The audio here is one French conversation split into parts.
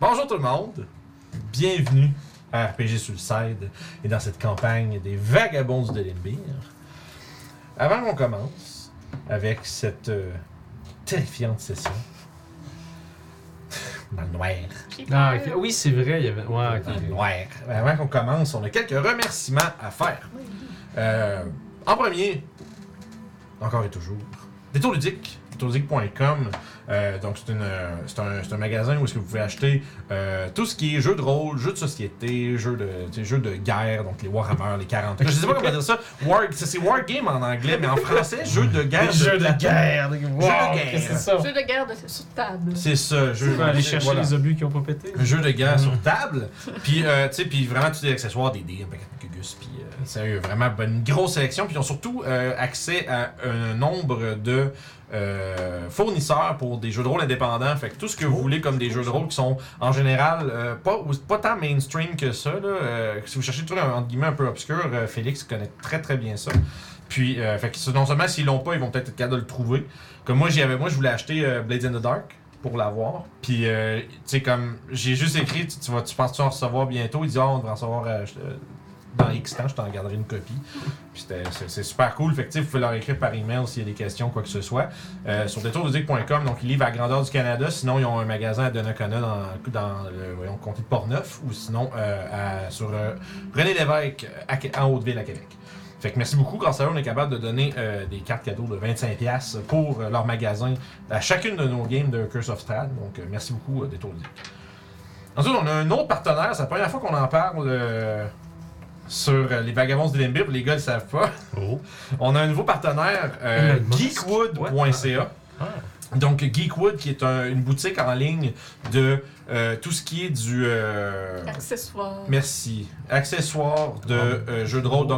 Bonjour tout le monde, bienvenue à RPG Suicide et dans cette campagne des vagabonds du Delimbir. Avant qu'on commence avec cette euh, terrifiante session, dans le noir, Ah, ok. Oui, c'est vrai, il y avait. Ouais, dans le ok. noir, avant qu'on commence, on a quelques remerciements à faire. Euh, en premier, encore et toujours, Détour Ludique, détourludique.com. Euh, donc, c'est une, euh, c'est un, c'est un magasin où est-ce que vous pouvez acheter euh, tout ce qui est jeux de rôle, jeux de société, jeux de, tu sais, jeux de guerre, donc les Warhammer, les 40. Je sais pas comment dire ça. War, c'est c'est Wargame en anglais, mais en français, jeux de guerre. guerre! Jeux Wow, qu'est-ce que c'est c'est ça? Jeu de guerre de sur table. C'est ça, Je jeux vais aller c'est- chercher voilà. les obus qui ont pas pété. un jeu de guerre sur table. Puis, euh, tu sais, puis vraiment tous les accessoires, des dés, un paquet de gugus. Puis, euh, sérieux, vraiment bonne, une grosse sélection. Puis, ils ont surtout euh, accès à un nombre de euh, fournisseurs pour des jeux de rôle indépendants. Fait que tout ce que vous voulez comme des jeux de rôle qui sont en général euh, pas, ou- pas tant mainstream que ça. là, euh, si vous cherchez tout un, entre guillemets, un peu obscur, euh, Félix connaît très très bien ça. Puis, euh, fait que non seulement s'ils l'ont pas, ils vont peut-être être capables de le trouver. Comme moi, j'y avais, moi, je voulais acheter euh, Blades in the Dark pour l'avoir. Puis, euh, tu sais, comme, j'ai juste écrit, tu, tu vas, tu penses-tu en recevoir bientôt? Il dit, ah, on devrait en recevoir euh, je- euh, dans X temps, je t'en garderai une copie. Puis, c'était- c'est- c'est super cool. Fait que, tu sais, vous pouvez leur écrire par email s'il y a des questions, quoi que ce soit. Euh, sur détourdudic.com, donc ils livrent à la grandeur du Canada. Sinon, ils ont un magasin à Donnacona dans, dans le voyons, comté de Portneuf ou sinon euh, à- sur euh, René Lévesque euh, à Qué- en Haute-Ville à Québec. Fait que merci beaucoup. Grâce à eux, on est capable de donner euh, des cartes cadeaux de 25$ pour euh, leur magasin à chacune de nos games de Curse of Strahd. Donc, euh, merci beaucoup, euh, Détour Ludique. Ensuite, on a un autre partenaire. C'est la première fois qu'on en parle euh, sur euh, les Vagabonds de Limbib. Les gars ne le savent pas. On a un nouveau partenaire, euh, Le masque. geekwood.ca. Ah. Donc, Geekwood, qui est un- une boutique en ligne de euh, tout ce qui est du. euh, Accessoires. merci. Accessoires de euh, jeux de rôle.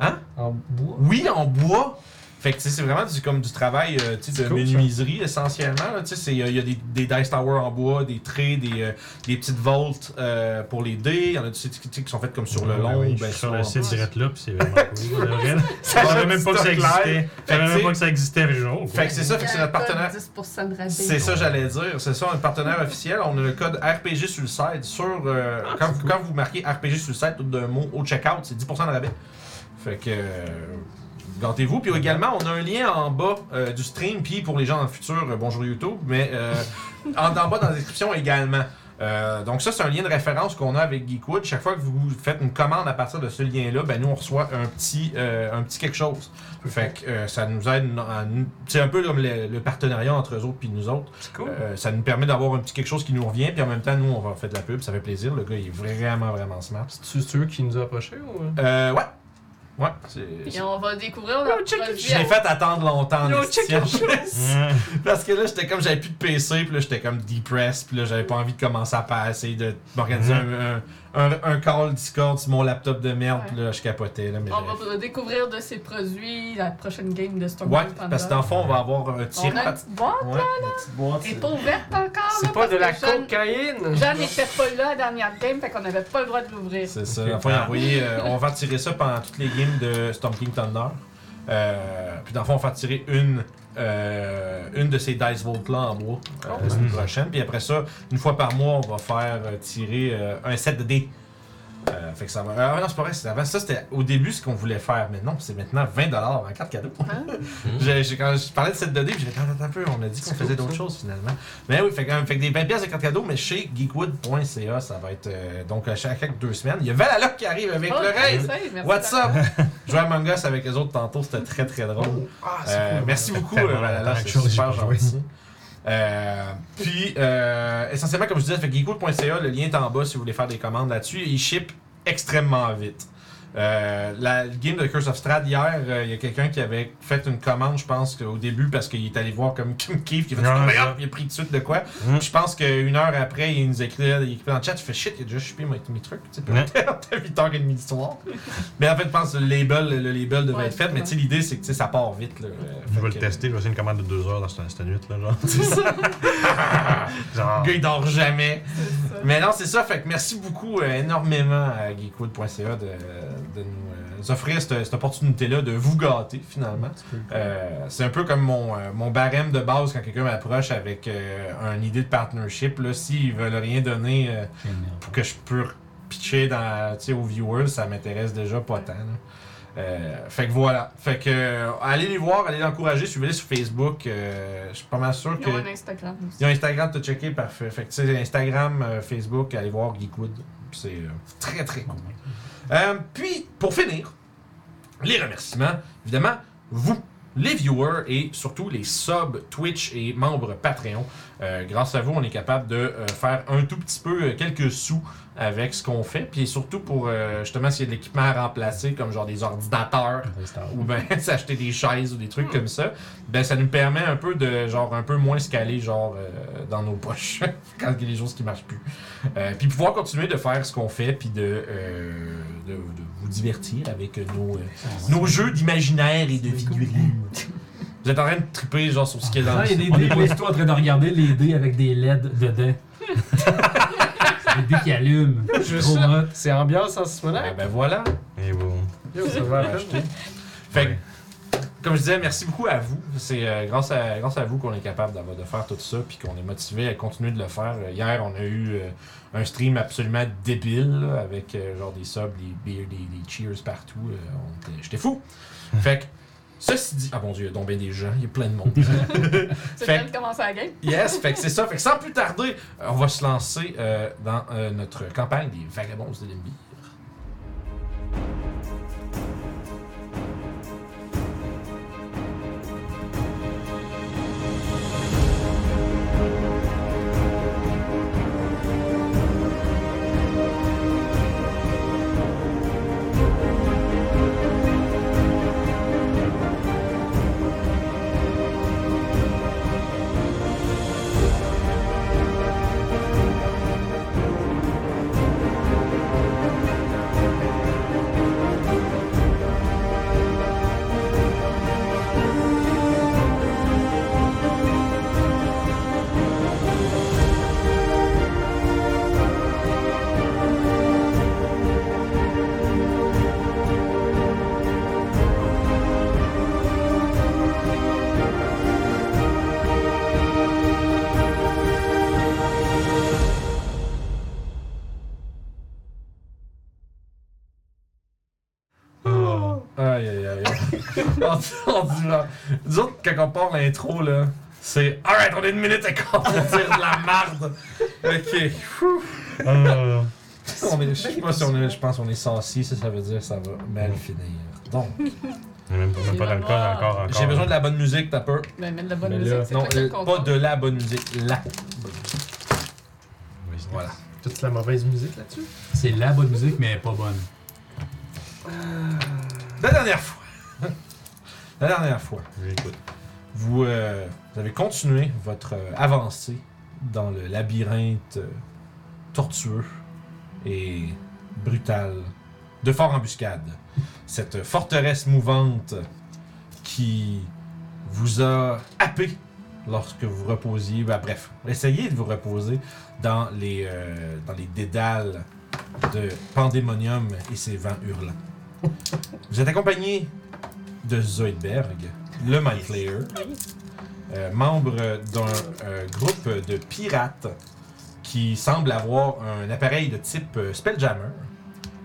Hein? Donc, En bois. oui, en bois. Fait que tu sais, c'est vraiment du, comme du travail euh, tu sais, de C'est cool, ça. menuiserie essentiellement. là. Tu sais, c'est- Il y a, il y a des, des Dice Tower en bois, des traits, des, euh, des petites volts euh, pour les dés. Il y en a tu sais, qui, tu sais, qui sont faites comme sur le Ouais, long. ouais, Ah, je ben, suis sur sur- le site direct là, puis c'est vraiment cool. pour de vrai, là. Ça Je savais donne même du pas que ça stock live. existait. Je Fait que savais tu sais- même pas que ça existait. mais genre, oh, Fait que c'est ça, fait que c'est notre partenaire. 10% de rabais. C'est ça, j'allais dire. C'est ça, un partenaire officiel. On a le code RPG sur le site. Sur, euh, quand, vous, quand vous marquez RPG sur le site, tout d'un mot au checkout, c'est 10% de rabais. Fait que. euh, Gantez-vous. Puis également, on a un lien en bas euh, du stream. Puis pour les gens dans le futur, euh, bonjour YouTube. Mais euh, en, en bas dans la description également. Euh, donc ça, c'est un lien de référence qu'on a avec Geekwood. Chaque fois que vous faites une commande à partir de ce lien-là, ben nous, on reçoit un petit, euh, un petit quelque chose. Fait que euh, ça nous aide. à nous- C'est un peu comme le, le partenariat entre eux autres puis nous autres. C'est cool. Euh, ça nous permet d'avoir un petit quelque chose qui nous revient, puis en même temps, nous, on va faire de la pub, ça fait plaisir. Le gars, il est vraiment, vraiment smart. C'est c'est eux qui nous a approchés ou. euh? Euh, ouais. Ouais, c'est. Puis c'est- on va découvrir leur Je produit. l'ai fait attendre longtemps. hein. Yo, Nastia. check your Hein. Parce que là, j'étais comme, j'avais plus de PC, puis là, j'étais comme depressed, puis là, j'avais pas envie de commencer à pa- essayer de m'organiser un, un, un- un call Discord sur mon laptop de merde, puis là, je capotais. Là, mais On bref. va découvrir de ses produits la prochaine game de Storm Ouais, parce que dans le fond, on va avoir un tir. On a une petite boîte. Ouais, la petite boîte. Elle est pas ouverte encore. C'est là, pas parce de la que Jeanne- hein. cocaïne! Jeanne n'était pas là la dernière game, fait qu'on n'avait pas le droit de l'ouvrir. C'est ça. Enfin, il a envoyé, euh, on va tirer ça pendant toutes les games de Storm King Thunder. Euh, puis dans le fond, on va tirer une, euh, une de ces Dice Vault là en bois euh, la semaine prochaine. Puis après ça, une fois par mois, on va faire euh, tirer euh, un set de dés. Euh, fait que ça va. Ah non, c'est pas vrai, c'est avant. Ça, c'était au début ce qu'on voulait faire, mais non, c'est maintenant 20$ en carte cadeau. Hein? J'ai- j'ai- quand je parlais de cette donnée, puis j'ai dit, attends, attends un peu, on a dit qu'on C'est faisait cool, d'autres ça. choses finalement. Mais oui, fait, que, euh, fait que des 20 pièces de cartes cadeaux, mais chez geekwood.ca, ça va être euh, donc à chaque, chaque deux semaines. Il y a Valhalla qui arrive avec Oh, le reste. merci, merci. What's up? Jouer à Among Us avec les autres tantôt, c'était très très drôle. Ah, Euh, merci beaucoup, euh, Tellement Valhalla, longtemps c'est que j'ai super pas joué. gentil. Euh, puis, euh, essentiellement, comme je disais, fait que geekwood.ca, le lien est en bas si vous voulez faire des commandes là-dessus. Ils ship extrêmement vite. Euh, la game de Curse of Strahd hier, euh, il y a quelqu'un qui avait fait une commande, je pense, au début, parce qu'il est allé voir comme Kim Keefe, qui a fait Ouais, Oh, mais ça. hop, il a pris tout de suite de quoi. Mm. Je pense qu'une heure après, il nous écrit, il écrit dans le chat, il fait shit, il a déjà shippé mes, mes trucs, tu sais, Ouais. peut-être 8h30 du soir. mais en fait, je pense que le label, le label devait Ouais, être fait, mais tu sais, l'idée, c'est que tu sais, ça part vite. Là, Euh, Je fait vais que- le tester, je vais essayer une commande de 2 heures dans cette, cette nuit là, genre. C'est ça. genre. Le gars, il dort jamais. C'est ça. Mais non, c'est ça. Fait que merci beaucoup euh, énormément à geekwood.ca de, de nous, euh, offrir cette, cette opportunité-là de vous gâter, finalement. Mm-hmm. Euh, c'est un peu comme mon, euh, mon barème de base quand quelqu'un m'approche avec euh, une idée de partnership. Là, s'ils veulent rien donner euh, pour que je peux pitcher dans, tu sais, aux viewers, ça m'intéresse déjà pas tant. là. Euh, fait que voilà. Fait que euh, allez les voir, allez les encourager, suivez-les sur Facebook. euh, je suis pas mal sûr Ils ont un que. Instagram aussi. Ils ont Instagram, t'as checké, parfait. Fait que tu sais, Instagram, euh, Facebook, allez voir Geekwood. C'est euh, très très cool. Euh, puis, pour finir, les remerciements, évidemment, vous, les viewers et surtout les subs Twitch et membres Patreon. Euh, grâce à vous, on est capable de euh, faire un tout petit peu euh, quelques sous avec ce qu'on fait. Puis surtout pour euh, justement s'il y a de l'équipement à remplacer, comme genre des ordinateurs ou ben s'acheter des chaises ou des trucs comme ça, ben ça nous permet un peu de genre un peu moins se caler genre euh, dans nos poches quand il y a des choses qui marchent plus. Euh, puis pouvoir continuer de faire ce qu'on fait puis de, euh, de, de vous divertir avec nos, euh, nos jeux d'imaginaire et de figurines. Vous êtes en train de triper genre sur ce qu'il y a dans Ah, le- il y a On des est dés, pas du tout en train de regarder les dés avec des LED dedans. les dés qui allument. Je Trop hot. C'est ambiance en ce moment. Ah, ben voilà. Et bon. Yo, ça va acheter. Fait que Ouais. comme je disais, merci beaucoup à vous. C'est euh, grâce, à, grâce à vous qu'on est capable d'avoir- de faire tout ça, puis qu'on est motivé à continuer de le faire. Euh, Hier, on a eu euh, un stream absolument débile, là, avec euh, genre des subs, des beers, des, des cheers partout. Euh, on était- J'étais fou. Fait que, ceci dit, ah mon dieu, il y a tombé des gens, il y a plein de monde. C'est Fait- bien de commencer la game. Yes, fait que c'est ça. Fait que sans plus tarder, on va se lancer euh, dans euh, notre campagne des vagabonds de l'ennemi. Aïe, aïe, aïe. on dit, on dit genre- Nous autres, quand on part l'intro, là, c'est Alright, on est une minute et quart pour dire de la marde. Ok. euh, Ah. On est- je sais pas si on est, je pense qu'on est sorcier, ça, ça veut dire que ça va mal finir. Donc, Il n'y a même pas- même pas d'alcool encore. encore. j'ai besoin de la bonne musique, t'as peur. Ben, mettre de la bonne Mais musique, là, c'est non, toi qui euh, le pas contrôle. de la bonne musique, la bonne musique. Vas-y. Voilà. Toute la mauvaise musique là-dessus. C'est la bonne musique, mais pas bonne. La dernière fois. la dernière fois. J'écoute. vous, euh, vous avez continué votre euh, avancée dans le labyrinthe euh, tortueux et brutal de Fort Embuscade. Cette forteresse mouvante qui vous a happé lorsque vous reposiez. bah, bref, essayez de vous reposer dans les, euh, dans les dédales de Pandémonium et ses vents hurlants. Vous êtes accompagné de Zoidberg, le Mind Flayer, euh, membre d'un euh, groupe de pirates qui semble avoir un appareil de type euh, Spelljammer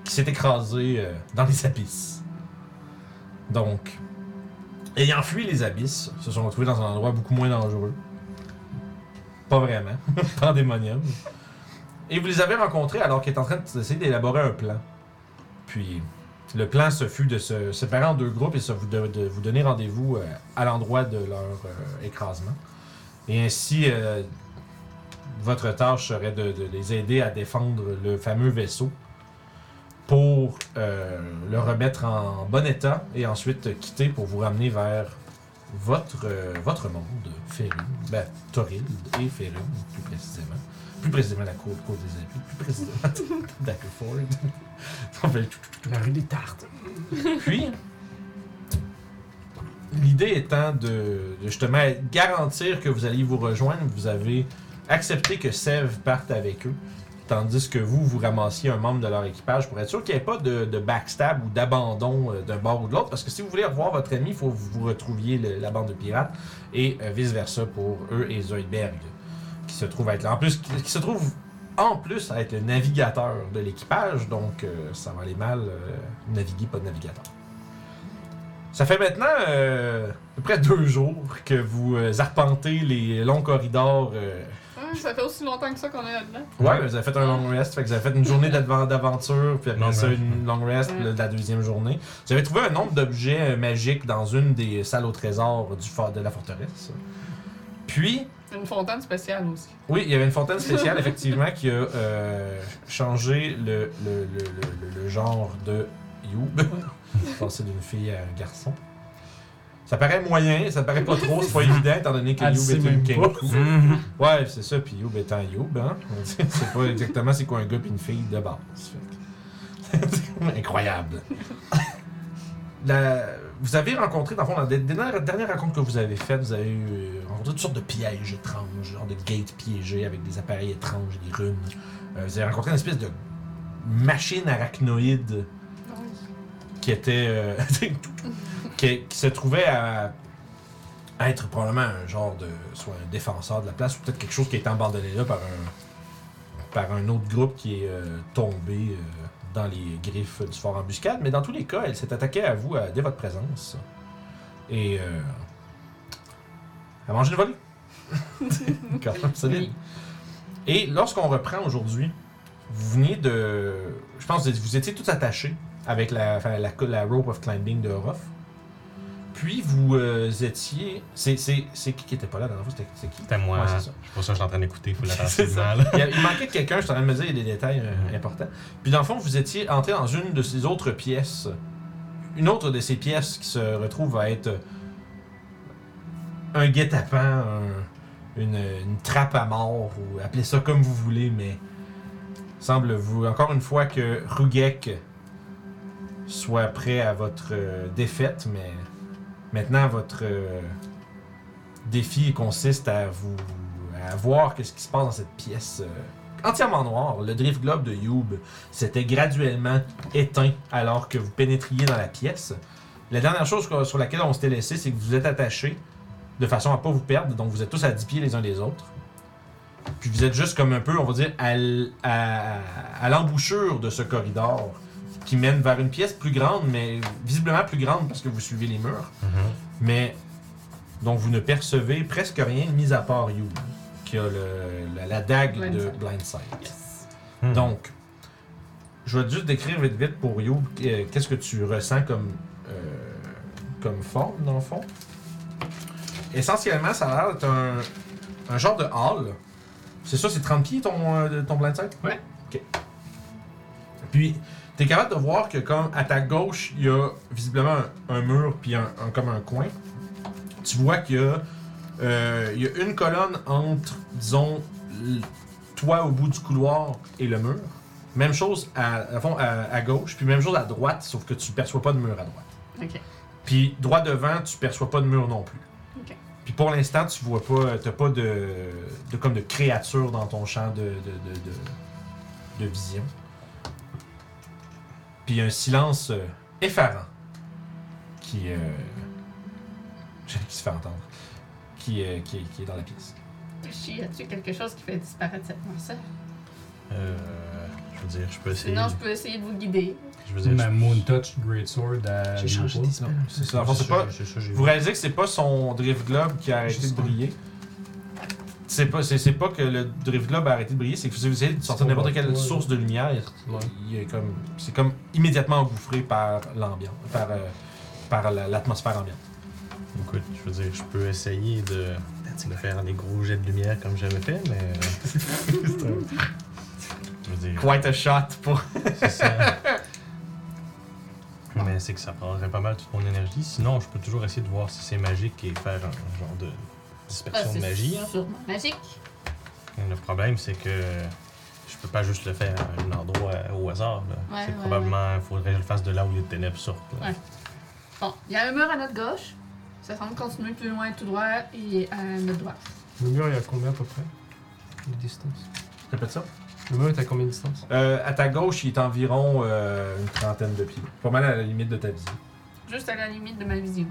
qui s'est écrasé euh, dans les abysses. Donc, ayant fui les abysses, se sont retrouvés dans un endroit beaucoup moins dangereux. Pas vraiment. Pandémonium. Et vous les avez rencontrés alors qu'ils étaient en train d'essayer d'élaborer un plan. Puis, le plan, ce fut de se séparer en deux groupes et se- de, de vous donner rendez-vous euh, à l'endroit de leur euh, écrasement. Et ainsi, euh, votre tâche serait de, de les aider à défendre le fameux vaisseau pour euh, le remettre en bon état et ensuite quitter pour vous ramener vers votre, euh, votre monde, Ferrine, ben, Toril et Ferrine, plus précisément. Plus précisément la cour, cour des habits, plus précisément Dacreford. On fait tout- La rue des tartes. puis, l'idée étant de, de justement garantir que vous allez vous rejoindre, vous avez accepté que Sève parte avec eux tandis que vous, vous ramassiez un membre de leur équipage pour être sûr qu'il n'y ait pas de, de backstab ou d'abandon euh, d'un bord ou de l'autre, parce que si vous voulez revoir votre ami, il faut que vous retrouviez le- la bande de pirates, et euh, vice-versa pour eux et Zoidberg, qui se trouve à être là. En plus, qui, qui se trouve en plus à être le navigateur de l'équipage, donc euh, ça va aller mal, euh, naviguer pas de navigateur. Ça fait maintenant euh, à peu près deux jours que vous euh, arpentez les longs corridors euh, Hein, ça fait aussi longtemps que ça qu'on est là-dedans. Ouais, mais vous avez fait un long rest, fait que vous avez fait une journée d'adven- d'aventure, puis après Long ça, rest, une long rest Ouais. le- la deuxième journée. Vous avez trouvé un nombre d'objets euh, magiques dans une des salles au trésor du fort de la forteresse. Puis, Une fontaine spéciale aussi. oui, il y avait une fontaine spéciale, effectivement, qui a euh, changé le, le, le, le- le- le genre de Youb. Passer d'une fille à un garçon. Ça paraît moyen, ça paraît pas trop, c'est pas évident, étant donné que Elle Youb sait est une même pas. kenku. Mhm. Ouais, c'est ça, puis Youb étant Youb, hein. C'est pas exactement c'est quoi un gars puis une fille de base. Fait que- C'est Incroyable. La- Vous avez rencontré, dans le fond, dans la dernière, dernière rencontre que vous avez faite, vous avez eu, euh, rencontré toutes sortes de pièges étranges, genre de gates piégés avec des appareils étranges, des runes. Euh, vous avez rencontré une espèce de machine arachnoïde qui était euh, qui, qui se trouvait à, à être probablement un genre de soit un défenseur de la place ou peut-être quelque chose qui a été abandonné là par un par un autre groupe qui est euh, tombé euh, dans les griffes du fort embuscade mais dans tous les cas elle s'est attaquée à vous euh, dès votre présence et euh, elle a mangé une volée quand même solide Oui. et lorsqu'on reprend aujourd'hui vous veniez de je pense que vous étiez tous attachés avec la, enfin, la, la rope of climbing de Orof. Puis vous euh, étiez. C'est c'est- c'est qui qui était pas là la dernière fois C'était c'est qui C'était moi. Ouais, c'est ça. c'est pour ça que je suis en train d'écouter. Faut la C'est passer ça. mal. il, y a- il manquait quelqu'un, je suis en train de me dire, il y a des détails euh, Mhm. importants. Puis dans le fond, vous étiez entré dans une de ces autres pièces. Une autre de ces pièces qui se retrouve à être euh, un guet-apens, un- une, une trappe à mort, ou appelez ça comme vous voulez, mais semble-vous encore une fois que Rugek soit prêt à votre euh, défaite, mais maintenant votre. euh, défi consiste à vous à voir qu'est-ce qui se passe dans cette pièce euh, entièrement noire. Le drift globe de Youb s'était graduellement éteint alors que vous pénétriez dans la pièce. La dernière chose que- sur laquelle on s'était laissé, c'est que vous êtes attachés de façon à pas vous perdre, donc vous êtes tous à 10 pieds les uns des autres. Puis vous êtes juste comme un peu, on va dire, à, l- à- à l'embouchure de ce corridor qui mène vers une pièce plus grande, mais visiblement plus grande parce que vous suivez les murs Mhm. mais dont vous ne percevez presque rien, mis à part You, qui a le- la, la dague de Blindside. Blindside. Yes. Mhm. Donc, je vais juste décrire vite vite pour You euh, qu'est-ce que tu ressens comme, euh, comme forme, dans le fond. Essentiellement, ça a l'air d'être un, un genre de hall. C'est ça, c'est 30 pieds ton, euh, ton Blindside? Ouais. OK. Puis, T'es capable de voir que comme à ta gauche, il y a visiblement un, un mur puis un, un- comme un coin. Tu vois qu'il y a, euh, il y a une colonne entre, disons, l- toi au bout du couloir et le mur. Même chose à, à fond, à, à gauche, puis même chose à droite, sauf que tu perçois pas de mur à droite. Ok. Puis droit devant, tu perçois pas de mur non plus. Ok. Puis pour l'instant, tu vois pas, t'as pas de, de comme de créature dans ton champ de, de, de- de- de vision. Puis un silence euh, effarant qui, euh, qui se fait entendre, qui, euh, qui, est- qui est dans la pièce. Toshi, as-tu quelque chose qui fait disparaître cette morsure? Euh, Je veux dire, je peux essayer. Sinon, je peux essayer de vous guider. Je veux dire, Ma je- Moon Touch Great Sword à. J'ai changé Léopold. des spells. C'est ça. Enfin, c'est pas, vous réalisez que c'est pas son drift globe qui a arrêté de Juste briller. C'est pas, c'est, c'est pas que le drift globe a arrêté de briller, c'est que si vous essayez de sortir pas n'importe bon. quelle Ouais. source de lumière, Ouais. il est comme, c'est comme immédiatement engouffré par l'ambiance, par, euh, par la- l'atmosphère ambiante. Écoute, je veux dire, je peux essayer de, de faire des gros jets de lumière comme j'avais fait, mais. euh, je veux dire, Quite a shot pour. c'est ça. Mais c'est que ça prendrait pas mal toute mon énergie. Sinon, je peux toujours essayer de voir si c'est magique et faire un genre de dispersion de Ah, c'est magie. hein. Sûrement. Magique. Le problème, c'est que je peux pas juste le faire à un endroit au hasard. là. Ouais, c'est ouais, probablement, faudrait que je le fasse de là où les ténèbres sortent. là. Ouais. Bon, il y a un mur à notre gauche. Ça semble continuer plus loin tout droit et à notre droite. Le mur, il y a combien à peu près De distance Répète ça. Le mur est à combien de distance Euh, à ta gauche, il est environ euh, une trentaine de pieds. Pas mal à la limite de ta vision. Juste à la limite de ma vision.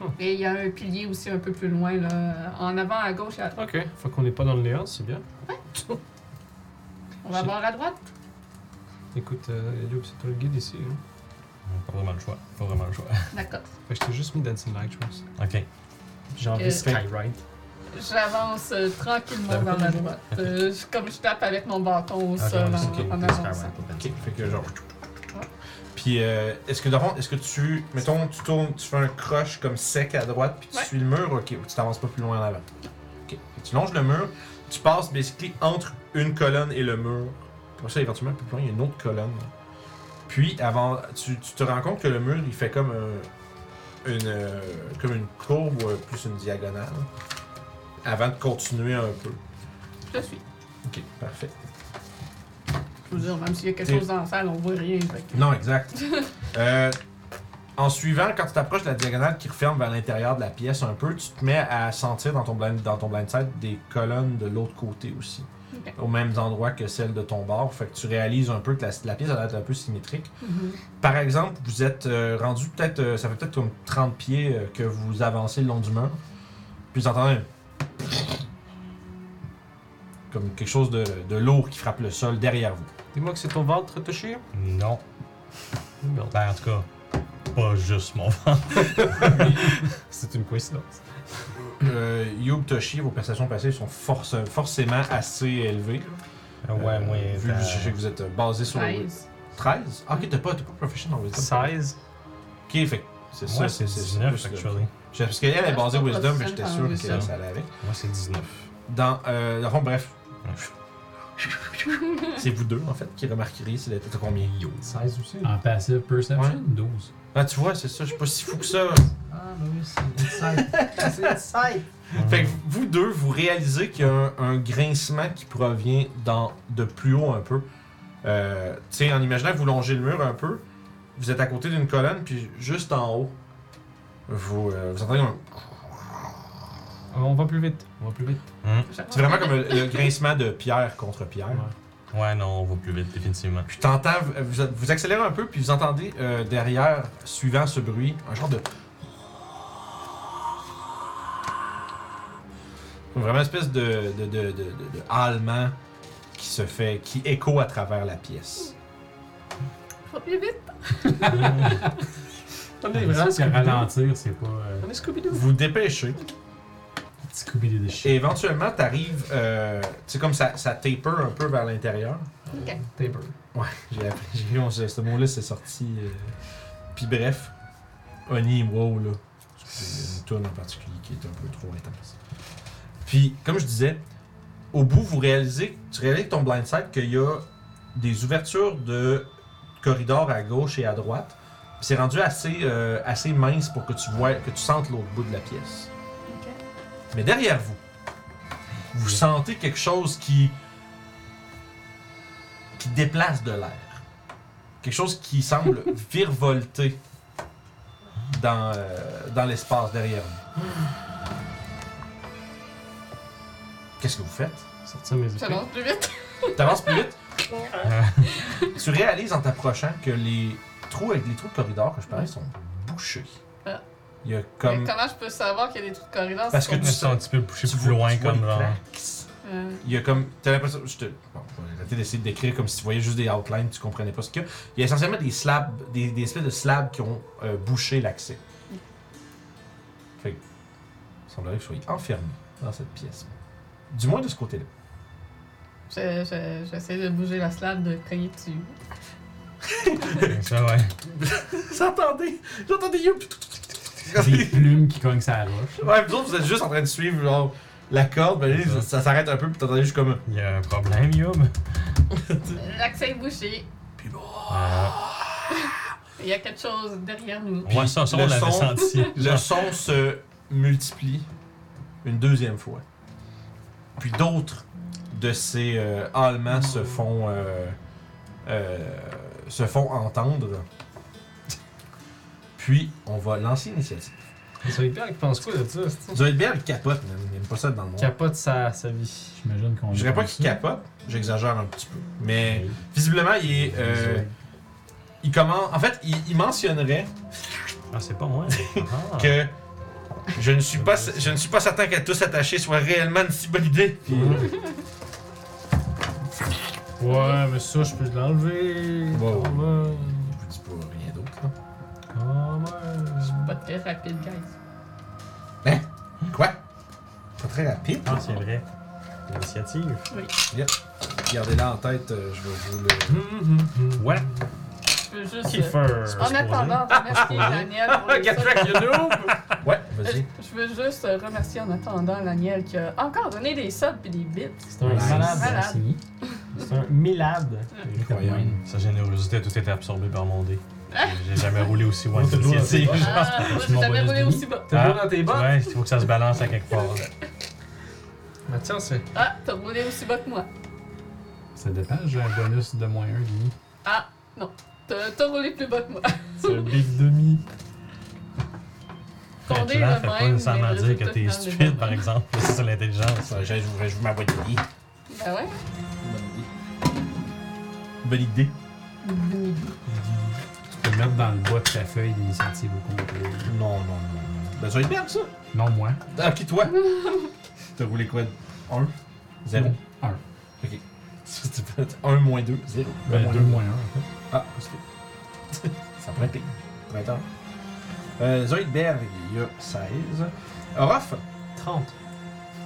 Hmm. Et il y a un pilier aussi un peu plus loin, là. En avant, à gauche, à- Ok. Faut qu'on n'est pas dans le néant, c'est bien. on va Shit. voir à droite. Écoute, euh, Elio, c'est toi le guide ici. Hein? On a Pas vraiment le choix. Pas vraiment le choix. D'accord. Fait que je t'ai juste mis Dancing Light, je pense. Ok. J'ai envie Euh, de Skyride. J'avance euh, tranquillement vers la droite. Euh, je- comme je tape avec mon bâton au Ok, sol on en, sait qu'il y a en une avançant. Skyward Open. Ok, fait que genre. Puis euh, est-ce que devant, est-ce que tu, mettons, tu tournes, tu fais un croche comme sec à droite, puis tu Ouais. suis le mur, ok, ou tu t'avances pas plus loin en avant. Ok, Fait que tu longes le mur, tu passes basically entre une colonne et le mur. Pour ça, éventuellement, plus loin, il y a une autre colonne. Puis avant, tu, tu te rends compte que le mur, il fait comme un- une, euh, comme une courbe ou euh, plus une diagonale, avant de continuer un peu. Je suis. Ok, parfait. Je veux dire, même s'il y a quelque T'es- chose dans la salle, on voit rien. fait que- Non, exact. Euh, en suivant, quand tu t'approches de la diagonale qui referme vers l'intérieur de la pièce un peu, tu te mets à sentir dans ton blind, dans ton blind sight des colonnes de l'autre côté aussi. Ok. Au même endroit que celle de ton bord. Fait que tu réalises un peu que la, la pièce elle a l'air un peu symétrique. Mhm. Par exemple, vous êtes euh, rendu peut-être, euh, ça fait peut-être comme 30 pieds euh, que vous avancez le long du mur. Puis vous entendez un comme quelque chose de, de lourd qui frappe le sol derrière vous. Dis-moi que c'est ton ventre touché. Non. Merde. Ben, en tout cas, pas juste mon ventre. C'est une coïncidence. Euh, Youb Toshi, vos prestations passées sont force- forcément assez élevées. ouais, Euh, moi, Vu que je sais que vous êtes euh, basé sur le- 16. 13. Ah, ok, t'es pas, t'es pas professional wisdom. 16. Ok, fait que c'est Moi, ça, c'est c'est c'est- 19, c'est plus de- actually. Je- Parce qu'elle est je basée suis pas wisdom, mais j'étais sûr professionnelle en que ça allait avec. Moi, c'est 19. Dans, euh, dans le fond, bref, Ouais. c'est vous deux en fait qui remarqueriez si t'as combien Yo. 16 aussi. En passive perception, Ouais. 12. Ah, tu vois, c'est ça, je suis pas si fou que ça. Ah, bah oui, c'est inside. c'est inside. Fait que vous deux, vous réalisez qu'il y a un, un grincement qui provient dans, de plus haut un peu. Euh, tu sais, en imaginant que vous longez le mur un peu, vous êtes à côté d'une colonne, puis juste en haut, vous, euh, vous entendez un- Euh, On va plus vite. On va plus vite. C'est vraiment comme le, le grincement de pierre contre pierre. Ouais, non, on va plus vite, définitivement. Puis t'entends, vous, vous accélérez un peu, puis vous entendez euh, derrière, suivant ce bruit, un genre de. Vraiment une espèce de, de, de, de, de, de hallement qui se fait, qui écho à travers la pièce. Faut plus vite. On est vraiment Parce que Scooby-Doo. ralentir, c'est pas. euh, On est Scooby-Doo. Vous dépêchez, petit Scooby-Doo de shit. et éventuellement t'arrives, euh, c'est comme ça, ça taper un peu vers l'intérieur. Ok. Taper. J'ai appris, j'ai vu, on- ce ce mot-là, c'est sorti. euh, Puis bref, Oni, wow, là. C'est une tune en particulier qui est un peu trop intense. Puis, comme je disais, au bout, vous réalisez, tu réalises avec ton blind sight qu'il y a des ouvertures de corridors à gauche et à droite. Puis c'est rendu assez, euh, assez mince pour que tu vois, que tu sentes l'autre bout de la pièce. Ok. Mais derrière vous, vous sentez quelque chose qui qui déplace de l'air. Quelque chose qui semble virevolter dans, euh, dans l'espace derrière vous. Qu'est-ce que vous faites? Sortir mes Ça épées. avance plus vite. T'avances plus vite? tu réalises en t'approchant que les trous avec les trous de corridor que je parlais sont bouchés. Ah. Il y a comme. Mais comment je peux savoir qu'il y a des trous de corridor Parce si que Je me tu sens un petit peu poussé tu plus vois- loin, tu vois comme les genre. plaques. on- Euh, Il y a comme. T'as l'impression. Je te. Bon, je vais arrêter d'essayer de décrire comme si tu voyais juste des outlines, tu comprenais pas ce qu'il y a. Il y a essentiellement des slabs, des, des espèces de slabs qui ont euh, bouché l'accès. Fait que. Il semblerait que vous soyez enfermé dans cette pièce. Du moins de ce côté-là. je- je- J'essaie de bouger la slab, de cogner dessus. Ça, ouais. J'entendais! J'entendais you! Des plumes qui cognent sa roche. ouais, vous autres, vous êtes juste en train de suivre genre, la corde, ben, C'est ça, ça. ça s'arrête un peu, puis t'entendais juste comme. Il y a un problème, Yob. L'accès est bouché. Puis bon. Ah. Il y a quelque chose derrière nous. ouais, ça, ça, on le l'avait son- senti. Le son se multiplie une deuxième fois. Puis d'autres de ces euh, hurlements se font euh, euh, se font entendre. Puis on va lancer l'initiative. Ça hyper qu'il pense quoi de ça? c'est-tu? Zoidberg il capote, man. Il aime pas ça dans le monde. Capote sa, sa vie. J'imagine qu'on. Je dirais pas qu'il capote, j'exagère un petit peu. Mais visiblement, il est. euh, il commence. En fait, il, il mentionnerait Ah, c'est pas moi. Ah. que je ne suis pas, je ne suis pas certain qu'être tous attachés soit réellement une si bonne idée. Mm. Puis, euh, Ouais, Ah, mais ça, je peux l'enlever. Wow. Come Je on. vous dis pas rien d'autre. Come on. Pas très rapide, guys. hein. Quoi Pas très rapide. Ah, c'est vrai. L'initiative. Gardez-la en tête, euh, je vais vous le. Mhm, mhm. Ouais, Je peux juste. euh, Kiefer. En attendant, remercier Daniel pour les Get back, you noob! Ouais, Je vas-y. je veux juste euh, remercier en attendant Daniel qui a encore donné des subs et des bits. C'est un Nice. malade. Malade. C'est un milade. Incroyable. Sa générosité a tout été absorbée par mon dé. J'ai jamais roulé aussi loin de l'initiative. Ah, moi, j'ai jamais roulé aussi bas. T'as Ah, roulé dans tes bottes? Ouais, il faut que ça se balance à quelque part. Mathias, Bah, c'est. Ah, t'as roulé aussi bas que moi. Ça dépend, j'ai un bonus de moins 1 demi. Ah, non. T'as t'as roulé plus bas que moi. C'est un big demi. Ton Fait dé que là, est fait le pas même, nécessairement mais le dire résultat que t'es final est le stupide, même. par exemple. C'est ça l'intelligence. Ça, j'ai- je vous rajoute ma boîte de billes. Ben ouais. Bonne idée. Tu peux le mettre dans le bas de ta feuille d'initiative au complet. Non, non, non. non. Ben, ça va être bien, ça. Non, moi. Ah, qui toi T'as roulé quoi 1 0 Un. Ok. 1 moins 2, 0. Ben, deux moins 1 en fait. Ah, c'est Ça pourrait être pire. Ça pourrait être tard. Euh, Zoidberg, il y a 16. Orof 30.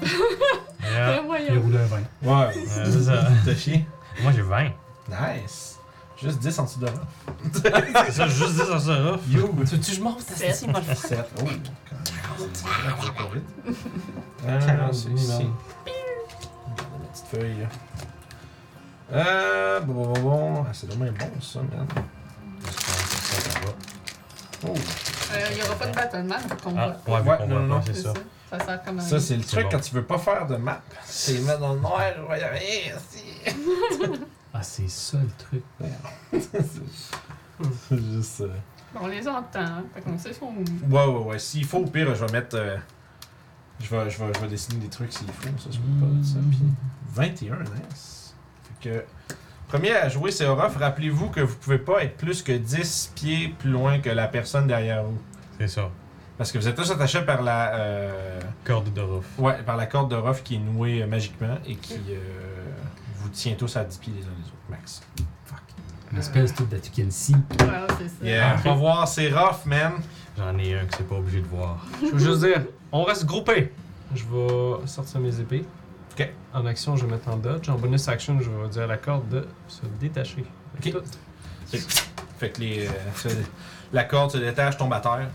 Yeah. Ah, Ben Il voyons. roule un 20. Ouais, Euh, c'est ça. t'as chier. Moi, j'ai 20. Nice. Juste 10 en dessous d'Orof. C'est ça, juste dire ça, ça. off. You Tu veux-tu que je monte? Sept. C'est moi, 7. Oh, quand même. Quarante, c'est oui, ici. merde. Regarde ma petite feuille. là. Euh, bon, bon, bon, bon. Ah, c'est dommage bon, ça, man. Oh, Euh, Il y aura pas de battlement pour qu'on Ah, voit. ouais, vu Ouais, qu'on non, voit non, pas, non. c'est ça. Ça sert comme un. ça, c'est le C'est truc bon. quand tu veux pas faire de map. C'est les mettre dans le noir, il va y arriver, si. Ah, c'est ça le truc. C'est juste. euh, On les entend, hein. fait qu'on sait son. Ouais, ouais, ouais. S'il faut, au pire, je vais mettre. euh, Je, vais, je, vais, je vais dessiner des trucs s'il faut. Ça, je peux pas. Ça. Puis 21, nice. Fait que. Premier à jouer, c'est Orof. Rappelez-vous que vous pouvez pas être plus que 10 pieds plus loin que la personne derrière vous. C'est ça. Parce que vous êtes tous attachés par la. euh, Corde de rough. Ouais, par la corde de Ruff qui est nouée euh, magiquement et qui euh, vous tient tous à 10 pieds les uns les autres, max. Fuck. Ah. Une espèce tout that you can see. Ouais, c'est ça. Yeah, Ah. on va voir, c'est rough, man. J'en ai un que c'est pas obligé de voir. Je veux juste dire, on reste groupé. Je vais sortir mes épées. Ok. En action, je vais mettre en dodge. En bonus action, je vais dire à la corde de se détacher. Ok. Tout. Fait que les, euh, se- la corde se détache, tombe à terre.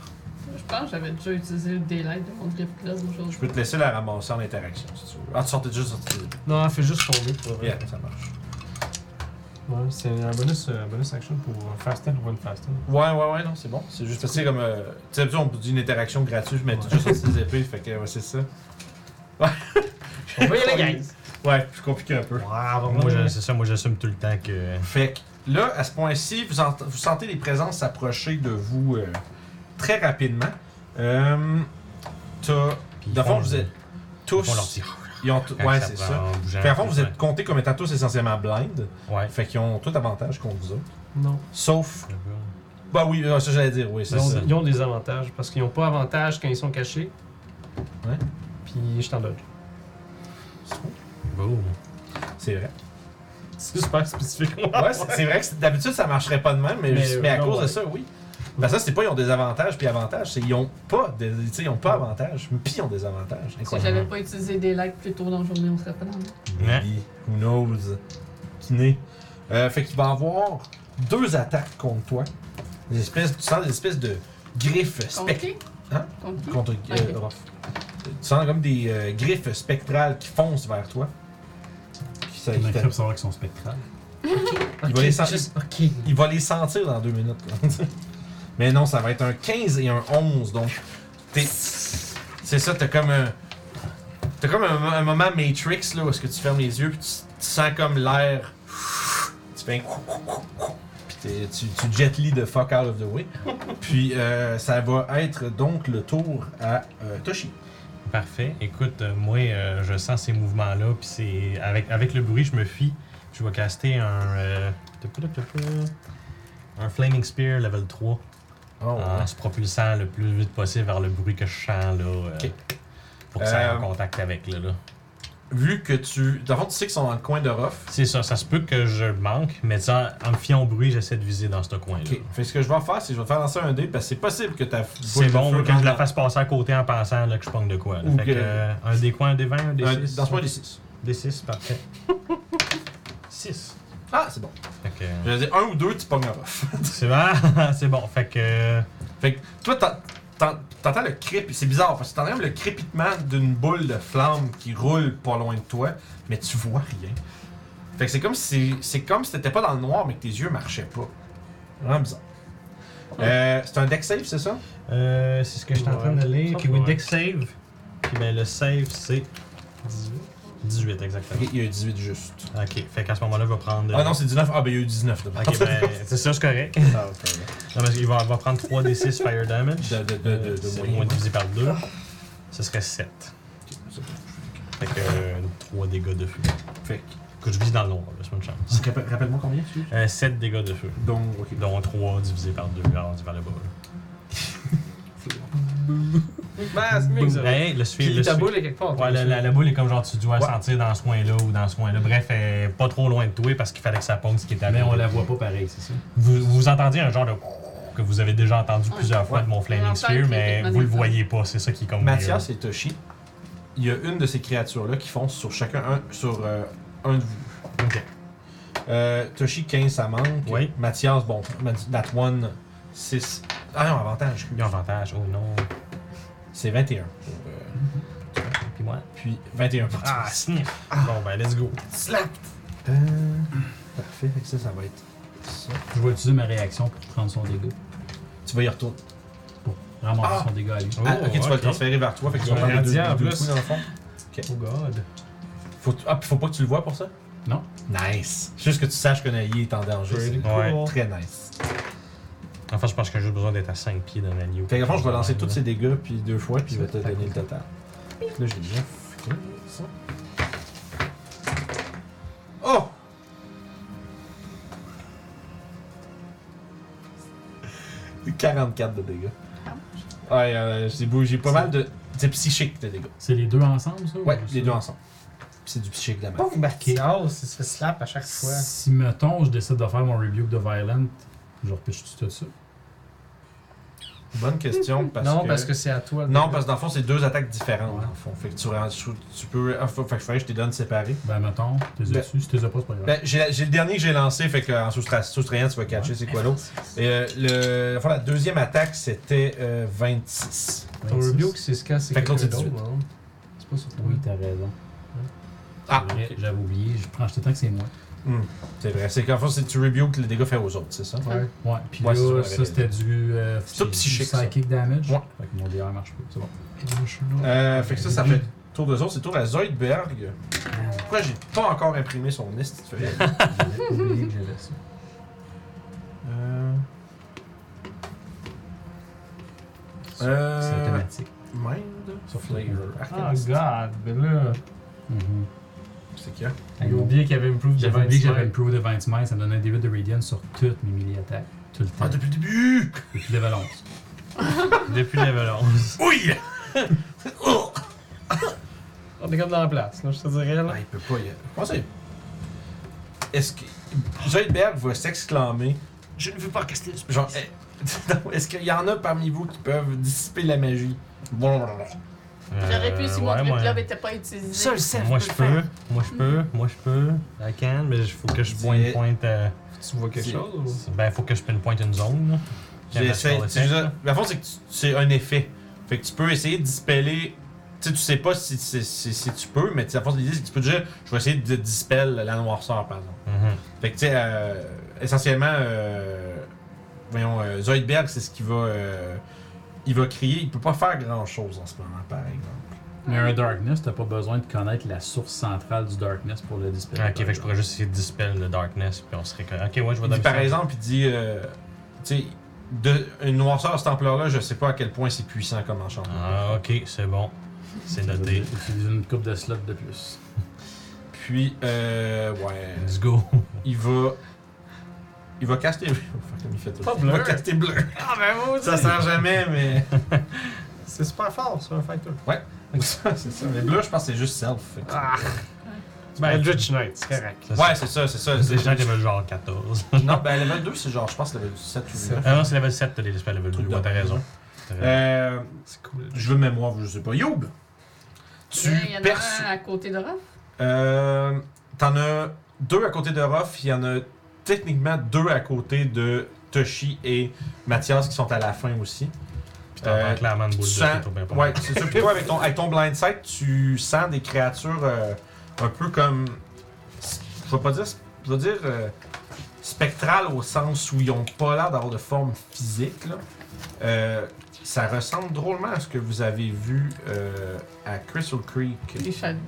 Je pense que j'avais déjà utilisé le daylight de mon grip class Je aujourd'hui. peux te laisser la ramasser en interaction si tu veux. Ah, tu sortais juste sorti des Non, elle fait juste tomber pour vrai. Yeah, ça marche. Ouais, c'est un bonus, un bonus action pour euh, fasten ou one fasten. Ouais, ouais, ouais, non, c'est bon. C'est juste, tu sais, comme. euh, tu sais, d'habitude, on dit une interaction gratuite, mais tu as juste sorti des épées, fait que ouais, c'est ça. On va y aller, guys! Ouais, plus compliqué un peu. Moi, je- c'est ça, moi j'assume tout le temps que. euh, Fait que là, à ce point-ci, vous, ent- vous sentez les présences s'approcher de vous euh, très rapidement. Euh, t'as- Puis de ils fond, font- vous êtes ils font leur tous. petit- Ils ont tout- quand ouais, c'est prend ça. en bougeant, Fait à fond, vous tout êtes comptés comme étant tous essentiellement blind. ça. Ouais. Fait qu'ils ont tout avantage contre vous autres. Non. Sauf. Bah oui, euh, ça j'allais dire, oui, Ils c'est ont, ça. ils ont des avantages parce qu'ils n'ont pas avantage quand ils sont cachés. Ouais. Puis je t'en dodge. Boom. C'est vrai. C'est super spécifique. Ouais, c'est c'est vrai que c'est- d'habitude ça marcherait pas de même, mais, Ah, Mais, juste- mais à euh, non, cause de ouais. ça, oui. Ben ça, c'est pas ils ont des avantages puis avantages, c'est ils ont pas des, tu sais, ils ont pas avantages, puis ils ont des avantages. Si Incroyable. j'avais pas utilisé daylight plus tôt dans la journée, on serait pas dans le. Ouais. Maybe. Who knows? Kiné. Euh, fait qu'il va avoir deux attaques contre toi. Des espèces, tu sens des espèces de griffes Contre spectrales. qui Hein? Contre qui Contre euh, Ok. Rof. Tu sens comme des euh, griffes spectrales qui foncent vers toi. Qui ça- Il qui y a t'a- crêpes savoir qu'ils sont spectrales. Il va les sentir. juste- ok. Il va les sentir dans deux minutes. là. Mais non, ça va être un 15 et un 11. Donc, t'es- c'est ça, t'as comme un. T'as comme un, un moment Matrix, là, où est-ce que tu fermes les yeux, puis tu, tu sens comme l'air. Tu fais un. Puis t'es- tu, tu jet lee the fuck out of the way. Puis euh, ça va être donc le tour à euh, Toshi. Parfait. Écoute, euh, moi, euh, je sens ces mouvements-là, puis c'est avec, avec le bruit, je me fie. Je vais caster un. euh, Un Flaming Spear level 3 Oh, en se propulsant le plus vite possible vers le bruit que je sens là. euh, Ok. Pour que ça ait Euh, en contact avec là. là. Vu que tu. Dans le fond, tu sais qu'ils sont dans le coin de Ruff. C'est ça, ça se peut que je le manque, mais ça, en me fiant au bruit, j'essaie de viser dans ce coin-là. Ok. Fait que ce que je vais faire, c'est que je vais te faire lancer un dé parce que c'est possible que ta f- boule C'est de bon feu oui, que je la rentre fasse passer à côté en pensant là, que je pogne de quoi. là. Ou Fait que- que, euh, un des coins, un des 20, un des dans- 6. Dans ce point des 6. Des 6, parfait. 6. Ah, c'est bon. Fait que. Je vais dire un ou deux, tu pognes à Ruff. C'est bon, Ah, c'est bon. Fait que. Fait que toi, t'en- t'en- t'entends le crépit. C'est bizarre parce que t'entends même le crépitement d'une boule de flamme qui roule pas loin de toi, mais tu vois rien. Fait que c'est comme si c'est comme si t'étais pas dans le noir, mais que tes yeux marchaient pas. Vraiment bizarre. Euh, c'est un deck save, c'est ça? Euh, c'est ce que je suis en train de lire. Puis oui, Ouais. deck save. Puis ben, le save, c'est 18, exactement. Ok, il y a eu 18 juste. Ok, fait qu'à ce moment-là, il va prendre. euh, Ah non, c'est 19. Ah ben il y a eu 19 de Ok, ben, c'est ça, c'est correct. Ah, ok. Non, parce qu'il va, il va prendre 3 d 6 fire damage. De, de, de, de, de c'est moyen. moins ouais. divisé par 2. Ce serait 7. Ok, c'est bon. Fait que 3 dégâts de feu. Fait que- Que je vise dans le noir, là, c'est pas une chance. Rappelle- Rappelle-moi combien tu es? Euh, 7 dégâts de feu. Donc, ok. Dont 3 divisé par 2, alors vers le bas. là. Hey, le suivre. Puis le ta suivre. boule est quelque part. Ouais, la, la- la boule est comme genre tu dois Ouais. sentir dans ce coin-là ou dans ce coin-là. Bref, elle est pas trop loin de toi parce qu'il fallait que ça pogne ce qui était à Mais on côté. la voit pas pareil, c'est ça? Vous, vous entendiez un genre de que vous avez déjà entendu Ouais. plusieurs fois Ouais. de mon Mais Flaming on Spear, sent mais qu'il est vous le magnifique. voyez pas. C'est ça qui est comme. Mathias et Toshi, il y a une de ces créatures-là qui fonce sur chacun un, sur euh, un de vous. weird. Ok. Euh, Toshi 15, ça manque. Oui. Mathias, bon, Mat- Nat 1, 6. Ah non, avantage. Il y a un avantage. Oh non. C'est 21. pour, euh, Puis moi. puis 21. Ah, sniff. Bon, ben, let's go. slap! Euh, parfait, fait que ça, ça va être ça. Je vais utiliser ma réaction pour prendre son dégât. Tu vas y retourner. Pour ramasser Ah! son dégât à lui. ah, ok, tu Oh, vas le transférer vers toi, fait que tu vas Ouais, prendre deux, Nadia, en deux plus. coups dans le fond. Oh god. Faut, ah, puis faut pas que tu le vois pour ça? Non. Nice. Juste que tu saches que Naïe est en danger. Pretty c'est cool. hein. Très nice. Enfin, je pense que j'ai juste besoin d'être à 5 pieds d'un agneau. Fait que, dans le fond, je vais lancer tous toutes ces ces dégâts, puis deux fois, puis je vais te D'accord. donner le total. Là, j'ai déjà fini ça. Oh! C'est 44 de dégâts. Ouais, euh, c'est beau, j'ai pas mal de. C'est psychique de dégâts. C'est les deux ensemble, ça? Ouais, ou les ça? deux ensemble. Puis C'est du psychique de la main. Pauvre Mathias, il se fait slap à chaque fois. Si, mettons, je décide de faire mon rebuke de Violent, je repêche tout ça. Bonne question, parce non, que. parce que c'est à toi. Non, parce que dans le fond, c'est deux attaques différentes. Ouais. Dans le fond. Fait que tu, rends- tu- tu peux. ah, faut- fait que faudrait que je te donne séparé. Ben, mettons, t'es Ben- dessus. Si t'es pas, c'est pas grave. Ben, j'ai la- j'ai le dernier que j'ai lancé, fait qu'en soustra- soustrayant, tu vas catcher c'est quoi l'autre. Et euh, le, enfin, la deuxième attaque, c'était euh, 26. Ton 26. rebuke, c'est ce cas, c'est Fait que l'autre, quelqu'un c'est d'autre, non? C'est pas sur toi. Oui, t'as raison. Ah, C'est vrai, J'avais oublié. Je prends tout le temps que c'est moi. Hmm, c'est vrai. C'est qu'en fait, c'est tu rebukes les dégâts faits aux autres, c'est ça? Ouais. Ouais, puis Ouais, c'est là, ça, ça, j'avais c'était du, euh, C'est tout du psychique, ça. psychic damage. Ouais. Fait que mon DR marche pas, c'est bon. Euh, fait que ça, ça fait tour de autres. C'est tour à Zoidberg. Pourquoi j'ai pas encore imprimé son liste? tu fais? J'avais oublié que j'avais ça. Euh. C'est Euh. automatique. Mind Ah, Sur Flayer. Oh god, ben là. Mhm. C'est qui? hein? J'ai oublié qu'il y avait Improve de J'avais oublié que j'avais 25. Improve de 20 miles, ça me donnait un début de Radiant sur toutes mes melee-attaques. Tout le temps. Ah, depuis le début! Depuis level 11. Depuis level 11. Oui! oh! On est comme dans la place, là, je te dirais. Là. Ah, il peut pas y aller. Comment ça? il- Est-ce que. Zoidberg va s'exclamer Je ne veux pas caster le spell. Genre, eh, non, est-ce qu'il y en a parmi vous qui peuvent dissiper la magie Blablabla. J'aurais pu si Euh, mon ouais, truc moi- là n'était pas utilisé. Seul Seth Moi peut je le peux, faire. moi je peux, moi je peux, I can, mais il faut que je Dis- pointe, pointe euh, Tu vois quelque C'est- chose ben faut que je pinpointe une zone. là. J'essaie. Parce qu'on tu- le fait, je- là. La fond, c'est que tu- c'est un effet. Fait que tu peux essayer de dispeller. Tu sais, tu sais pas si, si, si- si tu peux, mais tu sais, la force l'idée, c'est que tu peux dire Je vais essayer de dispel la noirceur, par exemple. Mhm. Fait que, tu sais, euh, essentiellement, euh, voyons, euh, Zoidberg, c'est ce qu'il va. euh, il va crier. Il peut pas faire grand chose en ce moment, par exemple. Mais un Darkness, t'as pas besoin de connaître la source centrale du Darkness pour le dispel. Ah, Ok, fait que je pourrais juste essayer de dispel le darkness, puis on serait comme. Ok, ouais, je vais Il dit, dans par exemple, il dit, euh, tu sais, de- une noirceur à cette ampleur-là, je sais pas à quel point c'est puissant comme enchantement. Ah, ok, c'est bon. C'est noté. Utilise une coupe de slot de plus. Puis, euh, ouais, Let's go. il va, il va caster, Fuck, comme il fait tout. Pas Il va bleu. caster bleu. Ah, ben vous Ça sert jamais, mais C'est super fort, ça, un fighter. ça, c'est ça. Mais bleu, je pense que c'est juste self. fait que- Ah! Ben, Eldritch Knight, c'est correct. Ça, c'est- Ouais, c'est ça, c'est ça. C'est C'est- gens qui veulent genre 14. Non, ben level 2, c'est genre, je pense, level 7 ou 9. Ah non, c'est level 7, t'as des dispels level 2. Truc Ouais, de- t'as raison. T'as raison. Euh, C'est cool. je veux mémoire, je sais pas. Youb! Tu Il y en perçois. a un à côté de Raph. Euh, T'en as deux à côté de Ruff, il y en a techniquement deux à côté de Toshi et Mathias qui sont à la fin aussi. Puis t'entends euh, clairement une Tu boule de feu sens, tomber par ouais, c'est ça. Puis toi, avec ton, avec ton blind sight, tu sens des créatures euh, un peu comme, je vais pas dire, je vais dire euh, spectrales au sens où ils ont pas l'air d'avoir de forme physique. là. Euh, ça ressemble drôlement à ce que vous avez vu euh, à Crystal Creek. Les Shadows.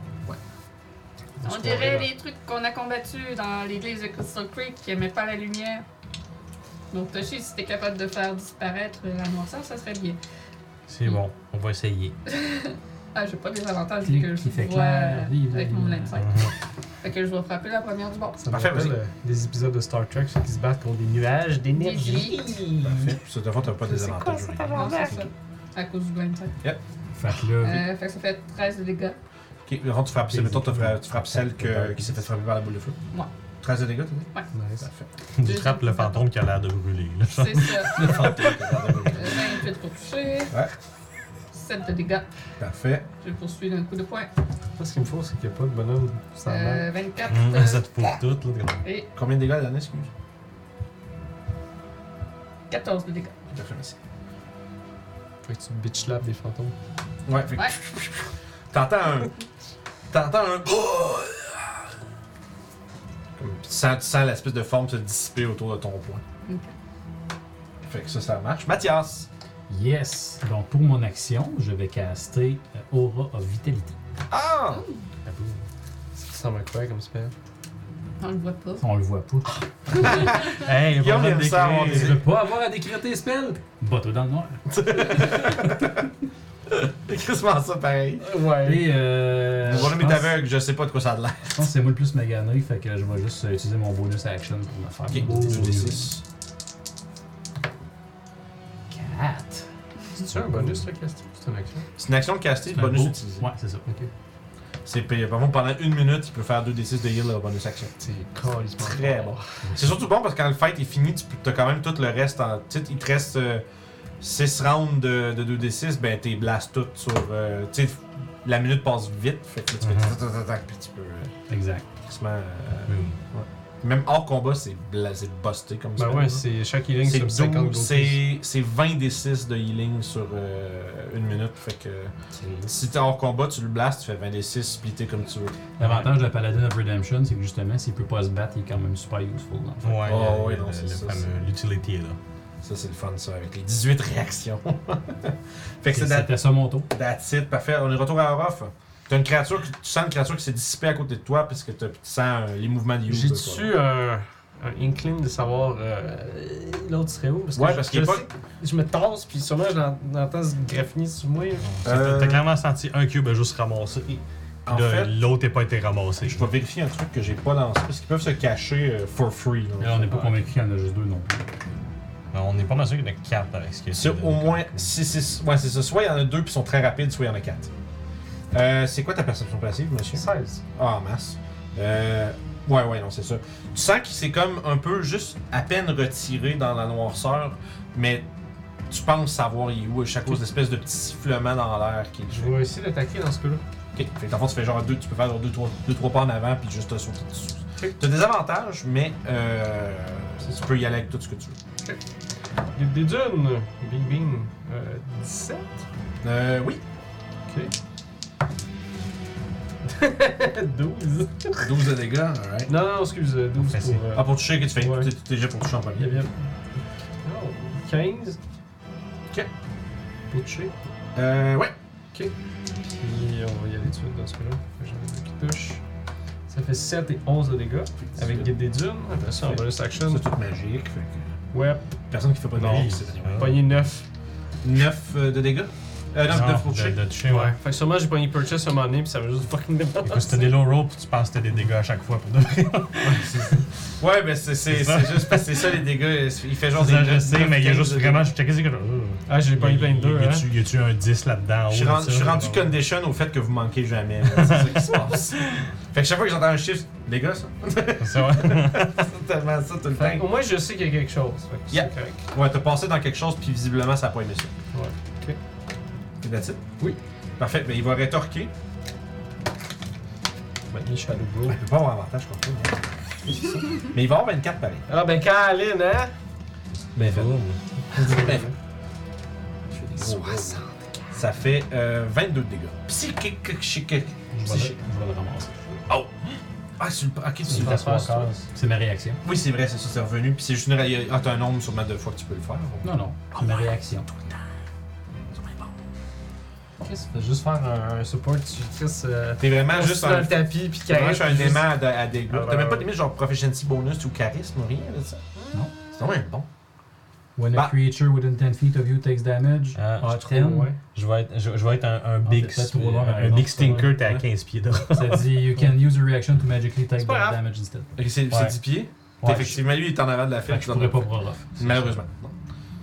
On se dirait croirait, les trucs qu'on a combattus dans l'église de Crystal Creek qui n'aimaient pas la lumière. Donc, Toshi, si t'es capable de faire disparaître la noirceur, ça serait bien. C'est bon, on va essayer. Ah, j'ai pas des avantages Clic que je qui fait vois clair, vive la avec mon lumière. mindset. Fait que je vais frapper la première du bord. Ça Parfait, Parfait, rappelle vas-y. euh, des épisodes de Star Trek ceux qui se battent contre des nuages d'énergie. Parfait. Puis ça, de fond, t'as pas des avantages. ou rien. Non, c'est ça. À cause du blind sight. Fait que là, Euh, fait que ça fait 13 de dégâts. Ok, de fond, tu frappes, c'est- mettons, tu frappes, tu frappes celle que- qui s'est fait frapper par la boule de feu. Ouais. 13 de dégâts, t'as dit Nice. Parfait. Tu frappes le fantôme qui a l'air de brûler. Là. C'est ça. Le fantôme qui a l'air Euh, de brûler. 28 pour toucher. Ouais. 7 de dégâts. Parfait. Je poursuis d'un coup de poing. Moi, ce qu'il me faut, c'est qu'il n'y a pas de bonhomme. Ça Euh, 24. Hum, euh, ça te fout tout. Là. et Combien de dégâts la dernière, excuse 14 de dégâts. Parfait, merci. Fait que tu bitch slap des fantômes. Ouais, fait que- Ouais. T'entends un. T'entends un. Comme, tu sens, tu sens l'espèce de forme se dissiper autour de ton poing. Ok. Fait que ça, ça marche. Mathias yes. Donc pour mon action, je vais caster euh, Aura of Vitality. Ah Ça ressemble à quoi comme spell? On le voit pas. On le voit pas. Hey, Guillaume, va il aime ça avoir Tu des- veux pas avoir à décrire tes spells? Bateau dans le noir. C'est quasiment ça pareil. Ouais. Et euh. Mon bonhomme Ben, je est pense- aveugle, je sais pas de quoi ça a l'air. Je pense que c'est moi le plus magané, fait que je vais juste euh, utiliser mon bonus action pour me faire. Ok, mon bonus. 2d6. 4. C'est-tu un bonus, ça, Casty? C'est une action. C'est une action de caster, bonus beau- utilisé. Ouais, c'est ça. Ok. C'est payé. Par contre, pendant une minute, il peut faire 2d6 de heal euh, bonus action. C'est calissement. Très bon. C'est surtout bon parce que quand le fight est fini, tu peux- t'as quand même tout le reste en titre. Il te reste 6 rounds de, de 2d6, ben t'es blast tout sur. euh, tu sais, la minute passe vite, fait que là, tu fais Mhm. tac, tac, tac, tac, puis tu peux. euh, Exact. quasiment, euh, même hors combat, c'est bla- c'est busté comme ça. Ben ouais, c'est chaque healing, C'est c'est 50 12, gold pieces. c'est c'est 20 des 6 de healing sur euh, une minute. Fait que si t'es hors combat, tu le blastes, tu fais 20 des 6 splitté comme tu veux. L'avantage de la Paladin of Redemption, c'est que justement, s'il peut pas se battre, il est quand même super useful. Dans le fond. Ouais, Oh, le- ouais, le- non, c'est Euh, le ça, fameux- L'utility est là. Ça, c'est le fun, ça, avec les 18 réactions. fait que c'est that, C'était ça mon tour. that's it. Parfait. On est retour à Orof. T'as une créature, qui- tu sens une créature qui s'est dissipée à côté de toi parce que t'as- tu sens euh, les mouvements de Youb. J'ai quoi. dessus un, un inkling de savoir euh, l'autre serait où? Parce que Ouais, je- parce je qu'il est pas. sais- Je me tasse, puis sûrement j'en- j'entends se graffiner sur moi. Euh, T'as t'as clairement senti un cube a juste ramassé. puis En le- fait, L'autre n'a pas été ramassé. je vais vérifier un truc que j'ai pas lancé parce qu'ils peuvent se cacher euh, for free. Mais là, on n'est pas convaincu qu'il y en a juste deux non plus. Non, on n'est pas mal sûr qu'il y en a 4 avec ce qu'il C'est au moins. Si, si- ouais, c'est ça. Soit il y en a deux qui sont très rapides, soit il y en a quatre. Euh, c'est quoi ta perception passive, monsieur 16. Ah, en masse. Euh, ouais, ouais, non, c'est ça. Tu sens que c'est comme un peu juste à peine retiré dans la noirceur, mais tu penses savoir il est où, chaque cause d'espèce de petit sifflement dans l'air qui Je vais essayer d'attaquer dans ce cas-là. Ok, fait que dans le fond, tu fais genre deux, tu peux faire genre deux, trois, deux, trois pas en avant, puis juste te sauter dessus. Ok. T'as des avantages, mais euh, tu peux y aller avec tout ce que tu veux. Il y a des dunes. Bing bing. Euh, 17. Euh, oui, Ok. 12. 12 de dégâts, alright. Non, non, excuse, euh, 12 Facile. pour. euh, Ah, pour toucher, que tu fais, Ouais. t'es- t'es déjà pour toucher en premier. bien, bien. Oh, 15. Ok. Pour toucher. Euh, ouais. Puis on va y aller tout de suite dans ce cas-là. Fait que J'en ai deux qui touchent. Ça fait 7 et 11 de dégâts avec Guide des Dunes. Après ça, en bonus action. C'est tout magique. Fait que... Ouais, Personne qui fait pas de Non, magie, c'est- c'est pogné 9. 9 de dégâts. Euh, non, 9 pour toucher. de, de toucher, ouais. Ouais. Fait que sûrement j'ai pogné Purchase à un moment donné, puis ça veut juste fucking dépenser. Écoute, si t'as des low rolls, tu penses que t'as des dégâts à chaque fois pour de vrai. Ouais, mais c'est c'est- C'est ça. c'est juste parce que c'est ça les dégâts. Il fait genre des. Ça, je neuf- sais, mais il y a neuf, juste quinze de vraiment. dégâts. Je checkais c'est que. Ah, j'ai pogné plein de deux, hein. oh. Y a-tu un 10 là-dedans? en Je suis haut de rendu, ça, je suis rendu donc- condition au fait que vous manquez jamais. là. C'est ça qui se passe. Fait que chaque fois que j'entends un chiffre, les gars, ça. C'est vrai. C'est tellement ça tout le Fait que temps. au moins je sais qu'il y a quelque chose. Fait que Yeah. c'est correct. Ouais, t'as passé dans quelque chose, puis visiblement, ça a pas aimé ça. Ouais. C'est that's it? Oui. Parfait, mais il va rétorquer. Pogné Shadow Blow. Il peut pas avoir avantage contre lui, hein. C'est ça. Mais il va avoir 24 pareil. Ah ben Caroline, hein? Ben, fait. Ben, Ça fait euh, 22 de dégâts. Psychique. chique. Je vais, le, je vais le ramasser. Ah, sur le. Ok, tu C'est le la trois cases. C'est ma réaction. Oui, c'est vrai, c'est ça, c'est revenu. Puis c'est juste une. ré- Ah, t'as un nombre sûrement deux fois que tu peux le faire. Non, non. C'est Oh ma réaction. Chris, faut juste faire un, un support. Tu Chris, euh, T'es vraiment on juste se en. dans le tapis, puis T'es vraiment Caroline. juste un aimant à, à dégâts. Ah, T'as ouais, même pas ouais. de limite genre proficiency bonus ou charisme ou rien de ça. Non. C'est vraiment bon. When Bah. a creature within 10 feet of you takes damage, uh, Ah, à Ouais. 10, Je vais être, je, je vais être un, un Ah, big, t'es peut-être sp- trop loin, un par big exemple, stinker, t'es à ouais. 15 pieds de ça dit you can use a reaction to magically take C'est pas that grave. damage instead. Ok, c'est c'est Ouais. 10 pieds. Ouais, Effectivement, lui, il est en avant de la Fait fête. que je pourrais pas roll off. Malheureusement.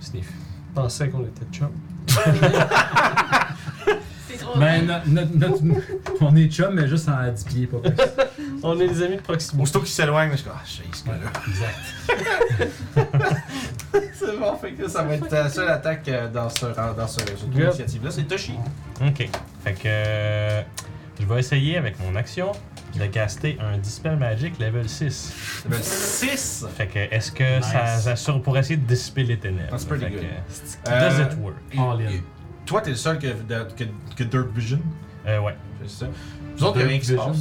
Sniff. Je pensais qu'on était chum. C'est trop. Mais on est chum, mais juste en 10 pieds, pas plus. On est des amis de proximité. Aussitôt qu'il s'éloigne, je suis comme, ah, j'ai ce gars-là. Exact. C'est bon, fait que ça va être ta seule attaque euh, dans ce dans ce cette Good. initiative-là. C'est Toshi. Ok. Fait que. euh, Je vais essayer avec mon action de caster un Dispel Magic level 6. Ça fait 6. Fait que est-ce que Nice. ça, ça sur- pour essayer de dissiper les ténèbres? That's pretty Fait good. que, euh, does Euh, it work? All in. Toi, t'es le seul que, de- que, que Dirt Vision. Euh, ouais. C'est ça. Vous autres, il a Dirt rien qui se Vision. passe.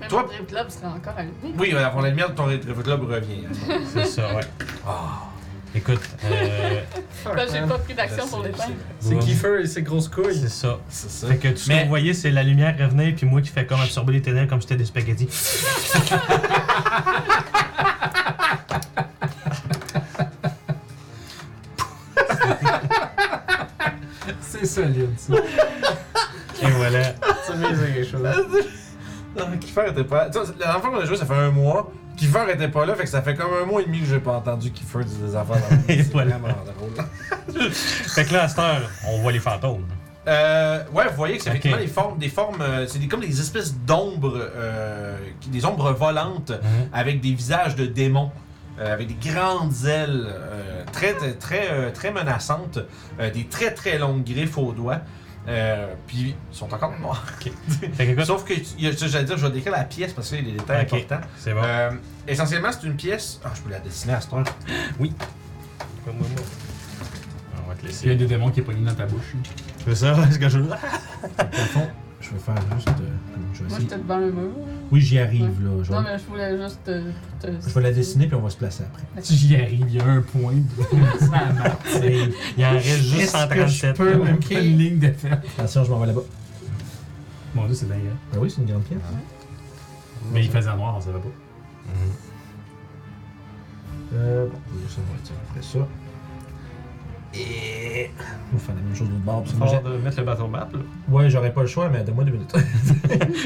Même Toi- mon Dream Club serait encore allé. Oui, euh, avant la lumière, ton Rev Club revient. C'est ça, ouais. Ah, Écoute, euh, Là, j'ai pas pris d'action c'est- pour les faire. C'est boum. Kiefer et ses grosses couilles. C'est ça. C'est ça. Fait que tout ce Mais- que vous voyez, c'est la lumière revenait, puis moi qui fais comme absorber les ténèbres comme si c'était des spaghettis. C'est solide, ça. Et voilà. C'est bien c'est quelque chose. Non, Kiefer était pas là. Tu sais, La dernière fois qu'on a joué, ça fait un mois. Kiefer était pas là, fait que ça fait comme un mois et demi que j'ai pas entendu Kiefer dire des affaires dans le Et C'est voilà. vraiment drôle. Fait que là, à cette heure, on voit les fantômes. Euh, ouais, vous voyez que c'est Ok. effectivement des formes, des formes, euh, c'est des- comme des espèces d'ombres, euh, qui- des ombres volantes avec des visages de démons, euh, avec des grandes ailes euh, très très très, euh, très menaçantes, euh, des très très longues griffes aux doigts. euh, puis ils sont encore noirs. Fait que écoute, Sauf que il y a- j'allais dire, je vais décrire la pièce parce que c'est des détails Ok. importants. c'est bon. Euh, essentiellement, c'est une pièce. Ah, je peux la dessiner à ce temps. On va te Il y a laisser. des démons qui est pogné dans ta bouche. C'est ça, est-ce que je. Je vais faire juste. euh, je vais Moi, essayer. j'étais devant le mur. Oui, j'y arrive, là. Je Non, vais, mais je voulais juste euh, te. je vais la dessiner, puis on va se placer après. Si j'y arrive, il y a un point. C'est la map. Il en reste juste Est-ce que Je 137. peux même pas une ligne de fait. Attention, Ah, je m'en vais là-bas. Mon dieu, c'est dingue. hein. Ben oui, c'est une grande pièce. Mais il faisait noir, on savait pas. Mhm. Euh, bon, ça va être après ça. Et. On va faire la même chose de l'autre bord. parce que moi, Hors de mettre le bâton map, là. j'ai- Ah, Ouais, j'aurais pas le choix, mais donne-moi deux minutes.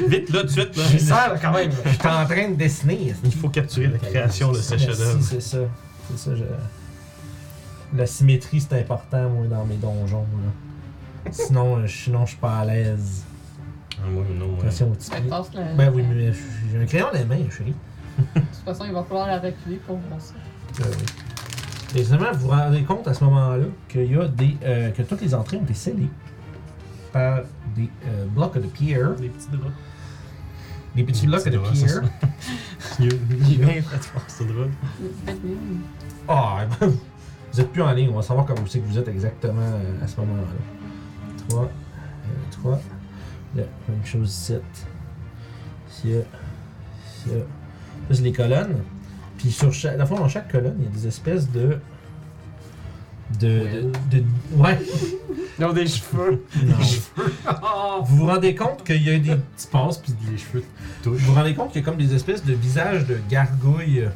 Vite, là, tout de suite, là. J'ai ça. là, quand même. Je suis en train de dessiner. Il faut capturer la création de ce Ah, Merci, chef-d'œuvre. C'est ça. C'est ça. je- La symétrie, c'est important, moi, dans mes donjons. Là. Sinon, euh, sinon, je suis pas à l'aise. Ah, ouais, mais non, ouais. Attention au petit Je Ah. pied. passe la- Ben oui, mais je- j'ai un crayon à la main, chérie. De toute façon, il va falloir la reculer pour voir ça. Ben oui. Et seulement, vous vous rendez compte à ce moment-là qu'il y a des, euh, que toutes les entrées ont été scellées par des euh, blocs de pierre. Des petits draps. Des petits blocs petits de doigts, pierre. ça, Il est bien fait, je pense, c'est drôle. Ah, vous êtes plus en ligne, on va savoir comment c'est que vous êtes exactement euh, à ce moment-là. euh, 3, 3, même chose ici. Ici, ici. Ça, c'est les colonnes. Puis sur chaque, dans le fond, dans chaque colonne, il y a des espèces de de, de- de- Ouais. Ils ont des cheveux. Non. Ah, vous vous rendez compte qu'il y a des. Tu passes, puis les cheveux te touchent. Vous vous rendez compte qu'il y a comme des espèces de visages de gargouilles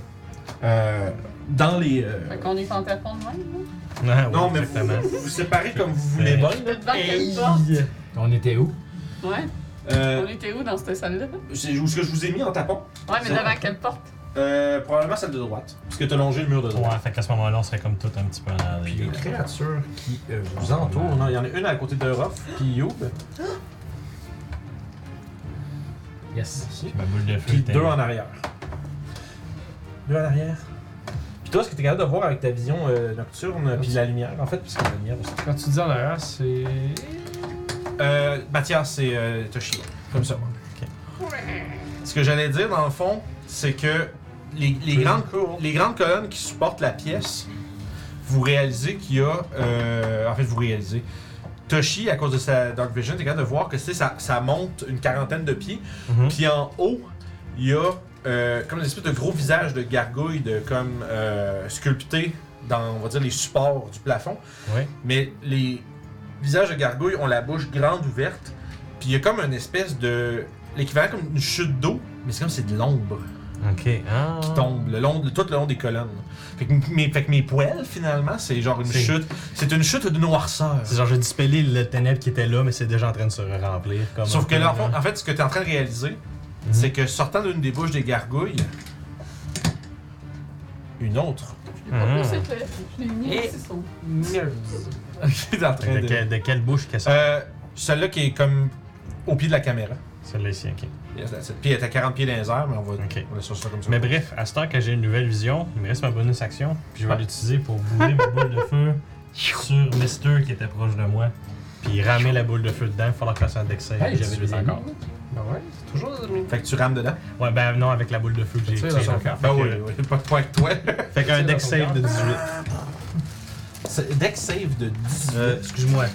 euh, dans les. euh, Fait qu'on est fantasmant de même, hein? là. Ah, oui, Non, mais vous exactement. vous vous séparez comme vous voulez bien. Je peux te battre Hey. quelle porte? On était où? Ouais. Euh, On était où dans cette salle-là? Ouais, c'est où ce que je vous ai mis en tapant mais devant quelle porte? Euh, Probablement celle de droite. Parce que t'as longé le mur de droite. Ouais, fait qu'à ce moment-là, on serait comme tout un petit peu en arrière. Puis euh, les créatures qui euh, vous entourent, non, il y en a une à côté de Ruff, puis Youb, Yes. ici, Ma boule de feu. puis était- deux en arrière. Deux en arrière. Puis toi, ce que t'es capable de voir avec ta vision euh, nocturne, puis la lumière, en fait, puisque la lumière aussi. Quand tu dis en arrière, c'est. Euh, Mathias, c'est euh, Toshio, comme ça. Ce que j'allais dire, dans le fond, c'est que les, les grandes, les grandes colonnes qui supportent la pièce, vous réalisez qu'il y a. euh, en fait, vous réalisez. Toshi, à cause de sa Dark Vision, t'es capable de voir que c'est ça, ça monte une quarantaine de pieds. Mhm. Puis en haut, il y a euh, comme une espèce de gros visage de gargouille, de, comme euh, sculpté dans, on va dire, les supports du plafond. Ouais. Mais les visages de gargouilles ont la bouche grande ouverte. Puis il y a comme une espèce de. L'équivalent comme une chute d'eau, mais c'est comme c'est de l'ombre Ok. Ah. qui tombe, le long, le- tout le long des colonnes. Fait que mes, fait que mes poêles, finalement, c'est genre une C'est- chute. C'est une chute de noirceur. C'est genre, j'ai dispellé le ténèbre qui était là, mais c'est déjà en train de se remplir. Comme Sauf que là, en, fond. fond- en fait, ce que tu es en train de réaliser, hein. Mhm. c'est que sortant d'une des bouches des gargouilles, une autre Je Ah. l'ai pas poussé, toi. Je l'ai mis aussi, son. qui est en train De, de. quelle- de quelle bouche qu'elle sort Euh, Celle-là qui est comme au pied de la caméra. Celle-là ici, ok. Yes, that's it. Puis elle est à 40 pieds dans les airs, mais on va, Ok. on va sur ça comme ça. Mais bref, à ce temps que j'ai une nouvelle vision, il me reste ma bonus action, puis je vais Ouais. l'utiliser pour bouler ma boule de feu sur Mister qui était proche de moi, puis ramer la boule de feu dedans. Il va falloir que ça dexère. Hey, j'avais des encore. Ben ouais, c'est toujours des amis. Fait que tu rames dedans. Ouais, ben non, avec la boule de feu que j'ai Tu sais, tirée. dans son Fait cœur. que- Ben oui, oui, pas, pas avec toi. Fait qu'un deck save de 18. C'est- Dex save de 18. Euh, excuse-moi.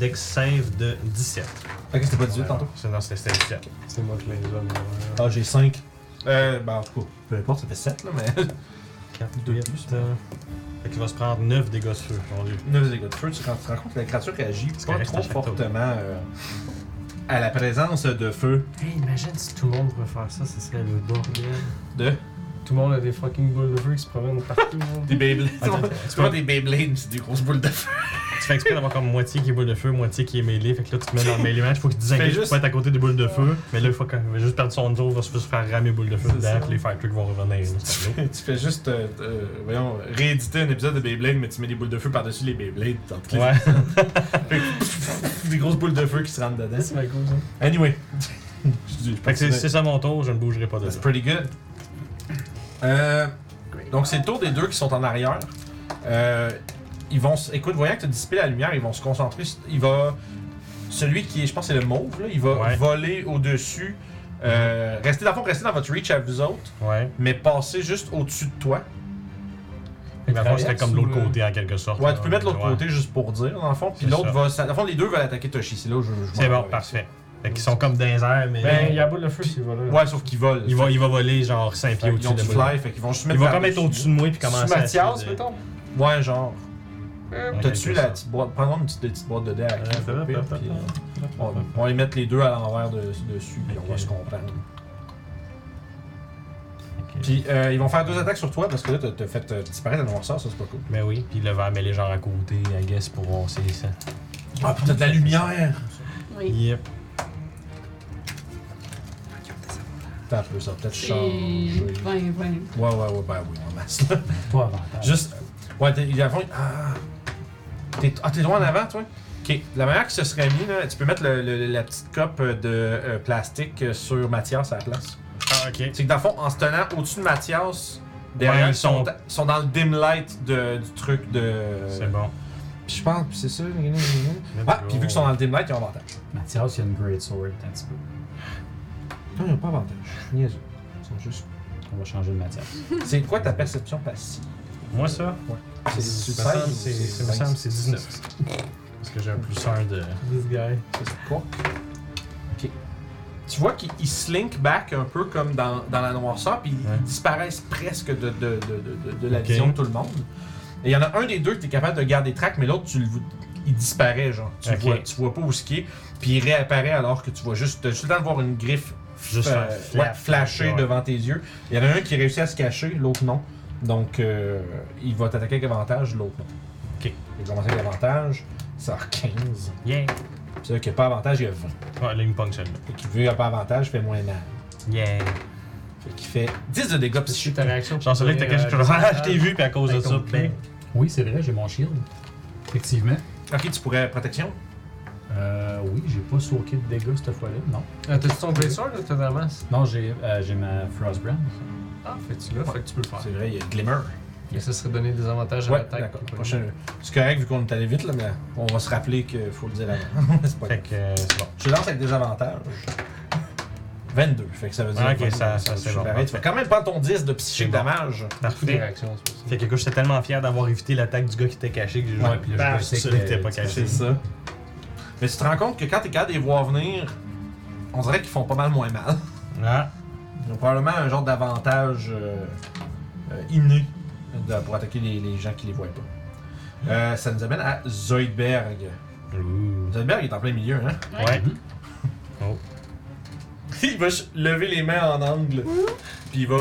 Deck save de 17. Fait que c'était pas 18 tantôt. C'est- Non, c'était c'était 17. C'est moi qui l'ai les hommes. Ah, j'ai 5. Euh, ben en tout cas, peu importe, ça fait 7 là, mais. 4, Deux 8. plus. euh, Fait qu'il va se prendre 9 dégâts de feu, mon dieu. 9 dégâts de feu, tu te rends tu te rends compte que la créature réagit pas correct, trop c'est un château. fortement euh, à la présence de feu. Hey, imagine si tout le monde pouvait faire ça, ce serait le bordel. De. Tout le monde a des fucking boules de feu qui se promènent partout. hein. Des Beyblades. Attends, C'est pas des Beyblades, c'est des grosses boules de feu. Tu fais exprès d'avoir comme moitié qui est boule de feu, moitié qui est mêlée. Fait que là, tu te mets dans le mêlée match. Faut que tu Fais désengages juste- pour pas être à côté des boules de feu. Mais là, il faut qu'on va juste perdre son dos, va se juste faire ramer boule de feu C'est ça. dedans. Puis les fire trucks vont revenir. là, c'est pas tu fais juste, euh, euh, voyons, rééditer un épisode de Beyblade, mais tu mets des boules de feu par-dessus les Beyblades. dans toutes les- grave. Ouais. Des grosses boules de feu qui se rentrent dedans. C'est ma cause. hein. Anyway. Je dis- je Fait que c'est- pense c'est ça mon tour, je ne bougerai pas de That's ça. pretty good. Euh, donc, c'est le tour des deux qui sont en arrière. Euh, ils vont. s- Écoute, voyant que tu dissipé la lumière, ils vont se concentrer. s- Il va. Celui qui est, je pense, que c'est le mauve, là, il va Ouais. Mm-hmm. voler au-dessus. Euh, restez, dans le fond, restez dans votre reach à vous autres, Ouais. mais passez juste au-dessus de toi. Fait que la fois, ce serait comme l'autre Ou, euh, côté en quelque sorte. Ouais, là. tu peux mettre l'autre Ouais. côté juste pour dire, dans le fond. Puis C'est l'autre ça. va. ça- Dans le fond, les deux veulent attaquer Toshi. C'est là où je. je C'est m'en bon, vais. parfait. Fait qu'ils sont comme dans les airs, mais. Ben, il y a la boule de feu s'il va là. Ouais, sauf qu'ils volent. il, va, il va voler genre 5 pieds Fait qu'ils au-dessus ont de du moi. fly, fait qu'ils vont juste Il mettre. va par comme être dessus. au-dessus de moi puis Sous commencer à. Mathias, essayer de- mettons. Ouais, genre. Euh, T'as-tu Ouais, la ça. petite boîte? Prends-moi une petite, des petites boîtes de dés à Euh, clé, ça va, au pire, pas, puis, pas, euh, pas, on, pas, on va les mettre les deux à l'envers de, dessus, puis on va Ok. se comprendre. Ok. Puis euh, ils vont faire deux attaques sur toi parce que là, t'as- t'as fait euh, disparaître la noirceur, ça c'est pas cool. Mais oui, puis le verre met les gens à côté, I guess, pour on sait ça. Ah, puis t'as de la lumière! Oui. Yep. T'as un peu ça, peut-être C'est changer. 20, 20. Ouais, ouais, ouais, ben oui, en masse. là. Pas avantage. Juste. Ouais, t'es, il est à fond. Ah! T'es, ah, t'es droit en avant, toi? Ok, la manière que ce serait mis, là, tu peux mettre le- le- la petite coupe de euh, plastique sur Mathias à la place. Ah, ok. C'est que dans le fond, en se tenant au-dessus de Mathias, derrière, Ouais, ils ils sont, sont- ils sont dans le dim light de- du truc de. C'est bon. Puis je pense, puis c'est ça. gna, gna, gna. Ah, puis vu qu'ils sont dans le dim light, ils ont avantage. Mathias, il y a une Great Sword, un petit peu. Non, ils ont pas avantage. Niaiseux. Ils sont juste. On va changer de Mathias. C'est quoi ta perception passive Moi, ça C'est Ah, C'est- seize me semble, ou c'est- c'est- me vingt-six? semble, c'est 19. Parce que j'ai un plus 1 de. This guy. C'est quoi Ok. Tu vois qu'ils ils slink back un peu comme dans, dans la noirceur, puis Ouais. ils disparaissent presque de, de, de, de, de- de la Ok. vision de tout le monde. Et il y en a un des deux que tu es capable de garder track, mais l'autre, tu le- il disparaît, genre. Tu, Ok. vois, tu vois pas où ce qu'il est. Puis il réapparaît alors que tu vois juste. Tu le temps de voir une griffe Juste euh, faire ouais, flap. flasher Ouais. devant tes yeux. Il y en a un qui réussit à se cacher, l'autre non. Donc euh, il va t'attaquer avec avantage, l'autre non. Ok. Il va commencer avec avantage. Ça a 15. Yeah. C'est-à-dire qu'il n'y a pas avantage, il y a 20. Ouais, là, il me punch là. Fait qu'il veut il a pas avantage, fait moins mal. Yeah. Fait qu'il fait 10 de dégâts C'est psychiques. ta réaction. J'en savais que t'as quelque chose. Ah, je t'ai vu, puis à cause de ça. puis- Oui, c'est vrai, j'ai mon shield. Effectivement. Ok, tu pourrais protection. Euh, oui, j'ai pas soaké de dégâts cette fois-là, non. Ah, T'as-tu ton blessure là, que t'as dans la masse? Non, j'ai euh, j'ai ma Frostbrand. Ah, fais-tu là? Fait que tu peux le faire. C'est vrai, il y a Glimmer. Et ça serait donner des avantages à Ouais, l'attaque. d'accord. Pas Prochain- C'est correct vu qu'on est allé vite, là, mais on va se rappeler qu'il faut le dire avant. c'est pas Fait grave. que euh, c'est bon. Je lance avec des avantages. 22, fait que ça veut dire Ah, ok, que ça- ça, se c'est bon. pareil. Tu fais quand même prendre ton 10 de C'est psychique bon. damage. Beaucoup des Parfait. réactions, c'est pour ça. Fait que écoute, j'étais tellement fier d'avoir évité l'attaque du gars qui était caché que j'ai joué. Ouais, puis là, je Paf, pensais celui que- qui était pas caché. C'est ça. Mais tu te rends compte que quand t'es capable de les voir venir, on dirait qu'ils font pas mal moins mal. Ah, Ils ont probablement un genre d'avantage euh, euh, inné de- pour attaquer les, les gens qui les voient pas. Euh, ça nous amène à Zoidberg. Ouh. Zoidberg est en plein milieu, hein? Ouais. Oh. Il va ch- lever les mains en angle, puis il va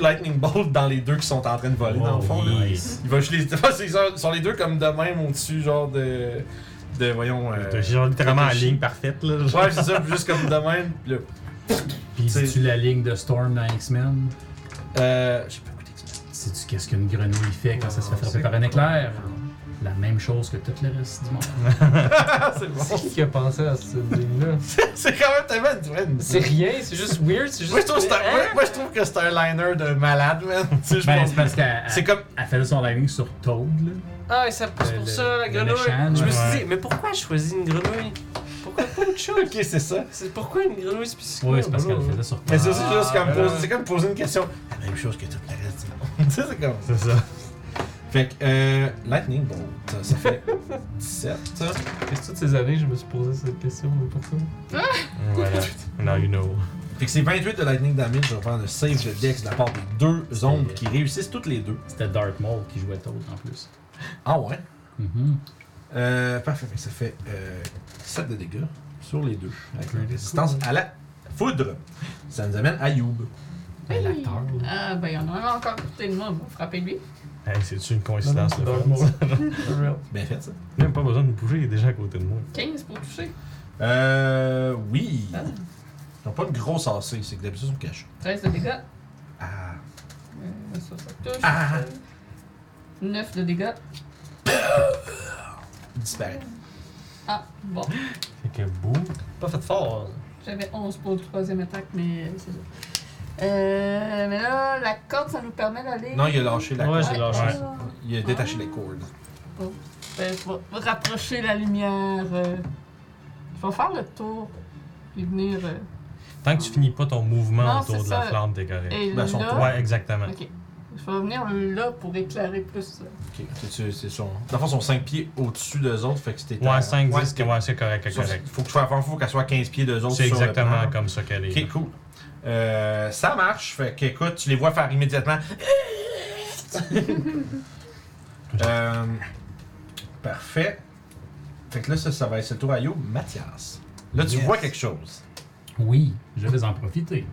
lightning bolt dans les deux qui sont en train de voler dans le fond. là. Nice. Il va je les ils sont les deux comme de même au-dessus genre de de voyons euh, T'as genre littéralement en ligne parfaite, là. Ouais, c'est ça, juste comme de même. puis là, Puis C'est- c'est-tu la ligne de Storm dans X-Men? euh, je sais pas écouter ça. Sais-tu qu'est-ce qu'une grenouille fait quand ça se fait Non, frapper Ah, c'est par un éclair? La même chose que tout le reste du monde. Ah, c'est bon. Qui a pensé à cette ligne-là? c'est quand même tellement une vraie une- C'est rien, c'est juste weird, c'est juste. Moi je trouve que c'est un- Hein? moi- moi, je trouve que c'est un liner de malade, man. Tu sais, je Ben, pense- c'est parce qu'elle C'est elle- comme elle fait son lining sur Toad, là. Ah, et ça pousse Le- pour le- ça, la le grenouille. méchant, je me ouais. suis dit, Ouais. mais pourquoi je choisis une grenouille Pourquoi pas autre chose OK, c'est ça. C'est pourquoi une grenouille spécifiquement Oui, c'est parce qu'elle le faisait sur Mais Toad. c'est aussi juste comme Ah, poser, ouais. c'est comme poser une question. La même chose que tout le reste. du monde. tu sais c'est comme C'est ça. Fait que, euh, Lightning Bolt, ça fait 17. Parce que toutes ces années, je me suis posé cette question, mais pourquoi Voilà. Now you know. Fait que c'est 28 de Lightning Damage, je vais faire le save de Dex de la part des deux ombres qui réussissent toutes les deux. C'était Darth Maul qui jouait Toad en plus. Ah ouais? Mhm. Euh, parfait, Fait que ça fait euh, 7 de dégâts sur les deux. Avec une résistance à la foudre. Ça nous amène à Youb. Ben, L'acteur. là. Ah, ben, il y en a un encore à côté de moi, on va frapper lui. Hey, c'est-tu une coïncidence, Non, là? non, c'est Unreal. Bien fait Ben, ça. Même pas besoin de me bouger, il est déjà à côté de moi. 15 pour toucher. Euh, oui. Ah. Ils n'ont pas de grosse AC, c'est que d'habitude ils sont cachés. 13 de dégâts. Ah. Euh, ça, ça touche. Ah. 9 de dégâts. Ils disparaissent. Ah, bon. Fait que boum. Pas fait fort. J'avais 11 pour le troisième attaque, mais euh, c'est ça. Euh, mais là, la corde, ça nous permet d'aller. Non, il a lâché la Ouais, corde. j'ai lâché. ouais. Il a détaché les cordes. Ben, je vais rapprocher la lumière. euh, Je vais faire le tour. Puis venir. euh, Tant que tu finis pas ton mouvement Non, autour c'est de la ça. flamme, t'es correct. Et Ben, son là. Ouais, exactement. Ok. Je vais venir là pour éclairer plus. euh, Ok, c'est- c'est c'est son. Dans le fond, ils sont 5 pieds au-dessus d'eux autres, fait que c'était. Ouais, 5, 10, que ouais, c'est correct, c'est correct. Faut, que tu fasses- faut qu'elle soit 15 pieds d'eux autres. C'est sur le exactement plan. comme ça qu'elle est. Ok, cool. Euh, ça marche, fait que écoute, tu les vois faire immédiatement. Euh, parfait. Fait que là, ça, ça va être le tour à You, Mathias. Là, tu Yes. vois quelque chose. Oui, je vais en profiter.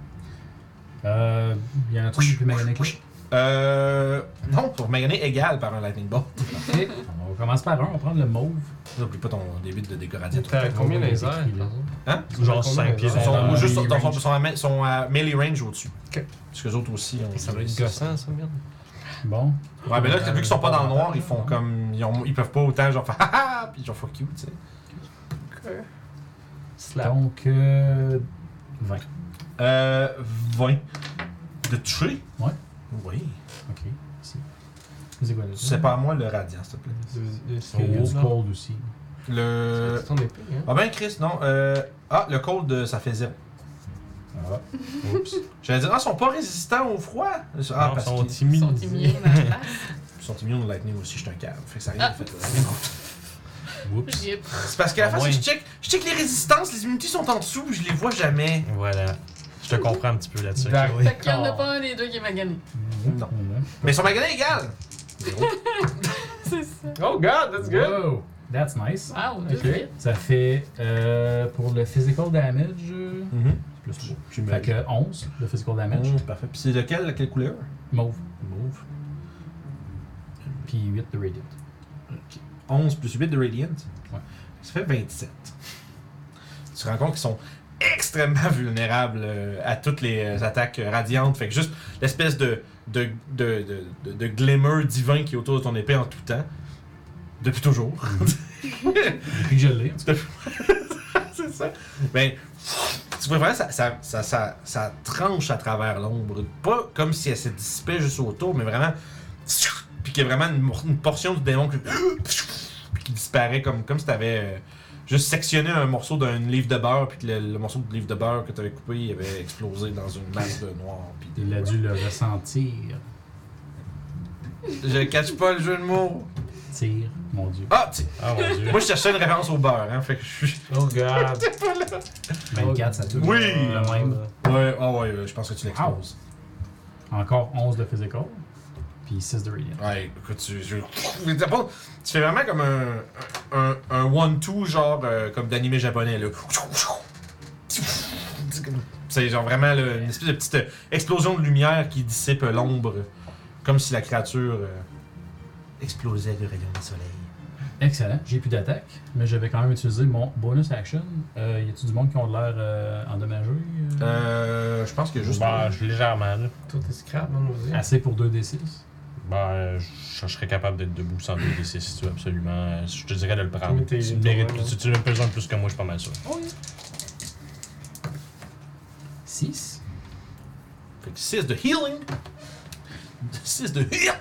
Euh, Il y a un truc plus magnifique. Euh. Non, pour maganer égal par un Lightning Bolt. Parfait. On commence par un, on prend le mauve. N'oublie pas ton débit de décoratif. T'es à combien les airs Écrit, là. Hein? Genre Combien 5 pieds. les Ils sont, Euh, ou juste, melee dans le fond, range. sont à, me- sont à melee range au-dessus. Ok. Parce que les autres aussi ont. Ça doit être gossant, ça, merde. Bon. Ouais, mais là, vu qu'ils sont pas dans le noir, ils font comme. Ils, ont- ils peuvent pas autant, genre, faire haha, puis genre, fuck you, tu sais. euh, Slap. Donc, euh, 20. Euh. 20. De toucher Ouais. Oui. Ok, ici. C'est quoi là? Oh, Sépare-moi le radiant, s'il te plaît. Parce qu'il y a du C'est cold aussi. Le. ton épée, hein? Ah ben, Chris, non. Euh... Ah, le cold, euh, ça fait zéro. Ah. Oups. J'allais dire, ah, ils sont pas résistants au froid. Ah, Non, ils parce sont qu'ils Ils timides. sont immunes à la place. ils sont immunes au lightning aussi, je suis un cave. Fait que ça a rien Ah. fait. Oups. J'y ai- C'est parce qu'à la Au fin, moins. c'est que je check, je check les résistances, les immunités sont en dessous, je les vois jamais. Voilà. Je te comprends un petit peu là-dessus. D'accord. Fait qu'il y en a pas un des deux qui m'a gagné. Mais ils sont maganés égales. Zéro. C'est ça. Oh god, that's good! Wow, that's nice. Wow, deux Ok. hits. Ça fait euh, pour le physical damage. euh, Mhm. Plus Puis Fait que 11 de physical damage. Match. Parfait. Puis c'est lequel, quelle couleur Mauve. Mauve. Puis 8 de radiant. 11 plus 8 de Radiant. Ouais. Ça fait 27. Tu te rends compte qu'ils sont extrêmement vulnérables euh, à toutes les euh, attaques euh, radiantes. Fait que juste l'espèce de, de, de, de, de- de glimmer divin qui est autour de ton épée en tout temps. Depuis toujours. Depuis que je l'ai. C'est ça. Ben, tu vois vraiment, ça, ça, ça, ça, ça tranche à travers l'ombre. Pas comme si elle se dissipait juste autour, mais vraiment. Puis qu'il y a vraiment une, mor- une portion du démon qui, puis qui disparaît comme, comme si t'avais euh, juste sectionné un morceau d'un livre de beurre, puis que le, le morceau de livre de beurre que t'avais coupé il avait explosé dans une masse de noir. Puis Il a dû le ressentir. Je cache pas le jeu de mots. Tire, mon dieu. Ah, tu- Ah mon dieu. moi je cherchais une référence au beurre, hein. Fait que je suis. Oh god! 24, ça touche. Oui! Le même. Ouais, ah ouais, euh, je pense que tu l'exploses. Encore 11 de physical. Puis 6 de radiant. Ouais, écoute, tu, je- je veux dire, pas- tu fais vraiment comme un, un, un one-two, genre euh, comme d'animé japonais, là. C'est comme- C'est genre vraiment là, une espèce de petite euh, explosion de lumière qui dissipe euh, l'ombre, euh, comme si la créature euh, explosait de rayons de soleil. Excellent. J'ai plus d'attaque, mais j'avais quand même utilisé mon bonus action. Euh, y a-tu du monde qui ont l'air euh, endommagé euh? Euh, je pense que juste. Bah, je- légèrement, là. Tout est scrap, mon osé. Assez pour 2d6. Bah, euh, je je serais capable d'être debout sans deux d si tu veux, absolument. Euh, Je te dirais de le prendre. Oui, t'es- Tu le mérites ouais, plus, ouais. tu, tu le besoin plus que moi, je suis pas mal sûr. 6. Fait que 6 de healing. 6 de heal.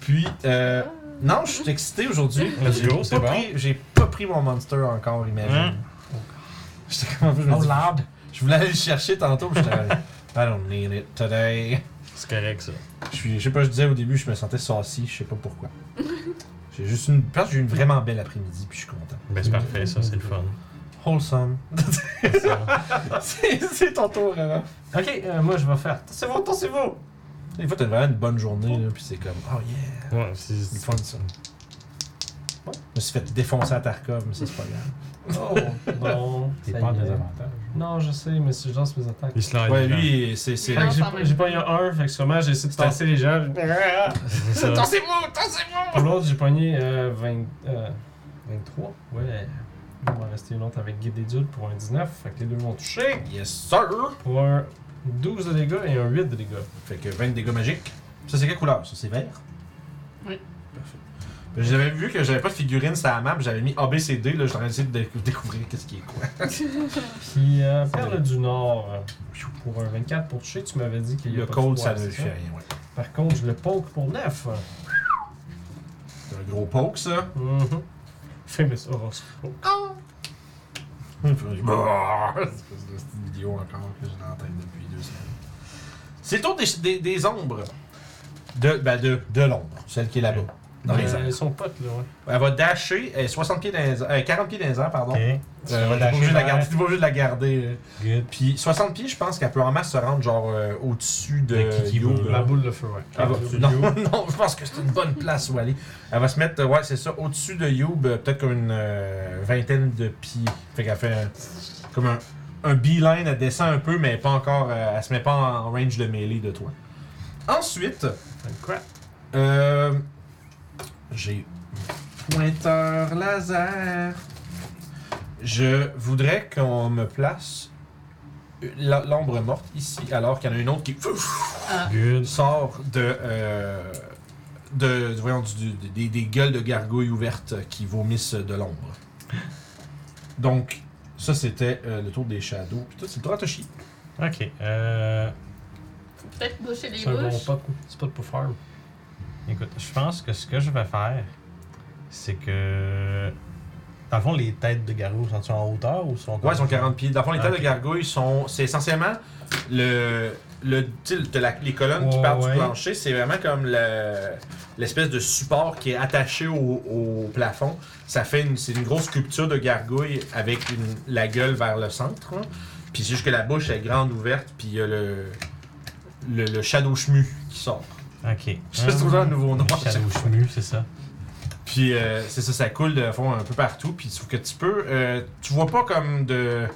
Puis, euh, non, je suis excité aujourd'hui. Let's go, J'ai c'est pas bon. pris- J'ai pas pris mon monster encore, imagine. Hein? J'étais comme je me dis, Je voulais aller le chercher tantôt, puis j'étais I don't need it today. C'est correct, ça. Je suis, je sais pas, je disais au début, je me sentais saucy, je sais pas pourquoi. J'ai juste une. Je pense que j'ai eu une vraiment belle après-midi, puis je suis content. Ben, c'est parfait, ça, c'est le fun. Wholesome. c'est c'est ton tour, Raph. Ok, euh, moi je vais faire. C'est bon, c'est vous! Des fois, t'as vraiment une bonne journée, là, puis c'est comme, oh yeah, Ouais, c'est. c'est le fun ça. Ouais. Je me suis fait défoncer à Tarkov, mais ça, c'est pas grave. Oh non. T'es Ça pas en y est. désavantage. Non, je sais, mais c'est genre mes attaques. Il se lance. Ouais, lui, c'est. c'est- Fait que j'ai Non, pas- j'ai pogné un, fait que sûrement j'ai essayé de tasser les gens. C'est ça. Pour l'autre, j'ai pogné euh, 20, euh, 23. Ouais. Il m'en restait une autre avec Guide des Dudes pour un 19. Fait que les deux vont toucher. Yes, sir! Pour un 12 de dégâts et un 8 de dégâts. Fait que 20 dégâts magiques. Ça, c'est quelle couleur? Ça, c'est vert? Oui. Parfait. Ben, J'avais vu que j'avais pas de figurine sur la map, j'avais mis ABCD, là, j'aurais essayé de décou- découvrir qu'est-ce qui est quoi. Puis euh, Perle du Nord. euh, Pour un 24 pour toucher, tu m'avais dit qu'il y a Le pas de cold, froid, ça ne c'est fait rien, ouais. Par contre, je le poke pour 9. C'est un gros poke, ça. Mhm. Famous horoscope. Hmm. Puis, je- Bah, espèce de petite vidéo encore que j'ai dans la tête depuis deux semaines. C'est le tour des, des, des ombres. De, ben de, de l'ombre, celle qui est là-bas, dans les Euh, airs. ils sont potes, là, ouais. Elle va dasher, elle est 60 pieds dans les airs- euh, 40 pieds dans les airs, pardon. Ok. Euh, vas t'es pas dasher obligé de la vers- garder- t'es pas obligé de la garder. euh. Good. Puis 60 pieds, je pense qu'elle peut en masse se rendre genre euh, au-dessus de. De Kiki Youb. Boule. La boule de feu, ouais. Elle va- non, non, je pense que c'est une bonne place où aller. Elle va se mettre, euh, ouais, c'est ça, au-dessus de Youb, euh, peut-être comme une euh, vingtaine de pieds. Fait qu'elle fait un- comme un, un beeline, elle descend un peu, mais pas encore, euh, elle se met pas en range de mêlée de toi. Ensuite, Quoi? euh, j'ai pointeur laser. Je voudrais qu'on me place la- l'ombre morte ici, alors qu'il y en a une autre qui Good. sort de, euh, de voyons, du- du- des, des gueules de gargouilles ouvertes qui vomissent de l'ombre. Donc, ça c'était euh, le tour des shadows. Puis tout, c'est le tour à Toshi. Ok. Euh. Faut peut-être boucher les C'est un bon bouches. pote. C'est pas pour farm. Écoute, je pense que ce que je vais faire, c'est que. Dans le fond, les têtes de garou sont-elles en hauteur ou sont. Ah, Ouais, ils sont 40 pieds. Dans le fond, les têtes Ok. de gargouilles sont. C'est essentiellement le. le tu sais, t'as la- les colonnes qui Ouais, partent ouais. du plancher, c'est vraiment comme le- l'espèce de support qui est attaché au, au plafond. Ça fait une, c'est une grosse sculpture de gargouille avec une- la gueule vers le centre. là. Puis c'est juste que la bouche est grande ouverte, puis il y a le, le, le shadow shmu qui sort. Ok. Juste trouver un nouveau nom. à chaque Shadow fois. Shmu, c'est ça. Puis euh, c'est ça, ça coule de fond un peu partout. Puis sauf que tu peux, euh, tu vois pas comme de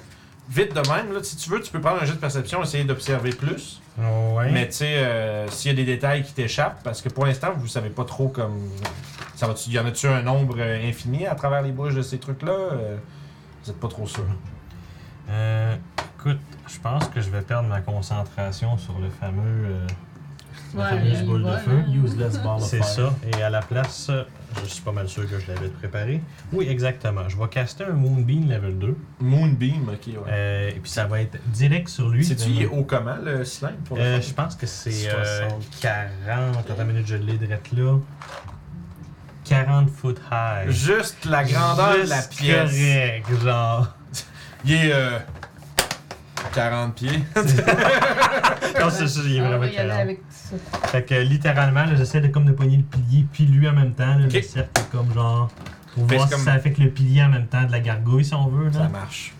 vite de même. Là, si tu veux, tu peux prendre un jeu de perception, essayer d'observer plus. Ouais. Mais tu sais, euh, s'il y a des détails qui t'échappent, parce que pour l'instant, vous savez pas trop comme. Ça va -tu, y en a-tu un nombre euh, infini à travers les bouches de ces trucs-là Euh, Vous êtes pas trop sûr. Euh, écoute, je pense que je vais perdre ma concentration sur le fameux. euh, la Ouais, fameuse le boule de bol, feu. hein. Useless ball of C'est fire. ça. Et à la place, euh, je suis pas mal sûr que je l'avais préparé. Oui, exactement. Je vais caster un Moonbeam level 2. Moonbeam, ok, ouais. euh, et puis ça va être direct sur lui. Sais-tu, il est haut comment le cylindre pour le Euh, fun? je pense que c'est euh, 60. 40. Attends une minute, je l'ai direct là. 40 foot high. Juste la grandeur de la Juste pièce. Correct, genre. Il est euh, 40 pieds. Non, c'est ça, il est Ah, on vraiment va y aller 40. avec ça. Fait que littéralement, là, j'essaie de comme de pogner le pilier, puis lui en même temps, là, Ok. le cercle est comme genre. Pour Fait voir c'est comme- si ça affecte le pilier en même temps de la gargouille, si on veut. Ça Là. marche.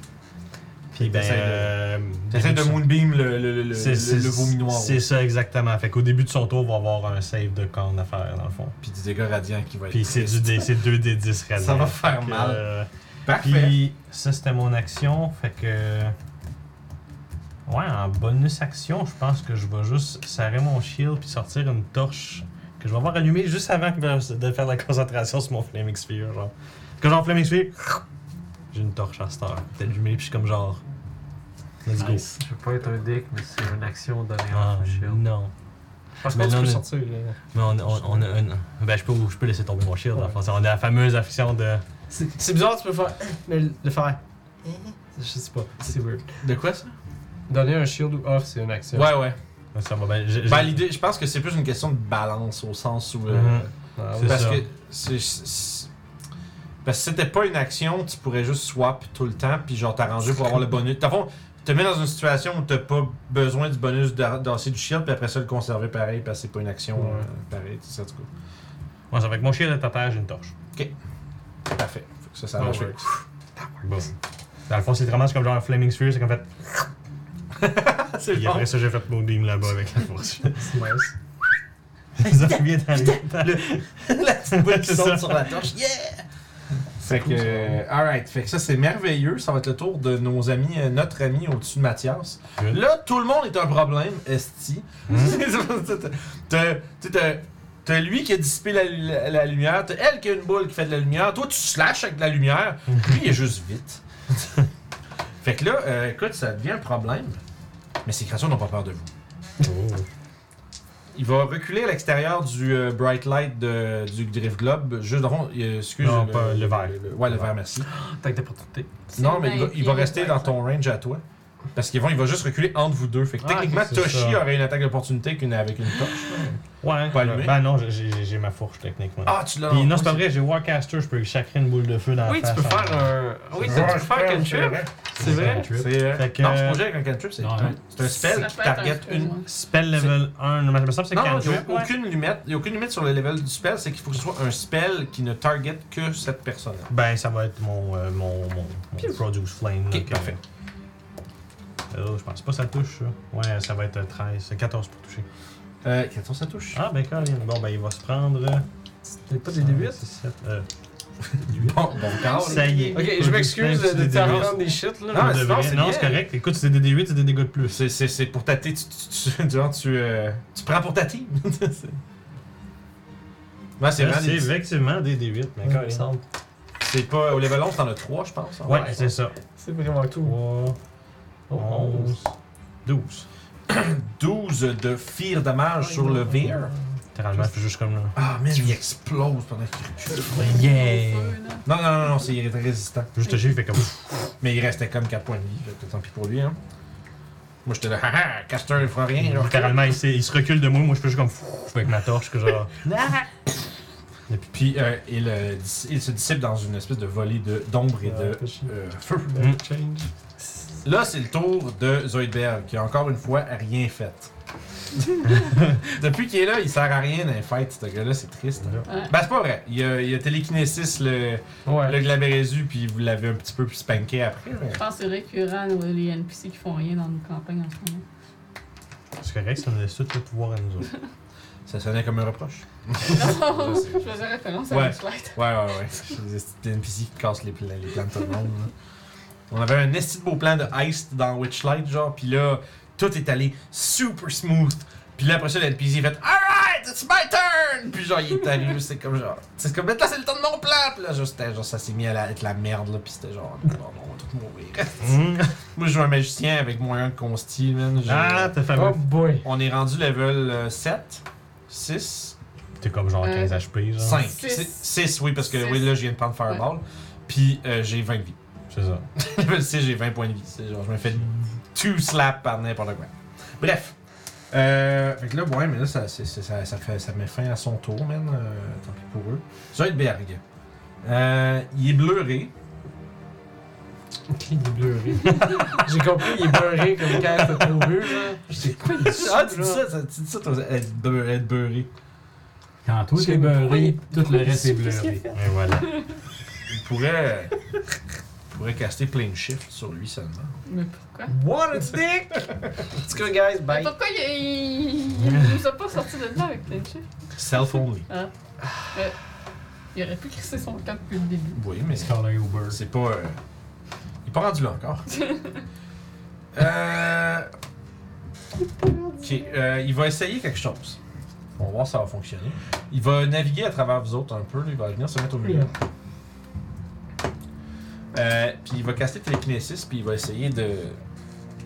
Puis ben. T'essaies de- euh, T'essaies de début son- moonbeam le, le, le, le, C'est- c'est- le, le vomi noir. C'est ça, exactement. Fait qu'au début de son tour, il va avoir un save de corne à faire, dans le fond. Puis du dégât radiant qui va être. Puis c'est triste. du dé- c'est 2 des 10 radiens. Ça va faire Fait que, mal. euh, Parfait. Puis ça, c'était mon action. Fait que. Ouais, en bonus action, je pense que je vais juste serrer mon shield puis sortir une torche que je vais avoir allumée juste avant que- de faire la concentration sur mon Flaming Sphere. Genre. Parce que genre, Flaming Sphere, j'ai une torche à cette heure. T'es allumée puis je suis comme genre. Let's go. Nice. Je veux pas être un dick, mais c'est une action donnée Ah, en shield. non. Parce mais que tu non, peux mais- sortir. là. Mais on, on- on a une. Ben, je peux, je peux laisser tomber mon shield. en fait. On a la fameuse action de. C'est c'est bizarre, tu peux faire. hein, Mais le faire. Je sais pas, c'est weird. De quoi ça Donner un shield ou off, c'est une action. Ouais, ouais. Ça va ben, j'ai- j'ai- Ben, l'idée, je pense que c'est plus une question de balance au sens où. euh, Mhm. Ah, C'est ouais. Parce ça. que. c'est- c'est- Parce que si c'était pas une action, tu pourrais juste swap tout le temps, puis genre t'arranger pour avoir le bonus. T'as fond, te mets dans une situation où t'as pas besoin du bonus d'ar- d'asser du shield, puis après ça le conserver pareil, parce que c'est pas une action Ouais. euh, pareille, tu sais, en tout cas. Ouais, ça fait que mon shield est à terre, j'ai une torche. Parfait. Fait que ça, ça Ah, marche. ouais. Bon. Dans le fond, c'est vraiment c'est comme genre un Flaming Sphere, c'est comme fait. C'est Et bon. après ça, j'ai fait mon beam là-bas avec la force. C'est nice. ça fait bien dans La petite boule qui saute sur la torche. Yeah! Fait que, euh, alright, fait que ça c'est merveilleux. Ça va être le tour de nos amis, euh, notre ami au-dessus de Mathias. Good. Là, tout le monde est un problème, Esti. T'as- t'as- t'as- T'as lui qui a dissipé la, la- la lumière, t'as elle qui a une boule qui fait de la lumière, toi tu slashes avec de la lumière, lui il est juste vite. fait que là, euh, écoute, ça devient un problème, mais ces créatures n'ont pas peur de vous. Oh. Il va reculer à l'extérieur du euh, bright light de- du Drift Globe. Juste devant. euh, excuse. Non, pas le vert. ouais, le vert, merci. T'as que d'opportunité. Non, mais il va, C'est il va bien rester fait, dans ça. ton range à toi. Parce qu'il va, il va juste reculer entre vous deux. Fait que Ah, techniquement, ok, c'est Toshi ça. aurait une attaque d'opportunité qu'une avec une torche. Ouais. Pas allumé. Ben non, j'ai- j'ai j'ai ma fourche techniquement. Ah, tu l'as. Puis non, c'est pas vrai, j'ai Warcaster, je peux chacrer une boule de feu dans Oui, la tu face. peux faire hein. un. Oui, tu peux faire un trip. C'est vrai. C'est, euh, Fait que- Non, c'est pas vrai avec un cantrip, c'est Non, un- c'est un spell Ça qui peut être target un spell, une. ouais. Spell level 1, mais ça me semble que c'est Non, non, il n'y a 48. ouais. aucune limite. Il n'y a aucune limite sur le level du spell, c'est qu'il faut que ce soit un spell qui ne target que cette personne-là. Ben, ça va être mon, euh, mon, mon, mon Produce Flame. là, Ok, que- parfait. Oh, je pense pas que ça touche, ça. Ouais, ça va être 13, 14 pour toucher. Euh, 14, ça touche. Ah, ben, quand même. Bon, ben, il va se prendre. euh, T'as pas des débuts? 7, euh, Bon, bon, corps, là. Ça y est. Ok, je m'excuse C'est de des te débuts. rendre des shit là. Non, Non, mais sinon, c'est non, bien. c'est correct. Écoute, c'est des D8, c'est des dégâts de plus. C'est- C'est c'est pour ta team. Tu, tu, tu, genre, tu, euh, tu prends pour ta team. C'est- ouais, c'est Euh, C'est vraiment des- effectivement des D8, mais quand Il me semble. C'est pas. Au level 11, t'en as 3, je pense. hein? Ouais, c'est ça. C'est vraiment tout. 3, Oh, 11, 12. 12 de fear damage sur le veer. Littéralement, je fais juste comme là. Ah, man, il explose pendant qu'il recule. Yeah! Feu, là. Non, non, non, non, c'est il est résistant. Juste touché, il fait comme. Mais il restait comme 4 points de vie. fait que Tant pis pour lui, hein. Moi, j'étais là, haha, Caster, il fera rien. genre. Littéralement, il, s'est- il se recule de moi, moi je fais juste comme. Fou, avec ma torche, que genre. Puis euh, il, euh, dis- il se dissipe dans une espèce de volée de- d'ombre et de euh, feu. Mm. Hmm. Change. Là, c'est le tour de Zoidberg, qui a encore une fois rien fait. Depuis qu'il est là, il sert à rien dans les fêtes, ce gars-là, c'est triste. Ouais. Ben, c'est pas vrai. Il a, il a télékinésis le, le Ouais. glabérésu, puis vous l'avez un petit peu spanké après. mais- Je pense que c'est récurrent, là, les NPC qui font rien dans nos campagnes en ce moment. C'est correct, ça nous laisse tout le pouvoir à nous autres. Ça sonnait comme un reproche. Non, Je sais. je faisais référence à Ouais. la slide. Ouais, ouais, ouais. Les esti de NPC qui cassent les, pla- les plans de tout le monde. là. On avait un esti de beau plan de Heist dans Witchlight, genre, pis là, tout est allé super smooth. Pis là, après ça, le NPC a fait Alright, it's my turn! Puis genre, il est arrivé, c'est comme genre, c'est comme là, c'est le temps de mon plan! Pis là, genre, c'était genre, ça s'est mis à la- être la merde, là, pis c'était genre, Bon, on va tous mourir. Hum. Moi, je joue un magicien avec moyen de consti, man. J'ai- Ah, t'es Oh fameux. boy! On est rendu level euh, 7, 6, T'es comme genre Euh, 15 HP, genre. 5. Six. 6, oui, parce que Six. oui, là, je viens de prendre Fireball. Puis euh, j'ai 20 de vie. C'est ça. Level 6, j'ai 20 points de vie. C'est genre, je me fais 2 slaps par n'importe quoi. Bref. Euh, fait que là, ouais, mais là, ça, c'est- c'est- ça, ça fait, ça met fin à son tour, man. Euh, tant pis pour eux. Zoidberg. Euh, il est bleuré. Il est beurré. J'ai compris, il est beurré comme quand c'était au but, là. J'étais quoi, il est Ah, sous, tu dis là? ça, ça- tu dis ça, toi, être beur- être beurré. Quand toi Je t'es sais pas, beurré, il- tout le reste est Qu'est-ce qu'il a bleuré. fait? Et voilà. Il pourrait. il pourrait caster plein de shift sur lui seulement. Mais pourquoi? What a dick! Let's go, guys, Mais bye! pourquoi il, il- il nous a pas sorti de là avec plein de chiffres? Euh, Self-only. Il aurait pu crisser son camp depuis le début. Oui, mais C'est callé Uber. C'est pas. euh, Il est pas rendu là encore. euh. Ok, euh, il va essayer quelque chose. On va voir si ça va fonctionner. Il va naviguer à travers vous autres un peu. là. Il va venir se mettre au milieu. Euh, puis il va caster télékinésis, puis il va essayer de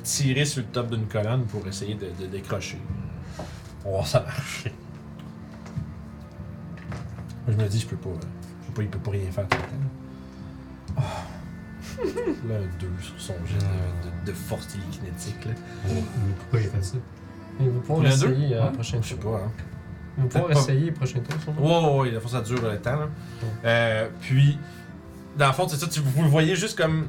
tirer sur le top d'une colonne pour essayer de, de décrocher. On va voir si ça marche. Moi, je me dis, je peux pas. euh, Je peux pas il peut pas rien faire tout le temps. Oh. Là, un 2 sur son jet de, de- de force télékinétique. Là. Mais Pourquoi il a fait ça? Et vous pourrez Le deux? essayer euh, Ouais. prochain Je sais tour. pas. Hein. Vous pourrez Peut-être pas. essayer prochain tour, sûrement. Ouais, ouais, ouais, dans le fond, ça dure le temps. là. Euh, puis, dans le fond, c'est ça, tu, vous le voyez juste comme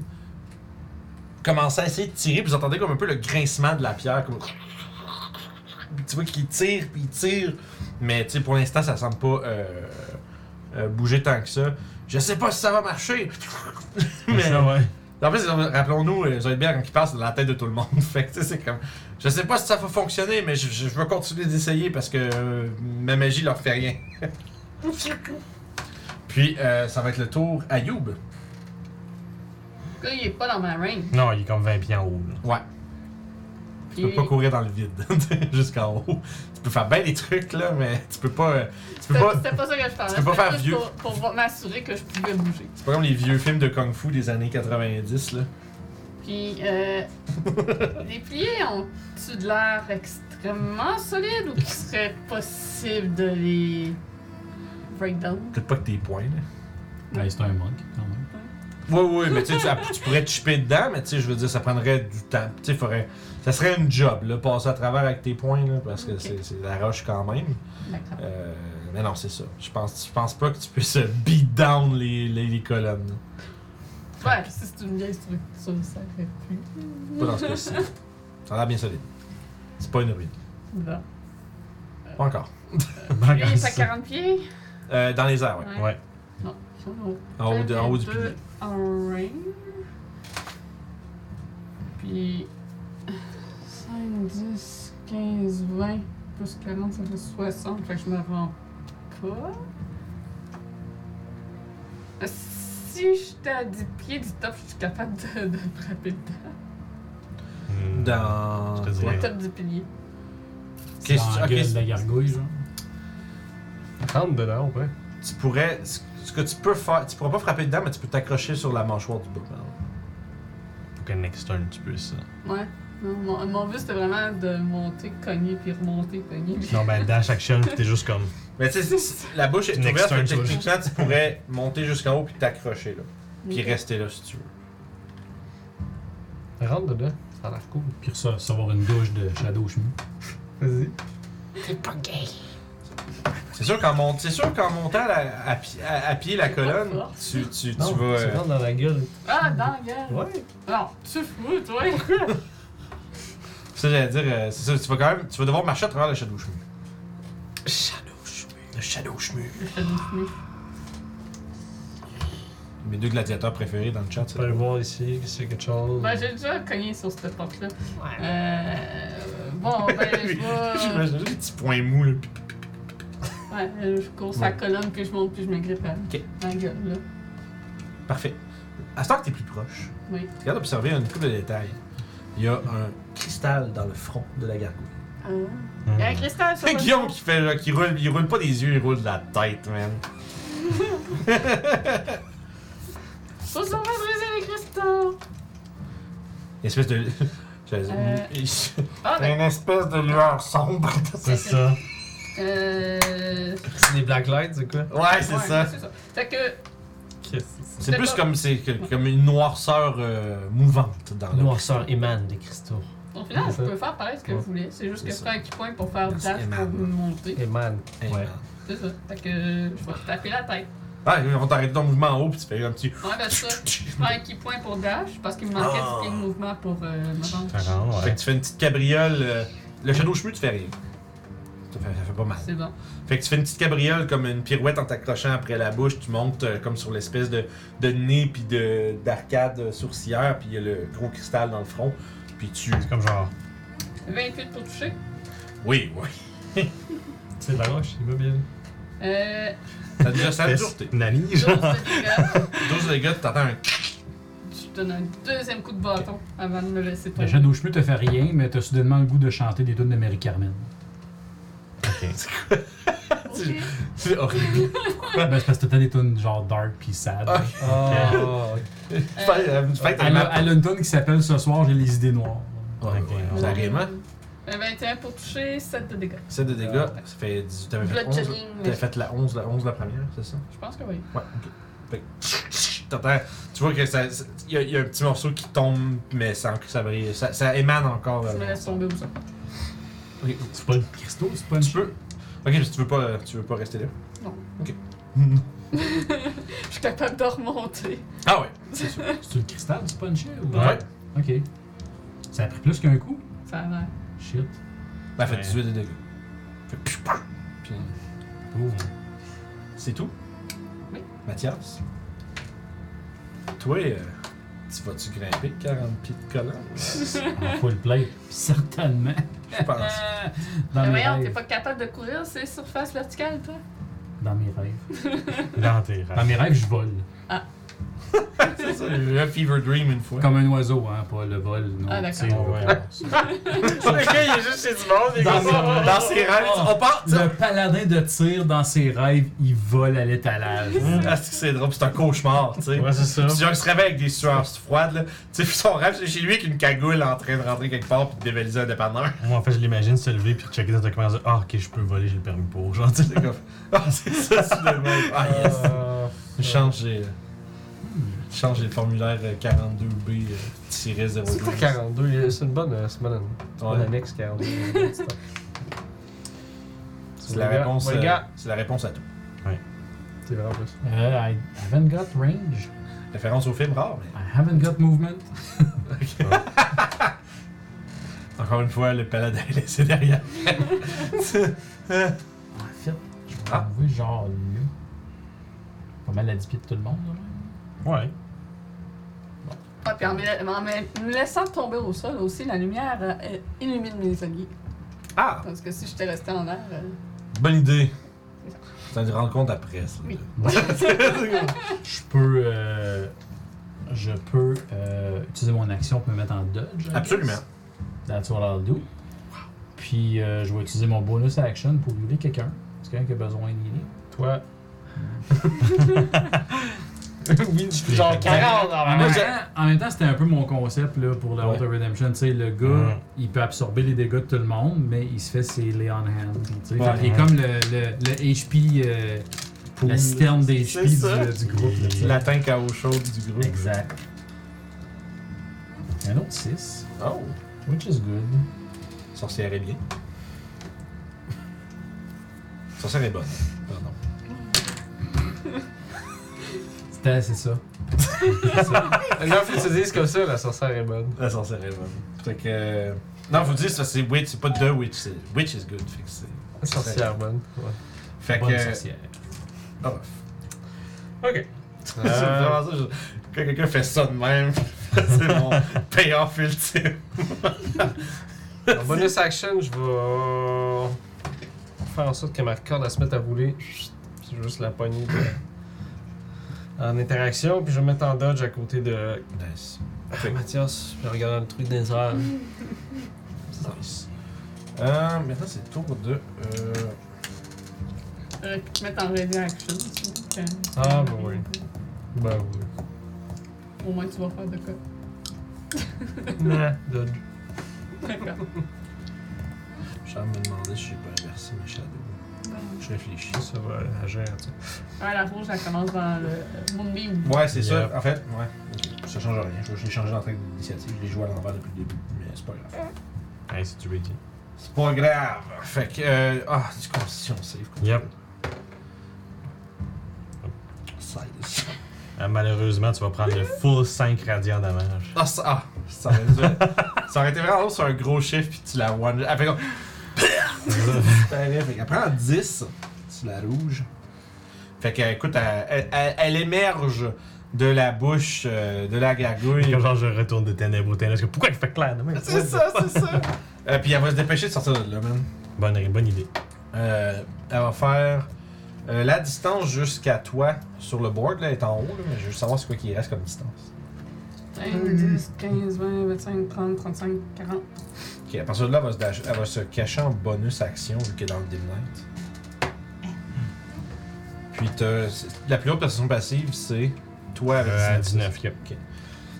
commencer à essayer de tirer, puis vous entendez comme un peu le grincement de la pierre, comme. Puis tu vois qu'il tire, puis il tire, mais tu sais, pour l'instant, ça semble pas euh, euh, bouger tant que ça. Je sais pas si ça va marcher, mais. Ça, ouais. En fait, rappelons-nous, euh, Zoidberg, quand il passe, c'est dans la tête de tout le monde. fait que, tu sais, c'est comme. Je sais pas si ça va fonctionner, mais je, je- je veux continuer d'essayer parce que euh, ma magie leur fait rien. Puis, euh, ça va être le tour à Youb. Là, il est pas dans ma range. Non, il est comme 20 pieds en haut, là. Ouais. Tu peux Puis- pas courir dans le vide, jusqu'en haut. Tu peux faire bien des trucs, là, mais tu peux pas. euh, tu peux C'était pas. c'était pas ça que je parlais. tu peux pas C'était faire juste vieux. Pour, pour voir- m'assurer que je pouvais bouger. C'est pas comme les vieux films de Kung Fu des années 90, là. Puis, euh, les pliés ont-tu de l'air extrêmement solide ou qu'il serait possible de les breakdown? Peut-être pas que tes points, là. Ben, c'est un monk, quand même. Ouais, ouais, mais tu sais, tu- tu pourrais te chipper dedans, mais tu sais, je veux dire, ça prendrait du temps. Tu sais, faudrait. Ça serait une job, là, passer à travers avec tes points, là, parce que Ok. c'est- c'est de la roche quand même. D'accord. Euh, mais non, c'est ça. Je pense, je pense pas que tu puisses euh, beat down les, les, les colonnes. Ouais, si c'est une vieille structure, ça fait plus. Pas dans ce cas-ci. Ça a l'air bien solide. C'est pas une ruine. Ah, Bon. Pas encore. Puis, il est à 40 pieds. Euh, dans les airs, ouais. Ouais. Non, ils sont en haut. En haut, de- en haut du Deux pilier. En ring. Puis. 5, 10, 15, 20, plus 40, ça fait 60. Fait que je me rends pas. Euh, Si j'étais à 10 pieds du top, je suis capable de, de frapper dedans. Hmm. Dans. Je te dirais. Ouais. Le top du pilier. Ok, Dans c'est- la ok, gueule c'est- de la gargouille, genre. Rentre dedans, ouais. tu pourrais. Ce ce que tu peux faire. Tu pourras pas frapper dedans, mais tu peux t'accrocher sur la mâchoire du bas. par exemple. Faut qu'un externe, tu puisses. hein. Ouais. Non, mon, mon but c'était vraiment de monter, cogner, puis remonter, cogner. puis- Non, ben, dash action, pis t'es juste comme. Mais tu sais, si- si la bouche est Une ouverte, externe, fait que tu vois. techniquement, tu pourrais monter jusqu'en haut puis t'accrocher, là. Puis Ok. rester là si tu veux. Rentre dedans, ça a l'air cool. Puis rece- recevoir une douche de Shadow Shmi. Vas-y. C'est sûr qu'en mont... c'est sûr qu'en montant la- à, pi- à- à pied la colonne, tu, tu, tu Non, vas. tu euh, rentres dans la gueule. Ah, dans la gueule! Ouais. Non, tu fous, toi! Ça, j'allais dire, euh, c'est ça, tu vas quand même. Tu vas devoir marcher à travers le Shadow Shmu. Shadow Shmu. Le Shadow Shmu. mes deux gladiateurs préférés dans le chat. Tu c'est- peux aller voir ici, c'est quelque chose. Ben, j'ai déjà cogné sur cette porte-là. Euh, bon, ben, je vais. J'imagine les petits points mous. Là. Ouais, euh, je cours sa colonne, puis je monte, puis je me grippe à Ok. la gueule, là. Parfait. À ce temps que t'es plus proche, Oui. tu regardes observer une couple de détails. Il y a un cristal dans le front de la gargouille. Ah. Hmm. Il y a un cristal sur C'est le Guillaume qui fait là, qui roule, il roule pas des yeux, il roule de la tête, man. Faut se briser les cristaux! Une espèce de. j'allais dire- Euh. Ah, ben, Une espèce de lueur sombre. C'est ça. euh. C'est des black lights, c'est quoi? Ouais, c'est ouais, ça. C'est ça. Fait que. Qu'est-ce que c'est? C'est C'est plus pas- comme, c'est que- comme une noirceur euh, mouvante dans le. Noirceur émane des cristaux. Au final, je C'est ça. peux faire pareil ce que je Ouais. voulais. C'est juste que C'est ça. je prends un petit point pour faire Merci, dash pour Emma. me monter. Émane. Hey, Ouais. man. C'est ça. Fait que je vais taper la tête. Ah, on t'arrête ton mouvement en haut, puis tu fais un petit. Ouais, ben c'est ça. Je prends un petit point pour dash parce qu'il me manquait Ah. du pied de mouvement pour euh, me rendre. Attends, Fait ouais. que tu fais une petite cabriole. euh, le shadow chemu, tu fais rien. Ça fait, ça fait pas mal. C'est bon. Fait que tu fais une petite cabriole comme une pirouette en t'accrochant après la bouche, tu montes euh, comme sur l'espèce de, de nez puis de- d'arcade euh, sourcilière, puis il y a le gros cristal dans le front, puis tu... C'est comme genre. 28 pour toucher. Oui, oui. C'est de la roche, c'est immobile. Euh. Ça dure, ça dure. t'es- Nani, 12 genre. de dégâts. 12 de gars, t'entends un... Je donne un deuxième coup de bâton avant de me laisser Le tomber. Ben, Shadow Shmu te fait rien, mais t'as soudainement le goût de chanter des tunes de Mary Carmen. Ok. C'est horrible. ben, c'est parce que t'as des tunes genre dark pis sad. Ah. Oh, Fait- euh, fait que Elle map- a, elle a une tune qui s'appelle Ce soir, j'ai les idées noires. Ouais, Ok. ouais, carrément. euh, Un 21 pour toucher, 7 de dégâts. 7 de dégâts, ça fait 18... T'avais fait Blood 11... chilling, T'avais mais- fait la 11, la 11 la première, c'est ça? Je pense que oui. Ouais, ok. Fait que t'entends, tu vois que ça, il y, a- y a un petit morceau qui tombe, mais sans que ça brille, ça, ça émane encore. Tu euh, me laisses tomber ou ça. Ok. C'est pas le cristaux, c'est pas une Tu peux. Ok, mais tu veux pas, euh, tu veux pas rester là. Je suis capable de remonter. Ah ouais. C'est le cristal du puncher ou. Ouais. Ok. Ça a pris plus qu'un coup? Ça a l'air. Shit. Ça fait Ouais. 18 Ben, de dégâts. Fait que pfiou, pfiou. Puis, Boum. c'est tout. Oui. Mathias. Toi, euh, tu vas-tu grimper 40 pieds de collant? En full play. Certainement. Je Euh, pense. Dans Mais mes Ah, voyons, t'es rêves. pas capable de courir, c'est surface verticale, toi. Dans mes rêves. Dans tes Ah, Dans mes rêves, je vole. c'est ça, j'ai eu un fever dream une fois. Comme un oiseau, hein, pas le vol. Non, Ah, d'accord. tu sais, on Ouais. va pas- le gars, il est juste chez du monde, il est Dans comme ça, ses- dans ses rêves. On part, tu sais, Oh, Le paladin de tir dans ses rêves, il vole à l'étalage. Ah, c'est que c'est drôle, c'est un cauchemar, tu sais. Ouais, c'est ça. Puis genre, il se réveille avec des sueurs froides, là. Tu sais, puis son rêve, c'est chez lui avec une cagoule en train de rentrer quelque part puis de dévaliser un dépanneur. Moi, en fait, je l'imagine se lever puis checker dans ta commande. Ah, ok, je peux voler, j'ai le permis pour. Genre, tu sais. C'est comme. Ah, c'est ça, soudainement. Ah, yes. Je change, j'ai. euh, je change le formulaire euh, 42B euh, tiré 0 C'est quoi 42? C'est une bonne, euh, c'est une bonne, c'est une bonne Ouais. annexe 42. c'est une bonne histoire. C'est la Ouais, réponse. ouais, euh, gars. c'est la réponse à tout. C'est vraiment plus. Euh, I haven't got range. Référence au film rare, mais. I haven't got movement. Encore une fois, le paladin est laissé derrière. En fait, je vais Ah. enlever genre là. Pas mal à 10 pieds de tout le monde. là. Ouais. Ah, puis en me, la- en me- me laissant tomber au sol aussi, la lumière euh, elle illumine mes alliés. Ah! Parce que si j'étais resté en l'air. euh, Bonne idée. Tu t'en rends compte après, ça. Oui. Je peux. euh, je peux euh, utiliser mon action pour me mettre en dodge. I Absolument. guess. That's what I'll do. Puis euh, je vais utiliser mon bonus action pour healer quelqu'un. C'est quelqu'un qui a besoin d'healer. Toi. oui, tu genre Ah, En même, temps, en même temps, c'était un peu mon concept là, pour la Ouais. Mm. Auto Redemption. Tu sais, le gars, Mhm. il peut absorber les dégâts de tout le monde, mais il se fait ses lay on hand. tu sais. Ouais. Il est comme le, le- le HP, euh, la citerne des C'est HP ça. du, du groupe. là, tu sais. Latin KO chaude du groupe. Exact. Un autre 6, Oh! which is good. Sorcière est bien. Sorcière est bonne. Pardon. C'était, c'est ça. Genre, faut que tu dises comme ça, la sorcière est bonne. La sorcière est bonne. Fait que. euh, Non, faut dire, c'est parce que c'est witch, c'est pas the witch. c'est- Witch is good. Fait que c'est. La sorcière bonne. Ouais. Fait oh, Bonne que. sorcière. Ah, Ok. C'est vraiment ça, je- Quand quelqu'un fait ça de même, c'est mon payoff ultime. En bonus action, je vais faire en sorte que ma corde elle se mette à rouler. Je vais juste la poignée de- en interaction, puis je vais mettre en dodge à côté de Nice. Mathias. Je regarde le truc des airs. Nice. Euh, maintenant, c'est le tour de. Euh... Euh, te mettre en ready action. tu vois, que- Ah, bah oui. Ben oui. Au moins, tu vas faire de quoi. Nah, dodge. D'accord. Je suis en train de me demander si j'ai pas inversé mes shadows. Je réfléchis. Ça va agir, tu sais. Ah, la rouge, elle commence dans le euh, Moonbeam. Ouais, c'est Yep. ça. En fait, ouais. Ok. Ça change rien. Je l'ai changé d'entrée d'initiative. Je l'ai joué à l'envers depuis le début. Mais c'est pas grave. Hey, c'est du BD. C'est pas grave. Fait que. euh, Ah, c'est du constitution safe. quoi. Yep. Seize. Euh, malheureusement, tu vas prendre le full 5 radiant damage. Ah, ça, ah, ça, aurait dû- ça aurait été vraiment drôle sur un gros chiffre puis tu la one. Elle fait comme. fait qu'elle prend 10, tu la rouge. Fait que, écoute, elle, elle- elle- elle émerge de la bouche euh, de la gargouille. Comme genre, je retourne de ténèbres au ténèbres. Pourquoi il fait clair de même? C'est ça, c'est ça. Euh, puis elle va se dépêcher de sortir de là, man. Bonne, bonne idée. Euh, elle va faire euh, la distance jusqu'à toi sur le board. Là, elle est en haut, là, mais je veux juste savoir c'est quoi qui reste comme distance. 5, 10, 15, 20, 25, 30, 35, 40. Ok, à partir de là, elle va se, dash- elle va se cacher en bonus action vu qu'elle est dans le Dim Light. Puis t'as- c'est- la plus haute personne passive, c'est toi avec Euh, à 19. 19, yep.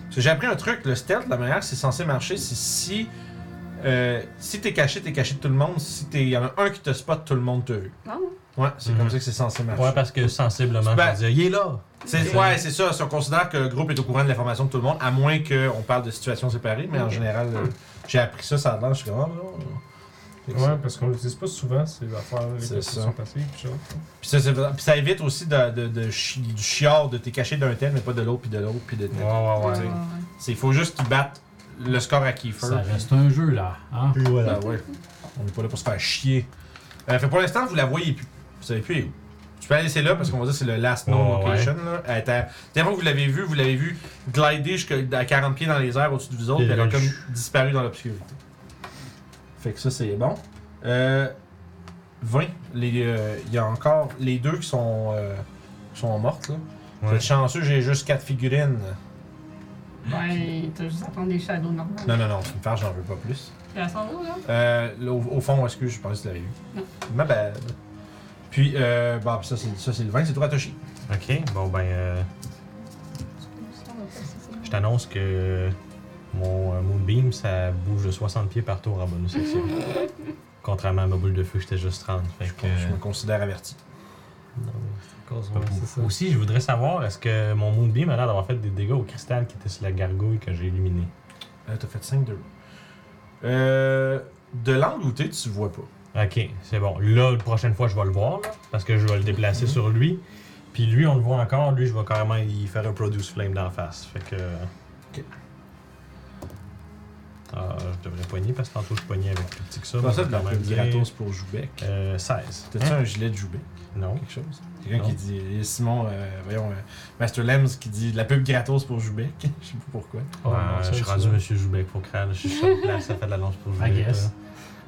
Parce que j'ai appris un truc, le stealth, la manière que c'est censé marcher, c'est si. euh, si t'es caché, t'es caché de tout le monde. Si t'es- y en a un qui te spot, tout le monde te vu. Non? Ouais, c'est Mhm. comme ça que c'est censé marcher. Ouais, parce que sensiblement, Ben- je veux dire, il est là. C'est- ouais, c'est ça. Si on considère que le groupe est au courant de l'information de tout le monde, à moins qu'on parle de situations séparées, mais en Ok. général, euh, j'ai appris ça, ça a l'air, je suis comme, ah, ben non, non. Fait que Ouais, parce qu'on l'utilise pas souvent, ces affaires avec C'est les ça. sont passées, puis ça. Puis ça, c'est- puis ça évite aussi de, de- de chi- du chiard, de t'es caché d'un tel, mais pas de l'autre, puis de l'autre, puis de tel. ouais. t'sais. Il faut juste qu'ils battent le score à Kiefer. Ça reste un jeu, là. Hein? Puis voilà. Ben ouais. On n'est pas là pour se faire chier. Euh, fait pour l'instant, vous la voyez plus. Vous savez plus elle est où. Je peux la laisser là parce qu'on va dire que c'est le last known Oh, ouais. location. Là. Elle est à- La dernière fois que vous l'avez vue, vous l'avez vue glider jusqu'à à 40 pieds dans les airs au-dessus de vous autres, Et puis elle a là, comme je- disparu dans l'obscurité. Fait que ça, c'est bon. Euh, 20. Les, euh, Il y a encore les deux qui sont, euh, qui sont mortes. Là. Vous Ouais. êtes chanceux, j'ai juste 4 figurines. Ben, t'as juste à prendre des shadows normaux. Non, non, non, tu me fâches, j'en veux pas plus. Puis à son haut, là. Euh, là, au, au fond, est-ce que je pense que tu l'avais vu? Non. Ma bad. Puis, euh, bon, puis ça, c'est, ça, c'est le vin, c'est toi, Toshi. Ok, bon, ben, euh, je t'annonce que mon euh, Moonbeam, ça bouge de 60 pieds par tour en bonus action. Contrairement à ma boule de feu, j'étais juste 30. Fait Je, que. je me considère averti. non, Cause, pas ouais, beaucoup. c'est ça. Aussi, je voudrais savoir, est-ce que mon Moonbeam a l'air d'avoir fait des dégâts au cristal qui était sur la gargouille que j'ai illuminée? Euh, t'as fait 5 de Euh, de l'angle où t'es, tu vois pas. Ok, c'est bon. Là, la prochaine fois, je vais le voir, là, parce que je vais le déplacer sur lui. Puis lui, on le voit encore. Lui, je vais carrément y faire un Produce Flame d'en face. Fait que. Ok. Ah, je devrais poigner parce que tantôt je poignais avec plus petit que C'est ça. mais pas ça de je vais quand l'angle même dire, gratos pour Joubec. euh, 16. T'as-tu Hein? un gilet de Joubec? Non. Quelque chose? Quelqu'un Non. qui dit. il y a Simon, euh, voyons, euh, Master Lems qui dit de la pub gratos pour Joubec. je sais pas pourquoi. Oh, Ouais, non, ça, je suis ça. rendu Monsieur Joubec pour crâne. Je suis sur la place, ça fait de la lance pour Joubec. I guess. là.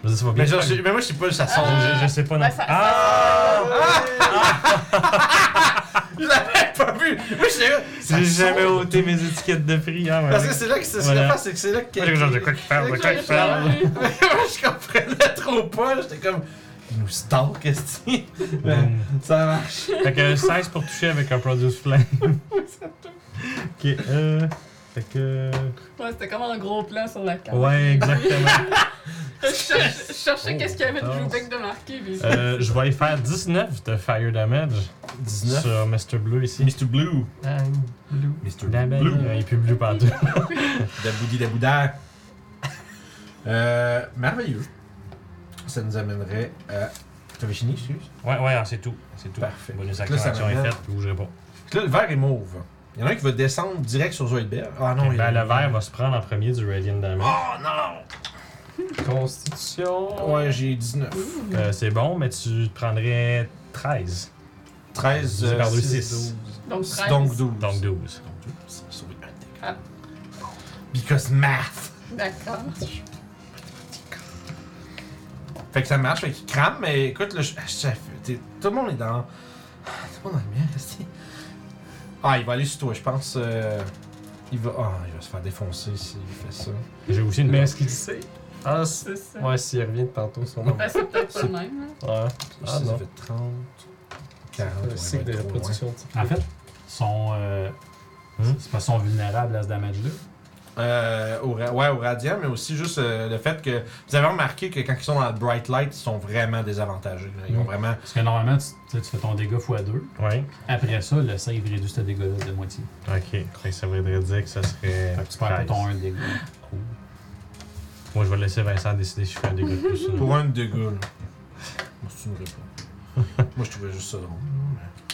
Je veux dire, ça va bien. Mais, genre, je- mais moi, je sais pas, ça sonne. Je, je sais pas non. Ben, ça- ah! Je l'avais pas vu! Moi, j'étais là. ça J'ai jamais sonne. ôté mes étiquettes de prix. hein, Parce ouais. que Ah, c'est là que c'est Voilà. ce que c'est que c'est là que. Ouais, le genre de quoi qu'il parle, de quoi qu'il parle. Mais moi, je comprenais trop pas, j'étais comme. Il nous stalk, est-ce Boum. Ça marche. Fait que 16 pour toucher avec un Produce Flame. ok, euh. Fait que. Ouais, c'était comme un gros plan sur la carte. Ouais, exactement. je cherchais, je cherchais Oh, qu'est-ce qu'il y avait de quatorze. Joubec de marqué, puis Euh, je vais y faire 19 de Fire Damage sur Mr. Blue ici. Mr. Blue. Mr. Blue. Il est plus bleu partout. Daboudi Dabouda. Euh. Merveilleux. Ça nous amènerait à. T'avais fini, excuse? Ouais, ouais, c'est tout. C'est tout. Parfait. Bonus Là, action, ça action est m'amène- faite, je bougerai pas. Fait que Là, le vert est mauve. Il y en a un qui va descendre direct sur Zoidberg. Ah non, il y a- ben, le vert va se prendre en premier du Radiant Damage. Oh non! Constitution. Ouais, j'ai 19. Oh. Euh, c'est bon, mais tu te prendrais 13. 13. Divisé par deux, euh, six, six. douze. Donc 13. Donc 12. Donc 12. Donc 12. Sauver un deck. Ah. Because math. D'accord. Fait que ça marche, fait qu'il crame, mais écoute, là, je- je- t'es- tout le monde est dans. ah, Tout le monde est dans le mien, restez. Ah, il va aller sur toi, je pense. euh, il va. Ah, il va se faire défoncer s'il fait ça. J'ai aussi une Mais torche. est-ce qu'il sait? Ah, c'est- C'est ça. ouais, s'il revient de tantôt, son nom. Ben, c'est peut-être le même. hein. Ouais, Ah, ça non. fait 30, 40, ouais, le cycle il va de être trop loin. reproduction. de type. En fait, sont. euh, Hmm? C'est pas sont vulnérables à ce damage-là. Euh, au, ra- ouais, au radiant, mais aussi juste euh, le fait que. Vous avez remarqué que quand ils sont dans le bright light, ils sont vraiment désavantagés. là. Ils ont Mm. vraiment. Parce que normalement, tu, tu sais, tu fais ton dégât x2. Ouais. Après ça, le save réduit ce dégât-là de moitié. Ok. Fait que ça voudrait dire que ça serait. Fait que tu perds pas 13. ton 1 dégât. Moi, je vais laisser Vincent décider si je fais un dégât de plus. ou non. Pour un de gueule. Moi, c'est une réponse. Moi, je trouvais juste ça drôle.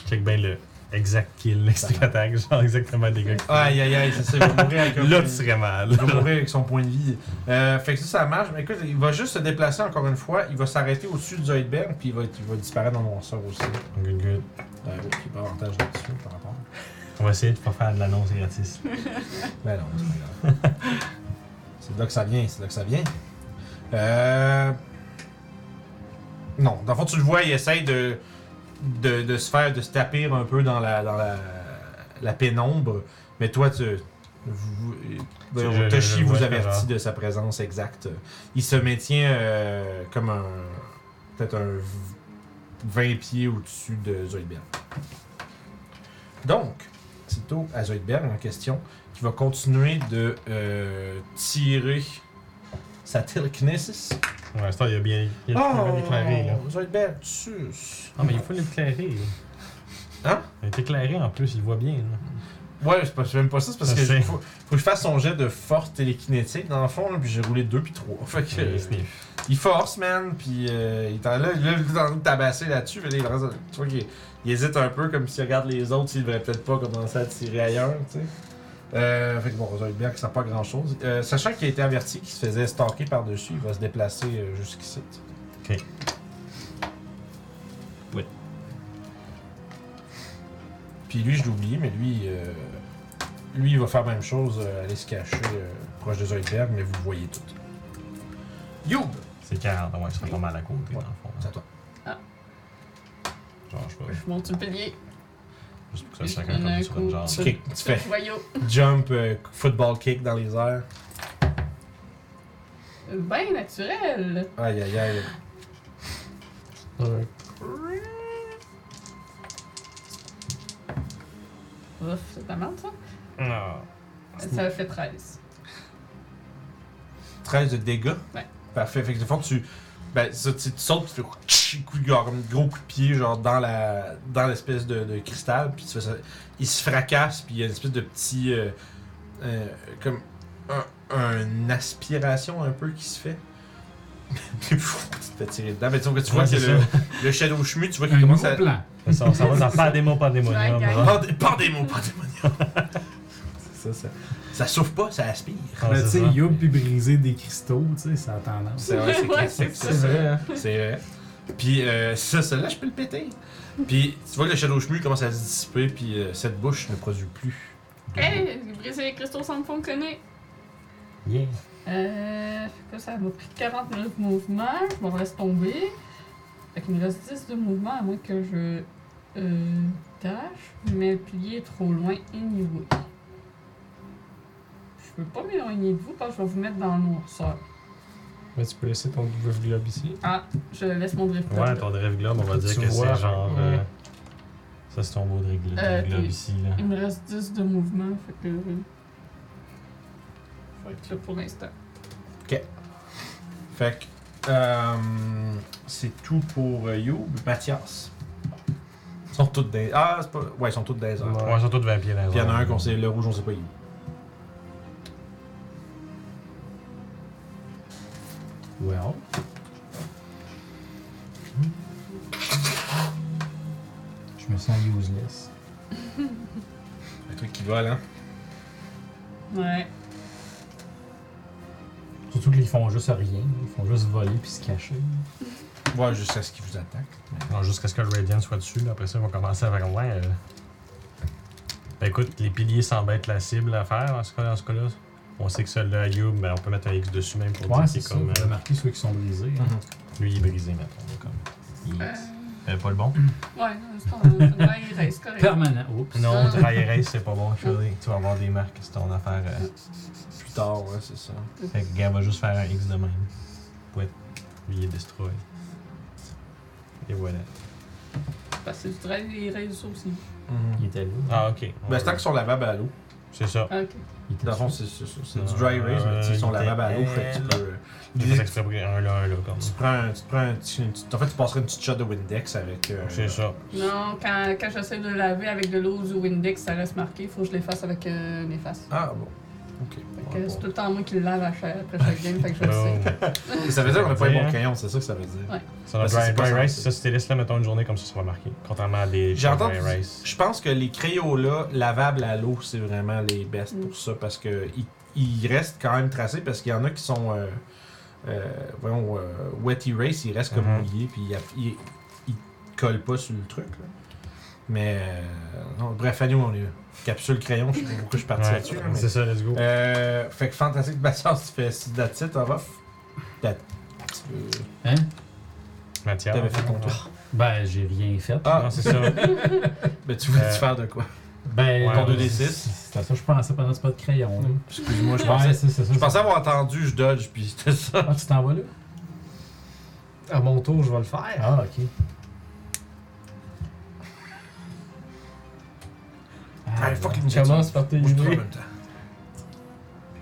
Check bien le exact kill, l'extra attaque, genre exactement le dégât. que tu Aïe, aïe, aïe, c'est ça, il va mourir avec fais. un Là, point tu de- serais mal. Il va mourir avec son point de vie. Euh, fait que ça, ça marche. Mais écoute, il va juste se déplacer encore une fois. Il va s'arrêter au-dessus du Zoidberg, puis il va, il va disparaître dans mon sort aussi. Good, good. Euh, oui, il pas avantage là-dessus par rapport. On va essayer de pas faire de l'annonce gratis. Mais non, c'est pas grave. c'est de là que ça vient, c'est de là que ça vient. Euh... Non, dans le fond, tu le vois, il essaye de, de, de se faire, de se taper un peu dans la, dans la, la pénombre. Mais toi, tu. Vous, voyons, je- je- Toshi je vous vois, avertit Ferrand. de sa présence exacte. Il se maintient euh, comme un. Peut-être un v- 20 pieds au-dessus de Zoidberg. Donc, c'est au à Zoidberg en question qui va continuer de euh, tirer sa telekinesis. Pour l'instant, il y a bien, il y a bien éclairé, Oh! là. Zoidberg, sus. Non, mais il faut l'éclairer. Hein? Il est éclairé en plus, il voit bien, là. Ouais, c'est pas- c'est même pas ça, c'est parce Je que sais. je- faut, faut que je fasse son jet de force télékinétique dans le fond, là, puis j'ai roulé 2 puis 3. Fait que. Il sniff. il force, man, puis euh, il est en- là, là, il est en train de tabasser là-dessus, mais là, il reste- tu vois qu'il il hésite un peu, comme s'il regarde les autres, il devrait peut-être pas commencer à tirer ailleurs, tu sais. Euh, fait que bon, Zoidberg, ça sent pas grand-chose. Euh, sachant qu'il a été averti qu'il se faisait stalker par-dessus, il va se déplacer euh, jusqu'ici. Ok. Oui. Puis lui, je l'ai oublié, mais lui, euh, lui, il va faire la même chose, euh, aller se cacher euh, proche de Zoidberg, mais vous le voyez tout. Youb! C'est 40, ouais, il serait pas mal à Ouais. côté, dans le fond. C'est à là. toi. Genre, je sais pas, Je monte sur le pilier. juste pour que Je ça soit donne un comme sur une coup. jambe. Tu, kick, tu fais Voyons. jump, euh, football kick dans les airs. Ben naturel. Aïe aïe aïe. Ouais. Ouf, c'est pas mal ça. Ah. Ça fait 13. 13 de dégâts. Ouais. Parfait. Fait que des fois, tu. Ben, ça, tu, tu sautes, tu fais tch, coup de gars, comme gros coup de pied, genre dans la dans l'espèce de, de cristal, puis tu fais ça. Il se fracasse, puis il y a une espèce de petit. euh, euh, comme. Un, un aspiration un peu qui se fait. Puis, pfff, tu te fais tirer dedans. Mais tu vois que tu vois Ouais, que c'est le, le Shadow Shmu, tu vois qu'il Un commence nouveau à. plan. Ça, ça, va dans Pandémon, Pandémonium. Ouais, hein. gang. Pas des, pas des mots, pas des mots. C'est ça, ça. Ça souffle pas, ça aspire. Ah, Mais c'est tu ça. sais, Youp puis briser des cristaux, tu sais, ça a tendance. C'est vrai, c'est Ouais, classique, c'est ça. C'est vrai, hein? C'est vrai. Puis euh, ça, celle-là, je peux le péter. Puis tu vois que le Shadow Shmu commence à se dissiper, puis euh, cette bouche ne produit plus. de- Hey, briser les cristaux sans me fonctionner. Yeah. Euh, fait que ça m'a pris 40 minutes de mouvement. Je m'en laisse tomber. Fait qu'il me reste 10 de mouvement à moins que je euh, tâche. Mais le pilier est trop loin, anyway. Je peux pas m'éloigner de vous parce que je vais vous mettre dans le noirceur. Mais tu peux laisser ton double globe ici. Ah, je laisse mon drift Ouais, ton Drive Globe, on va Tu dire que vois, c'est genre. ouais. euh, Ça, c'est ton beau Drive Globe Euh, Globe puis- ici, là. Il me reste 10 de mouvement, fait que. euh, Faut être là pour l'instant. Fait que euh, c'est tout pour euh, Youb. Mathias. Ils sont toutes des. Ah, c'est pas. Ouais, ils sont toutes des heures. Ouais. Ouais, ils sont tous 20 pieds dans les Puis il y en a airs. un qu'on sait, le rouge, on sait pas il est où. oh. Well. Je me sens useless. Le truc qui vole, hein. Ouais. Surtout qu'ils font juste rien, ils font juste voler puis se cacher. Ouais, jusqu'à ce qu'il vous attaque. Non, jusqu'à ce que le Radiant soit dessus, là, après ça, ils vont commencer à faire. Ouais, euh, Ben écoute, les piliers semblent être la cible à faire dans ce cas- dans ce cas-là. on sait que celui là Youb, ben, on peut mettre un X dessus même pour Ouais, dire qu'il c'est est ça. comme. Vous euh, remarquez ceux qui sont brisés. hein. Mhm. lui, il est brisé maintenant. Il est comme. Yes. Euh, pas le bon? Ouais, non, c'est ton- ton air, c'est correct. Permanent. Oups. Non, Ah. Dry Erase, c'est pas bon, Shirley. Tu vas avoir des marques, c'est ton affaire. euh. Plus tard, ouais, c'est ça. Fait que, gars, va juste faire un X de même. Pouet. Lui, il est destroy. Et voilà. Parce que tu dragues les réseaux aussi. Il était là. Ah, ok. Ben, c'est tant qu'ils sont lavables à l'eau. C'est ça. Ah, ok. Il était Dans le là. fond, c'est c'est- c'est- c'est du Ah, dry erase, mais tu sais, ils sont il lavables à l'eau, fait que tu était peux. euh, J'ai fait exprès pour un là, un là, comme Tu ça. prends, un- tu prends un petit- une petite- En fait, tu passerais une petite shot de Windex avec. euh, C'est ça. Non, quand, quand j'essaie de laver avec de l'eau du Windex, ça reste marqué. Faut que je l'efface avec euh, mes faces. Ah bon. Ok. Fait Ouais, que bon. c'est tout le temps moi qui le lave à chaque- après chaque game, fait que je Oh, le sais. Boom. Ça veut dire qu'on n'a pas les Hein? bons crayons, c'est ça que ça veut dire. Ouais. Ça, Parce que dry, c'est pas dry ça, rice, c'est- ça, si t'es laissé là, mettons une journée comme ça, ça va marquer. Contrairement à des J'ai entendu- dry rice. Je pense que les crayons-là, lavables à l'eau, c'est vraiment les best Mm. pour ça parce que ils, ils restent quand même tracés parce qu'il y en a qui sont. Euh, euh, voyons, euh, wet erase, ils restent comme Mhm. mouillés puis ils, app- ils, ils collent pas sur le truc. là. Mais. euh, non, bref, à nous, on est capsule crayon, je sais pas pourquoi je suis parti Ouais, là-dessus. là, mais- C'est ça, let's go. Euh, fait que Fantastic Patience, tu fais si that's it, off. That, euh, Hein? Mathias. T'avais fait ton tour. Ben, j'ai rien fait. Ah, Non, c'est ça. ben tu voulais Euh, faire de quoi Ben, Ouais, ton 2D6. c'est- C'est à ça que je pensais pendant ce pas de crayon. là. Excuse-moi, je Ouais, pensais. c'est c'est ça. Je pensais avoir entendu, je dodge, puis c'était ça. Ah, tu t'en vas là? À mon tour, je vais le faire. Ah, ok. Ah, Ah, fucking Je commence par Moi, je trouve en t'éliminer. même temps.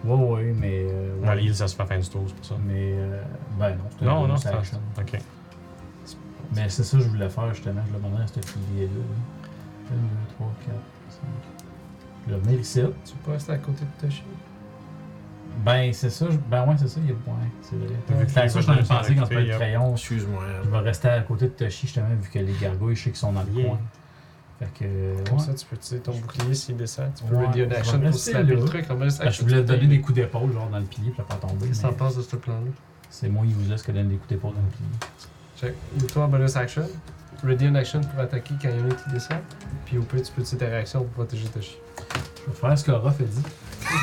Ah, Ouais, ouais, mais. euh, Dans l'île, ça se fait à la fin du tour, c'est pour ça. Mais. euh, ben non, c'était Non, un non, bonus c'est pas action. Ok. Ah, Mais c'est ça que je voulais faire justement. Je le demandais à ce pilier-là. 1, 2, 3, 4, 5. Je le mets ici. Tu peux rester à côté de Toshi. Ben, c'est ça. je- Ben, ouais, c'est ça. Il y a le point. C'est vrai. Vu que C'est à les ça que je t'en ai bonus sont pensé quand tu occupés, parlais de yep. crayon. Excuse-moi. hein. Je vais rester à côté de Toshi justement, vu que les gargouilles, je sais qu'ils sont dans le Yeah. coin. Fait que. euh, Comme ouais. ça, tu peux tirer ton bouclier s'il descend. Tu peux Ouais, ready je une vais action pour rester slapper là. le truc. En bonus Parce que Ben, je action, voulais tu donner t'es- des coups d'épaule, genre dans le pilier, puis pas tomber. Qu'est-ce que t'en mais penses de ce plan-là C'est moins useless que donner des coups d'épaule dans le pilier. Check. Ou toi, en bonus action. Ready une action pour attaquer quand il y en a qui descend. Puis au pire, tu peux tirer ta réaction pour protéger Toshi. Je vais faire ce que Ruff a dit.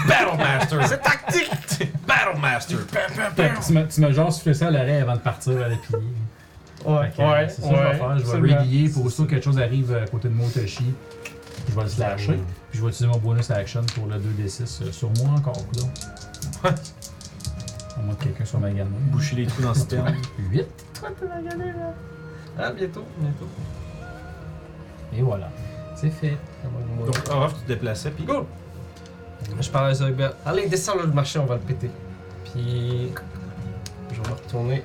Battle Master! C'est tactique! Battle Master! Fait que tu me, tu me genre soufflé ça à l'oreille avant de partir à la pilier. Ouais, Fait que, euh, c'est ça que je vais faire. Je vais absolument. radier pour aussitôt que quelque chose arrive à côté de moi, Toshi. Je vais le slasher. Puis je vais utiliser mon bonus action pour le 2d6 euh, sur moi encore. coudonc. Au moins que quelqu'un soit magané. Boucher les trous dans ce terme. 8. Toi, t'es magané, là. Ah, bientôt, bientôt. Et voilà. C'est fait. Donc, Orof, tu te déplaçais, puis. Go! Je parle à Zogbert. Allez, descends le marché, on va le péter. Puis. Je vais me retourner.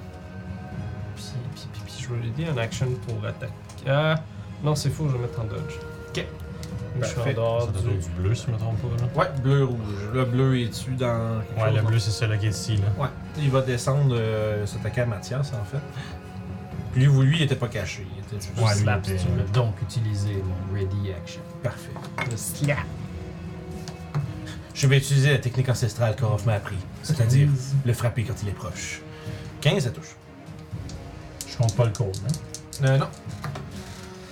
Puis, puis, puis, puis, je vais lui dire une action pour attaquer. Ah! Non, c'est faux, je vais mettre en dodge. Ok. Je suis en Parfait. Ça dehors doit du. être du bleu, si je me trompe pas. là. Ouais, bleu-rouge. Le bleu est tu dans. quelque Ouais, chose, le non? bleu, c'est celui-là qui est ici, là. Ouais. Il va descendre, euh, s'attaquer à Mathias, en fait. Puis lui, lui, il était pas caché. Il était juste. Ouais, lui, Slap, il tu était- veux donc utiliser mon ready action. Parfait. Le slap. Je vais utiliser la technique ancestrale qu'Orof m'a appris, c'est-à-dire le frapper quand il est proche. 15, ça touche. Je compte pas le code. Hein? Euh, non.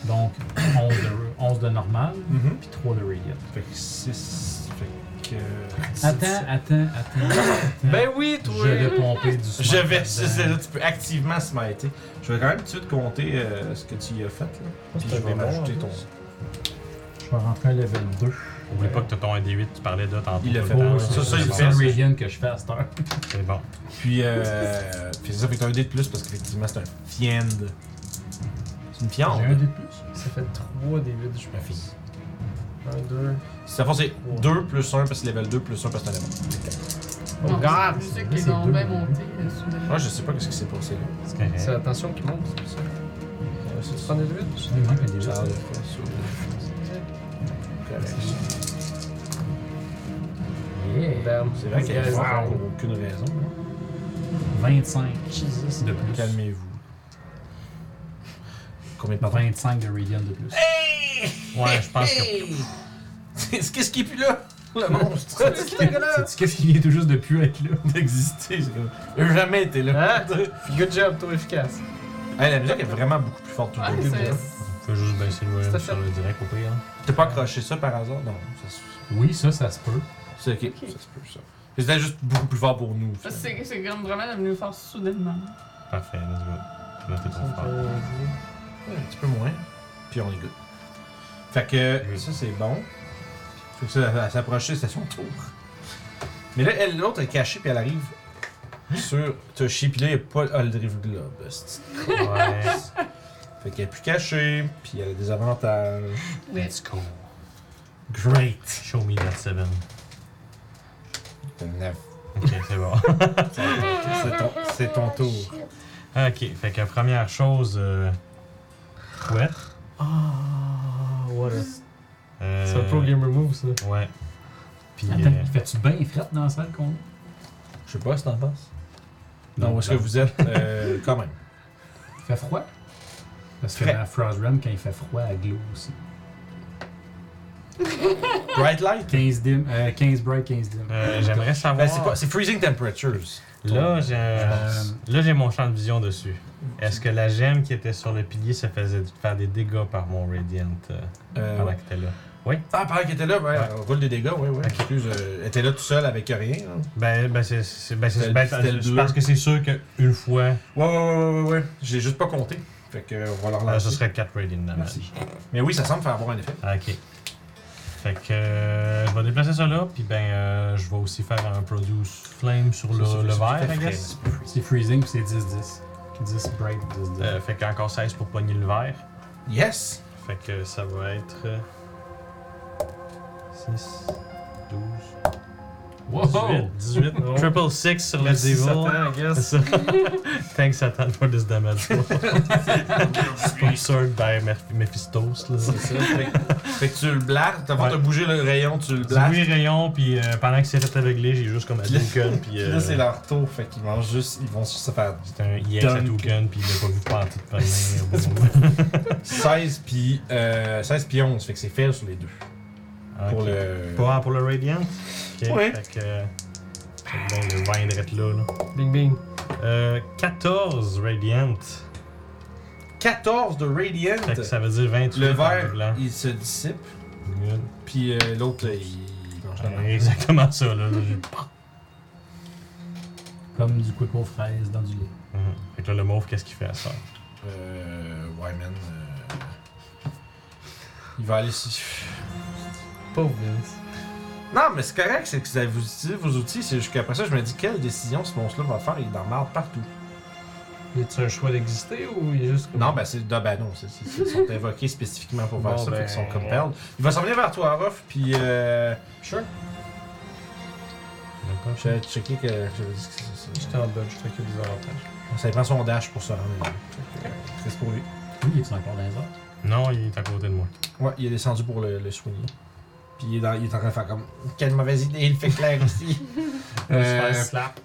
Donc 11 de, 11 de normal, puis 3 de radiant. Mm-hmm. Fait que 6. Fait que. euh, Attends, attends, attends. Ben oui, Je toi! vais pomper du smite Je vais. dedans. c'est là, tu peux activement smitter. Je vais quand même tout de suite compter euh, ce que tu y as fait. Là. Puis je vais m'ajouter ton. Je vais rentrer à level 2. Oublie pas que t'as ton 1D8, tu parlais de tantôt. Il l'a tout fait le pas, temps. ouais. Ça, ça, c'est il le le seul fait. Radiant que je fais à cette heure. C'est bon. Puis, euh, puis c'est ça, fait que t'as un dé de plus parce qu'effectivement, c'est un fiend. C'est une J'ai un fiende. dé de plus. Ça fait 3 des 8, je pense. 1, 2. Ça fait c'est 2 plus 1 parce que level 2 plus 1 parce que t'as level. Oh, Non, God! c'est musique c'est vrai, qui est c'est donc deux. bien montée, euh, soudainement. Ouais, Ah, je sais pas qu'est-ce qui s'est passé là. C'est C'est correct. la tension qui monte, c'est pour ça. Euh, Tu c'est- prends des 8? Il manque un dé de Charles, plus. fait sur le- Correct. Yeah. Damn. C'est vrai qu'il y a Yes. wow. pour aucune raison. là. 25 Jesus. de plus. Ben, Calmez-vous. Combien de temps 25 de radiant de plus. Ouais, je pense que. C'est- Qu'est-ce qui est plus là? Le monstre! Sais-tu qu'est-ce qui vient tout juste de plus être là? d'exister. c'est comme- Il a jamais été là. Hein? Good job, toi, efficace. Hey, la musique est vraiment beaucoup plus forte tout le Ouais, temps. c'est- Fais juste baisser le volume C'était sur fait. le direct au pire. hein. T'as pas accroché ça par hasard? Non. ça se- Oui, ça, ça se peut. C'est ok. Ok. Ça se peut, ça. C'était juste beaucoup plus fort pour nous. Parce que finalement. c'est- c'est comme vraiment devenu fort soudainement. Parfait, let's go. Là, t'es trop fort. Ouais, Un petit peu moins. Puis on est good. Fait que Oui. ça, c'est bon. Fait que ça, elle, elle s'approchait, c'était son tour. Mais là, elle, l'autre, elle est cachée, puis elle arrive sur Toshi, puis là, il n'y a pas Aldrive Globe. c'ti. Ouais. Fait qu'elle est plus cachée, puis elle a des avantages. Mais Let's go. Great! Show me that seven. Neuf. Ok, c'est bon. C'est ton, c'est ton tour. ok, fait que première chose. Euh... Ouais. Ah, what a. Euh... C'est un pro gamer move ça. Ouais. Puis. Attends, euh, fais-tu bien frette dans la salle qu'on. Je sais pas si t'en penses. Non, où est-ce que vous êtes? euh, quand même. Fait froid? Parce que Frais. la Frost Run, quand il fait froid, elle glow aussi. Bright light? 15 dim, euh, 15 bright, 15 dim. euh, J'aimerais savoir. Ben, c'est, pas, c'est freezing temperatures. Là, j'ai Euh, là, j'ai mon champ de vision dessus. Est-ce que la gemme qui était sur le pilier se faisait faire des dégâts par mon Radiant euh, Euh, pendant que t'étais là? Ah, pareil qu'elle était là, ouais, Ouais. on roule des dégâts, ouais, ouais. Excuse, euh, elle était là tout seul avec rien. hein. Ben, ben c'est- c'est. Ben, c'est. C'était Ben, le- c'était le je bleu. pense que c'est sûr qu'une fois, euh, Ouais, ouais, ouais, ouais, ouais. Je l'ai juste pas compté. Fait que, euh, on va leur euh, lancer. ce serait 4 Radiant damage. Merci. Mais oui, ça semble faire avoir un effet. Ah, Ok. Fait que euh, je vais déplacer ça là, puis ben euh, je vais aussi faire un Produce Flame sur le, Ça, c'est- le ça verre, fait I frais, guess. c'est plus frais. C'est freezing, puis c'est 10-10. 10 bright, 10-10. Euh, fait qu'encore 16 pour pogner le verre. Yes! Fait que ça va être. euh, 6, 12, wow! 18. Non. Triple 6 sur le Merci Devil. Satan, I C'est guess. ça. Thanks Satan for this damage. Sponsored by Meph- Mephistos. Là. C'est ça. fait, que- fait que tu le blastes, avant Ouais. de bouger le rayon, tu le Du blastes. oui rayon, puis euh, pendant que c'est fait aveuglé, j'ai juste comme un Puis là- token, puis. Puis euh, Là, c'est leur tour, fait qu'ils vont juste, ils vont juste se faire C'est un IX à Dunk. token, puis il l'a pas vu pas en tout de 16 puis euh, 16 puis 11, fait que c'est fail sur les deux. Pour le. Pour, pour le Radiant? Ok, Ouais. Fait que. euh, Fait que bon, le vin est direct là. là. Bing bing. Euh, 14 Radiant. 14 de Radiant. Fait que ça veut dire 28 Le en vert, doublant. il se dissipe, Good. puis euh, l'autre, euh, il. mange la Ouais, merde. Exactement ça, là. Comme du quick aux fraises dans du lait. Mhm. Fait que là, le mauve, qu'est-ce qu'il fait à ça? Euh. Ouais, man. euh, Il va aller si. Pauvre Vince. Non, mais c'est correct, c'est que ça vous utilisez vos outils. C'est jusqu'après ça, je me dis quelle décision ce monstre-là va faire. Il est dans le marde partout. Y a-tu un choix d'exister ou il est juste. Non, ben c'est. non, ben non, c'est- c'est- c'est- ils sont invoqués spécifiquement pour faire Bon, ça, fait ben- qu'ils sont compelled. Il va s'en venir vers toi, Ruff, puis euh. Sure. J'avais checké que. J'avais dit que c'est J'étais en dodge, je t'occupe des avantages. Ça prend son dash pour se rendre là. Fait que, euh, C'est pour lui. Oui, il est encore dans les airs. Non, il est à côté de moi. Ouais, il est descendu pour le, le soigner. Puis il est, dans- il est en train de faire comme. Quelle mauvaise idée, il fait clair ici. Euh, slap.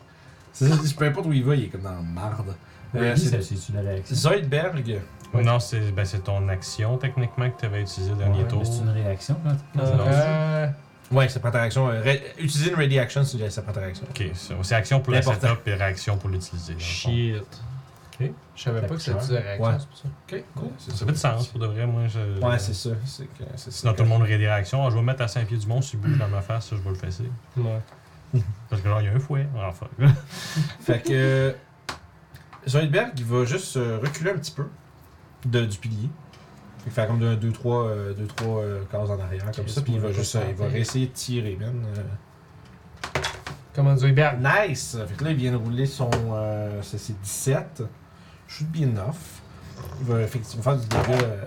c'est ça, je- peu importe où il va, il est comme dans la marde. Euh, Oui, c'est- ça, c'est une réaction. Zoidberg. Ouais. Non, c'est ben, c'est ton action, techniquement, que tu avais utilisé le dernier Ouais, tour. mais C'est une réaction quand Non. Euh, ouais, ça prend ta réaction. euh, ré- Utiliser une ready action, c'est- ça prend ta réaction. Ok, ça- c'est action pour la L'important. setup et réaction pour l'utiliser. dans le fond. Shit. Ok. Je savais Fait pas que que c'était ça. de réaction, Ouais. c'est pour ça. Ok, cool. Ouais, c'est Ça fait du sens pour de vrai, moi. Je... Ouais, c'est ça. C'est que, c'est ça Sinon, que- tout le monde aurait des réactions. Ah, je vais me mettre à 5 pieds du mont, si bouge dans ma face, ça, je vais le fesser. Ouais. Parce que genre, il y a un fouet. Alors, fuck. Fait que. euh, Zoidberg, il va juste euh, reculer un petit peu de- du pilier. Fait que faire comme 2-3 deux, trois, euh, deux, trois, euh, cases en arrière, comme Ok, ça. c'est Puis il bon, va je juste. vais euh, il va faire. essayer de tirer, man. euh. Comment dire, Berg? Nice! Fait que là, il vient de rouler son. euh, c'est c'est 17. Should be enough. Il va effectivement faire du dégât. euh.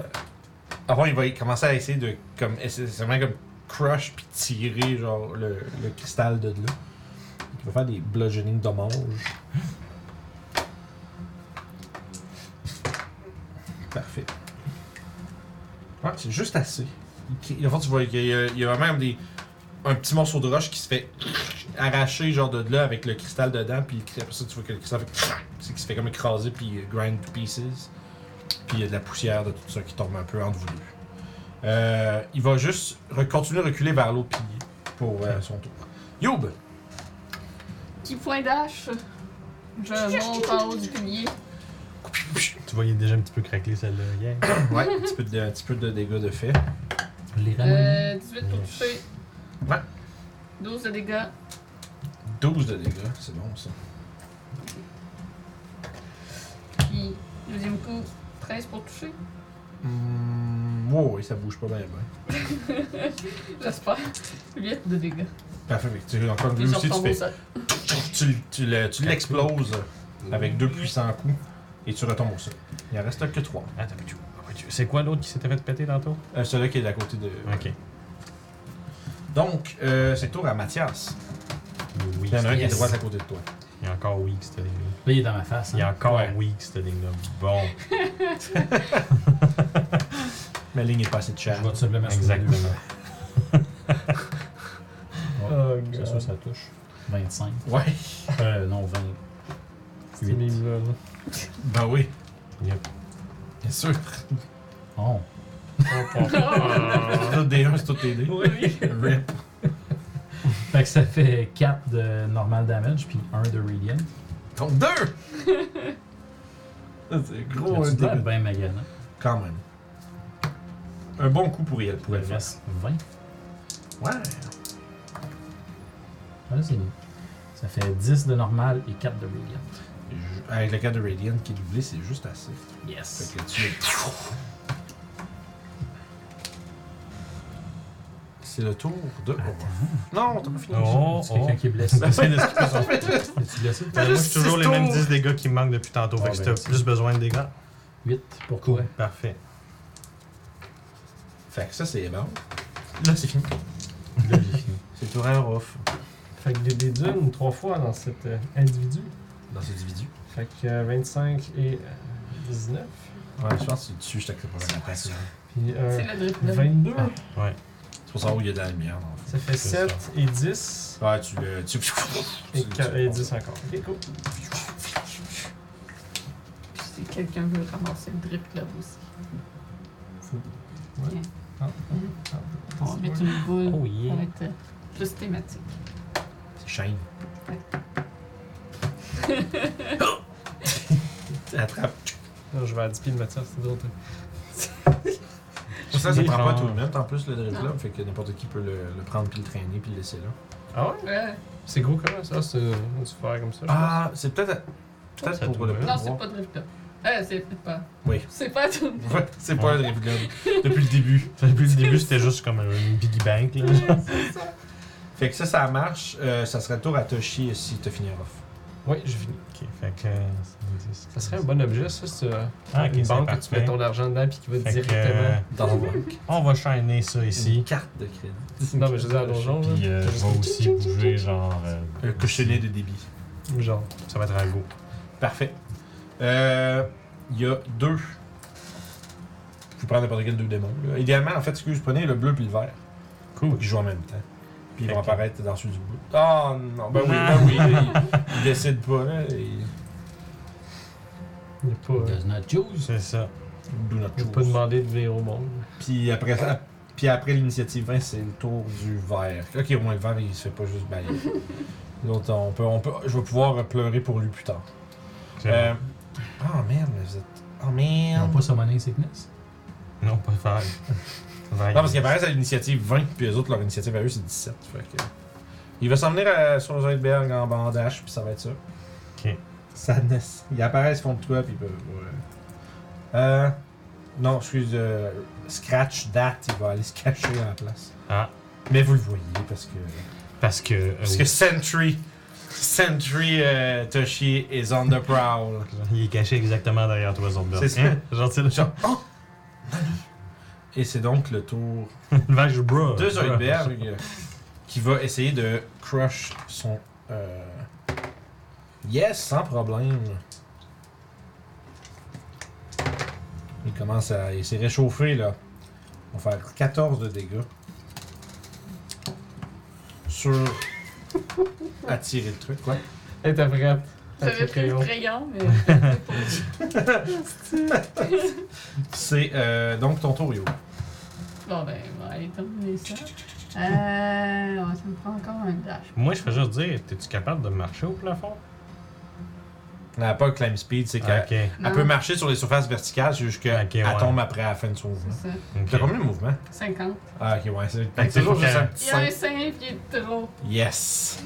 Avant, il va commencer à essayer de. comme essayer- C'est vraiment comme crush puis tirer, genre, le, le cristal de de là. Il va faire des bludgeoning dommages. Parfait. Ouais, c'est juste assez. Il, en fait, tu vois qu'il y a, il y a même des, un petit morceau de roche qui se fait arracher genre de là avec le cristal dedans, puis après ça, tu vois que le cristal fait c'est qu'il se fait comme écraser puis euh, grind to pieces. Puis il y a de la poussière de tout ça qui tombe un peu entre vous deux. Euh, il va juste re- continuer à reculer vers l'autre pilier pour euh, son tour. Youb! Petit point d'âge. Je monte en haut du pilier. tu tu vois, il est déjà un petit peu craquelé celle-là. Yeah. Ouais, un petit peu de, un petit peu de dégâts de fait. Les ramène. Euh, 18 pour toucher. Ouais. 12 de dégâts. 12 de dégâts, c'est bon ça. Puis, deuxième coup, 13 pour toucher. Hum, wow, ça bouge pas bien, bien. J'espère. 8 de dégâts. Parfait, fait que tu encore Puis lui je Ah, aussi, tu retombe au fais. sol. Tu, le- tu le- tu l'exploses avec deux puissants coups et tu retombes au sol. Il en reste que trois. Attends, tu- ah, tu- c'est quoi l'autre qui s'était fait péter tantôt? Euh, Celui-là qui est à côté de. Ok. Donc, euh, c'est tour à Mathias. Il Oui, y en a un qui est Yes. droit à côté de toi. Il y a encore weak, cette ligne-là. Là, il est dans ma face. Il y a Hein. encore Ouais. weak, cette ligne-là. Bon, Ma ligne est pas assez de Je charge. vais tout simplement sur les exactement. Oh, deux. C'est sûr, ça touche. 25. Ouais. Euh, non, 20. C'est Huit. mes idoles. Ben oui. Yep. Bien sûr. Oh. Là, D1, c'est tout aidé. Oui. Rip. Fait que ça fait 4 de normal damage, puis 1 de radiant. Donc, deux! Ça, c'est gros, un tu dégât. l'air bien magané. Quand même. Un bon coup pour elle, pour Il elle faire. reste 20. Ouais. Ah, c'est mieux. Ça fait 10 de normal et 4 de radiant. Je- Avec le cas de Radiant qui est doublé, c'est juste assez. Yes. Fait que tu. C'est le tour de. Non, t'as pas fini. Oh, C'est oh. quelqu'un qui est blessé. J'essaie de skipper son fait. Es-tu blessé? T'as Moi, juste j'ai toujours six les mêmes tours. 10 dégâts qui me manquent depuis tantôt. Ah, Fait que si ben, t'as plus besoin de dégâts, 8. Pourquoi? parfait. Fait que ça, c'est bon. Là, c'est fini. Là, j'ai fini. C'est le tour à Ruff Fait que j'ai des dunes trois fois dans cet euh, individu. dans cet individu. Fait que euh, 25 et euh, 19. Ouais, je pense que c'est dessus, je t'accepte pas la passe. Puis euh, C'est un la drift. 22. C'est pour savoir où il y a de la lumière, dans le fond. Ça fait C'est 7 et 10. Ouais, tu le. Tu. Et, tu- quatre- tu- et 10 encore. Ok, cool. Puis si quelqu'un veut ramasser le drip là aussi. Ouais. Ah, ah, ah, On va mettre une boule. Oh yeah. On va être euh, plus thématique. C'est Shane. Attrape. Non, je vais à 10 pieds de matière, c'est d'autres. Ça, ça Des prend pas gens. tout le même. En plus, le drive Non. là, fait que n'importe qui peut le, le prendre puis le traîner puis le laisser là. Ah ouais? Ouais. C'est gros comment ça? C'est une sphère comme ça? je Ah, c'est peut-être. Ça, ça Peut-être pour doit le. être. Non, voir. c'est pas drift là. Euh, c'est pas. Oui. C'est pas tout. Ouais, c'est pas un drive là. Depuis le début. Depuis le début, c'était juste comme une piggy bank. Là. Fait que ça, ça marche. Euh, ça serait le tour à Toshi si t'as fini off. pense. Oui, j'ai fini. Ok, fait que. euh, c'est dix, Ça serait un bon objet, ça, c'est euh, Ah, ok, une c'est banque que tu parfait. mets ton argent dedans puis qui va Fait que, directement. Dans le banc. euh, on va shiner ça Une ici. carte de crédit. Non, mais je veux dire, à donjon, là. Puis euh, t'as je juste- vais aussi bouger, genre. euh, Un cochonnet de débit. Genre. Ça va être à go. Parfait. Euh, Il y a deux. Je prends n'importe quel deux démons. là. Idéalement, en fait, ce que vous prenez, le bleu puis le vert. Cool. Ils jouent en même temps. Puis ils Fait vont que- apparaître dans celui du bout. Ah non, ben oui, ben oui. Ils, ils décident pas, là. Ils... Il n'a pas, euh, Does not choose. C'est ça. Do not il a choose. pas demandé de venir au monde. Puis après, ça- puis après l'initiative 20, c'est le tour du vert. Ok, au moins le vert, il se fait pas juste bailler. L'autre, on peut, on peut, je vais pouvoir pleurer pour lui plus tard. C'est Euh, oh merde, mais vous êtes. Oh Ils n'ont merde. pas summoning sickness. bon. Non, pas faire. Non, parce qu'ils apparaissent à l'initiative 20, puis les autres, leur initiative à eux, c'est 17. Fait que... euh, Il va s'en venir à- sur Zoidberg en bandage, puis ça va être ça. Ok. Ça naisse. Ils apparaissent font de toi, puis ils peuvent. ouais. Euh. Non, excuse. euh, scratch that, il va aller se cacher à la place. Ah. Mais vous le voyez, parce que. Parce que. euh, Parce que Sentry. Sentry euh, Toshi is on the prowl. Il est caché exactement derrière toi, Hein? Zombie. C'est ça. Gentil, le Genre, oh! Et c'est donc le tour vache, bro. de Zoidberg euh, qui va essayer de crush son. euh, Yes, sans problème. Il commence à. Il s'est réchauffé là. On va faire 14 de dégâts. Sur. Attirer le truc, quoi. Hey, t'as prête. T'as J'avais pris pris le crayon. crayon, mais. c'est pour- C'est euh, donc ton tour, Yo. Bon, ben, on va aller terminer ça. Euh. ouais, ça me prend encore un dash. Moi, je fais juste dire, t'es-tu capable de marcher au plafond? Elle n'a pas climb speed, c'est qu'elle Ah, Ok. elle peut marcher sur les surfaces verticales jusqu'à Ok, ouais. tombe après la fin de son C'est mouvement. ça. ok. T'as combien de mouvements? 50. Ah, ok, ouais. C'est Fait que toujours faut juste qu'elle- un petit Il y a un cinq. 5 pieds de trop. Yes!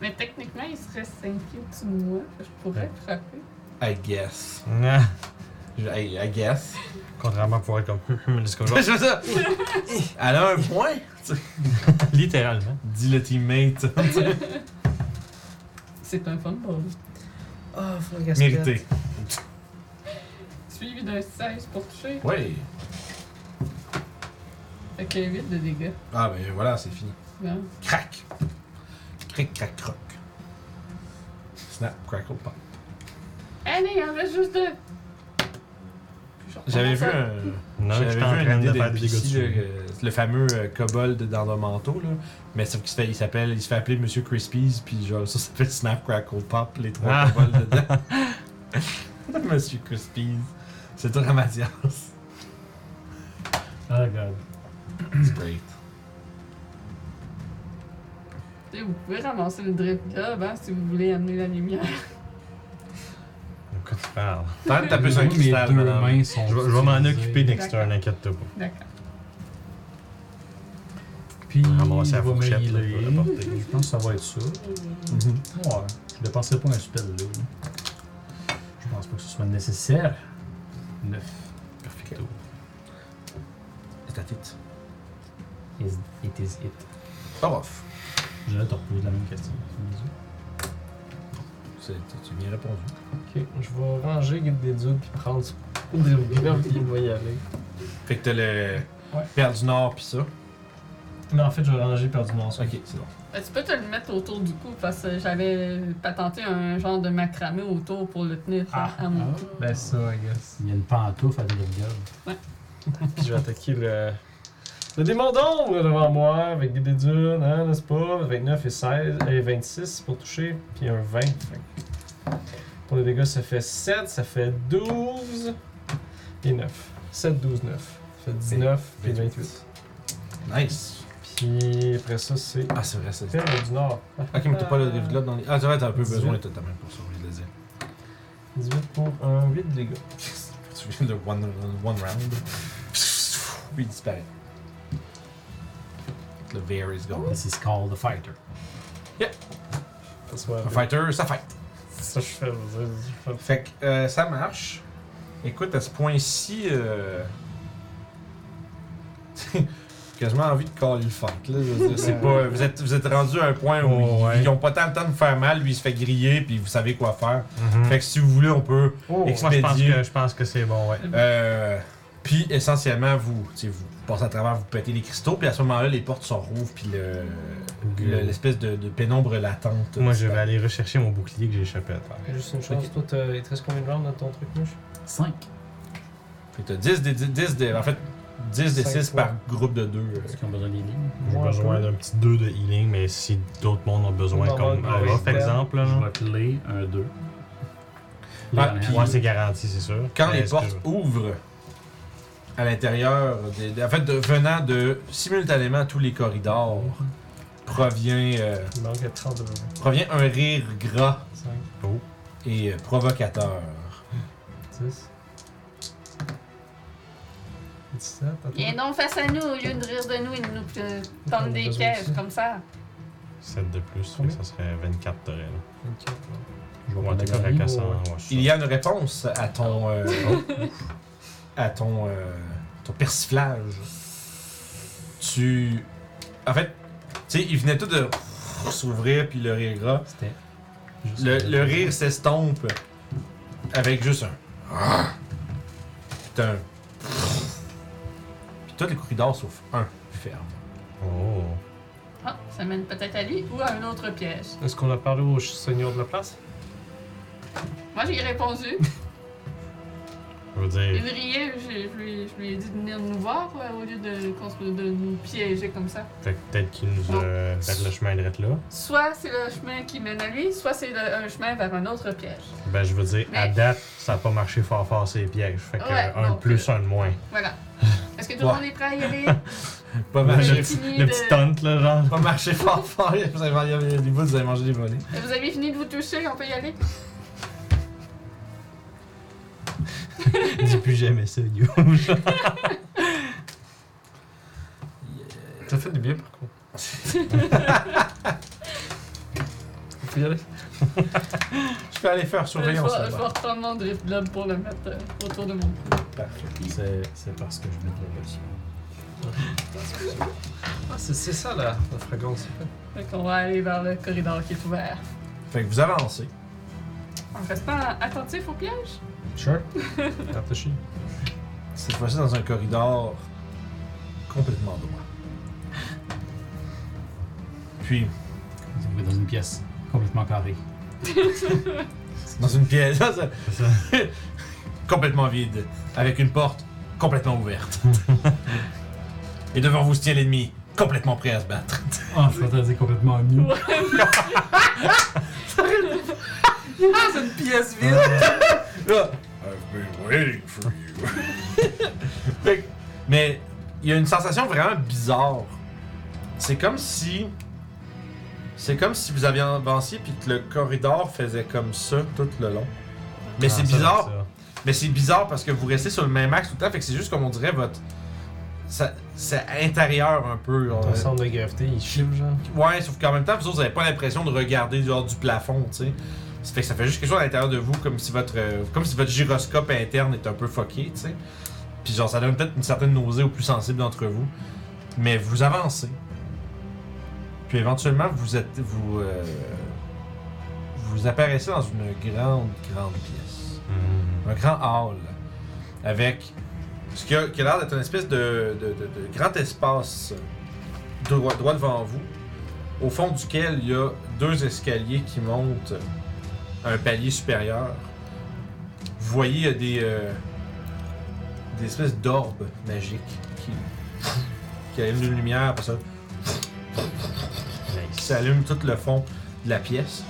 Mais techniquement, il serait 5 pieds au-dessus de moi. fait que Je pourrais frapper. I guess. Ah, Je- I, I guess. Contrairement à pouvoir être comme. Hum, hum, let's go, genre. Je fais ça! Elle a un point! Littéralement. Dis le teammate. C'est un fun ball. Ah, faut gasper. Mérité. Suivi d'un 16 pour toucher. Oui. Fait que 8 de dégâts. Ah, ben voilà, c'est fini. Bon. Crac! Cric, crac, croc. Snap, crackle, pop. Allez, il en reste juste deux. Puis je J'avais recommence vu à- un. Non, J'avais vu je suis en un train de idée faire des dégâts NPC, là, dessus. que- le fameux euh, kobold dans le manteau, là. Mais sauf qu'il se fait, il s'appelle, il se fait appeler Monsieur Crispies, puis genre, ça s'appelle Snap Crackle Pop, les trois Ah. kobolds dedans. Monsieur Crispies. C'est toi, Mathias. Ah, god. It's great. Tu sais, Vous pouvez ramasser le drip job hein, si vous voulez amener la lumière. De quoi tu parles? T'as de taper sur un Moi, mes cristal, deux madame. mains sont. Je vais, je vais m'en utilisées. occuper Dexter, n'inquiète-toi pas. D'accord. Puis, On va ramasser la il va me fourchette, là, healer. pour la porter. Je pense que ça va être ça. Ouais, je dépenserai pas un spell là. là. Je pense pas que ce soit nécessaire. 9. Perfecto. C'est à titre. Is- It is it. Pas off. Je vais te reposer la même question. C'est- Tu bien répondu. Ok, je vais ranger Guide des dieux puis prendre ce des rougeurs puis il va y aller. Fait que t'as le. Ouais. Perle du Nord, pis ça. Mais en fait, je vais ranger perdu mon Ok, c'est bon. Ben, tu peux te le mettre autour du cou parce que j'avais patenté un genre de macramé autour pour le tenir à- à mon cou. Ben ça, I guess. Il y a une pantoufle à des gueule. Puis je vais attaquer le. Le démon d'ombre devant moi avec des dédunes, hein, n'est-ce pas? 29 et 16 et 26 pour toucher, puis un 20. Fait que Pour les dégâts, ça fait 7, ça fait 12 et 9. 7, 12, 9. Ça fait 19 et 28. Nice. Puis après ça, c'est. Ah, c'est vrai, c'est Perle du Nord. Ok, mais t'as pas Euh, le développement dans les. Ah, c'est vrai, t'as un peu 18. besoin, t'as ta main pour ça, je le disais. 18 pour un 8 dégâts. Tu viens de one, one round. Puis il disparaît. Le bear is gone. This is called the fighter. Ça, soit- Un fighter, ça fight. Ça, je fais. je veux dire, je fais- Fait que euh, ça marche. Écoute, à ce point-ci, euh... quasiment envie de caller le fight. Là, je veux dire, c'est pas, vous, êtes, vous êtes rendu à un point où Oh, ils, ouais. ils ont pas tant le temps de vous faire mal, lui il se fait griller, puis vous savez quoi faire. Fait Fait que si vous voulez, on peut Oh, que moi, je pense Mhm. expédier. que, je pense que c'est bon, ouais. Euh, puis essentiellement, vous, tu sais, vous passez à travers, vous pétez les cristaux, puis à ce moment-là, les portes sont rouvrent, puis le- le- l'espèce de, de pénombre latente. Mm-hmm. euh, Moi, je disparaît. vais aller rechercher mon bouclier que j'ai échappé à terre. Juste une chance, toi, t'as- il te reste combien de rounds dans ton truc, mouche 5. Fait que t'as 10 des 10, des- en fait, 10 des Cinq 6 fois. par groupe de euh. 2. Est-ce qu'ils ont besoin des lignes J'ai Moi, besoin un peu. d'un petit 2 de healing, mais si d'autres mondes ont besoin, On va comme avoir une Ava, par mauvaise exemple, là, Je genre. vais clé un 2. Ah, puis- Moi, c'est garanti, c'est sûr. Quand Mais les est-ce portes que- ouvrent à l'intérieur, des- des- en fait, de- venant de simultanément tous les corridors, Mm-hmm. provient, euh, Il manque à 30 de provient un rire gras 5, et euh, provocateur. 10. 17, attends. Et non face à nous, au lieu de rire de nous, il nous euh, tente des Besoin pièges aussi. comme ça. 7 de plus, fait que Combien? ça serait 24 de réel. 24, Je vais vais monter prendre la correct à hein. vie, 100. ouais, ouais. ouais, je suis Il sûr. y a une réponse à ton. euh, à ton. euh, ton persiflage. Tu. En fait, tu sais, il venait tout de s'ouvrir, puis le rire gras. C'était. Le, le rire s'estompe avec juste un. Putain. Puis tous les corridors sauf un ferme. Oh. Ah, ça mène peut-être à lui ou à un autre piège. Est-ce qu'on a parlé au seigneur de la place Moi, j'ai répondu. Je veux Il dire. riait, j'ai- je lui, je lui ai dit de venir nous voir euh, au lieu de, qu'on se- de nous piéger comme ça. Fait que peut-être qu'il nous a Oh. fait le chemin direct là. Soit c'est le chemin qui mène à lui, soit c'est le- un chemin vers un autre piège. Ben, je veux dire, à Mais- date, ça n'a pas marché fort fort ces pièges. Fait que euh, Ouais, un non, de plus, que- un de moins. Voilà. Est-ce que tout le Ouais. monde est prêt à y aller? Pas Le, marché, fini le de- petit taunt, là, genre. pas marché fort fort. Vous avez mangé des bouts, vous avez mangé des volets. Vous avez fini de vous toucher, on peut y aller? Dis plus jamais ça, Guillaume. Ça fait du bien, par contre. On peut y aller? Je peux aller faire Je vais je vais surveillance là-bas. retourner mon drift globe pour le mettre euh, autour de mon cou. C'est c'est parce que je me trompe Ah, c'est c'est ça, la, la fragrance. Fait qu'on va aller vers le corridor qui est ouvert. Fait que vous avancez. En restant attentif au piège. Sure. Cette fois-ci dans un corridor complètement droit. Puis, Ils ont mis dans une pièce complètement carrée. dans une pièce complètement vide, avec une porte complètement ouverte. Et devant vous se tient l'ennemi, complètement prêt à se battre. Ah, je m'entendais complètement nu. Dans une pièce vide. Là, I've been waiting for you. Fait que- mais il y a une sensation vraiment bizarre. C'est comme si. C'est comme si vous aviez avancé puis que le corridor faisait comme ça tout le long. Ah, Mais c'est bizarre. Mais c'est bizarre parce que vous restez sur le même axe tout le temps. Fait que c'est juste comme on dirait votre. ça- C'est intérieur un peu. genre. euh, Ton centre de gravité, il chiffre, genre. Ouais, sauf qu'en même temps, vous autres, vous avez pas l'impression de regarder genre du plafond, tu sais. Ça fait que ça fait juste quelque chose à l'intérieur de vous, comme si votre euh, comme si votre gyroscope interne est un peu fucké, tu sais. Puis genre, ça donne peut-être une certaine nausée aux plus sensibles d'entre vous. Mais vous avancez. Puis éventuellement, vous êtes vous euh, vous apparaissez dans une grande grande pièce, Mm. un grand hall avec ce qui a, qui a l'air d'être une espèce de, de- de- de grand espace droit, droit devant vous, au fond duquel il y a deux escaliers qui montent à un palier supérieur. Vous voyez, il y a des, euh, des espèces d'orbes magiques qui, qui allument une lumière, après ça, qui s'allume tout le fond de la pièce.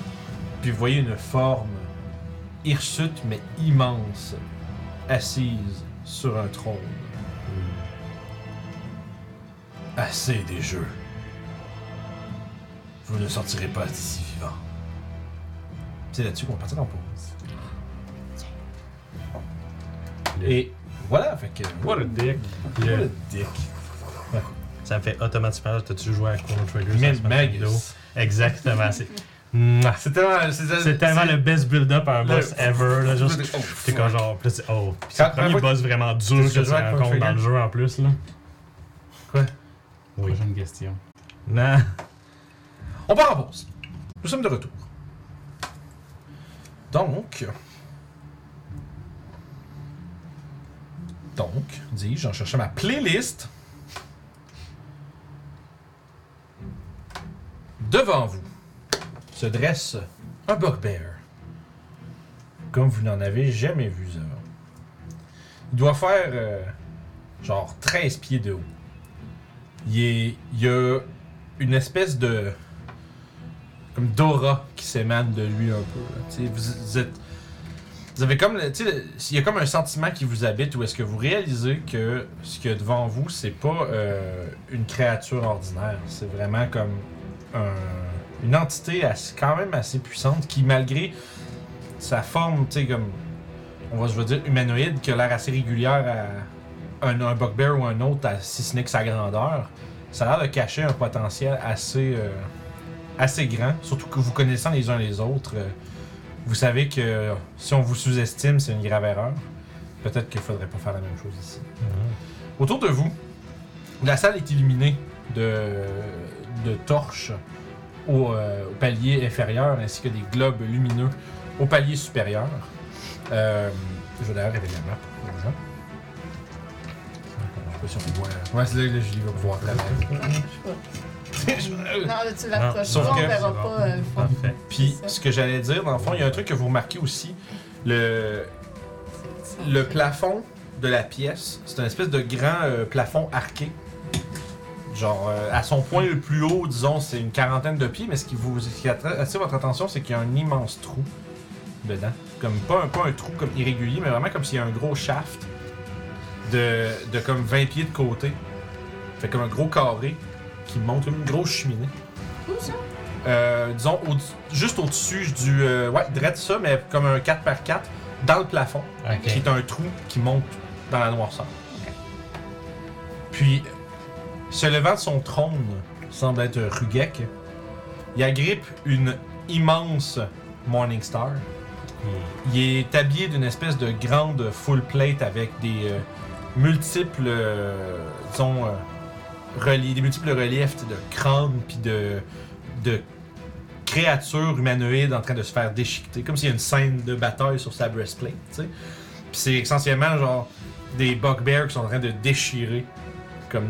Puis vous voyez une forme hirsute mais immense, assise sur un trône. Assez des jeux. Vous ne sortirez pas d'ici vivant. C'est là-dessus qu'on va partir en pause. Et voilà, fait que. What a dick. What a dick. euh, Ça me fait automatiquement, t'as-tu joué à Chrono Trigger? ça, Mais la semaine vidéo? Magus. Exactement, c'est... Mouah. C'est tellement. C'est C'est tellement le best build-up à un Le- boss ever, là, juste... Oh, T'es comme genre, plus oh, Quand- pis c'est le quand- premier boss vraiment dur que que je tu joue à rencontres Chrono dans le jeu en plus, là. Oui. Prochaine question. Non. On part en pause. Nous sommes de retour. Donc. Donc, dis-je, en cherchant ma playlist. Devant vous se dresse un bugbear. Comme vous n'en avez jamais vu avant. Il doit faire euh, genre 13 pieds de haut. Il, est- il y a une espèce de comme d'aura qui s'émane de lui un peu. là. Tu sais, Vous, vous êtes. Vous avez comme. le- tu sais, le- Il y a comme un sentiment qui vous habite où est-ce que vous réalisez que ce qu'il y a devant vous, c'est pas euh, une créature ordinaire. C'est vraiment comme un- une entité assez- quand même assez puissante qui, malgré sa forme, tu sais, comme. On va, je veux dire, humanoïde, qui a l'air assez régulière à un, un bugbear ou un autre, à- si ce n'est que sa grandeur, ça a l'air de cacher un potentiel assez. euh, assez grand, surtout que vous connaissant les uns les autres, euh, vous savez que euh, si on vous sous-estime, c'est une grave erreur. Peut-être qu'il faudrait pas faire la même chose ici. Autour de vous, la salle est illuminée de, de torches au, euh, au palier inférieur ainsi que des globes lumineux au palier supérieur. Euh, je vais d'ailleurs révéler la map aux gens. Je sais pas si on voit. Ouais, c'est là que je vais pouvoir travailler. Non, là, tu la Non, reproches sauf pas, on que- verra pas euh, le fond. Parfait. Puis C'est ça. ce que j'allais dire, dans le fond, il y a un truc que vous remarquez aussi. Le, le plafond de la pièce, c'est un espèce de grand euh, plafond arqué. Genre, euh, à son point le plus haut, disons, c'est une quarantaine de pieds, mais ce qui vous ce qui attra- attire votre attention, c'est qu'il y a un immense trou dedans. Comme pas un, pas un trou comme irrégulier, mais vraiment comme s'il y a un gros shaft de, de comme 20 pieds de côté. Fait comme un gros carré qui monte comme une grosse cheminée. Où ça? Euh, disons, au- juste au-dessus du. euh, ouais, drette ça, mais comme un 4x4. dans le plafond, Ok. qui est un trou qui monte dans la noirceur. Puis, se levant de son trône, semble être Rugek, il agrippe une immense Morningstar. Il est habillé d'une espèce de grande full plate avec des euh, multiples, euh, disons, euh, relie- des multiples reliefs tu sais, de crânes puis de, de créatures humanoïdes en train de se faire déchiqueter, comme s'il y a une scène de bataille sur sa breastplate, tu sais. Puis c'est essentiellement genre des bugbears qui sont en train de déchirer comme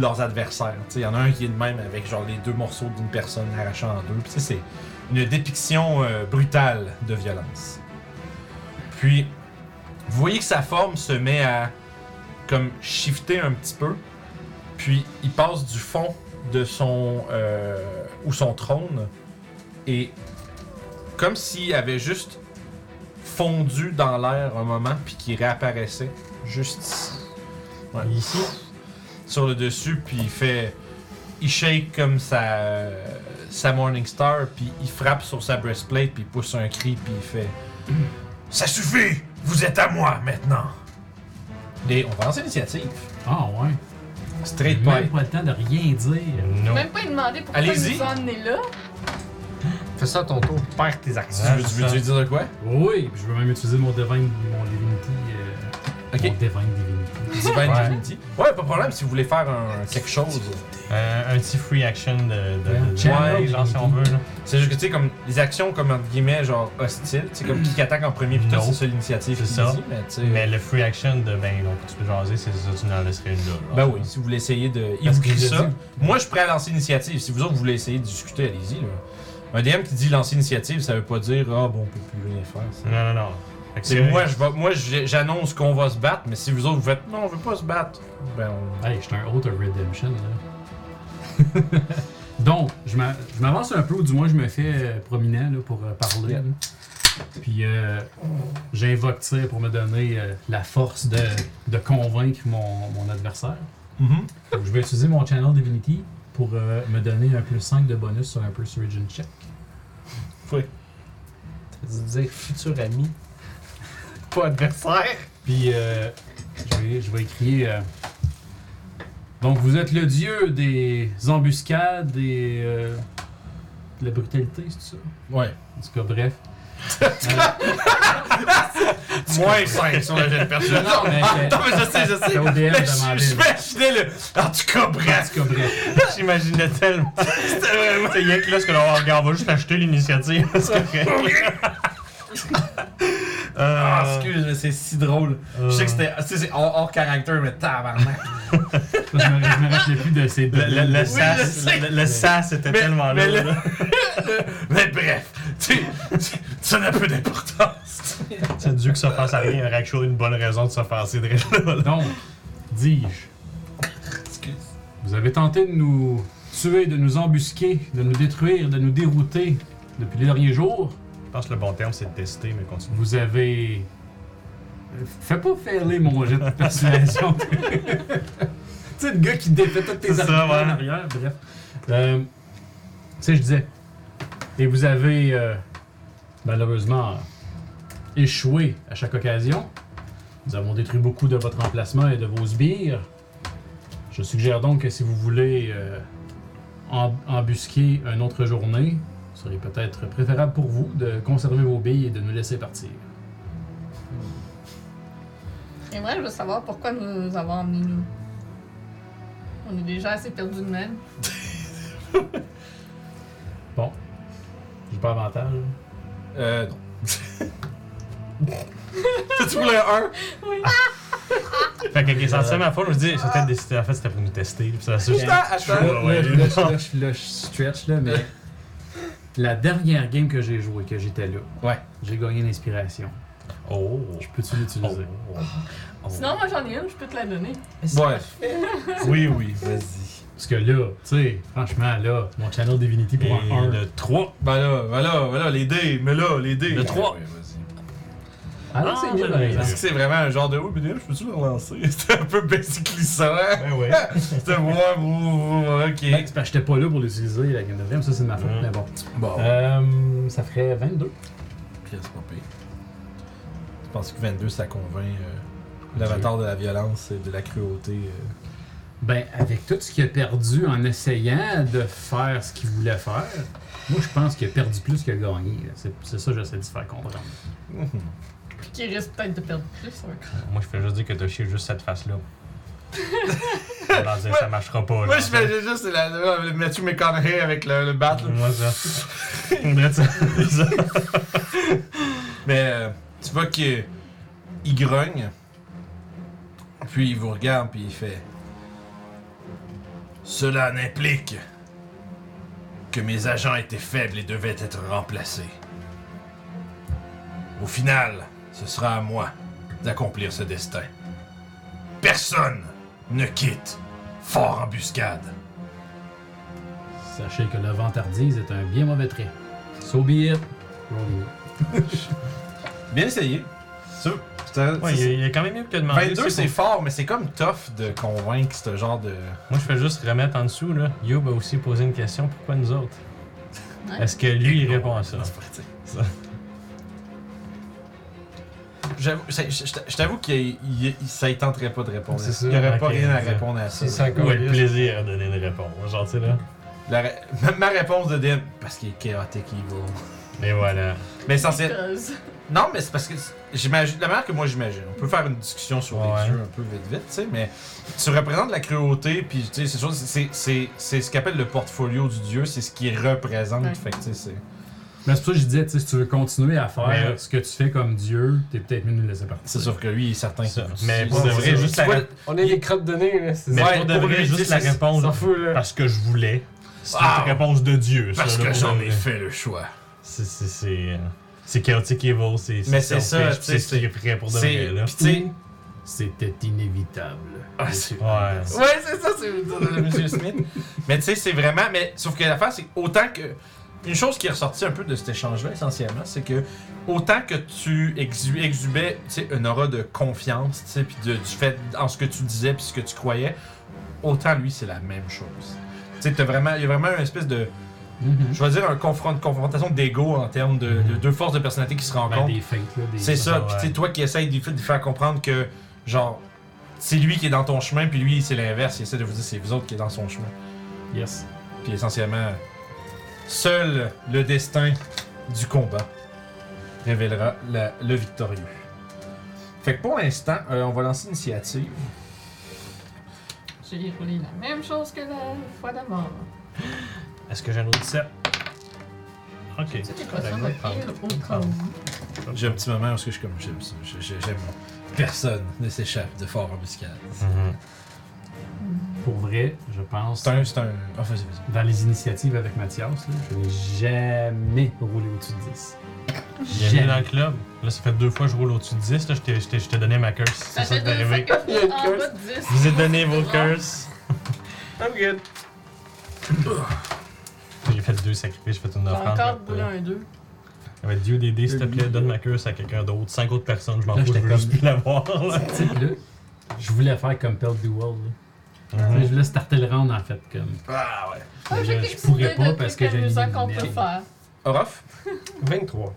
leurs adversaires. tu sais. Il y en a un qui est de même avec genre les deux morceaux d'une personne arrachant en deux. Puis tu sais, c'est une dépiction euh, brutale de violence. Puis, vous voyez que sa forme se met à comme shifter un petit peu. Puis, il passe du fond de son euh, ou son trône et comme s'il avait juste fondu dans l'air un moment puis qu'il réapparaissait juste ici. Ouais, ici sur le dessus puis il fait il shake comme sa, sa Morning Star, puis il frappe sur sa breastplate, puis il pousse un cri, puis il fait Ça suffit Vous êtes à moi maintenant Et on va lancer l'initiative. Ah ouais. Straight Même by. pas le temps de rien dire. Non. Même pas demandé pourquoi Allez-y. ils nous ont emmenés là. Fais ça à ton tour. Perds tes Tu actions. Hein? veux, tu veux- tu veux dire de quoi Oui, puis je veux même utiliser mon divine, mon divinity. euh, Ok. Mon divine divinity. Divine Ouais. Divinity. Ouais, pas de problème si vous voulez faire un- quelque chose. Euh, un petit free action de. de, de- Un channel. ouais, genre si on veut. Là. C'est juste que tu sais, comme les actions, comme entre guillemets, genre hostiles, tu sais, comme qui attaque en premier, puis toi, Non. c'est ça l'initiative. C'est qui ça. dit, Mais tu sais. Mais le free action de ben donc tu peux jaser, c'est ça, tu n'en laisserais une là. genre. Ben oui, si vous voulez essayer de. Il Parce vous qu'il crie l'a ça. dit. Moi, je suis prêt à lancer l'initiative. Si vous autres, vous voulez essayer de discuter, allez-y. là. Un DM qui dit lancer l'initiative, ça veut pas dire Ah, bon, on peut plus rien faire. ça. Non, non, non. Fait que C'est moi, je vais- moi, j'ai- j'annonce qu'on va se battre, mais si vous autres, vous faites Non, on veut pas se battre. Ben, on- Hey, j'étais un autre Redemption, là. Donc, je m'a- je m'avance un peu, ou du moins, je me fais euh, prominent là, pour euh, parler. Yeah. là. Puis, euh, j'invoque tir pour me donner euh, la force de, de convaincre mon, mon adversaire. Mhm. Donc, je vais utiliser mon Channel Divinity pour euh, me donner un plus 5 de bonus sur un Persuasion Check. Tu dire futur ami. pas adversaire. Puis, euh, je, vais, je vais crier. euh, donc, vous êtes le dieu des embuscades et euh, de la brutalité, c'est ça? Ouais. En tout cas, bref. Moins 5 sur le jet de perception. Non, mais- Attends, mais je sais, je sais. C'est au DM Mais demandé, je- Je là. m'imaginais le. En tout cas, En bref. tout cas, bref. J'imaginais tellement. C'est rien que là, ce que l'on regarde, on va juste acheter l'initiative. C'est correct. Ah, Euh, excuse, mais c'est si drôle. Je sais que c'était. c'est- C'est hors, hors caractère, mais tabarnak. Je me, je me rappelais plus de ces euh, Le, le, le bonus. je sas, sais. le, le sas était Mais- tellement mais lourd. le- là. Mais bref, tu, tu- ça n'a peu d'importance. C'est dû que ça passe à rien. Il y aurait toujours une bonne raison de s'offenser de Ben, là. Donc, dis-je, vous avez tenté de nous tuer, de nous embusquer, de nous détruire, de nous dérouter depuis les derniers jours. Je pense que le bon terme, c'est de tester, mais continue. Vous avez. Fais pas faire les mon jet de persuasion. tu sais, le gars qui défait toutes tes C'est ça, arguments en ouais. arrière, bref. Euh, tu sais, je disais. Et vous avez, euh, malheureusement, euh, échoué à chaque occasion. Nous avons détruit beaucoup de votre emplacement et de vos sbires. Je suggère donc que si vous voulez euh, em- embusquer une autre journée, ce serait peut-être préférable pour vous de conserver vos billes et de nous laisser partir. Et moi, je veux savoir pourquoi nous avoir emmenés nous. On est déjà assez perdus de même. Bon. J'ai pas avantage. là. Euh, non. tu voulais un? Fait que, ok, c'est la ma fois, je me dis, j'ai peut-être décidé, en fait, c'était pour nous tester. Puis ça, ça, Juste à Ah. attends. Ouais, ouais. Là, là, je- là, je- là, je stretch, là, mais la dernière game que j'ai jouée, que j'étais là, Ouais. j'ai gagné l'inspiration. Oh. Je peux-tu Oh. l'utiliser? Oh. Sinon, moi, j'en ai une, je peux te la donner. Ouais. Oui, oui, vas-y. Parce que là, tu sais, franchement, là, mon channel Divinity pour un 1. Et le 3. Ben là, ben là, ben là, les dés, mais là, les dés. Le trois. Ouais, ouais, vas-y. Ah là, Ah, c'est mieux, j'aime par bien. Est-ce exemple. que c'est vraiment un genre de oui, mais là, je peux-tu le relancer? C'était un peu basically ça. hein? Ben oui. C'était moi, moi, ok. Ben, c'est parce que j'étais pas là pour l'utiliser, la game de game, ça c'est de ma faute, Hmm, Mm. mais bon. Bon. Euh, ça ferait 22. Pièce pas pire. pensez que 22, ça convainc euh, l'avatar de la violence et de la cruauté. euh. Ben, avec tout ce qu'il a perdu en essayant de faire ce qu'il voulait faire, moi, je pense qu'il a perdu plus qu'il a gagné. là. C'est c'est ça que j'essaie de se faire comprendre. Puis qu'il risque peut-être de perdre plus. hein. Moi, je fais juste dire que Toshi a juste cette face-là. On va dire, ça marchera pas. Moi, là. je fais juste la, la- le Matthew McConaughey avec le, le bat. là. Moi, ça. On dirait ça. Mais euh, tu vois qu'il il grogne, puis il vous regarde, puis il fait Cela n'implique que mes agents étaient faibles et devaient être remplacés. Au final, ce sera à moi d'accomplir ce destin. Personne ne quitte Fort Embuscade. Sachez que le ventardise est un bien mauvais trait. So be it. Rolling. Bien essayé. Ouais, il y a- il y a quand même mieux que de demander. 22, c'est fort, mais c'est comme tough de convaincre ce genre de. Moi, je fais juste remettre en dessous, là. Youb a aussi posé une question. Pourquoi nous autres Ouais. Est-ce que lui, il répond à ça C'est parti. J'avoue- c'est- Je je- je t'avoue qu'il il- il- ça ne tenterait pas de répondre. C'est ça. Il n'y aurait pas Ok, rien à c'est- répondre à ça. C'est ça, Ou quoi. a le plaisir de donner une réponse Genre, tu sais, là. La ré- ma réponse de Deb, parce qu'il est chaotique, il va. Et voilà. Mais censé. Because- Non, mais c'est parce que c'est- j'imagine la manière que moi j'imagine. On peut faire une discussion sur Ouais. les dieux un peu vite vite, tu sais, mais tu représentes la cruauté, puis tu sais, c'est sûr, c'est- c'est c'est- c'est ce qu'appelle le portfolio du dieu, c'est ce qu'il représente. Ouais. Fait que tu sais, c'est. Mais c'est pour ça que je disais, tu sais, si tu veux continuer à faire Ben Mais- ce que tu fais comme Dieu, t'es peut-être mieux de nous laisser partir. C'est sûr que lui, il est certain. Ça. que- Mais c'est- pour c'est de vrai, ça. juste Tu la vois- ré- On a des crottes de nez, là. c'est Mais ça. Ouais, pour de pour vrai, lui, juste c'est- la c'est- réponse. S'en fout, là. Parce que je voulais. C'est Ah! une réponse de Dieu, ça. Parce là, que pour j'en de ai vrai. fait le choix. C'est. c'est- C'est. euh, C'est Chaotic Evil, c'est. Mais c'est ça, selfish, tu sais, C'est ce qu'il est prêt pour de C'est- vrai, là. Puis tu sais, C'était inévitable. Ah, c'est- Ouais. Ouais, c'est ça, c'est de Monsieur Smith. Mais tu sais, c'est vraiment. Mais sauf que l'affaire, c'est autant que. Une chose qui est ressortie un peu de cet échange-là, essentiellement, c'est que autant que tu exhu- exhubais tu sais, une aura de confiance, tu sais, puis de- du fait en ce que tu disais, puis ce que tu croyais, autant lui, c'est la même chose. Tu sais, t'as vraiment, il y a vraiment une espèce de, Mhm. je vais dire, un confront- une confrontation d'ego en termes de, Mm-hmm. de deux forces de personnalité qui se rencontrent. Ben, des fakes, là. Des... C'est ça, Ouais. puis c'est toi qui essayes de de faire comprendre que, genre, c'est lui qui est dans ton chemin, puis lui, c'est l'inverse. Il essaie de vous dire c'est vous autres qui est dans son chemin. euh, Yes. Puis essentiellement, seul le destin du combat révélera la- le victorieux. Fait que pour l'instant, euh, on va lancer l'initiative. J'ai roulé la même chose que la fois d'avant. Est-ce que j'ai un autre 7 Ok. C'était quoi ça, Ben, notre prends- île au cas où? J'ai un petit moment parce que je suis comme j'aime ça. Je- je- J'aime personne ne s'échappe de fort embuscade. Mhm. Pour vrai, je pense. C'est un. C'est un. Ah, vas-y, vas-y. Dans les initiatives avec Mathias, là, je n'ai jamais roulé au-dessus de 10. Bienvenue dans le club. Là, ça fait deux fois que je roule au-dessus de 10. Là, je t'ai- je t'ai je t'ai donné ma curse. C'est Ça ça fait qui est deux arrivé. fois que je Il suis y a en une bas de 10. Je vous ai donné vos Non. curses. I'm good. J'ai fait deux sacrifices, j'ai fait une J'ai offrande. encore roulé un 2. Ouais, Dieu des dés, s'il te plaît, donne ma curse à quelqu'un d'autre. Cinq autres personnes, je m'en Là, fous, je j'étais veux juste comme- plus l'avoir. là. Tu sais, puis là, je voulais faire comme Pelt Duel. là. Tu sais, Je Mm-hmm. Mhm. voulais starter le round en fait. Comme... Ah ouais. Ah, j'ai Je- quelques je pourrais idées de pas parce trucs que j'ai amusants une qu'on peut lumière. faire. Orof 23.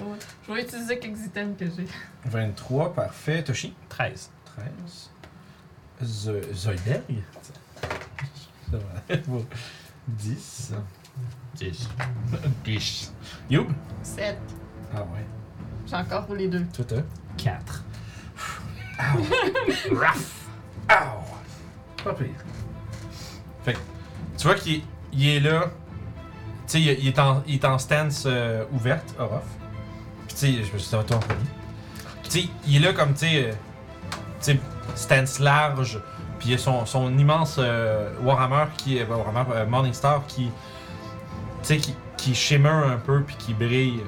Ouais. Je vais utiliser quelques items que j'ai. 23, parfait. Toshi 13. 13. Ze- Zoidberg. Ça va. 10. 10. 10. Youb. 7. Ah ouais. J'ai encore roulé 2. Toi, t'as. 4. Raf. Ow. Pas pire. Fait que, tu vois qu'il il est là. Tu sais, il, il est en- il est en stance euh, ouverte, Orof. Puis tu sais, je me suis dit, ça va toi en premier. Puis tu sais, il est là comme, tu sais, euh, tu sais, stance large. Puis il y a son, son immense euh, Warhammer qui est. pas Warhammer, euh, Morningstar qui. Tu sais, qui, qui shimmer un peu, puis qui brille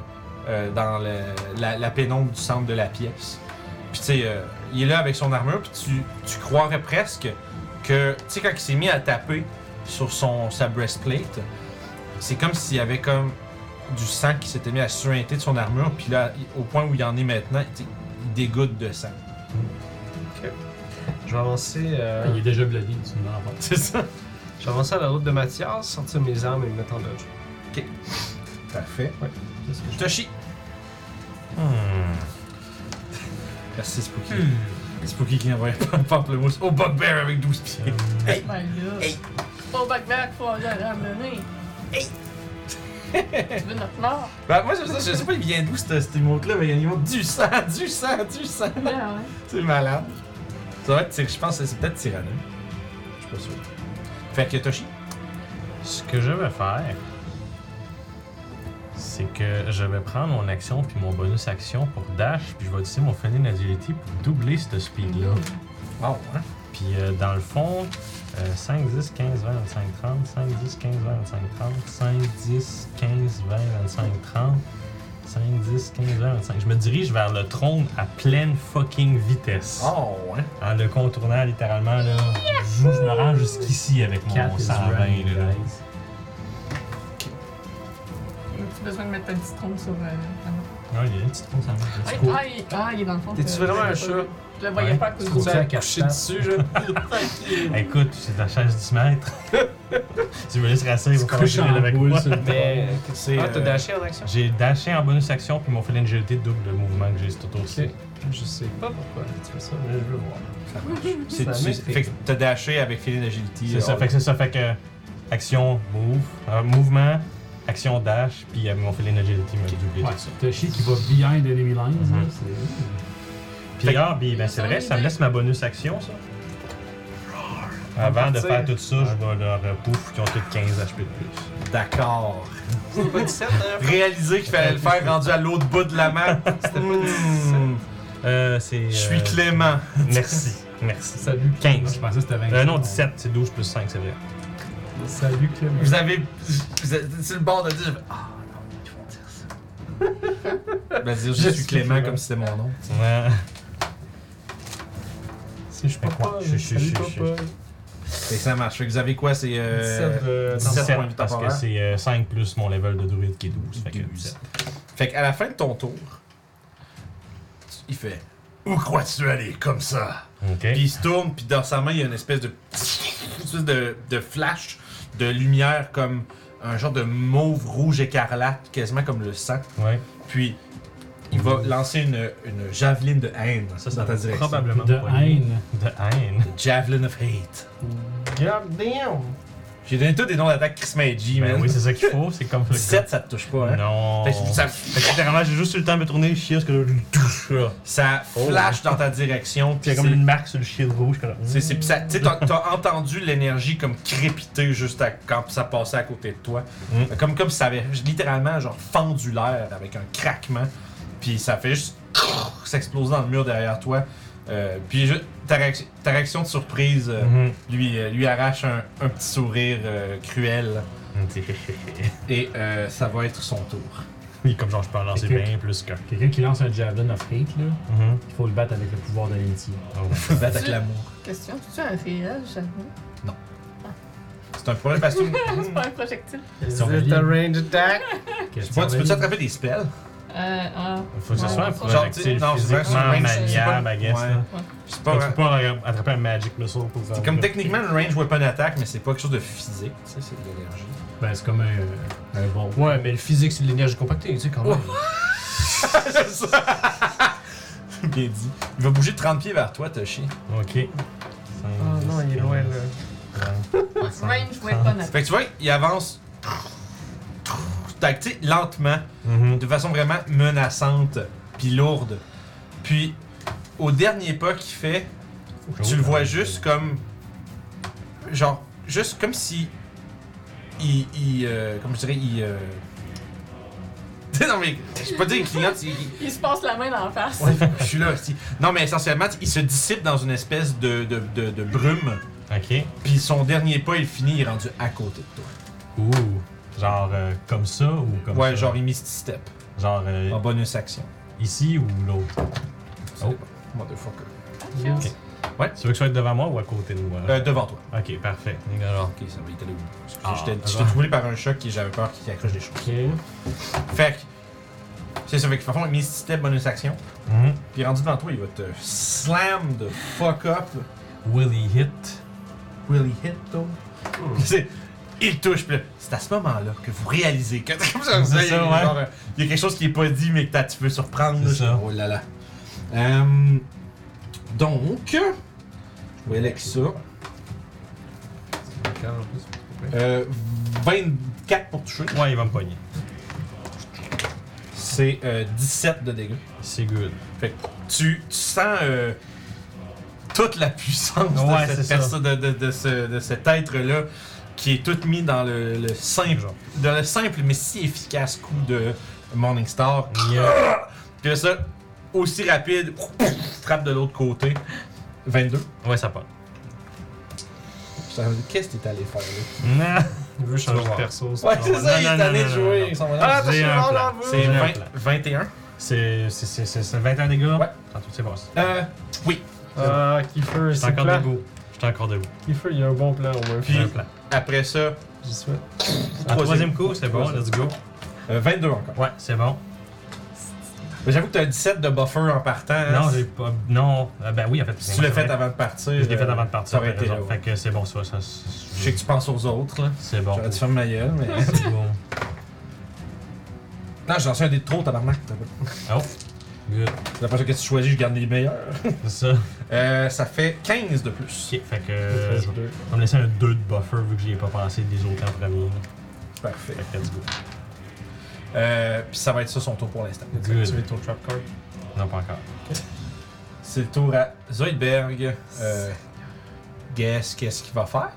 euh, dans le- la, la pénombre du centre de la pièce. Puis tu sais, euh, il est là avec son armure, puis tu, tu croirais presque que, tu sais, quand il s'est mis à taper sur son, sa breastplate, c'est comme s'il y avait comme du sang qui s'était mis à suinter de son armure, puis là, il- au point où il en est maintenant, tu sais, il dégoutte de sang. Je vais avancer. euh, Il est déjà bloodé, tu me l'envoies. C'est ça? Je vais avancer à la route de Mathias, sortir mes armes et me mettre en dodge. Parfait. C'est ce que je Toshi, Hmm. Merci Spooky. Spooky qui envoie un pamplemousse au bugbear avec 12 pieds. Ben là. Hey. Au backpack, faut aller la ramener. tu veux notre mort? Bah moi, je sais, je sais pas, il vient d'où cette, cette émote-là, mais il y a une émote du sang, du sang, du sang. Ouais, ouais. C'est malade. Ça va être, tir- je pense, que c'est peut-être Tyranne. Je suis pas sûr. Fait que Toshi. Ce que je vais faire, c'est que je vais prendre mon action puis mon bonus action pour dash, puis je vais utiliser mon Fenin Agility pour doubler ce speed-là. Mm. Wow, hein? Puis euh, dans le fond, euh, 5, 10, 15, 20, 25, 30, 5, 10, 15, 20, 25, 30, 5, 10, 15, 20, 25, 30, 5, 10, 15, 20, 25. Je me dirige vers le trône à pleine fucking vitesse. Ah. Oh, hein? En le contournant littéralement, là. Je, je me rends jusqu'ici avec mon 4 is 120, running, là. guys. As-tu besoin de mettre ta petite trompe sur euh, ta main? Ouais, il y a une petite trône, ça marche. Ah, il- ah, il, ah, il est dans le fond. T'es-tu euh, vraiment je un sais chat? pas. Je le voyais Ouais. pas à cause Tu du trouves ça à sac. quatre Couché pattes. dessus, là. Écoute, c'est ta chaise 10 mètres. tu me laisses rasser, il va falloir Tu que couches je en vienne avec boule moi. sur le Mais. C'est. Ah, t'as euh, dashé en action? J'ai dashé en bonus action, puis mon feline agilité double le mouvement que j'ai sur tour Ok. Je sais pas pourquoi tu fais ça, mais je veux voir. Ça marche. C'est- Ça c'est- m'effraie. Fait que t'as dashé avec filet d'agilité. C'est ça, Oh, fait que c'est ça, fait que action, move, euh, mouvement, action, dash, puis euh, mon feline agility m'a doublé Ouais, tout ça. Toshi qui va behind enemy lines. là, Mhm. c'est- Puis ah, puis, ben, c'est Ils vrai, sont ça me libres. laisse ma bonus action, ça. Avant de partir. faire tout ça, je vais leur euh, pouf, qui ont tous 15 HP de plus. D'accord. C'était pas 17 hein? Réaliser qu'il fallait le faire rendu à l'autre bout de la map. C'était pas 17. Hmm. Euh, c'est. Je euh, suis Clément. Merci, merci. Salut. 15. Je pensais que c'était 20. Euh, non, 17, c'est 12 plus 5, c'est vrai. Salut Clément. Vous avez. Vous êtes sur le bord de dire. je fais, Ah non, ils vont dire ça. Ben, dire je, suis Clément comme si c'était mon nom. Ouais. Si je suis Fait quoi? papa, Je- je- salut je- papa. je- Et ça marche. Fait que vous avez quoi C'est. Euh... 17 de- 17 17, points de parce que temporaire. c'est euh, 5 plus mon level de druide qui est 12. Fait que 12. 17. Fait qu'à la fin de ton tour, tu- il fait Où crois-tu aller comme ça Ok. Puis il se tourne, puis dans sa main, il y a une espèce de. une espèce de, de flash de lumière comme un genre de mauve rouge écarlate, quasiment comme le sang. Ouais. Puis il va lancer une, une javeline de haine Ça, dans ça ta va direction. probablement De pas aimer. haine. De haine. Javelin of Hate. God damn! J'ai donné tous des noms d'attaque Chris Maggi, Ben man. oui, c'est ça qu'il faut, c'est comme le 17, ça te touche pas, hein? Non. Fait que ça, Fait que littéralement, j'ai juste eu le temps de me tourner, chier, ce que je touche là. ça flash dans ta direction. Puis il Puis y a Oh. comme une marque sur le shield rouge. que là- hum. C'est, c'est, pis ça- tu sais, t'as, t'as entendu l'énergie comme crépiter juste à- quand ça passait à côté de toi. Mm. Comme, comme si ça avait littéralement genre fendu l'air avec un craquement. Puis ça fait juste s'exploser dans le mur derrière toi. Euh, puis juste, ta, réaction, ta réaction de surprise euh, Mhm. lui, euh, lui arrache un, un petit sourire euh, cruel. Et euh, ça va être son tour. Oui, comme genre, je peux en lancer Écoute. bien plus qu'un. Quelqu'un qui lance un javelin of hate, là, Mhm. il faut le battre avec le pouvoir de l'amitié. Oh, ouais. Battre avec l'amour. Question, tu as un réel, j'avoue? Hmm. C'est un problème parce que. C'est pas un projectile. Is surveillé. it a range attack? Je sais pas, tu peux-tu attraper des spells? Euh, ah, Faut que ce Ouais, soit un faut- projectile Genre, tu- non, c'est vrai que c'est physiquement même- c'est maniable, pas- I guess. ouais. là. C'est Fait pas que Tu peux pas euh, attraper un magic missile pour faire. C'est comme techniquement une range weapon attack, mais c'est pas quelque chose de physique, tu sais, c'est de l'énergie. Ben, c'est comme un, un bon. Ouais, mais le physique, c'est de l'énergie compactée, tu sais, quand même. Bien dit. Il va bouger de 30 pieds vers toi, Toshi. Ok. Oh non, il est loin, là. range weapon attack. Fait que tu vois, il avance. Tac, tu sais, lentement, Mhm. de façon vraiment menaçante, puis lourde. Puis, au dernier pas qu'il fait, Oh, tu le vois juste comme. Genre, juste comme si. Il. il euh, comme je dirais, il. euh, non, mais. Je peux pas dire une clignote, il- il- Il se passe la main dans la face. Ouais, je suis là aussi. Non, mais essentiellement, il se dissipe dans une espèce de, de, de- de brume. Ok. Puis son dernier pas, il finit, il est rendu à côté de toi. Ouh. Genre euh, comme ça ou comme ouais, ça? genre il Ah misty step Genre euh, en bonus action. ici ou l'autre? Oh. Motherfucker. Cute. Tu veux que je sois devant moi ou à côté de moi? Euh, devant toi. Ok, parfait. Alors, Ok, ça va, il était là. Excusez, Ah, j'étais- ah. j'étais troublé par un choc et j'avais peur qu'il accroche des choses. Ok. Fait que. C'est ça, fait que de toute façon, misty step, bonus action. mhm. Puis rendu devant toi, il va te slam de fuck up. Will he hit? Will he hit, though? Hmm. C'est- Il touche, puis là, c'est à ce moment-là que vous réalisez que comme ça, C'est il y a ça, ouais. genre, euh, il y a quelque chose qui est pas dit, mais que t'as- tu veux surprendre. C'est là. ça. Oh là là. Euh, donc, je vais aller avec ça. Encore en plus. Euh, 24 pour toucher. Ouais, il va me pogner. C'est euh, 17 de dégâts. C'est good. Fait que tu, tu sens euh, toute la puissance Ouais, de, c'est cette ça. perso- de, de- de ce- de cet être-là qui est tout mis dans le, le simple, Genre. dans le simple mais si efficace coup de Morningstar. Yeah. Puis là, ça, aussi rapide, frappe de l'autre côté. 22. Ouais, ça pogne. Ça veut dire, Qu'est-ce que t'es allé faire là? Non. Il veut Tu vas changer de voir. perso. c'est Ouais, pas c'est mal. ça, il non, est non, allé non, non, jouer. non. son Ah, bonhomme. j'ai un plan. C'est J'ai un 20 plan. 21. C'est c'est- c'est- c'est- c'est 21 dégâts. Ouais. Tantôt, c'est bon. J'étais Euh, oui. Ah, Kiefer, c'est encore plan. debout. J'étais encore debout. Kiefer, il a un bon plan au moins. Puis- J'ai un plan. Après ça, J'y souhaite. Un Troisième. troisième coup, c'est bon. Let's go. euh, 22 encore. Ouais, c'est bon. Mais J'avoue que t'as 17 de buffer en partant. hein. Non, j'ai pas. Non. Ah, Ben oui, en fait. Si tu l'as fait avant. avant de partir. Je l'ai fait euh, avant de partir. t'aurais t'as été raison. là, ouais. Fait que c'est bon, ça. ça Je sais que tu penses aux autres, là. C'est bon. J'aurais dû fermer ma gueule, mais. C'est bon. non, j'en suis un des de trop, tabarnak. T'as pas- Oh. Good. C'est la prochaine que tu choisis, je garde les meilleurs. C'est ça. Euh, ça fait 15 de plus. Ok, fait que. euh, Je vais je vais me laisser un 2 de buffer vu que j'y ai pas pensé des autres en premier. Parfait. Fait que let's go. Euh, Puis ça va être ça son tour pour l'instant. Activer Good. ton trap card. Non, pas encore. C'est le tour à Zoidberg. Euh, guess qu'est-ce qu'il va faire?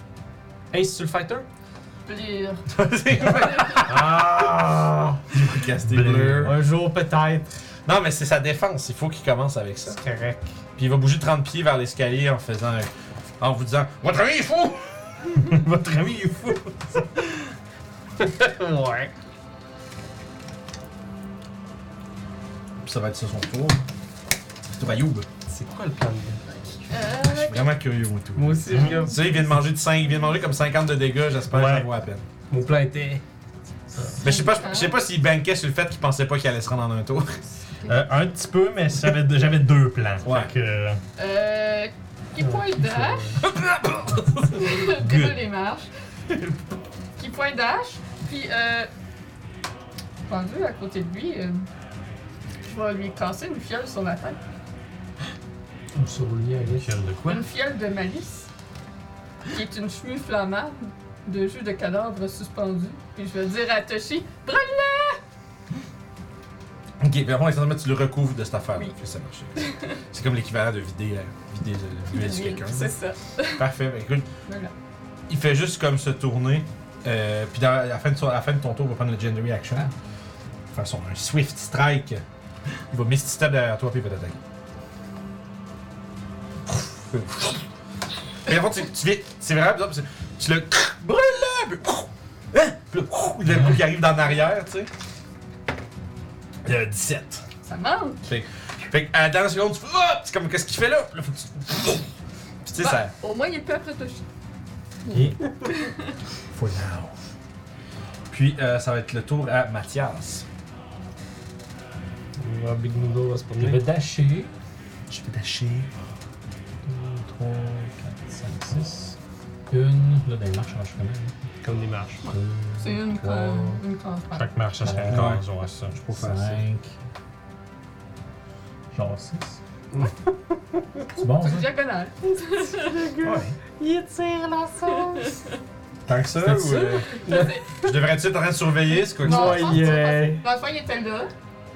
Ace sur le fighter? Blur. C'est vrai. Ah! Il va caster Bleu. bleu. Un jour peut-être. Non, mais c'est sa défense. Il faut qu'il commence avec ça. C'est correct. Puis il va bouger 30 pieds vers l'escalier en faisant. un- En vous disant Votre ami est fou! Votre ami est fou! ouais. Puis ça va être ça son tour. C'est tout à Youb. C'est quoi le plan de guerre? Euh, Je suis vraiment curieux, moi, tout. Moi aussi, je regarde. Tu sais, il vient de manger de 5, il vient de manger comme 50 de dégâts, j'espère que Ouais. ça vaut à peine. Mon plan était. Mais je sais pas, je sais pas s'il bankait sur le fait qu'il pensait pas qu'il allait se rendre en un tour. Euh, un petit peu, mais j'avais j'avais deux plans. Ouais. Fait que. euh, qui point dash. Désolé, marche. Qui point dash. Puis, euh, rendu à côté de lui, euh, je vais lui casser une fiole sur la tête. Ou sur le lien, Quel de quoi? Une fiole de malice, qui est une chemise flammable de jus de cadavre suspendu. Puis je vais dire à Toshi, brûle Ok, mais bon, essentiellement, tu le recouvres de cette affaire-là. Oui. Fait que Ça marche. C'est comme l'équivalent de vider la vider le- le- le- lui. quelqu'un. C'est ça. Parfait, ben écoute, Voilà. il fait juste comme se tourner. Euh, puis dans- à la, fin de, son- à la fin de ton tour, il va prendre le Legendary Action. Faire son un Swift Strike. Il va Misty Step derrière toi, puis il va t'attaquer. Mais en fait, tu, tu viens. C'est vraiment bizarre, parce que tu le. Brûle puis. Hein? Puis là, le coup qui arrive dans l'arrière, tu sais. Il y a 17. Ça manque. Fait que à la dernière seconde, tu fais. Hop! C'est comme, qu'est-ce qu'il fait là? Puis là, faut que tu. Puis tu sais, Bah, ça. Au moins, il est plus après Toshi. For now. Puis, euh, ça va être le tour à Mathias. là. Big Noodle va se Je vais promener. dasher. Je vais tâcher. 3, 4, 5, 6. Une. Là, ben, il marche, je suis quand même. Comme des marches. C'est une con. Une con. Chaque marche, ça serait une Ouais. case, ouais, c'est ça. Pour faire ça. 5. Genre 6. Ouais. C'est bon, ça? C'est diagonale. Ouais. Il tire la sauce. Tant que ça, Tant que ou. ça. euh, je devrais-tu être en train de surveiller ce quoi que ça? Non, Ouais, je pense que c'est pas yeah. passé. Dans le fond, il était là.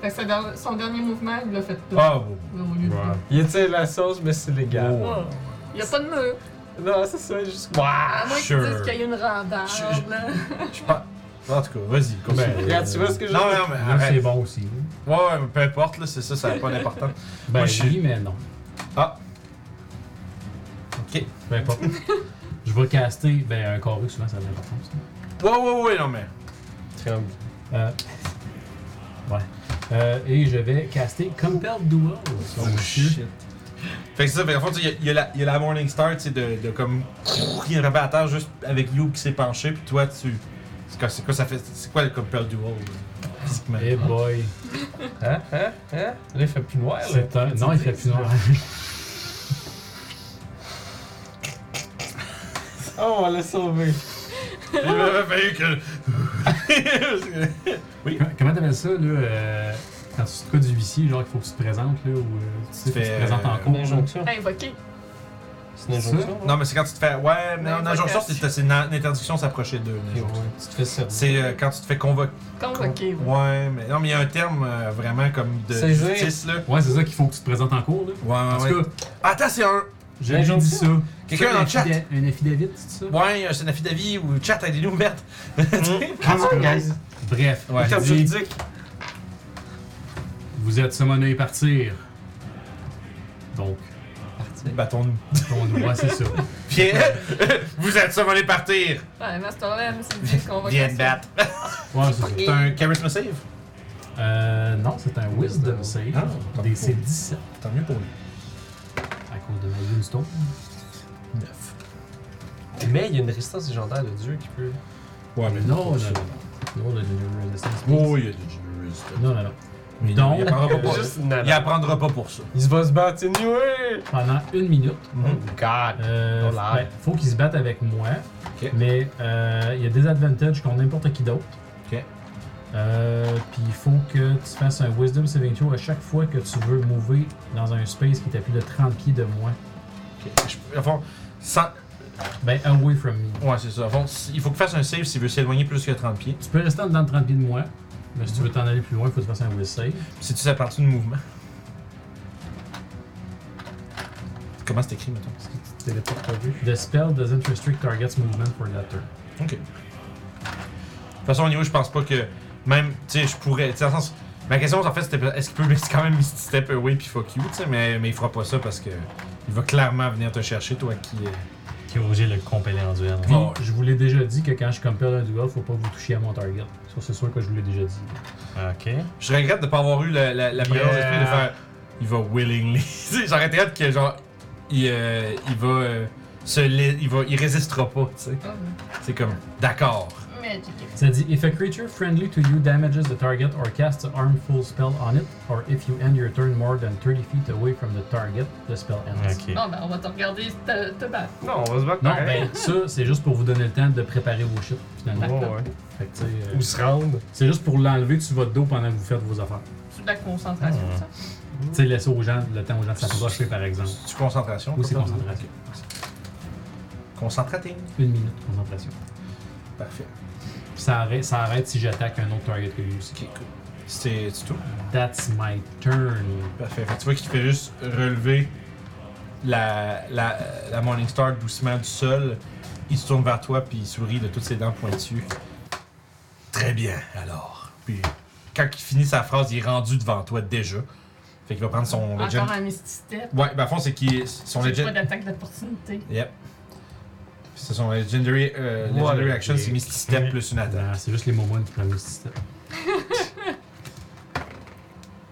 Fait que sa der- son dernier mouvement, il l'a fait là. Ah, bon. Là, au lieu de- Ouais. Il tire la sauce, mais c'est légal. Oh. Il n'y a pas de mur. Non, c'est ça, juste. Waouh! À moins Sure. qu'ils disent qu'il y a une rambarde. Sure. là. Je pense. En tout cas, vas-y, continue. Ben, Regarde, tu vois ce que je non, non, mais Là, c'est arrête. bon aussi. Ouais, ouais, mais peu importe, là, c'est ça, ça n'a pas d'importance. Ben, Moi, je suis- oui, mais non. Ok. Peu importe. je vais caster. Ben, un chorus, souvent, ça a de l'importance. hein. Ouais, ouais, ouais, non, mais. Triangle. Euh, ouais. Euh, et je vais caster Compelled Duel sur Oh, monsieur. Fait que c'est ça, fait qu'en fond, tu sais, il y a- il y, a la- il y a la Morning Star, tu sais, de, de comme. qui est revêt à terre juste avec You qui s'est penché, puis toi, tu. C'est quoi, c'est quoi ça fait. C'est quoi le Compel Duel, là, physiquement? Eh boy. Hein? Hein? Hein? Là, il fait plus Ah, noir, là. C'est un... Non, il fait plus noir. Oh, on va le sauver. Il m'aurait fallu que. Comment t'appelles ça, là? Euh... Quand tu te cas du huissier, genre, il faut que tu te présentes, là, ou euh, tu sais, faut que tu Fais, te présentes en euh, Une cours. là. injonction. Invoquer. C'est une injonction. Non, mais c'est quand tu te fais. Ouais, mais en injonction, Invocation. c'est c'est une interdiction de s'approcher d'eux. une Ok, ouais. injonction. Tu te fais servir. C'est euh, quand tu te fais convoquer. Convoquer. ouais. Ouais, mais non, mais il y a un terme euh, vraiment comme de C'est juste. justice, là. Ouais, c'est ça qu'il faut que tu te présentes en cours, là. Ouais, En ouais, tout Ah ouais. cas, Attends, c'est un. j'ai déjà dit ça. Quelqu'un Un dans le chat. affida- Un affidavit, c'est ça? Ouais, c'est un affidavit ou chat avec des loups vertes. En tout cas, Bref, Ouais. il Comme dit, juridique. vous êtes summonné et partir. Donc, Bâton-nous. ton droit, c'est ça. Viens! Vous êtes ça, allez partir! Ouais, Masterland, c'est une convocation. Viens te battre! Ouais, c'est ça. C'est un charisme save? Euh, non, c'est un wisdom save. Ah, DC 17 Tant mieux pour lui. à cause de ma Moonstone. Mais il y a une résistance légendaire de Dieu qui peut. Ouais, mais Non, non, non. Non, non, non, résistance. Oh, il y a du generosité. Non, non, non. Mais Donc, il apprendra pas pour ça. Juste une nana. Il apprendra pas pour ça. Il se va se battre anyway! Pendant une minute, Mm-hmm. Mhm. Oh God! euh, Oh là. ben, faut qu'ils se battent avec moi. Ok. Mais euh, il y a des advantages contre n'importe qui d'autre. Ok. Euh, Puis il faut que tu fasses un Wisdom Saving Throw à chaque fois que tu veux mouver dans un space qui est à plus de 30 pieds de moi. Je- à fond, sans- Ben, away from me. Ouais, c'est ça. À fond, il faut qu'il fasse un save s'il veut s'éloigner plus que 30 pieds. Tu peux rester en dedans de 30 pieds de moi. Mais si tu veux t'en aller plus loin, il faut que tu fasses un will save. C'est-tu sa partie de mouvement? Comment c'est écrit, mettons? The spell doesn't restrict target's movement for that turn. Ok. De toute façon, au niveau, je pense pas que. Même, tu sais, je pourrais. Tu sais, dans le sens. Ma question, en fait, c'était est-ce qu'il peut mais c'est quand même Misty Step Away puis fuck you, tu sais, mais, mais il fera pas ça parce que. Il va clairement venir te chercher, toi qui. euh, Qui est obligé de le compeller en duel. Puis, Ouais. je vous l'ai déjà dit que quand je compare un duel, faut pas vous toucher à mon target. Ça, c'est sûr que je vous l'ai déjà dit. Ok. Je regrette de pas avoir eu la, la, la présence Yeah. d'esprit de faire. Il va willingly. tu sais, j'aurais été hâte que, genre. Il, euh, il va. euh, se lai- il va. Il résistera pas, tu sais. Oh, C'est comme. D'accord. Magic. Ça dit If a creature friendly to you damages the target or casts a harmful spell on it, or if you end your turn more than 30 feet away from the target, the spell ends. Ok. Non, ben, on va te regarder te, te battre. Non, on va se battre Non, pareil. ben ça, c'est juste pour vous donner le temps de préparer vos shit, finalement. Ouais, ouais. Fait que, tu sais, euh, Ou ben, se rendre. c'est juste pour l'enlever sur votre dos pendant que vous faites vos affaires. C'est de la concentration, Ah. ça. Tu sais, laisser aux gens, le temps aux gens de s'approcher, par exemple. Tu concentration. Ou c'est concentration. concentration. Concentrating. Une minute, concentration. Parfait. Puis ça arrête, ça arrête si j'attaque un autre target que lui aussi. Ok, cool. C'est c'est tout. That's my turn. Parfait. Fait que tu vois qu'il fait juste relever la, la, la Morningstar doucement du sol. Il se tourne vers toi, puis il sourit de toutes ses dents pointues. Très bien, alors. Puis quand il finit sa phrase, il est rendu devant toi déjà. Fait qu'il va prendre son legend. Encore un Misty Step. Ouais, ben à fond, c'est qu'il. Son J'ai pas legend. d'attaque d'opportunité. Yep. C'est son legendary, euh, Voilà. legendary action, c'est Misty Step plus une attaque. Ah, C'est juste les moments qui prennent le système.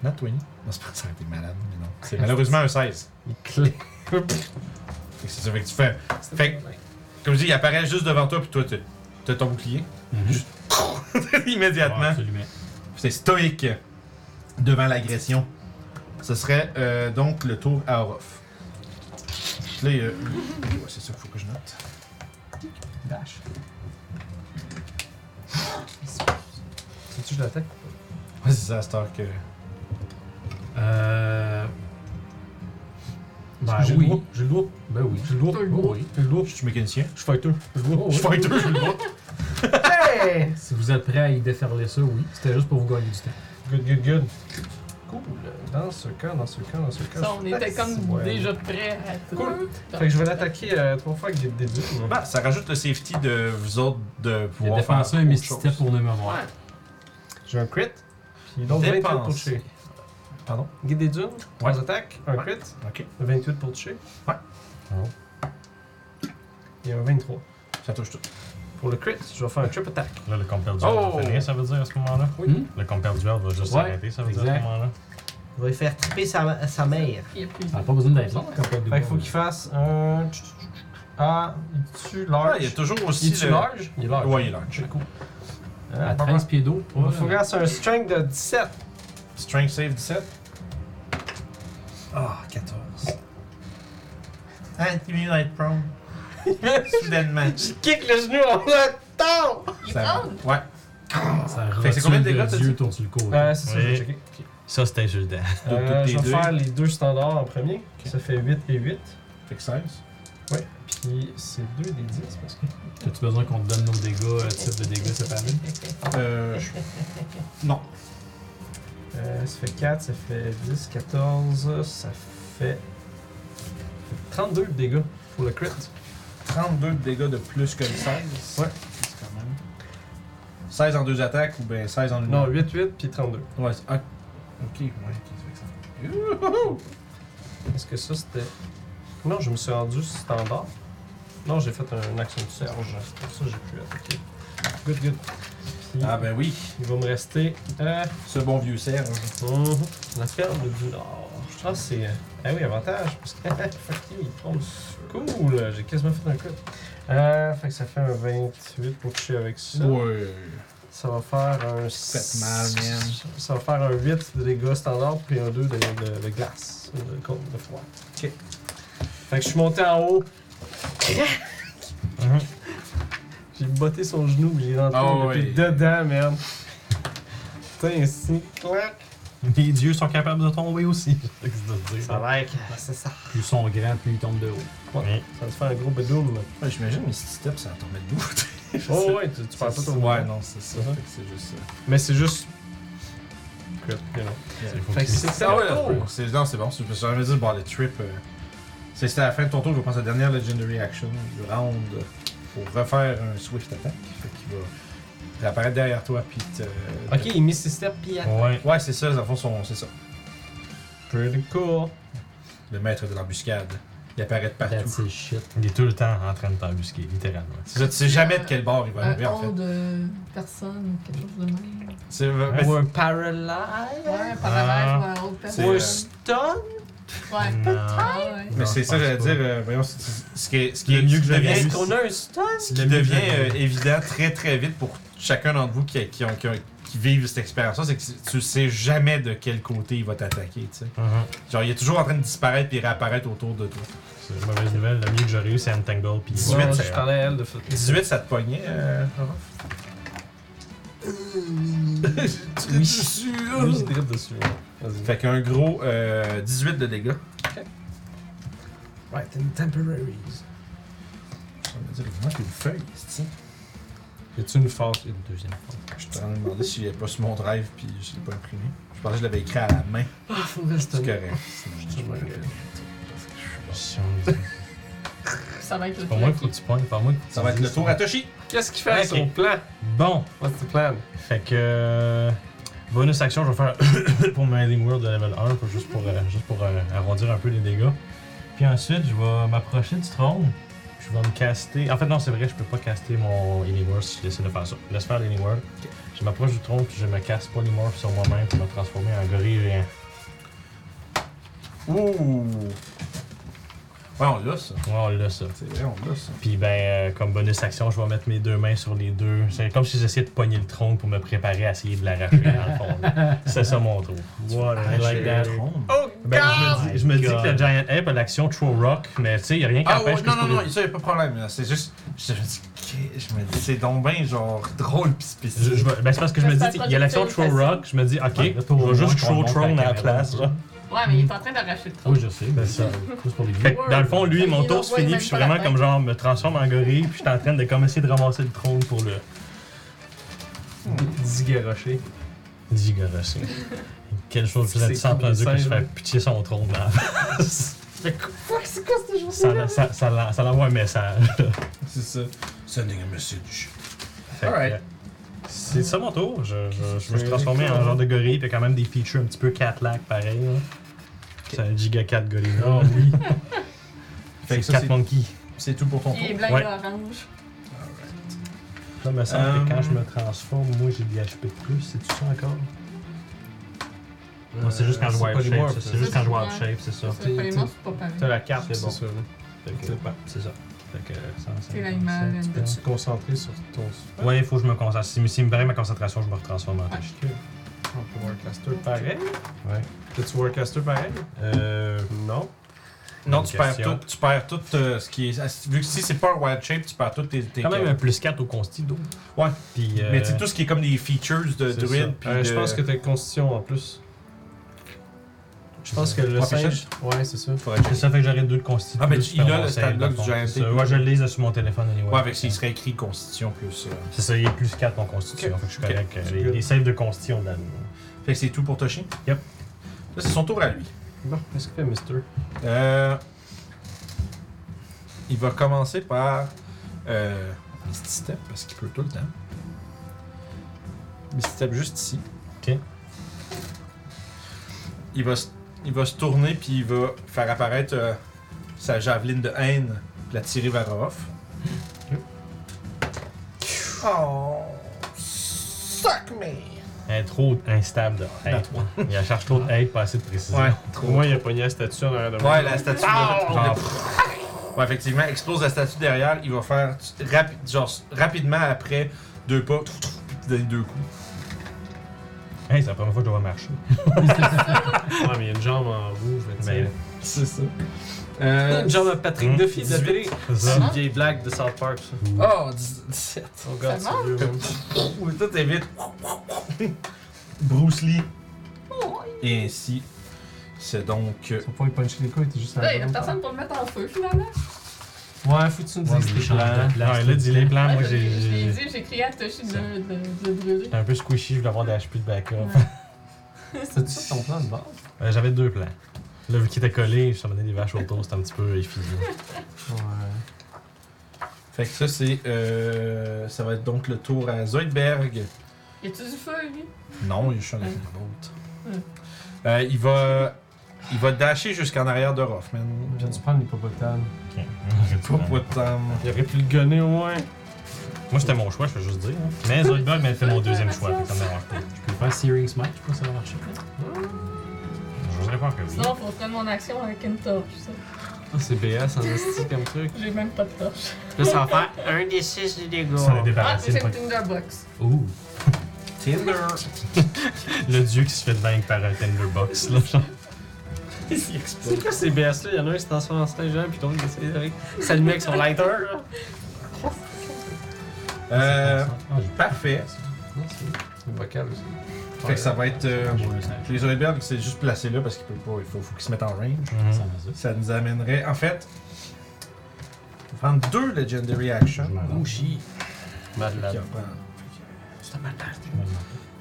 Not 20. Non, c'est pas ça, t'es malade, mais non. C'est malheureusement un 16. Il clé. Fait que c'est ça, fait que tu fais. Fait que, comme je dis, il apparaît juste devant toi, puis toi, tu- t'as ton bouclier. Juste Ouais, immédiatement. absolument. C'est stoïque devant l'agression. Ce serait euh, donc le tour à Orof. Là, il y a- ouais, c'est ça qu'il faut que je note. Dash. C'est-tu je l'attaque? Ouais, c'est ça, à cette heure que. Euh. Ben J'ai le droit, oui. J'ai le droit. Ben oui. J'ai le droit. T'as le droit. oui. Oh Je lourd. Je suis mécanicien. Je suis fighter. Je lourd. Je fais deux, je le vois. Hey! Si vous êtes prêt à y déferler ça, oui. C'était juste pour vous gagner du temps. Good, good, good. Cool. Dans ce cas, dans ce cas, dans ce cas. Ça, on était comme Ouais. déjà prêts à tout. Cool. Fait que je vais l'attaquer euh, trois fois avec des des dés. Bah, ça rajoute le safety de vous autres de Il pouvoir. a dépensé un autre mystique chose. step pour ne me voir. Ouais. J'ai un crit. Puis donc 28 pour Dépense. toucher. Pardon? Guide des dunes. Trois attaques. Un Ouais. crit. Ok. 28 pour toucher. Ouais. Il y a un 23. Ça touche tout. Pour le crit, je vais faire un trip attack. Là, le compare duel Oh! va finir, ça veut dire à ce moment-là. Oui. Hmm? Le compare duel va juste Ouais, s'arrêter, ça veut dire à exact. ce moment-là. Il va lui faire triper sa, sa mère. Il y a plus Ça n'a pas besoin d'être long quand Fait qu'il faut qu'il fasse un. Ah, il tue large. Ah, il y a toujours aussi. Il tue le- large Il est large. Ouais, il est large. Ah, À 13 pieds d'eau. Il ouais. faut que c'est un strength de 17. Strength save 17. Ah, 14. Ah, tu mieux d'être prone. Soudainement. Je kick le genou en le temps! Il Ça- prend. Ouais. Ça Fait que c'est combien de dégâts, rotule t'as de dit? Dieu tourne sur le côté. Euh, c'est ça, je Oui. vais checker. Ça, c'était juste de- Euh, tes je vais deux. faire les deux standards en premier. Ça fait 8 et 8. Fait que 16. Puis c'est 2 des 10 parce que. T'as-tu besoin qu'on te donne nos dégâts, euh, type de dégâts séparés? Euh, je- non. Euh, ça fait 4, ça fait 10, 14, ça fait. 32 de dégâts pour le crit. 32 de dégâts de plus que le 16. Ouais. C'est quand même. 16 en deux attaques ou ben 16 en une. Non, 8, 8 puis 32. Ouais, c'est- ah, ok, ouais, ok, ça fait que ça. Est-ce que ça c'était. Non, je me suis rendu standard. Non, j'ai fait un action de serge. C'est pour ça que j'ai pu attaquer. Good, good. Puis, Ah ben oui, il va me rester. Euh, ce bon vieux cerf. mhm, la ferme du Nord. Je pense que c'est. Ah oui, avantage. Parce que. Fuck you, il tombe. Cool, j'ai quasiment fait un cut. Euh, fait que ça fait un 28 pour toucher avec ça. Ouais. Ça va faire un. Faites mal, man. Ça va faire un 8 de dégâts standard, puis un 2 de, de- de glace, euh, de, cold, de froid. Ok. Fait que je suis monté en haut. Mhm. J'ai botté son genou, j'ai rentré Ah le pied oui. dedans, man. Putain, si, clac. Mes dieux sont capables de tomber aussi. C'est ça que je veux dire. Ça a l'air que c'est ça. Plus ils sont grands, plus ils tombent de haut. Ça va te faire un gros bedoum. Ouais, J'imagine mes petits steps, ça va tomber debout. Oh ouais, tu, tu perds pas ton Ouais, mouvement. non, c'est ça. Mhm. Fait que c'est juste ça. Mais c'est juste. Crit, you know. Faut Fait que qu'ils- c'est ça. Ah ouais, là, c'est non, c'est bon. Je me suis jamais dit, bon, le trip. euh, c'est c'était à la fin de ton tour, je pense, à la dernière Legendary Action du round euh, pour refaire un Swift Attack. Fait qu'il va réapparaître derrière toi, puis te. Ok, il mis ses steps pis à- Ouais. Ouais, c'est ça, les enfants sont. C'est ça. Pretty cool. Le maître de l'embuscade. Il apparaît de partout. That's his shit. Il est tout le temps en train de t'embusquer, littéralement. C'est ça, tu sais jamais de quel bord il va Un arriver, en fait. horde de personnes ou quelque chose de même. C'est ben, Ou un paralyze. Ouais, par la ou un autre c'est, personne. Ou euh, un stun. Ouais. hmm. Non. Ouais. mais c'est je ça, pense j'allais pas. dire. euh, voyons, c'est- c'est- ce qui est. Ce qui Le est- mieux que ce qui j'avais devient- vu, Est-ce qu'on a un stun? Ce qui devient euh, évident très très vite pour chacun d'entre vous qui, qui ont- qui ont- qui vivent cette expérience-là, c'est que tu sais jamais de quel côté il va t'attaquer. tu sais. Mhm. Genre, il est toujours en train de disparaître puis réapparaître autour de toi. C'est une mauvaise nouvelle. Le mieux que j'aurais eu, c'est Untangle. Puis 18, Ouais, ça je ira. parlais à elle de ça. 18, ça te pognait, euh, Orof? Tu es Oui. dessus, Lui, euh. il se dribble dessus. Vas-y. Fait qu'un gros euh, 18 de dégâts. Right, and temporaries. On va dire, comment tu le fais, ici? Y a-tu une phase? une deuxième fois. Je suis en train de me demander s'il n'est pas sur mon drive puis je ne l'ai pas imprimé. Je pensais que je l'avais écrit à la main. Ah, faut le C'est stun. correct. Je te vois. Si on- C'est Ça va être le pas moi qu'il faut que tu pointes, pas moi qu'il faut que tu Ça va être le dises. tour à Toshi. Qu'est-ce qu'il fait avec Ok. son plan? Bon, What's the plan? fait que. euh, Bonus action, je vais faire pour ma Healing World de level 1, pour- juste pour, euh, juste pour euh, arrondir un peu les dégâts. Puis ensuite, je vais m'approcher du trône. Je vais me caster. En fait, non, c'est vrai, je peux pas caster mon Healing World si je décide de faire ça. Laisse faire l'Healing World. Je m'approche du trône, puis je me casse Polymorph sur moi-même pour me transformer en gorille géant. Ouh! Ouais, on l'a ça. Ouais, on l'a ça. C'est vrai, on l'a ça. Puis ben, euh, comme bonus action, je vais mettre mes deux mains sur les deux. C'est comme si j'essayais de pogner le tronc pour me préparer à essayer de l'arracher dans le fond. là. C'est ça mon tour. What Ah, I like that. Oh, Ben, je me dis, je me dis God. que le Giant Ape a l'action Throw Rock, mais tu sais, il a rien qui Ah empêche ouais, que non, je non, peux- non, ça y'a pas de problème. là. C'est juste. Je me dis, que- je me dis, c'est donc bien genre drôle pis Je- je spécifique. me- ben, c'est parce que je me Ça dis, se il y a l'action projette Throw facile. Rock, je me dis, ok, Ouais, je vais juste qu'on Throw monte la Throne à la caméra. classe. genre. Ouais, mais il est en train d'arracher le tronc. Oui, je sais, mais c'est juste pour les Fait vieux. que dans le fond, lui, mon tour se finit, puis je suis vraiment comme genre, me transforme en gorille, puis je suis en train de comme essayer de ramasser le trône pour le Digaroché. digorosser. Quelle chose vous êtes C'est sans cool, que je singe, fais hein. pitié son trône dans la face. C'est quoi cette journée? ça, ça, ça, l'en- ça l'envoie un message. C'est ça. Sending a message. Fait que, Alright. euh, C'est ça mon tour. Je, je- je me suis transformé en genre de gorille, puis quand même des features un petit peu cat-lac pareil. là. C'est un giga cat gorille. Oh oui. Fait fait que que ça, c'est- cat monkey. C'est tout pour ton Il est tour. blanc Ouais. et orange. Là, il me semble Euh, que quand je me transforme, moi j'ai des HP de plus. C'est-tu ça encore Non, Euh, c'est juste quand je Euh, c'est wild pas les shape. morphs, ça. ça. C'est juste quand je wild Ouais. shape, c'est ça. Ça, les morts, c'est pas pareil. T'as la carte, C'est c'est bon. ça. là. Fait que- C'est pas- C'est ça. Fait que, euh, ça, ça, C'est ça, la image. ça, Peux-tu te concentrer sur ton. Ouais, il faut que je me concentre. Si si il me paraît ma concentration, je me retransforme en tâche. On peut Ah, Warcaster pareil. Ouais. T'as-tu Warcaster pareil? Euh. Non. Non, Une tu perds question. tout. Tu perds tout euh, ce qui est. Vu que si c'est pas un wild shape, tu perds tout tes. tes Quand même un plus 4 au consti, donc. Ouais. euh, Puis. euh, Mais tu sais, tout ce qui est comme des features de c'est ça. druide. puis Euh, Je de- pense que t'as Constitution en plus. Je pense que le Ouais, singe. Ouais, c'est ça. Faudrait C'est checker. ça, fait que j'aurais deux de constitution. Ah, ben, plus il a faire mon le save, stat block dans le du fond. GMT. C'est ça. Ouais, je l'ai là sur mon téléphone. Anyway. Ouais, avec s'il serait écrit constitution plus. euh, C'est ça, il est plus 4 en constitution. Ok. Fait que je suis Ok. correct. euh, C'est Les, good. les saves de constitution on donne. Fait que c'est tout pour Toshi? Yep. Là, c'est son tour à lui. Bon, qu'est-ce qu'il fait, Mister Euh, il va commencer par euh, Misty Step, parce qu'il peut tout le temps. Misty Step juste ici. Ok. Il va, se- il va se tourner, puis il va faire apparaître euh, sa javeline de haine, puis la tirer vers Orof. Oh! Suck me! Elle est trop instable de hate. Il la charge trop de hate, pas assez de précision. Ouais, Pour moi, il a pogné la statue en arrière de moi. Ouais, la statue. Ah, Ouais, effectivement, explose la statue derrière, il va faire tu- rapi- genre, rapidement après deux pas, trouf, trouf, puis donner deux coups. hey, c'est la première fois que je vois marcher. Ah, mais il y a une jambe en rouge. fait que Mais- C'est ça. Euh, Une jambe à Patrick Hum. Duffy de la 18. télé. C'est C'est Ah. ça. Hmm? une vieille blague de South Park, ça. oh, 17. Oh god, Ça c'est vieux, man. Oui, tout est vite. Bruce Lee. Oh, Et ainsi, c'est donc. euh, Faut pas y puncher les couilles, t'es juste à Là, il y a personne pour le mettre en feu, finalement. Ouais, faut que tu me Ouais, dises mais tes il change plans. de place, Ah, Ouais, là, dis les plans, Ouais, Ah, moi je l'ai- je l'ai j'ai. dit, j'ai crié à Toshi de, de, de brûler. J'étais un peu squishy, je voulais avoir des HP de backup. C'est ça ton plan de base? Euh, J'avais deux plans. Là, vu qu'il était collé, je amené des vaches autour, c'était un petit peu effilé. Ouais. Fait que ça, c'est. euh, ça va être donc le tour à Zoidberg. Y a-tu du feu, lui? Non, il est juste en arrière de l'autre. Euh, il va. Il va dasher jusqu'en arrière de Rothman. J'ai dû prendre l'hippopotame. Ok. Pas de temps. Il aurait pu le gonner au moins. Moi, c'était mon choix, je veux juste dire. hein. Mais Zoidberg m'a fait mon deuxième choix, fait que ça me dérange pas. Je peux faire Searing Smite, je pense que ça va marcher. J'oserais pas que oui. Sinon, faut prendre mon action avec une torche, ça. Ah, c'est BS en esti comme truc. J'ai même pas de torche. Tu peux s'en faire. Un des six du dégât. Ça l'a Ah, débarrassé. c'est le une point. Tinderbox. Ouh. Tinder. Le dieu qui se fait vaincre par un Tinderbox, là. genre. C'est quoi ces BS là? Il y en a un qui se transforme en singe géant, puis l'autre qui essaie avec s'allumer avec son lighter. là. Euh, Ah, j'ai parfait. Non, c'est le vocal aussi. Fait que ça va être. euh, pas joué le singe. les Zoidberg, c'est juste placé là parce qu'il peut pas. Il faut, faut qu'il se mette en range. Mhm. Ça va, ça. Ça nous amènerait. En fait, on va prendre deux Legendary Action. Je m'en Oh, vais. Ouchi. Madeleine. Qui va prendre.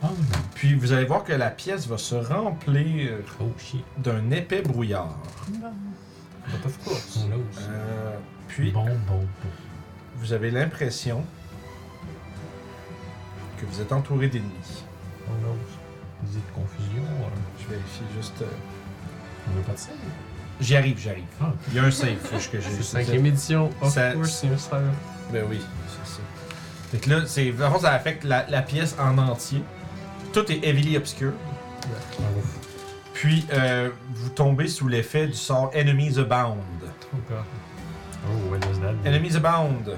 Ah, oui. Puis vous allez voir que la pièce va se remplir Oh shit. d'un épais brouillard. But of course. On l'a aussi. Euh, puis Bon, bon, vous avez l'impression que vous êtes entouré d'ennemis. Oh no. Vous dites confusion. euh, Je vérifie juste. euh, On veut pas de ça. J'y arrive, j'arrive. Ah. Il y a un save faut que j'ai. C'est cinquième édition. Of Ça- course, c'est un serve. Ben oui, c'est ça. Fait que là, c'est, en fait, ça affecte la, la pièce en entier. Tout est heavily obscure. Puis, euh, vous tombez sous l'effet du sort Enemies Abound. Oh god. Oh, when was that? Enemies Abound.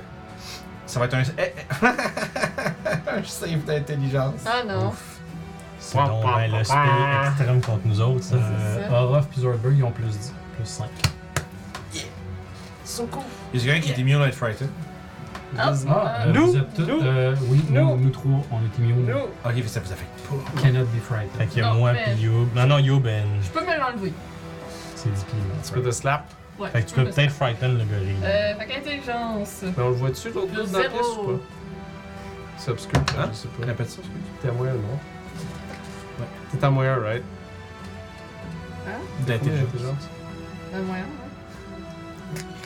Ça va être un... eh, un save d'intelligence. Ah non. C'est donc ben, le spell extrême contre nous autres, ça. Euh, Orof puis Zoidberg, ils ont plus 10, plus 5. Il y a quelqu'un qui est immune à être frightened. Ah, Ah, euh, euh, Oh. nous, vous êtes tous, nous, euh, oui, nous, nous. nous, trois, on est immune. Nous! Ok, mais ça vous affecte pas. Cannot be frightened. Fait qu'il y a Non, moi mais- pis Youb. Non, non, Youb, ben. Je peux me l'enlever. C'est 10 pieds. là. Tu peux te slap. Ouais. Fait que tu peux peut-être frighten le gorille. Euh, fait qu'intelligence. Mais on le voit-tu l'autre bout dans la pièce ou Zéro. pas? C'est obscur, Hein? je sais pas. Répète ça, T'es à moyen, non? Ouais. T'es à moyen, right? D'intelligence. Euh, moyen, ouais.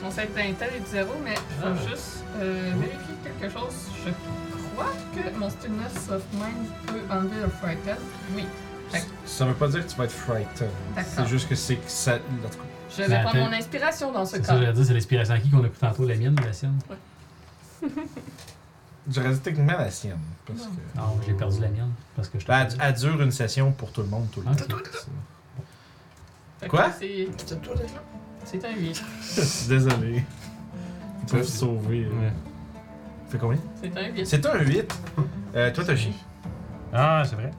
Mon save d'intel est de zéro, mais je veux Ah. juste euh, vérifier quelque chose. Je crois que mon stillness of mind peut enlever le frighten. Oui, Ça veut pas dire que tu vas être frightened. C'est d'accord. juste que c'est que ça... En tout cas, Je vais Ben, prendre attends. mon inspiration dans ce C'est cas. ça, j'allais dire, c'est l'inspiration à qui qu'on a pris tantôt, la mienne ou la sienne j'aurais dit techniquement la sienne. Parce que... Non, j'ai perdu la mienne. Parce que je Bah, Ben, elle, elle dure une session pour tout le monde, tout le Ah, temps. ok. Fait que Quoi? C'est c'est un 8. Désolé. Ils peuvent Ça, se sauver. là. Fait combien? C'est un 8. C'est un 8. Euh, toi, Toshi, Ah, c'est vrai.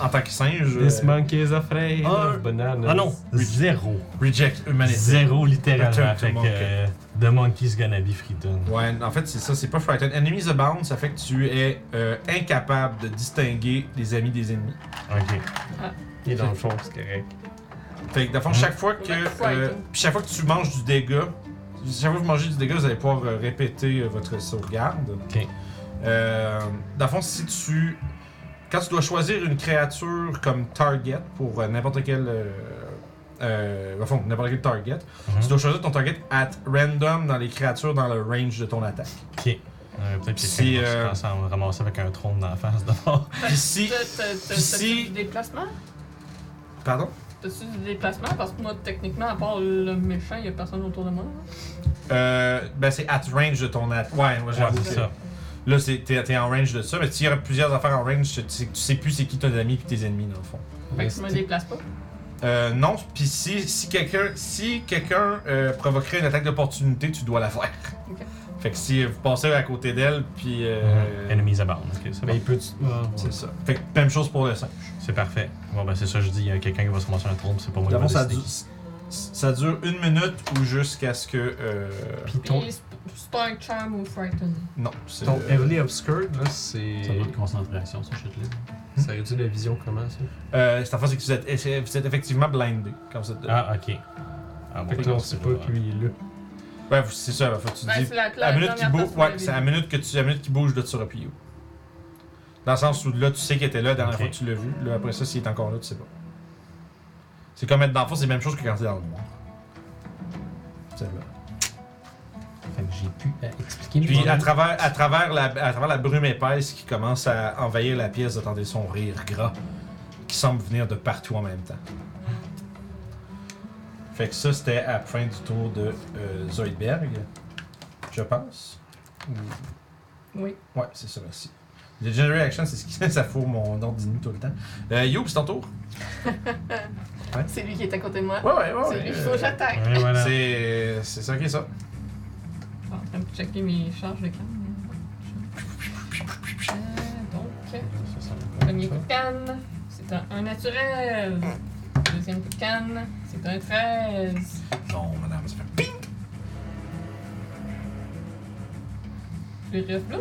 en tant que singe, This euh, monkey is afraid Ah. of bananas. Ah non, zéro. reject humanity. Zéro littéralement. Return to Fait que monkey. euh, The Monkey's gonna be frightened. Ouais, en fait, c'est ça, c'est pas frightened. Enemies abound, ça fait que tu es euh, incapable de distinguer les amis des ennemis. Ok. Il est dans le fond, c'est correct. Fait que, dans le fond, Mhm. chaque fois que. Chaque fois, euh, ok. puis chaque fois que tu manges du dégât, chaque fois que vous mangez du dégât, vous allez pouvoir euh, répéter euh, votre sauvegarde. Ok. Euh, dans le fond, si tu. Quand tu dois choisir une créature comme target pour euh, n'importe quel. Euh, euh, dans le fond, n'importe quel target, Mhm. tu dois choisir ton target at random dans les créatures dans le range de ton attaque. Euh, Peut-être que Si, quelqu'un va se euh, casser à me ramasser avec un trône d'en face d'abord. Puis si. T'as- Puis T'as-tu si- du déplacement? Pardon? T'as-tu du déplacement? Parce que moi, techniquement, à part le méchant, il y a personne autour de moi. hein. là. Euh, ben c'est at range de ton attaque. Ouais, ouais, Ouais, j'avoue. c'est que- ça. Là, c'est- t'es t'es en range de ça, mais s'il y a plusieurs affaires en range, tu, tu- tu sais plus c'est qui ton ami puis tes ennemis, dans le fond. Fait que je me déplace pas. Euh, non, puis si, si quelqu'un si quelqu'un euh, provoquerait une attaque d'opportunité, tu dois la faire. Ok. Fait que si vous passez à côté d'elle, puis. euh, Euh... Enemies abound. Ok, c'est Mais bon. il peut. euh, C'est ça. Fait que même chose pour le singe. C'est parfait. Bon, ben c'est ça, je dis, il y a quelqu'un qui va se ramasser un trône, c'est pas moi qui D'abord, va ça, décider. dure- ça dure une minute ou jusqu'à ce que. euh, Puis c'est- c'est pas un charm ou frighten. non, c'est. Ton euh, Heavily Obscured, là, c'est. Ça doit de concentration, ce shit-là. Ça réduit la vision comment, ça euh, cette affaire, c'est que vous êtes, vous êtes effectivement blindé. Quand vous êtes- Ah, ok. Ah, bon, Fait que là, on sait pas que lui, il est là. Ouais, vous- c'est ça, faut que tu Ben, dis. c'est la, La, la minute qui dernière bouge, place qu'on ouais, avait c'est la vue. minute que tu, la minute qui bouge, là, tu sauras plus il est où. Dans le sens où là, tu sais qu'il était là, la dernière Ok. fois que tu l'as vu. Là, après ça, s'il est encore là, tu sais pas. C'est comme être dans le fond, c'est la même chose que quand t'es dans le noir. Celle-là. Fait que j'ai pu euh, expliquer mes Puis à Ah, problèmes. travers, à, travers la, à travers la brume épaisse qui commence à envahir la pièce, vous entendez son rire gras qui semble venir de partout en même temps. Fait que ça, c'était à la fin du tour de euh, Zoidberg, je pense. Oui. Ouais, c'est ça, merci. Legendary Action, c'est ce qui ça fourre mon ordre d'innu tout le temps. Euh, Youb, c'est ton tour? C'est lui qui est à côté de moi. Ouais, ouais, ouais. c'est lui qu'il faut que euh, j'attaque. Ouais, voilà. c'est c'est ça qui est ça. Je suis en train de checker mes charges de canne. Euh, donc, premier coup de canne, c'est un, un naturel. Deuxième coup de canne, c'est un 13. Non, madame, ça fait ping! Le ref bleu,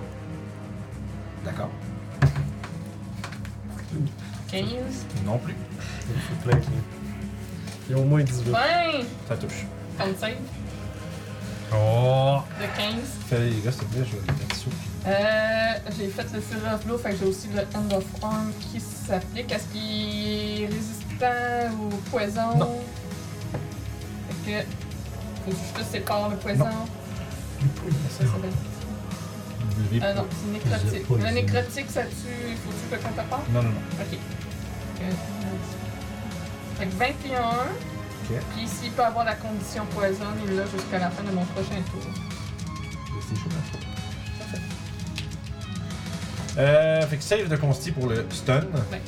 D'accord. 15. Non plus. Il faut plein qu'il- Il y a au moins 18. 20! Ça touche. Comme save Oh! de 15. Fais les gars, s'il te plaît, je vais les mettre sous. Euh, j'ai fait le Fury of Blow, fait que j'ai aussi le Hand of Arm qui s'applique. Est-ce qu'il est résistant au poison? Non. Fait que. Faut que je te sépare le poison. Ça, ça donne- Ah non, c'est nécrotique. poison. Le nécrotique, ça tue. Faut-tu le compte à part? Non, non, non. Ok. Fait que- Fait que 21. Puis s'il peut avoir la condition poison, il l'a jusqu'à la fin de mon prochain tour. Euh, fait que save de consti pour le stun. Ouais.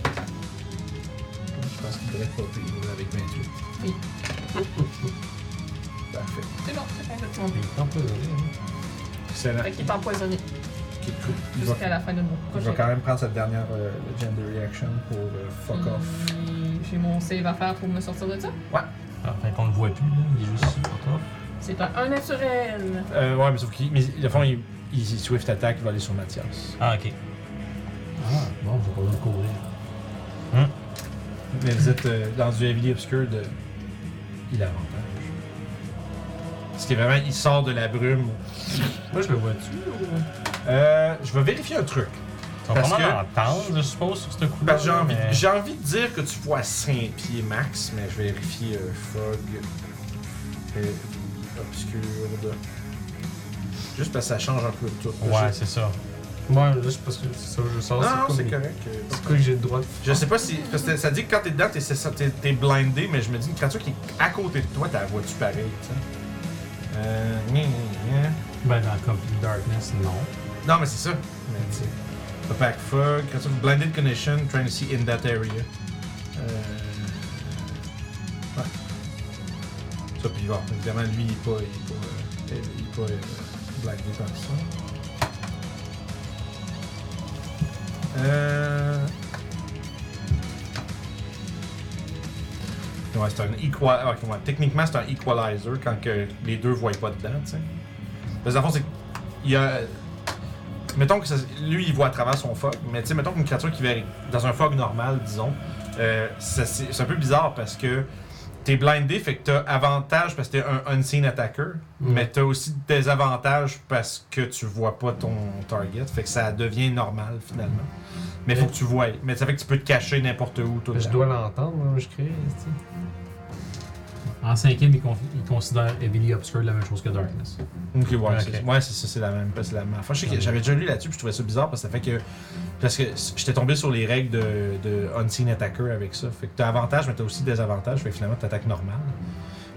Je pense qu'il devrait porter avec 28. Oui. Parfait. C'est bon, c'est fin de tour. Il est empoisonné, hein. Excellent. Fait qu'il est empoisonné Ok, cool. Il va, jusqu'à la fin de mon il prochain va tour. quand même prendre cette dernière euh, legendary action pour euh, fuck off. Puis, Hmm. J'ai mon save à faire pour me sortir de ça. Ah, fait qu'on le voit plus, là. Il est juste sur toi. C'est un 1 naturel. Euh, ouais, mais sauf qu'il. Mais le fond, il, il, il swift attack, il va aller sur Mathias. Ah, ok. Ah, bon, j'ai pas besoin de courir. Mais vous êtes euh, dans du heavily obscure de. Il a avantage. Parce qu'il est vraiment. Il sort de la brume. Moi, je le vois-tu ou. Euh, je vais vérifier un truc. On va Parce vraiment que- Ah, l'entendre, je suppose, sur ce coup-là. Parce que j'ai envie, mais- j'ai envie de dire que tu vois 5 pieds max, mais je vais vérifier euh, Fog et Obscure. Juste parce que ça change un peu tout. Ouais, c'est ça. Moi, là, je pense que c'est ça, je Je- sors. Non, non, comme- c'est correct. euh, C'est quoi que j'ai le droit de Je sais pas si. Parce que ça dit que quand t'es dedans, t'es, c'est ça, t'es- t'es blindé, mais je me dis une créature qui est à côté de toi, t'as la vois-tu pareil, tu sais. Euh. gna, gna, gna. Ben, dans Complete Darkness, non. Non, mais c'est ça. Mais tu sais. Papac Fog, créature blinded condition, trying to see in that area. Euh... Ouais. Ça, puis bon, évidemment, lui, il est pas. Il est pas. euh, il est pas euh, blindé par ça. Euh. Ouais, c'est un equal... ok, ouais. Techniquement, c'est un equalizer quand que les deux voient pas dedans, tu sais. Parce que dans le fond, c'est. Il y a. Mettons que ça- lui, il voit à travers son fog, mais tu sais, mettons qu'une créature qui verrait dans un fog normal, disons, euh, ça, c'est c'est un peu bizarre parce que t'es blindé, fait que t'as avantage parce que t'es un unseen attacker, Mm. mais t'as aussi des avantages parce que tu vois pas ton target, fait que ça devient normal finalement. Mais faut que tu vois. Mais ça fait que tu peux te cacher n'importe où. Tout le Je temps. dois l'entendre, moi, je crie. esti. En cinquième, ils, con- ils considèrent Heavily Obscure la même chose que Darkness. Ok, ouais, Ok. c'est ouais, c'est ça, c'est la même. C'est la même. Enfin, je sais que j'avais déjà lu là-dessus, puis je trouvais ça bizarre parce que ça fait que. Parce que j'étais tombé sur les règles de, de Unseen Attacker avec ça. Fait que t'as avantage, mais t'as aussi des avantages. Fait que finalement, t'attaques normal.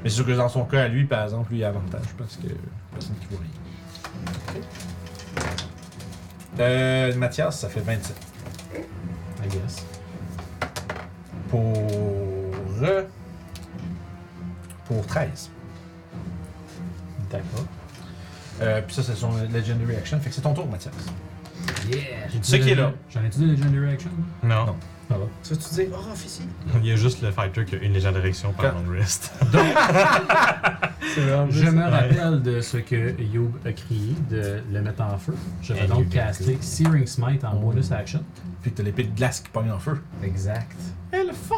Mais c'est sûr que dans son cas, à lui, par exemple, lui, il a avantage parce que. Personne qui voit rien. Euh, Mathias, ça fait 27. I guess. Pour. euh, Pour 13. D'accord. Euh, puis ça, c'est son Legendary Action. Fait que c'est ton tour, Mathias. Yeah! Ce qui est là. J'en ai-tu des Legendary Action? Non. Non. Tu veux-tu dire, oh, fais ici? Il y a juste le fighter qui a une légende érection par Quand- long rest. C'est vraiment Je me Ouais. rappelle de ce que Youb a crié, de le mettre en feu. Je vais Et donc Youb est caster Searing Smite en bonus action. Puis t'as l'épée de glace qui pogne en feu. Exact. Elle fond!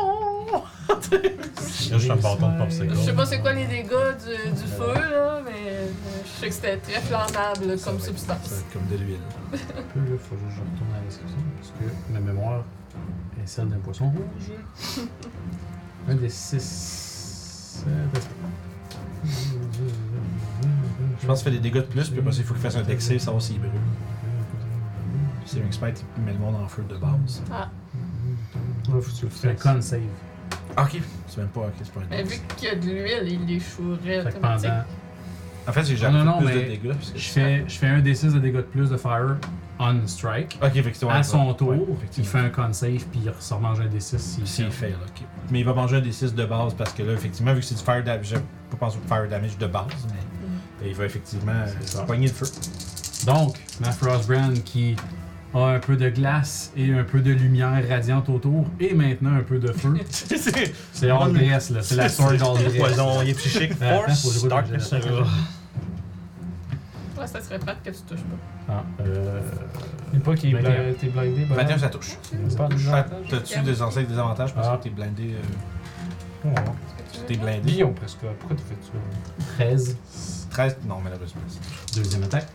Il y a juste un bâton de popsicle. Je sais pas c'est quoi les dégâts du, du feu, là, mais euh, je sais que c'était très flammable Ça comme va être- ça va substance. être Comme de l'huile. Un peu, là, faut juste que je retourne à la description, parce que ma mémoire est celle d'un poisson rouge. Un des six... Je pense qu'il fait des dégâts de plus, puis après ça, il faut qu'il fasse un deck save, savoir s'il brûle. Si un expert, il met le monde en feu de base. Ah, Ouais, faut que tu le C'est un fasses. con save. Ah, ok. C'est même pas, ok, c'est pas un Mais deck. vu qu'il y a de l'huile, il échouerait Fait que automatiquement. pendant... En fait, j'ai jamais Non, non, fait non, plus de mais dégâts. parce que- Je fais, je fais un des 6 de dégâts de plus de fire on strike. Ok, effectivement. à son tour, il effectivement. fait un con save, puis il ressort manger un des 6 s'il S'il fait. fail, ok. Mais il va manger un des 6 de base parce que là, effectivement, vu que c'est du fire damage, je pas penser au fire damage de base, Mm. mais Et il va effectivement C'est ça. euh, poigner le feu. Donc, ma Frostbrand qui a un peu de glace et un peu de lumière radiante autour, et maintenant un peu de feu. C'est C'est all dress, là. C'est la sword all le dress. poison, il est psychique. Ah, attends, faut Force, jouer comme darkness, j'ai euh, Ouais, ça serait plate que tu touches pas. Ah, euh... Mais pas qu'il est 21. blindé, t'es blindé. ben, bonhomme. 21, ça touche. Pas de Ah, avantage. T'as-tu des ancêtres des avantages parce Ah. que t'es blindé? euh, Est-ce que tu veux T'es dire? blindé. Guillaume, presque. Pourquoi t'as fait ça 13. 13? Non, malheureusement. Deuxième attaque.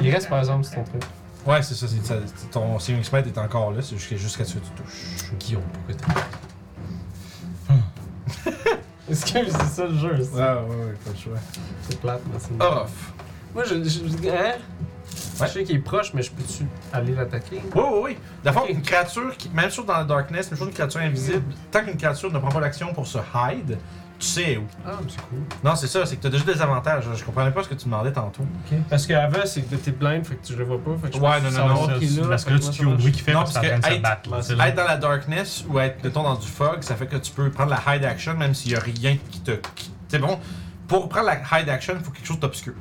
Il reste par exemple, c'est ton truc. Ouais, c'est ça, c'est ça. Ton Searing Smite est encore là, c'est jusqu'à jusqu'à ce que tu touches. Guillaume, pourquoi t'as... Hmm. Excuse, c'est ça le jeu. c'est- Ouais, Ah, ouais, ouais, pas le choix. C'est plate, mais c'est. Orof. Moi, je. je, je- hein? Ouais. Je sais qu'il est proche, mais je peux-tu aller l'attaquer? Oui, oui, oui. D'abord, une créature, qui, même chose dans la Darkness, même chose une créature invisible, tant qu'une créature ne prend pas l'action pour se hide, tu sais où. Ah, mais c'est cool. Non, c'est ça, c'est que t'as déjà des avantages. Je comprenais pas ce que tu demandais tantôt. Parce qu'avant, c'est que t'es blind, fait que tu le vois pas. Fait que je Ouais, peux non, non, savoir non, qui est là, Parce fait que là, moi, tu ça tues au marche. bruit qu'il fait Non, parce que parce c'est que en train de se être- battre. là. C'est Être là. dans la Darkness ou être, mettons, dans du fog, ça fait que tu peux prendre la hide action même s'il y a rien qui te. qui- C'est bon. Pour prendre la hide action, il faut quelque chose d'obscur.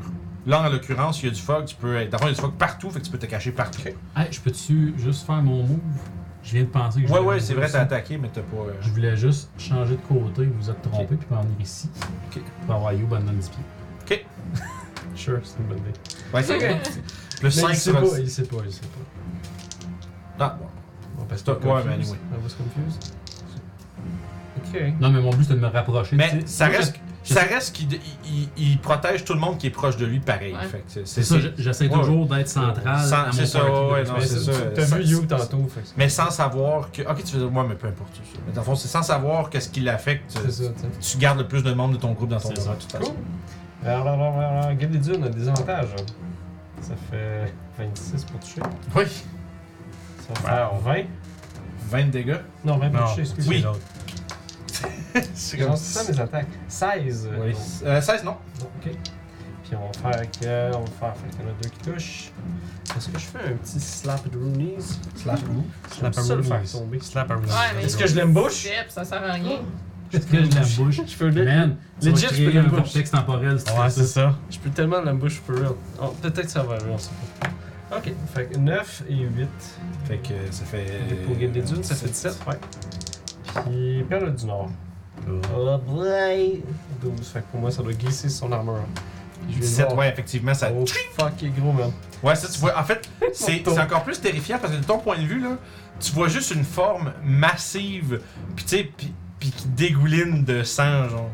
Là, en l'occurrence, il y a du fog, tu peux. être- D'abord, il y a du fog partout, fait que tu peux te cacher partout. Hey, je peux-tu juste faire mon move? Je viens de penser que je Ouais, voulais ouais, move c'est vrai, aussi. t'as attaqué, mais t'as pas. euh, Je voulais juste changer de côté, vous vous êtes trompé, puis m'en venir ici. Ok. Pour avoir Youb en dedans de 10 pieds. Sure, c'est une bonne idée. Ouais, c'est vrai. Le Mais 5 il sait sur le- pas, il sait pas, il sait pas. Ah, bon. Bon, parce Ouais, mais confused. anyway. I was confused. Ok. Non, mais mon but, c'est de me rapprocher. tu Mais sais. ça Moi, reste, je- ça reste qu'il il, il- il protège tout le monde qui est proche de lui pareil. Ouais. Fait que c'est- C'est ça, c'est- je- j'essaie Ouais, toujours d'être central. Sans- à mon c'est ça, party, ouais, là, ouais, tu non, vois, c'est ça. euh, T'as ça- vu You tantôt, fait que Mais sans savoir que. Ok, tu faisais. Ouais, mais peu importe. c'est ça. Mais dans le fond, c'est sans savoir qu'est-ce qui l'affecte. c'est ça, tu sais. Tu gardes le plus de membres de ton groupe dans ton C'est ça. groupe, de toute façon. Cool. Alors, alors, alors, alors, Guide des Dunes a des avantages. hein. Ça fait 26 pour toucher. Oui. Ça va faire 20. 20 de dégâts. Non, 20 pour Non, toucher, excuse-moi. oui. C'est Non, c'est ça mes attaques. 16. euh, Oui. Euh, 16, non. non, Ok. Puis on va faire que. On va faire, fait qu'il y en a deux qui touchent. Est-ce que je fais un petit slap de Roonies Slash Slap Ça, le a faire rooney. tomber. Slap a rooney. Ouais, mais Est-ce que je l'embauche Yep, ça sert à rien. Est-ce que je la bouche? Je peux le- Man, tu vas Legit, je créer peux un la bouche. vortex temporel si tu Ouais, fais c'est ça. ça. Je peux tellement l'embauche for real. Oh, peut-être que ça va arriver, on sait pas. Ok, fait que 9 et 8. Fait que euh, ça fait. pour Game des Dunes, ça fait sept. 17, ouais. Puis Perle du Nord. Oh. Oh boy! 12, fait que pour moi, ça doit glisser sur son armure. Je vais 17, voir. ouais, effectivement, ça. Oh, fuck, il est gros, man. Ouais, ça, tu vois. En fait, c'est c'est encore plus terrifiant parce que de ton point de vue, là, tu vois juste une forme massive, pis tu sais, pis, pis qui dégouline de sang, genre.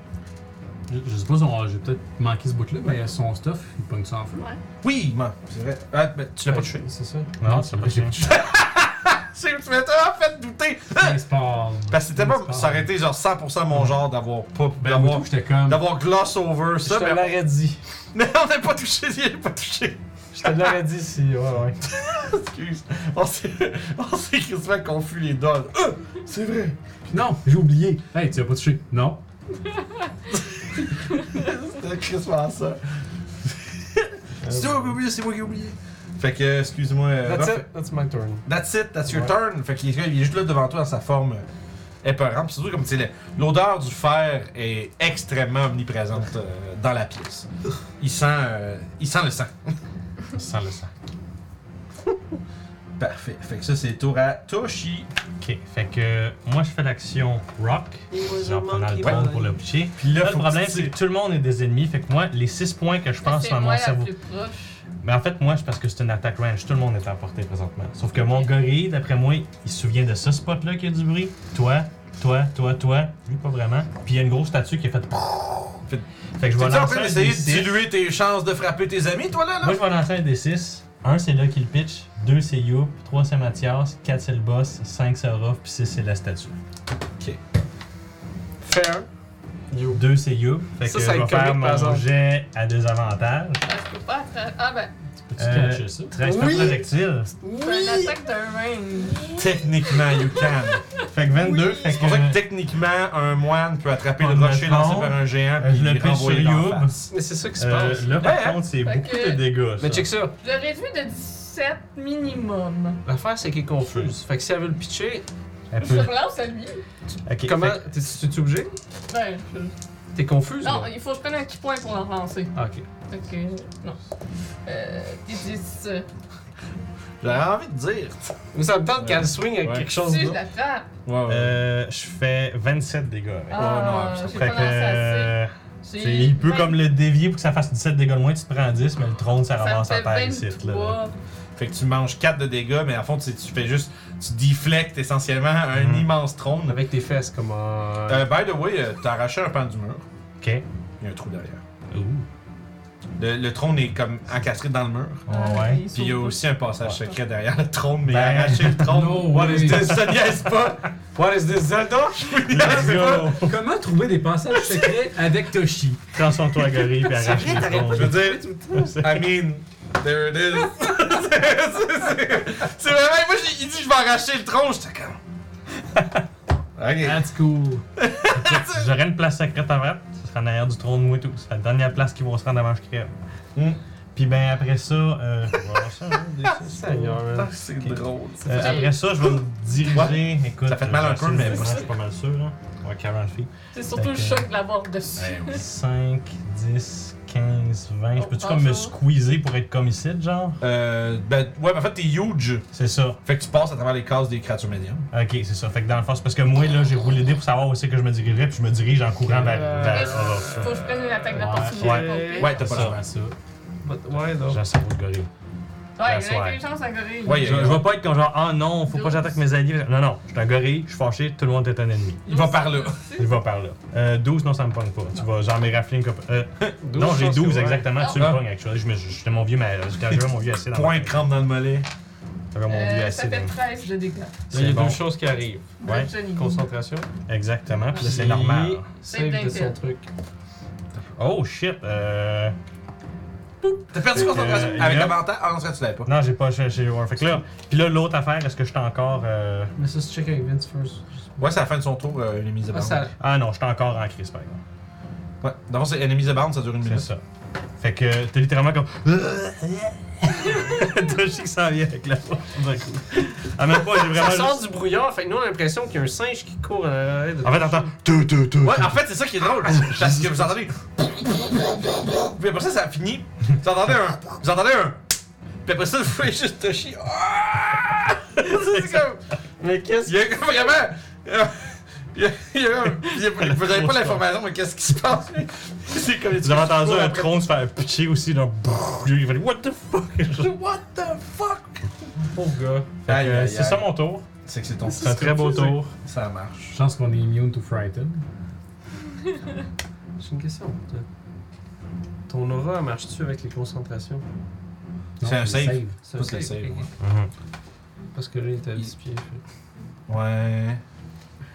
Je, je sais pas si on- j'ai peut-être manqué ce bout-là, mais son stuff, il pogne ça en feu. Oui, man, c'est vrai. Ah, ben, tu l'as pas touché. C'est ça. Non, c'est pas ça. C'est tu m'as tellement fait douter. Ah! C'est pas. Parce que c'était pas. Ça aurait été genre 100% mon genre d'avoir pas. Ben, moi, d'avoir- j'étais comme. D'avoir gloss over Je ça, te mais, l'aurais dit. mais on n'a pas touché, il est pas touché. Je te l'aurais dit si. Ouais, ouais. Excuse. On s'est on s'est quasiment confus les doigts. Ah, c'est vrai. Non, j'ai oublié. Hey, tu l'as pas touché. Non. C'était quasiment ça. C'est toi qui as oublié, c'est moi qui ai oublié. Fait que, excuse-moi. euh, That's Raph- it. That's my turn. That's it, that's your Ouais. turn. Fait qu'il est il est juste là devant toi dans sa forme euh, épeurante. Puis Surtout comme tu sais, le- l'odeur du fer est extrêmement omniprésente euh, dans la pièce. Il sent, euh, il sent le sang. Sans le sang. Parfait. Fait que ça c'est tour à Toshi. Ok, fait que moi je fais l'action rock. J'en prends le ball pour le pied. Puis là, Là, faut le que problème, tu c'est que tout le monde est des ennemis. Fait que moi, les 6 points que je pense C'est dans moi mon la cerveau. plus proche. Mais en fait, moi, c'est parce que c'est une attaque range. Tout le monde est à portée présentement. Sauf que mon gorille, d'après moi, il se souvient de ce spot-là qui a du bruit. Toi, toi, toi, toi. Lui, pas vraiment. Puis il y a une grosse statue qui est faite. Fait que Tu je vais es en lancer train un d'essayer des de six. diluer tes chances de frapper tes amis, toi là, là? Moi, je vais lancer un des 6. Un, c'est là qu'il pitch. Deux, c'est Youp. Trois, c'est Mathias. Quatre, c'est le boss. Cinq, c'est Orof. Puis six, c'est la statue. Fair. You. Deux, c'est Youp. Fait Ça, ça que je va vais être comique, faire par mon exemple. jet à désavantage. Ah, je peux pas attra- Ah ben, Peux-tu Euh, catcher ça? 13 Oui! projectiles. c'est une attaque de range. Techniquement, you can. Fait que 22. Fait C'est pour ça que que. techniquement, un moine peut attraper le On rocher le prend, lancé par un géant euh, puis je le le pêche renvoyer sur dans Youb. la face. Mais c'est ça qui se Euh, passe. là, par Ouais, hein? contre, c'est Fait beaucoup que- de dégâts. Mais ça. check ça. Je le réduis de 17 minimum. L'affaire, c'est qu'il est confuse. Fait que si elle veut le pitcher, Elle Je peut- relance à lui. Ok, comment. fait- T'es- T'es-tu obligé? Ben, je- T'es confuse? Non, là? il faut que je prenne un petit point pour le relancer. Ah, ok. Ok, non. Euh, des 10. euh, J'aurais envie de dire. Mais ça me tente qu'elle swing avec Ouais. quelque chose Si je d'autre. l'attrape. Ouais, ouais. Euh, je fais 27 dégâts avec. Ah, non, j'ai Fait pas que, lancé assez. euh, J'ai c'est- il peut vingt- comme le dévier pour que ça fasse 17 dégâts de moins, tu te prends 10, mais le trône, ça, Ça me ramasse fait à terre ici. là. 23. Fait que tu manges 4 de dégâts, mais à fond, tu, tu fais juste. Tu deflectes essentiellement un Mhm. immense trône. Avec tes fesses, comme. euh, Euh, by the way, euh, t'as arraché un pan du mur. Ok. Il y a un trou derrière. Ouh. Le, le trône est comme encastré dans le mur. Ah, ouais. Puis il y a aussi un passage secret derrière le trône, mais il Ben. a arraché le trône. No What is way. this? Ça niaise pas! What is this Zelda? Ah, Niaise pas. Comment trouver des passages secrets avec Toshi? Transforme-toi à gorille puis arrache le trône. Je veux dire, I mean, there it is. C'est- c'est- C'est vraiment, moi, j'ai- il dit je vais arracher le tronc, j'étais comme. Ok. Ah, That's cool. J'aurais une place secrète à mettre, ce serait en arrière du trône, moi et tout. C'est la dernière place qui vont se rendre avant que je crève. Hmm. Puis ben après ça, euh, je vais avoir ça, hein, des six. Seigneur, hein. man. C'est drôle. ça. Euh, après ça, je vais me diriger. Écoute, Ça fait mal un peu, mais moi, je suis pas mal sûr. Hein. Ouais, 40 feet. C'est surtout Fait le que- choc de l'avoir dessus. Ouais, oui. 5, 10, 15, 20. Je peux-tu Oh, comme me bonjour. squeezer pour être comme ici, genre? Euh, ben, ouais, mais en fait, t'es huge. C'est ça. Fait que tu passes à travers les cases des créatures médiums. Ok, c'est ça. Fait que dans le fond, c'est parce que moi, là, j'ai roulé dé pour savoir où c'est que je me dirigerais, puis je me dirige en courant vers. Euh, vers Reste- Faut que je prenne une attaque d'opportunité. Ouais. complète. Ouais, t'as C'est pas le ça, choix. ça. But- Ouais, non. J'ai un cerveau de gorille. Ouais, That's j'ai l'intelligence à gorille. Ouais, Je, je vais pas être comme genre, ah non, faut pas que j'attaque mes alliés. Non, non, je suis un gorille, je suis fâché, tout le monde est un ennemi. Il va par Euh, là. Il va par là. Euh, 12, non, ça me pogne pas. Tu vas genre mes raffling. Euh, Douze, non, je j'ai pense que 12 ouais. exactement, tu Ah. me pognes, actually. Je me- J'étais mon vieux, mais j'avais mon vieux assez dans Point ma- crampe dans le mollet. J'avais mon vieux Euh, ça assez dans fait ma- 13 de dégâts. Là, il y C'est a bon. deux choses qui arrivent. Ouais. Good job. Concentration. Exactement, puis là, c'est Puis normal. Save de son Save truc. Oh shit, euh. T'as perdu Fait que, concentration euh, avec là- avantage. Ah non, ça, tu l'avais pas. Non, j'ai pas. J'ai, j'ai- ouais, fait que là, puis là, l'autre affaire, est-ce que j'étais encore. euh, Mais ça, c'est check avec Vince first. Ouais, c'est la fin de son tour, euh, Enemies Ah, Abound. ça. Ah non, j'étais encore en crise, par exemple. Ouais, d'abord, c'est Enemies Abound, ça dure une C'est minute. ça. Fait que t'es littéralement comme. Toshi qui s'en vient avec la voix. d'un coup. Ah, même pas, j'ai Ça vraiment. sort juste- du brouillard, fait que nous on a l'impression qu'il y a un singe qui court euh, en arrière de En fait, t'entends. Tout, tout, tout. Ouais, en fait, c'est ça qui est drôle. Parce que vous entendez. Puis après ça, ça finit. Vous entendez un. Vous entendez un. Puis après ça, vous voyez juste Toshi. Ah! c'est comme. Mais qu'est-ce Il y a comme vraiment. euh, Il y a- il y a un- il y a- Vous n'avez pas l'information, mais qu'est-ce qui se passe? C'est comme Vous avez entendu Ouais, un après- tronc se faire pitcher aussi, là. brrr, Il fait What the fuck? What the fuck? Pauvre gars. Fait que, Aïe, aïe, c'est aïe. ça mon tour. C'est que c'est ton C'est un très beau tour. Ça marche. Je pense qu'on est immune to frighten. J'ai une question. toi. Ton aura marche-tu avec les concentrations C'est un save. Tout C'est un le save, save, ok. Mhm. Parce que là, il était à 10 pieds. fait. Ouais.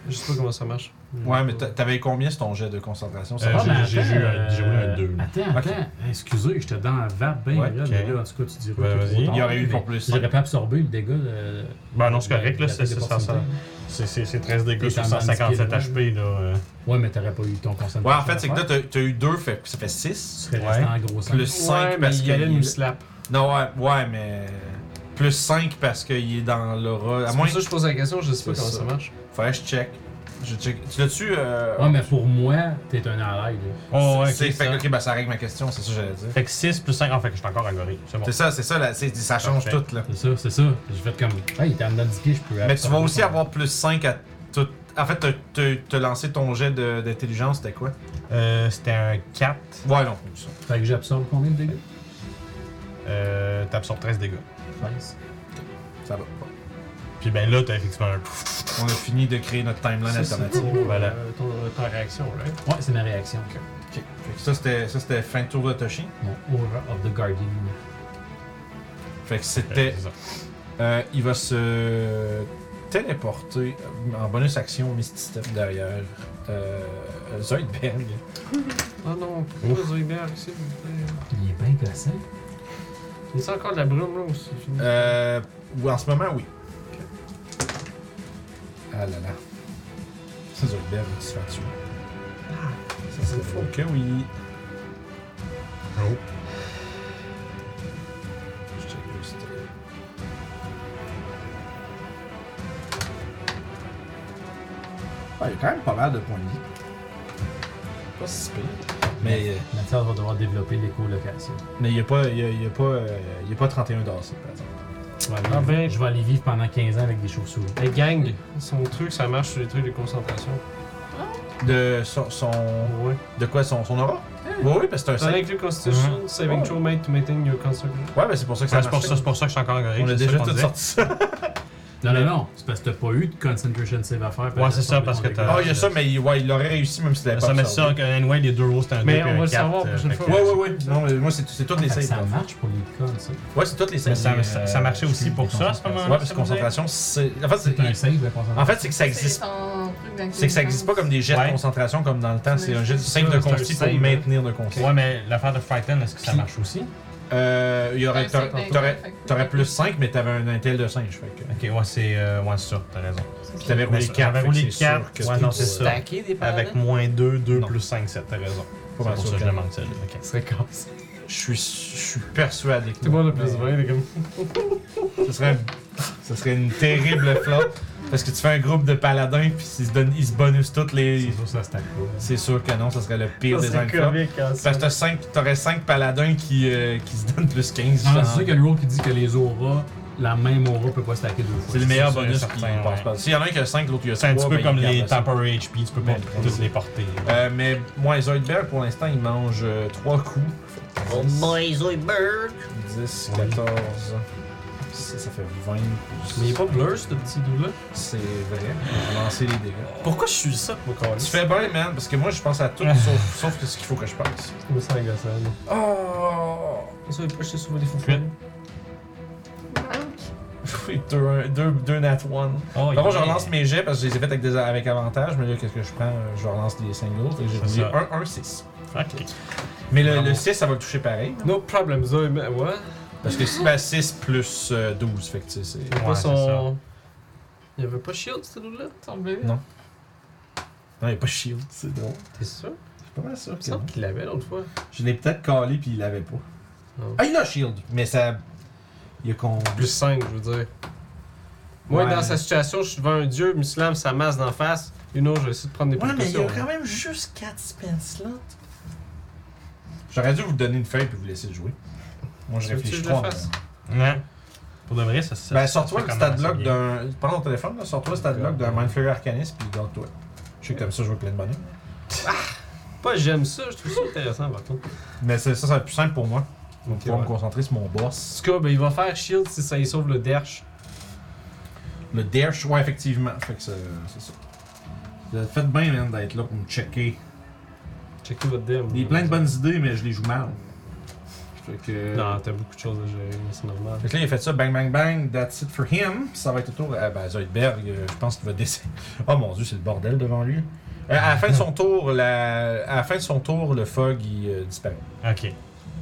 Je sais pas comment ça marche. Ouais, mais t'a- t'avais combien sur ton jet de concentration? Ça Euh, marche? j'ai- j'ai eu un- j'ai roulé un deux. Attends, Ok. attends. Excusez, j'étais dans la vape bien Ouais, raide, ok. mais là, en tout cas, tu diras Ouais, que vas-y. trop Il y tard, aurait eu mais pour plus. J'aurais pas absorbé le dégât de. Ben non, c'est correct, là. de- C'est de- c'est de- ça, ça. C'est- C'est c'est 13 dégâts sur 157 HP, là. euh. Ouais, mais t'aurais pas eu ton concentration. Ouais, en fait, c'est que là, à faire. t'as t'as eu 2, fait que ça fait 6. Tu serais resté Ouais. en gros sang. Plus 5 ouais, mais parce il qu'il allait nous est... slap. Non, ouais, ouais, mais... Plus 5 parce qu'il est dans l'aura. À C'est moins... pour ça que je pose la question, je sais pas C'est comment ça. ça marche. Faudrait que je check. Je check. Tu l'as-tu... euh, Ouais, mais pour moi, t'es un allié. là. Oh, ouais, c'est- ok, fait que, ça. ok, bah ça règle ma question, c'est ça que j'allais dire. Fait que 6 plus 5, en fait, que je suis encore agoré. C'est bon. C'est ça, c'est ça, là, c'est- ça change Parfait. tout, là. C'est ça, c'est ça. J'ai fait comme. Hey, il était en dedans de 10 pieds, je peux. Mais tu vas absorber aussi son- avoir plus 5 à tout... En fait, t'as- t'as t'as lancé ton jet de- d'intelligence, c'était quoi? Euh, C'était un 4. Ouais, non, ça. Fait que j'absorbe combien de dégâts Euh, T'absorbes 13 dégâts. 13. Ça va. Puis ben là, t'as effectivement un pouf. On a fini de créer notre timeline Ça, c'est alternative. pour, euh, Voilà. ton, ta réaction, right? Ouais, c'est ma réaction. Ok. Fait que ça, c'était ça, c'était fin de tour de Toshi. Mon Aura of the Guardian. Fait que Euh, c'était... c'est ça. Euh, il va se téléporter en bonus action Misty Step derrière euh, Zoidberg. Ah non, pourquoi Zoidberg, s'il vous plaît? Il est bien gossant. Il y a encore de la brume, là, ou c'est fini? Euh, ou en ce moment, oui. Ah là là. C'est Zoidberg qui se fait tuer. Ah, Ça c'est faux. Que oui. Oh. Je check juste. Ah, il y a quand même pas mal de points de vie. Pas si pire. Mais. euh, Mathias va devoir développer l'écolocation. Mais il n'y a pas, il y a, il y a pas, euh, il y a pas 31 d'acier, par exemple. Je vais aller- Ah ben. Je vais aller vivre pendant 15 ans avec des chauves-souris. Hey gang, son truc ça marche sur les trucs de concentration. De son, son- Ouais. de quoi son, son aura Oui, oui, parce que c'est Ça un 5. inclut Constitution, Saving Throw made to maintain your Constitution. Ouais, ben c'est pour ça que ça Ouais, C'est marche. pour ça, c'est pour ça que je suis encore agoré. On a c'est ça déjà qu'on tout disait. sorti ça. Non, non, non. C'est parce que t'as pas eu de concentration save à faire. Ouais, c'est ça, parce que Ah, t'as- il y a ça, mais il- ouais, il l'aurait réussi même s'il l'avait pas Ça met ça, absorbé. que, anyway, les deux rolls, c'était un 2 Mais et on va un euh, le 4. savoir la prochaine fois. Ouais, ouais, ouais. Non, mais moi, c'est c'est toutes les Fait que 5. Ça marche pour les cons, ça. Ouais, c'est toutes les 5. Mais Ouais, ça, Mais, ça, euh, ça marchait aussi je pour suis ça, à ce moment-là. parce que ça vous dit? concentration, c'est. En fait, C'est un c'est save, la concentration. en fait, c'est que ça existe. ton truc d'activité. C'est que ça existe pas comme des jets Ouais. de concentration comme dans le temps. C'est un jet de save C'est de un consti pour save, hein. maintenir le consti. Ouais, mais l'affaire de Frighten, est-ce que ça Puis- marche aussi? Euh, il y aurait, Ouais, c'est t'aurais, bien. t'aurais- Fait que- t'aurais plus 5, mais t'avais un intel de singe. Fait que. Ok, ouais, c'est. euh, ouais, c'est ça, t'as raison. Puis t'avais Mais roulé ça- 4. j'avais Ben, roulé quatre, ouais, non, c'est ça. des Avec moins 2, 2 Non. plus 5, 7, t'as raison. Pas C'est mal pour sûr ça que que je non. demande celle-là. ok. c'est casse. Je suis, je suis persuadé que Tout le monde a plus Mais 20, les gars. Ce serait, ce serait une terrible flop. Parce que tu fais un groupe de paladins, puis ils se, donnent, ils se bonus toutes les. C'est sûr, ça stack pas. C'est sûr que non, ce serait le pire Ça, des C'est flop. comique, hein, ça. Parce que t'as cinq- t'aurais 5 paladins qui, euh, qui se donnent plus 15. Non, genre. Ah, c'est sûr qu'il y a le rule qui dit que les auras, la même aura peut pas stacker deux fois. C'est le meilleur c'est sûr, bonus certain, qui passe ouais. pas. S'il y en a un qui a 5, l'autre il a 5. C'est un petit peu comme les tampons. Temporary HP, tu peux pas Ouais, tous les porter. Euh, mais moi, Zoidberg, pour l'instant, il mange 3 coups. Oh boy, Zoidberg! 10, 14. Ça, ça fait 20. Mais il est pas blur, ce petit doux là. C'est vrai. On va lancer les dégâts. Pourquoi je suis ça? Mon câlisse. Tu fais bien, man, parce que moi, je pense à tout sauf, sauf que ce qu'il faut que je pense. Je me sens agaçant, là. Oh! Ça, il peut se sauver des fous. Huit. Oui, deux, un- deux, deux nat one. Oh, Par contre, je relance mes jets parce que je les ai fait avec, des, avec avantage, mais là, qu'est-ce que je prends? Euh, Je relance des singles. Fait que j'ai C'est dit ça. 1, 1, 6. Ok. Mais le, Bravo. le 6, ça va le toucher pareil. No problem, Zoe. mais- Ouais. Parce que c'est pas 6 plus euh, 12, fait que tu sais, c'est. Il y avait Ouais, pas c'est son. Il y avait pas Shield, ce doux là. Ton bleu. Non. Non, il n'y a pas shield, c'est drôle. T'es sûr? Je suis pas mal sûr Il me semble qu'il l'avait l'autre fois. Je l'ai peut-être calé puis il l'avait pas. Non. Ah, il a shield, mais ça. Il a con. Plus 5, je veux dire. Moi, Ouais. dans sa situation, je suis devant un dieu, m'islam sa masse d'en face. You know, je vais essayer de prendre des Ouais, mais il y précautions. a quand même juste 4 spins slots. J'aurais dû vous donner une feuille puis vous laisser le jouer. Moi, je Tu veux-tu que réfléchis je le trois. fasse? mais- Non. Hein? Pour de vrai, ça se. Ben, sors-toi le ça fait stat comment, block ça, d'un. Prends ton téléphone, là, sors-toi le stat block d'un Mindflayer Arcanist puis garde-toi. Je suis comme ça, je veux plein de bonheur. Pas j'aime ça, je trouve ça intéressant par contre. Mais c'est- ça, ça va être plus simple pour moi. Donc, Pour me concentrer sur mon boss. En tout cas, ben, il va faire shield si ça y sauve le derche. Le dash, ouais, effectivement. Fait que c'est c'est ça. Vous avez fait bien, man, d'être là pour me checker. Checkez votre dem. Il y a plein de bonnes idées, mais je les joue mal. Fait que. Euh, Non, t'as beaucoup de choses à gérer, mais c'est normal. Fait que là, il a fait ça, bang, bang, bang, that's it for him. Puis Ça va être au tour à ben, Zoidberg, euh, je pense qu'il va décéder. Oh mon dieu, c'est le bordel devant lui. Euh, à, la fin de son tour, la... à la fin de son tour, le fog, il euh, disparaît. Ok.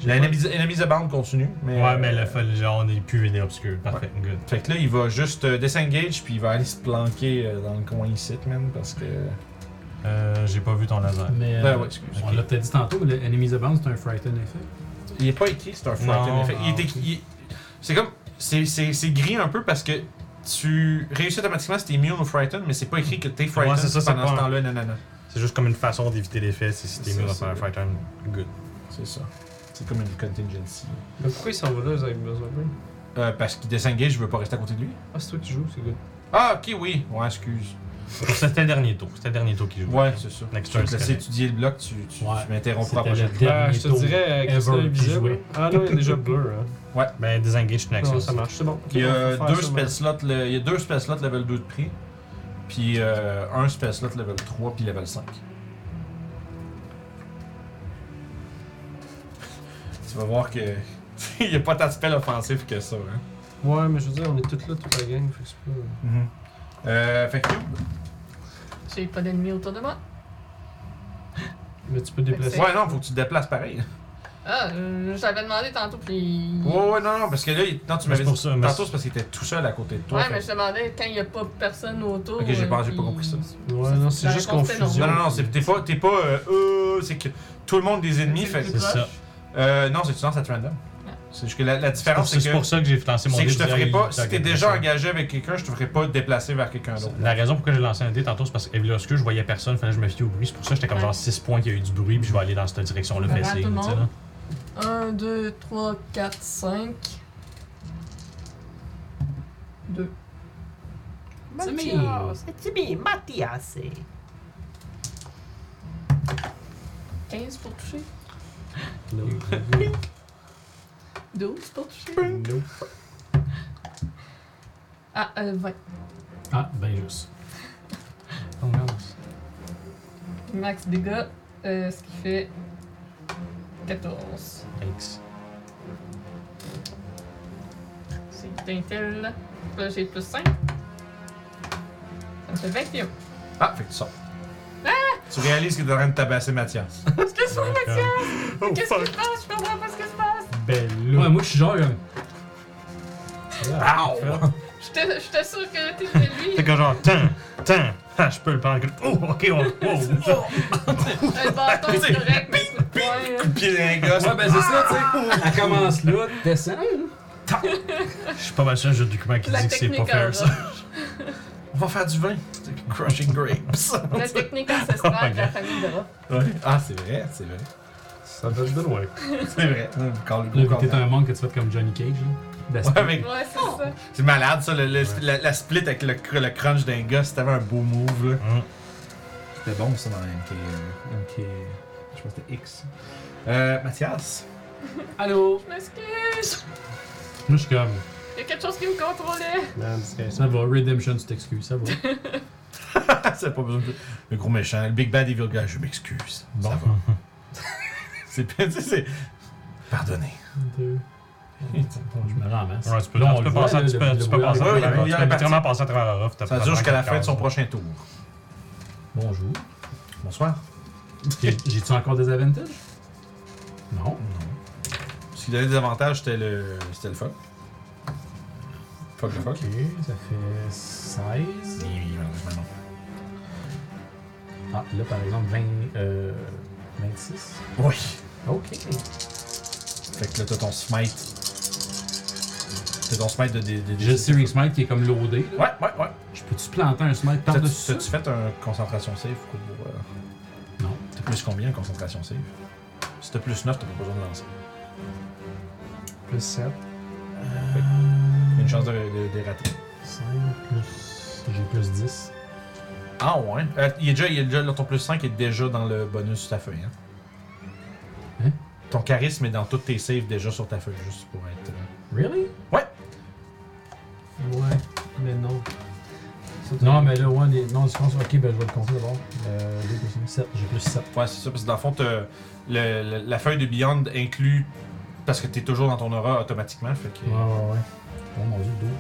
L'ennemi de bande continue, mais... Ouais, mais euh, le fol, genre, on est plus véné obscur. Parfait, good. Fait que là, il va juste euh, disengage, puis il va aller se planquer euh, dans le coin ici, man, parce que... Euh, j'ai pas vu ton laser. Mais. euh, Ben ouais, excuse. On l'a peut-être dit tantôt, mais le Enemies Abound, c'est un Frighten effet. Il est pas écrit, c'est un frightened. Non, effect. Il ah, est écrit- il- C'est comme. C'est, c'est, c'est gris un peu parce que tu réussis automatiquement si t'es immune au frightened, mais c'est pas écrit que t'es frightened Ouais, c'est ça, c'est pendant pas ce un- temps-là. Non, non, non. C'est juste comme une façon d'éviter l'effet si c'était C'est mieux de ça, faire un c'est fight time. Good. C'est ça. C'est comme une contingency. Mais pourquoi il s'en va là, vous avez besoin de lui? Euh, parce qu'il disengage, je veux pas rester à côté de lui. Ah, c'est toi qui joues, c'est good. Ah, ok, oui. Ouais, excuse. C'était le dernier tour. C'était le dernier tour qui joue. Ouais, c'est ça. Next tu veux turn, te c'est laisser correct. étudier le bloc, tu, tu, Ouais. tu m'interromperas après. C'était le Ah, dernier je te tour dirais, euh, ever Christian qui Invisible. jouait. Ah non, il est déjà bleu, hein. Ben, désengage, c'est une action. Non, ça marche, c'est bon. Il y a Faut faire deux ça, spell slots, le- il y a deux spell slots level 2 de prix, puis euh, un spell slot level 3 puis level 5. Tu vas voir que il y a pas tant de spells offensifs que ça. Hein. Ouais, mais je veux dire, on est tous là, toute la gang, fait que c'est pas. Mm-hmm. Euh, fait que J'ai pas d'ennemis autour de moi. Mais tu peux déplacer. ouais non, faut que tu te déplaces pareil. Ah, euh, j'avais demandé tantôt, puis. Ouais ouais non non parce que là il- non tu Mais m'avais c'est pour dit ça, mais tantôt c'est- c'est parce qu'il était tout seul à côté de toi. Ouais, fait mais que- je demandais quand il y a pas personne autour. Ok, j'ai pas- j'ai euh, pas compris ça. puis- Ouais, non, c'est la juste réponse était non. confusion. Non non non, c'est- t'es pas t'es pas euh, euh, c'est que tout le monde des ennemis fait. C'est ça. Euh, non c'est tu lances à random. C'est juste que la, la C'est pour- différence c'est que C'est pour ça que j'ai lancé mon C'est que dé je te pour ferai dire, pas, il- si t'es il- déjà il- engagé avec quelqu'un, je te ferai pas te déplacer vers quelqu'un d'autre. La raison pourquoi j'ai lancé un dé tantôt, c'est parce que vu l'obscur, je voyais personne, fallait que je me fie au bruit. C'est pour ça que j'étais comme Ouais. genre 6 points qu'il y a eu du bruit, puis je vais aller dans cette direction-là, Voilà, fait signe, tout le tu sais, monde. là. 1, 2, 3, 4, 5. 2. Mathias! Tibi, Mathias! 15 pour toucher. Non. 12 pour toucher. Non. Ah, euh, 20. Ah, ben juste. Max dégâts, euh, ce qui fait 14. Thanks. C'est Dintel. Là, j'ai plus 5. Ça me fait 21. Ah, fait que tu sors. Tu réalises que t'es en train de tabasser Mathias. Excuse-moi, Donc, euh, qu'est-ce qui se passe? Je comprends pas ce qui se passe. Ben Ouais, là. moi je suis genre. euh, J'étais j'étais sûre que t'étais lui. T'es comme genre, tiens, tiens, ah, je peux le prendre. Oh, ok, on. Oh, Un bâton, c'est correct, mais c'est pas. euh, Puis les gars, Ouais, ben c'est ça, tu sais. Elle commence là, descend. je suis pas mal sûr, j'ai un document qui La dit que c'est technique hein, pas en faire ça. roche. on va faire du vin. Crushing grapes. La technique ancestrale de la famille de roche. Ah, c'est vrai, c'est vrai. Ça va de loin. C'est vrai. Quand le Là, gros t'es corps- un monk que tu fais comme Johnny Cage. là. D'esprit. Ouais, mais Ouais, c'est ça. c'est malade ça, le- le- la, la split avec le, cr- le crunch d'un gars, c'était un beau move là. Hum. Mm. C'était bon ça dans MK. euh, MK. euh, Je pense que c'était X. Euh, Mathias. Allô? Je m'excuse. Moi je suis comme. Il y a quelque chose qui me contrôlait. Non, c'est Ça va, Redemption, tu t'excuses, ça va. Ah, c'est pas besoin de. Le gros méchant, le Big Bad Evil Guy, je m'excuse. Bon. Ça va. C'est. tu sais, c'est- Pardonnez. Deux. Je me ramasse. Ouais, tu peux, Là, on tu peux le voit, passer, là, tu le- peux, le tu peux passer à bruit, travers oui, il y a la la Tu peux partie. vraiment passer à travers la rough, Ça t'as pas dure vraiment jusqu'à la fin de quelques son heures. prochain tour. Bonjour. Bonsoir. J'ai- J'ai-tu encore des avantages? Non. Ce qui donnait des avantages, c'était le. C'était le fuck. Fuck le fuck. Ok, ça fait 16. Oui, malheureusement, Ah, là par exemple, 20, euh, 26. non. Oui. Ok. Fait que là, t'as ton smite. T'as ton smite de. de, de- J'ai le de- Searing Smite qui est comme loadé. là. Ouais, ouais, ouais. Je peux-tu planter un Smite T'as- par-dessus ça? T'as-tu fait un concentration save pour. euh, Non. T'as plus combien, concentration save Si t'as plus 9, t'as pas besoin de lancer. plus 7. Une chance de, de, de rater. 5 plus... J'ai plus 10. Ah ouais. Euh, il est déjà, il est déjà, là, ton plus 5 est déjà dans le bonus sur ta feuille. Hein? Hein? Ton charisme est dans toutes tes saves déjà sur ta feuille, juste pour être. euh, Really? Ouais, mais non. Non, mais là, ouais, les- non, je pense, ok, ben je vais le compter d'abord. Euh, 2, 7, j'ai plus 7. Ouais, c'est ça, parce que dans le fond, t'as- le- le- la feuille de Beyond inclut. Parce que t'es toujours dans ton aura automatiquement, fait que. Ouais, ouais, ouais. Oh mon dieu, 12.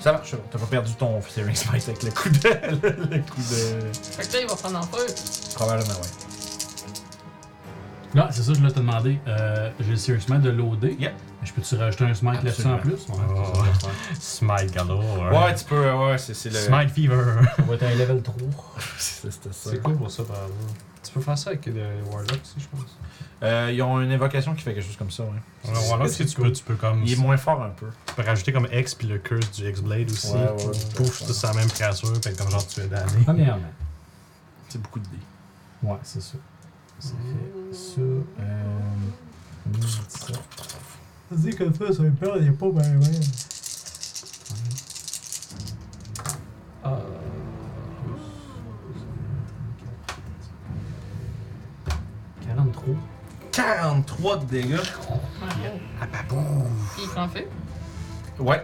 Ça marche, t'as pas perdu ton Searing Spice avec le coup de. le coup de. Fait que là, il va prendre en feu. Probablement, ouais. Non, c'est ça, je l'ai demandé. Euh, j'ai sérieusement de loader. Yep. Mais Je peux-tu rajouter un smite là-dessus en Absolument. plus? Ouais, Oh. c'est ça, je vais faire. Smite galore. hein. Ouais, tu peux, ouais, c'est c'est le. Smite fever. On va être à un level 3. C'est- C'était ça. C'est cool pour ça, par exemple. Tu peux faire ça avec les Warlocks aussi, je pense. Euh, ils ont une évocation qui fait quelque chose comme ça, ouais. Ouais, voilà, parce que tu peux, tu peux comme. Il est moins fort un peu. Tu peux rajouter comme X puis le curse du X-Blade aussi. Ouais, ouais, Qui ouais. Pouf, c'est la même créature, fait que comme genre tu es damné. Premièrement. C'est beaucoup de dés. Ouais, c'est ça. Ça fait ça. Euh. Vas-y, comme ça, ça me perd, il est pas ben ben. Euh, Ah. trop. 43 de dégâts. Puis il prend feu. Ouais.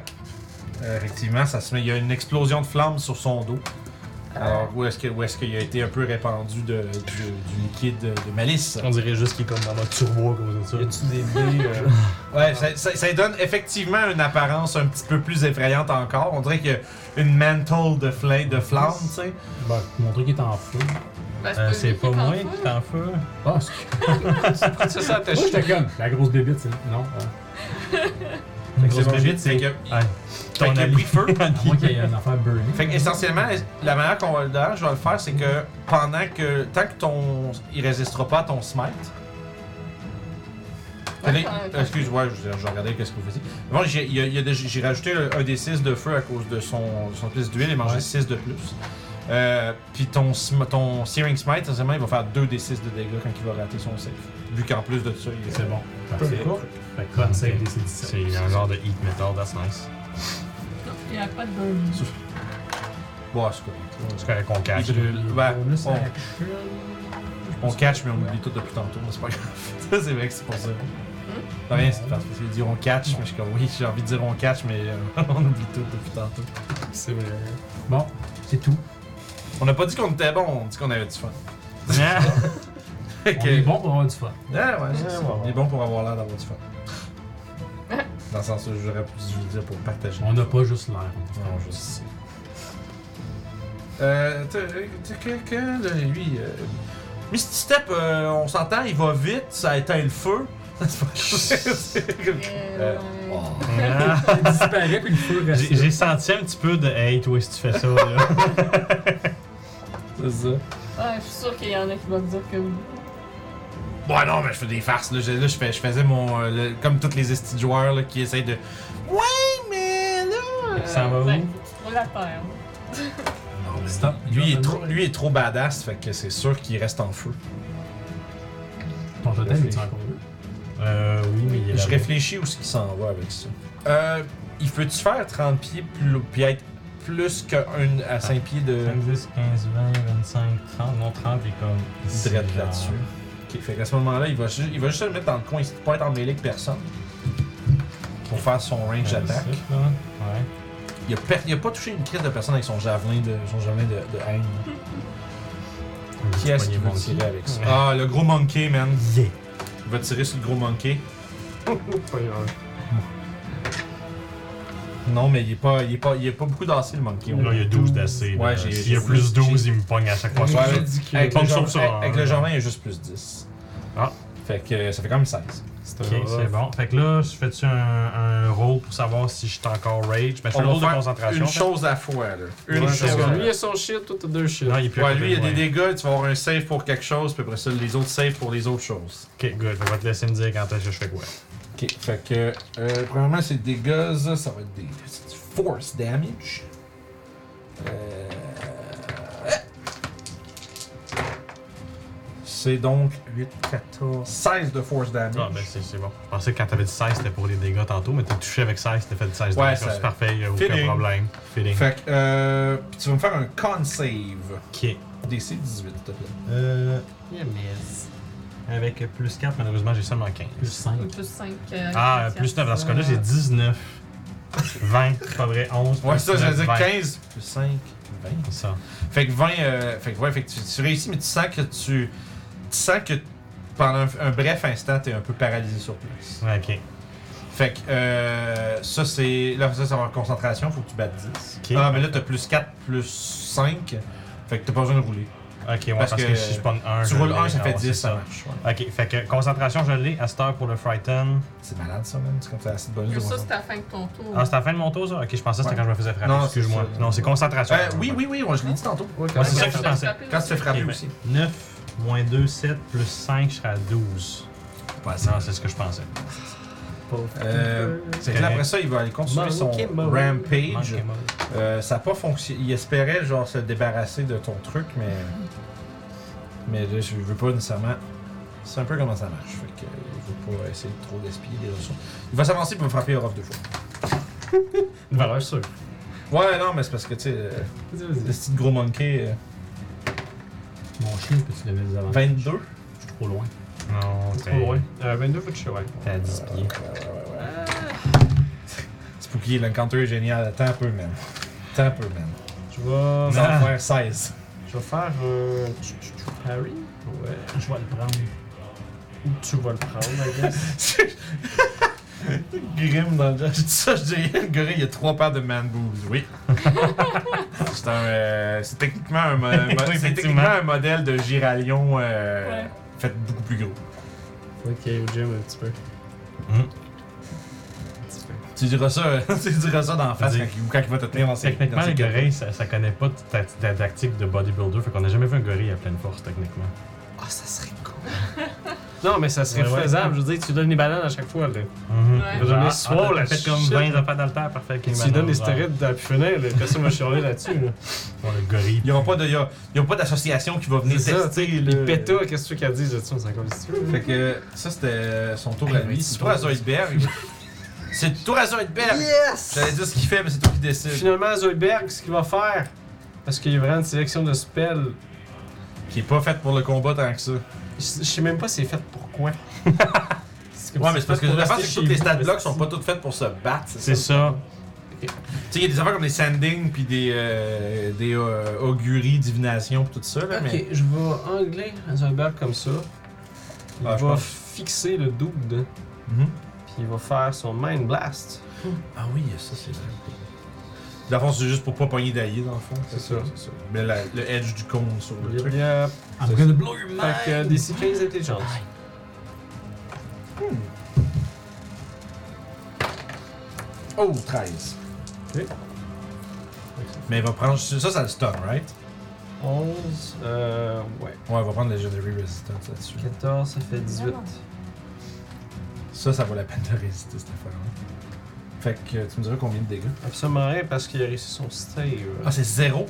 Euh, effectivement, ça se met. Il y a une explosion de flammes sur son dos. Alors, où est-ce que- où est-ce qu'il a été un peu répandu de, du, du liquide de, de malice? On dirait juste qu'il est comme dans notre turbo à cause de ça. Y a-tu des dés. euh, Ouais, ça, ça- ça donne effectivement une apparence un petit peu plus effrayante encore. On dirait qu'il y a une mantle de, fla- de flammes, tu sais. Bah, mon truc est en feu. Ben, Euh, lui c'est qui pas prend moi feu. qui t'en feu. Ah, c'est- Pourquoi tu fais ça moi, attaché? j'étais comme. La grosse bébite, c'est. Non. euh, Fait que c'est Grosse mon bébite, jet, fait c'est- que- Ouais. fait qu'il a pris feu. à moins qu'il y ait une affaire burning. Fait que essentiellement, la manière qu'on va le faire, je vais le faire, c'est que pendant que. Tant que ton. Il résistera pas à ton smite. Ouais, Tenez, ouais, ouais. euh, excuse, ouais, je, je regardais qu'est-ce que vous faisiez. Bon, j'ai il y a- il y a des- j'ai rajouté un des 6 de feu à cause de son, son plus d'huile et mangé 6 de plus. Euh, Puis ton, sm- ton Searing Smite, essentiellement, il va faire 2 des 6 de dégâts quand il va rater son save. Vu qu'en plus de ça, il C'est bon. Parfait. Fait que con save des C'est C17. un genre de heat metal, that's nice. Il n'y a pas de burn. Bon, c'est correct. C'est correct qu'on cache. Il brûle. Ben, Bonus on- action. On catch, mais on oublie tout depuis tantôt, mais c'est pas grave. Ça, c'est vrai que c'est pour ça. Non, rien, c'est parce que j'ai dit on catch, mais je suis comme oui, j'ai envie de dire on catch, mais euh, on oublie tout depuis tantôt. C'est vrai. Bon, c'est tout. On n'a pas dit qu'on était bon, on dit qu'on avait du fun. Ah! Fait On que- est bon pour avoir du fun. Ouais, ouais, c'est Ouais, ça. ouais, ouais. On est bon pour avoir l'air d'avoir du fun. Dans le sens où j'aurais pu vous dire pour partager. On n'a pas juste l'air. Non, je sais. Euh, t'as- t'as quelqu'un, là, lui. Euh... Misty Step, euh, on s'entend, il va vite, ça éteint le feu. C'est comme- Euh, oh. Il disparaît puis le feu reste. ah. J'ai j'ai senti un petit peu de Hey, toi, si tu fais ça, là. C'est ça. oh. Ah, je suis sûre qu'il y en a qui vont me dire que oui. Ouais, non, mais je fais des farces. Là, je, là, je, fais- je faisais mon. euh, le- comme tous les esti de joueurs là, qui essayent de. Ouais, mais là. Ça va Euh, où? ouais, faut trouver la terre. Non, mais stop. Lui, il est trop, lui est trop badass, fait que c'est sûr qu'il reste en feu. Ton totem est encore là. Euh, oui, mais il est Je là-bas. réfléchis où ce qui s'en va avec ça. Euh, il peut-tu faire 30 pieds plus, puis être plus qu'un à 5 Ah. pieds de. 5, 10, 15, 20, 25, 30. Non, 30, il est comme. ici, Dread genre. là-dessus. Ok, fait qu'à ce moment-là, il va, ju- il va juste se mettre dans le coin, il peut pas être en mêlée que personne. Pour faire son range Comme d'attaque. ça, là. Ouais. Il a, per- il a pas touché une crise de personne avec son javelin de, son javelin de, de haine. là. Qui est-ce qui veut tirer avec ça? Ouais. Ah, le gros monkey, man. Yeah. Il va tirer sur le gros monkey. Pas grave. Non, mais il est pas, il est pas, il est pas beaucoup d'assez, le monkey. Là, il y a 12 d'AC. Ouais, là. j'ai- S'il y a j'ai- plus 12, j'ai- il me pogne à chaque fois. Ouais, avec- Ridicule. avec, le Pomme javelin, sur ça, avec le hein. javelin, il y a juste plus 10. Ah. Fait que euh, ça fait quand même 16. Ok, c'est bon. Fait que là, je fais-tu un, un roll pour savoir si je suis encore rage? Ben, je fais le roll de concentration. une fait. chose à la fois, là. Une Ouais, chose c'est à vrai. la Lui, il a son shit, toi, t'as deux shit. Non, il est plus à fois. Ouais, côté lui, il y de a des moi. dégâts, tu vas avoir un save pour quelque chose, puis après ça, les autres saves pour les autres choses. Ok, good. Fait que Je vais te laisser me dire quand est-ce que je fais quoi. Ok, fait que, euh, premièrement, c'est des dégâts, ça ça va être des, c'est du force damage. Euh... C'est donc 8, 14, 16 de force damage. Ah, ben c'est c'est bon. Je pensais que quand t'avais dit 16, c'était pour les dégâts tantôt, mais t'as touché avec 16, t'as fait 16 Ouais, dégâts. ça- C'est parfait, y a aucun Feeling. problème. Feeling. Fait que euh, puis tu vas me faire un con save. Ok. DC 18, s'il te plaît. Euh, Yeah, miss. avec plus 4, malheureusement, j'ai seulement 15. Plus 5. Plus 5. Ah, euh, plus 9. Dans ce cas-là, j'ai 19, 20, c'est pas vrai, 11. Ouais, plus ça, j'allais 9, dire 20. 15 plus 5, 20. C'est ça. Fait que 20, euh, fait que ouais, fait que tu, tu réussis, mais tu sens que tu, tu sens que pendant un, un bref instant, t'es un peu paralysé sur place. Ouais, ok. Fait que euh, ça, c'est. Là, ça, ça va en concentration, faut que tu battes 10. Ok. Ah, mais là, t'as plus 4, plus 5. Fait que t'as pas besoin de rouler. Ok, ouais, Parce parce, que que, si je prends 1. tu roules 1, ça fait 10, ça marche. Ah ouais. Ok, fait que concentration, je l'ai. À cette heure pour le Frighten. C'est malade, ça, même. C'est quand t'as assez de bonus de Que ça, concentration. c'est à la fin de ton tour. Ah, c'est la fin de mon tour, ça Ok, je pensais que c'était Ouais. quand je me faisais frapper. Non, c'est Excuse-moi. ça. Non, c'est concentration. Euh, oui, oui, oui, ouais, je l'ai dit tantôt. Ouais, Ouais, c'est même. ça que je pensais. Quand tu te fais frapper Ok, ben, aussi. 9 moins 2, 7 plus 5, je serai à 12. Ouais, c'est Non, c'est ce que je pensais. Euh, c'est que là, après ça, il va aller continuer son Monkey mode. rampage. Manquez moi. Euh, ça n'a pas fonctionné. Il espérait genre se débarrasser de ton truc, mais. Mais là, je veux pas nécessairement. C'est un peu comment ça marche. Fait que euh, je veux pas essayer de trop gaspiller des ressources. Il va s'avancer pour me frapper Orof deux fois. Une valeur sûre. Ouais, non, mais c'est parce que tu sais, euh, Vas-y, le vas-y. petit gros monkey, euh, Mon chien, peux-tu lever les avant 22. Je suis trop loin. Non, t'es- Trop loin. Euh, 22 faut toucher, ouais. T'es à 10 pieds. Spooky, l'encounter est génial. Attends un peu, man. Attends un peu, man. Je vais. Ça va Ah. faire 16. Je vais faire. Euh, tu- tu- tu- Harry Ouais. Je vais le prendre. Ou tu vas le prendre, I guess. Grim dans le Je dis ça, je dis rien. Le gorille, il y a trois paires de man boobs. Oui. c'est un, euh, c'est techniquement un, mo- mo- c'est effectivement. techniquement un modèle de giralion euh, Ouais. fait beaucoup plus gros. Faut qu'il aille au gym un petit peu. Hmm. Hum. Tu diras ça, euh, tu diras ça dans la face Vas-y. quand, il- ou quand il va te tenir dans ses dans Techniquement, ses les capotes. gorilles, ça, ça connaît pas ta, ta tactique de bodybuilder, fait qu'on a jamais vu un gorille à pleine force, techniquement. Ah, ça serait cool. non, mais ça serait Ouais, ouais. faisable. Je veux dire, tu donnes des bananes à chaque fois, là. Mhm. Ouais. Genre, Donner ah, soir, t'as- la t'as fait comme shit. 20 affaires d'altère, parfait. Tu King lui donnes Manon, des genre. stéroïdes dans la punelle, là. personne va chialer là-dessus, là. Ouais, le gorille. Il n'y aura pas de, il y aura- il y aura pas d'association qui va venir C'est ça, tester. Les le- pétas, qu'est-ce que tu veux qu'elle dise là-dessus, on s'en colle si tu veux. Fait que ça, c'était son tour à lui. C'est toi à Zoidberg. C'est le tour à Zoidberg. Yes! J'allais dire ce qu'il fait, mais c'est toi qui décides. Finalement, Zoidberg, ce qu'il va faire, parce qu'il y a vraiment une sélection de spells, Qui est pas fait pour le combat tant que ça. je je sais même pas c'est fait pourquoi. C'est comme Ouais, si mais c'est parce que pour la rester face, c'est que chez toutes les vous, stat mais blocks c'est- sont pas toutes faites pour se battre. C'est ça. Tu sais, il y a des affaires comme des sandings, puis des, euh, des euh, auguries, divinations, puis tout ça, là, mais... Ok, je vais angler Zoidberg comme ça. Il Ah, je va pense. fixer le double, Mhm. puis il va faire son Mind Blast. Ah oui, ça, c'est vrai. Dans le fond, c'est juste pour pas pogner d'alliés, dans le fond. C'est ça. c'est ça. Mais la- le edge du con sur le Yep, truc. yep. I'm gonna blow your mind! Fait que euh, DC 15 intelligence. Oh, 13. Mais il va prendre... Ça, ça le stun, right? 11, euh, ouais. Ouais, il va prendre Legendary Resistance là-dessus. 14, ça fait 18. Ça, ça vaut la peine de résister, cette affaire-là. Fait que euh, tu me diras combien de dégâts? Absolument rien parce qu'il a réussi son save. Ah, c'est zéro?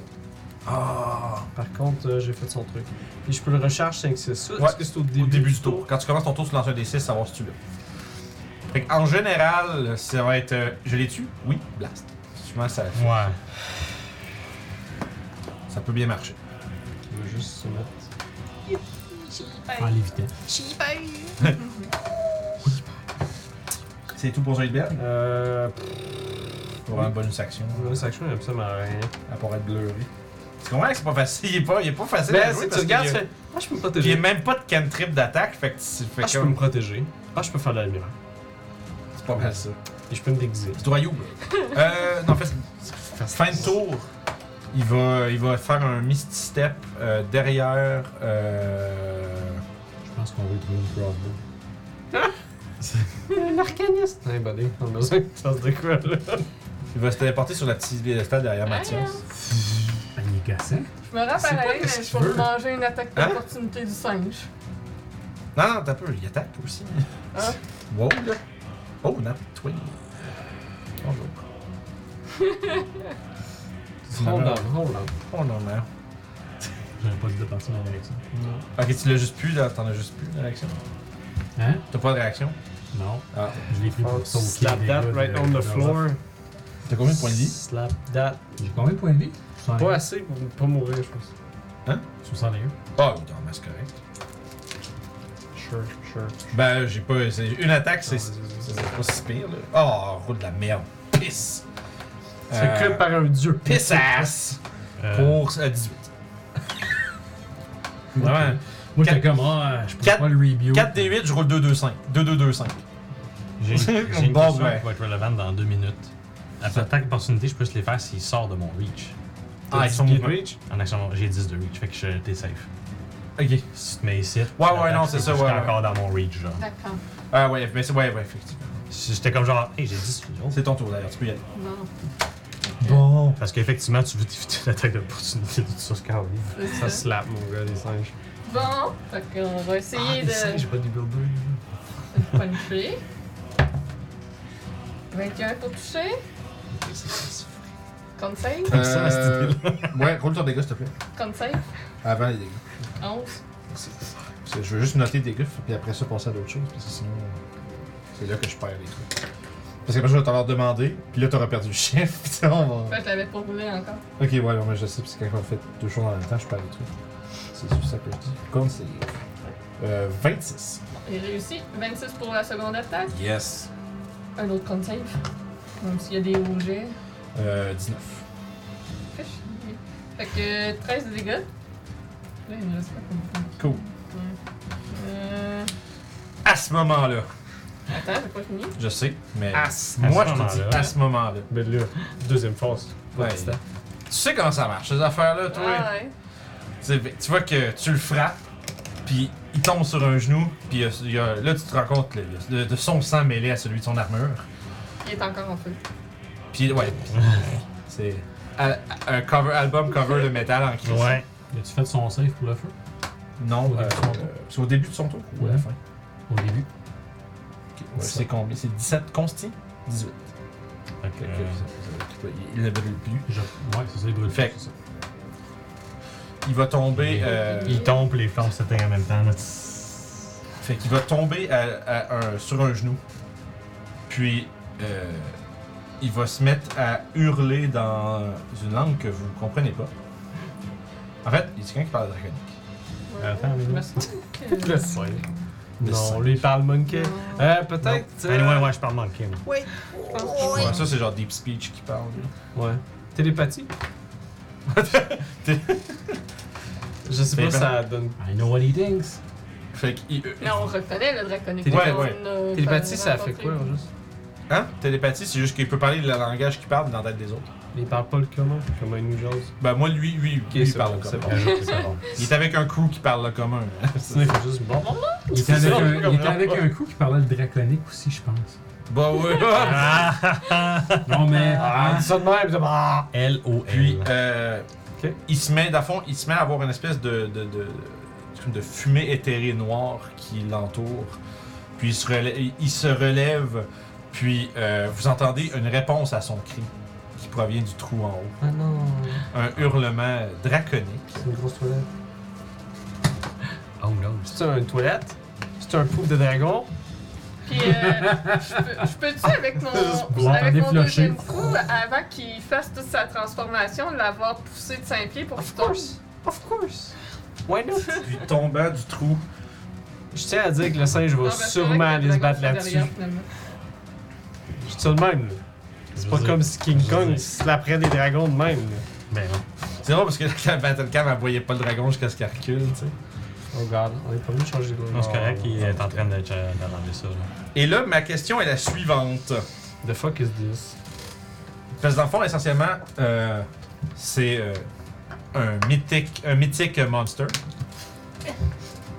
Ah... Par contre, euh, j'ai fait son truc. Puis je peux le recharge 5, 6, 6. Ouais, Est-ce que c'est au début, au début du tour. Quand tu commences ton tour, tu lances un D6, savoir si tu l'as. Fait en général, ça va être. euh, je l'ai tu Oui, blast. Souvent, ça, Ouais. ça peut bien marcher. Il va juste se mettre. Ah, les vitesses. C'est tout pour Zoidberg Euh. Pour avoir une bonus action, Bonus action, il y a absolument rien. à part être Ben, blurry. Tu comprends que c'est pas facile. Il est pas, il est pas facile à Mais jouer si tu parce regardes, tu qu'il y a- fais. Ah, je peux me puis il y a protéger. même pas de cantrip d'attaque, fait que c'est fait Ah, je peux me comme- protéger. Ah, je peux faire de la lumière. C'est pas mal ça. Et je peux me déguiser. C'est droit you. Euh. Non, en fait, fin de tour, il va, il va faire un Misty Step euh, derrière. Euh, Je pense qu'on veut trouver une crossbow. Un arcaniste! Hey, buddy, on a besoin que tu fasses de quoi, là? Il va se téléporter sur la petite piédestal derrière Mathias. Ah, il est cassant. Je me rends sais pas pareil, mais qu'est-ce je qu'il vais veut. manger une attaque Hein? d'opportunité du singe. Non, non, t'as peu, il attaque aussi. Ah. Wow, là. Oh, non, twin. Bonjour. Hold on, hold on. Oh non, non. J'aurais pas dû dépenser mon réaction. Ok, tu l'as juste plus, là, t'en as juste plus de réaction. Hein? T'as pas de réaction? Non. Ah. Je l'ai pris pour sauver. Oh, Slap les that gars de- euh, right on the de- floor. T'as combien de points de vie? Slap that. J'ai combien de points de vie? Pas assez pour ne pas mourir, je pense. 61. Ah, oui, t'en masses correct. Sure, sure. Ben, j'ai pas. c'est- Une attaque, c'est Non, vas-y, vas-y. c'est pas si pire, là. Oh, roule de la merde. Pisse! C'est que par un dieu. Pissasse! Euh, Pour euh, 18. Ouais. Ouais. Moi, j'étais Quatre- comme, ah, je peux quatre- pas le rebuild. 4 d 8, je roule 2 2 5. 2 2 2 5. J'ai j'ai Bon, une question ben. qui va être relevante dans deux minutes. Après attaque opportunité, je peux se les faire s'il sort de mon reach. Ah, ils sont mouvements. reach. En action, j'ai 10 de reach, fait que je- t'es safe. Ok. Si tu te mets ici. Ouais, ouais, l'attaque, non, je c'est peux ça, bouger ouais, encore dans mon reach, genre. D'accord. Ah, ouais, mais c'est- ouais, ouais, effectivement. Si J'étais comme genre, hey, j'ai 10 toujours. C'est ton tour d'ailleurs, tu peux y aller. Non. Bon. oh. Parce qu'effectivement, tu veux t'éviter l'attaque d'opportunité de sur Skyrim. c'est Ça slap, mon gars, les singes. Bon, fait qu'on va essayer de Ah, j'ai pas de builder. de puncher. 21 pour toucher. Con save, Comme ça, Euh, Ouais, roule ton dégât, s'il te plaît. con save, Avant les dégâts. 11. Parce que Je veux juste noter des gouffres, puis après ça, passer à d'autres choses, parce que sinon, c'est là que je perds les trucs. Parce qu'après, je vais t'avoir demandé, puis là, t'auras perdu le chef, puis ça, on va. Fait que je l'avais pas roulé encore. Ok, ouais, non, mais je sais, parce que quand on fait deux choses en même temps, je perds les trucs. C'est juste ça que je dis. Comme c'est. Euh, 26. J'ai réussi. 26 pour la seconde attaque. Yes. Un autre con save. Même s'il y a des hauts jets. Euh, 19. Fait que je suis- Fait que 13 de dégâts. Là, il me reste pas comme Cool. Euh. À ce moment-là, Attends, j'ai pas fini. je sais, mais. As. Moi, à ce je te dis moment-là. à ce moment-là. Ben là, deuxième phase. Ouais. Pas de stat. Tu sais comment ça marche, ces affaires-là, toi? Ah, ouais. Tu sais, tu vois que tu le frappes, puis il tombe sur un genou, puis il y a- il y a- là tu te rends compte le- le- de son sang mêlé à celui de son armure. Il est encore en feu. Puis ouais, puis- c'est al- un cover, album cover de métal en crise. Ouais. As-tu fait son save pour le feu? Non, Au euh, début de son tour. euh, c'est au début de son tour ou à la Ouais. fin? Au début. Ouais, c'est combien? C'est 17 consti? 18. Fait que, Fait que, euh, ça- ça- il ne brûle plus. je- Ouais, c'est ça, il brûle. Fait que- C'est ça. Il va tomber. euh, Il tombe, les flammes s'éteignent en même temps. là. Fait qu'il va tomber à- à un- sur un genou. Puis, euh, il va se mettre à hurler dans une langue que vous ne comprenez pas. En fait, il y a quelqu'un qui parle draconique. Ah, Attends, mais Je me non. sens Le que. singe. Le Non, singe. lui, il parle monkey. Non. Euh, peut-être. Anyway, Ben, ouais, je parle manqué. moi. Ouais, ça, c'est genre Deep Speech qui parle. là. ouais. euh, Télépathie. Je sais pas, Télépathie. ça donne. I know what he thinks. Fait qu'il. euh, Mais on reconnaît le draconique. Ouais, ouais. euh, Télépathie, ça fait quoi, au juste Hein? Télépathie, c'est juste qu'il peut parler le langage qui parle dans la tête des autres. Il parle pas le comment Comment il nous jase Ben, moi, lui, lui, lui, il c'est parle bon, le c'est commun. bon. C'est bon. Il est avec un crew qui parle le commun. hein. Sinon, il fait juste bon. Il était C'est avec, ça, un, comme il était genre. avec un coup qui parlait de draconique aussi, je pense. bah ouais. Non, mais. Ah, ça de même, bah. L O Puis, L. euh, Ok. il se met, d'à fond, il se met à avoir une espèce de, de, de, de fumée éthérée noire qui l'entoure. Puis, il se relève, il- il se relève puis euh, vous entendez une réponse à son cri qui provient du trou en haut. Ah non. Un hurlement draconique. C'est une grosse toilette. Oh no. C'est une toilette C'est un pouf de dragon Puis, euh, je peux- je peux-tu, avec mon, Vous avec entendez mon flusher. deuxième coup, avant qu'il fasse toute sa transformation, l'avoir poussé de 5 pieds pour qu'il tombe? Of course. Why not Puis, tombant du trou, Je tiens à dire que le singe Non, ben, va c'est vrai sûrement que aller le se dragon battre est là-dessus. derrière, finalement. Je dis ça de même. là. C'est pas comme si King je veux Kong dire- slapperait des dragons de même. là. Ben non. c'est drôle parce que la Battlecam, elle voyait pas le dragon jusqu'à ce qu'elle recule, tu sais. Oh god, on est pas venu changer de Non, c'est correct, il est en train de d'arranger ça. là. Et là, ma question est la suivante. The fuck is this Parce que dans le fond, essentiellement, euh, c'est euh, un mythique, un mythique monster.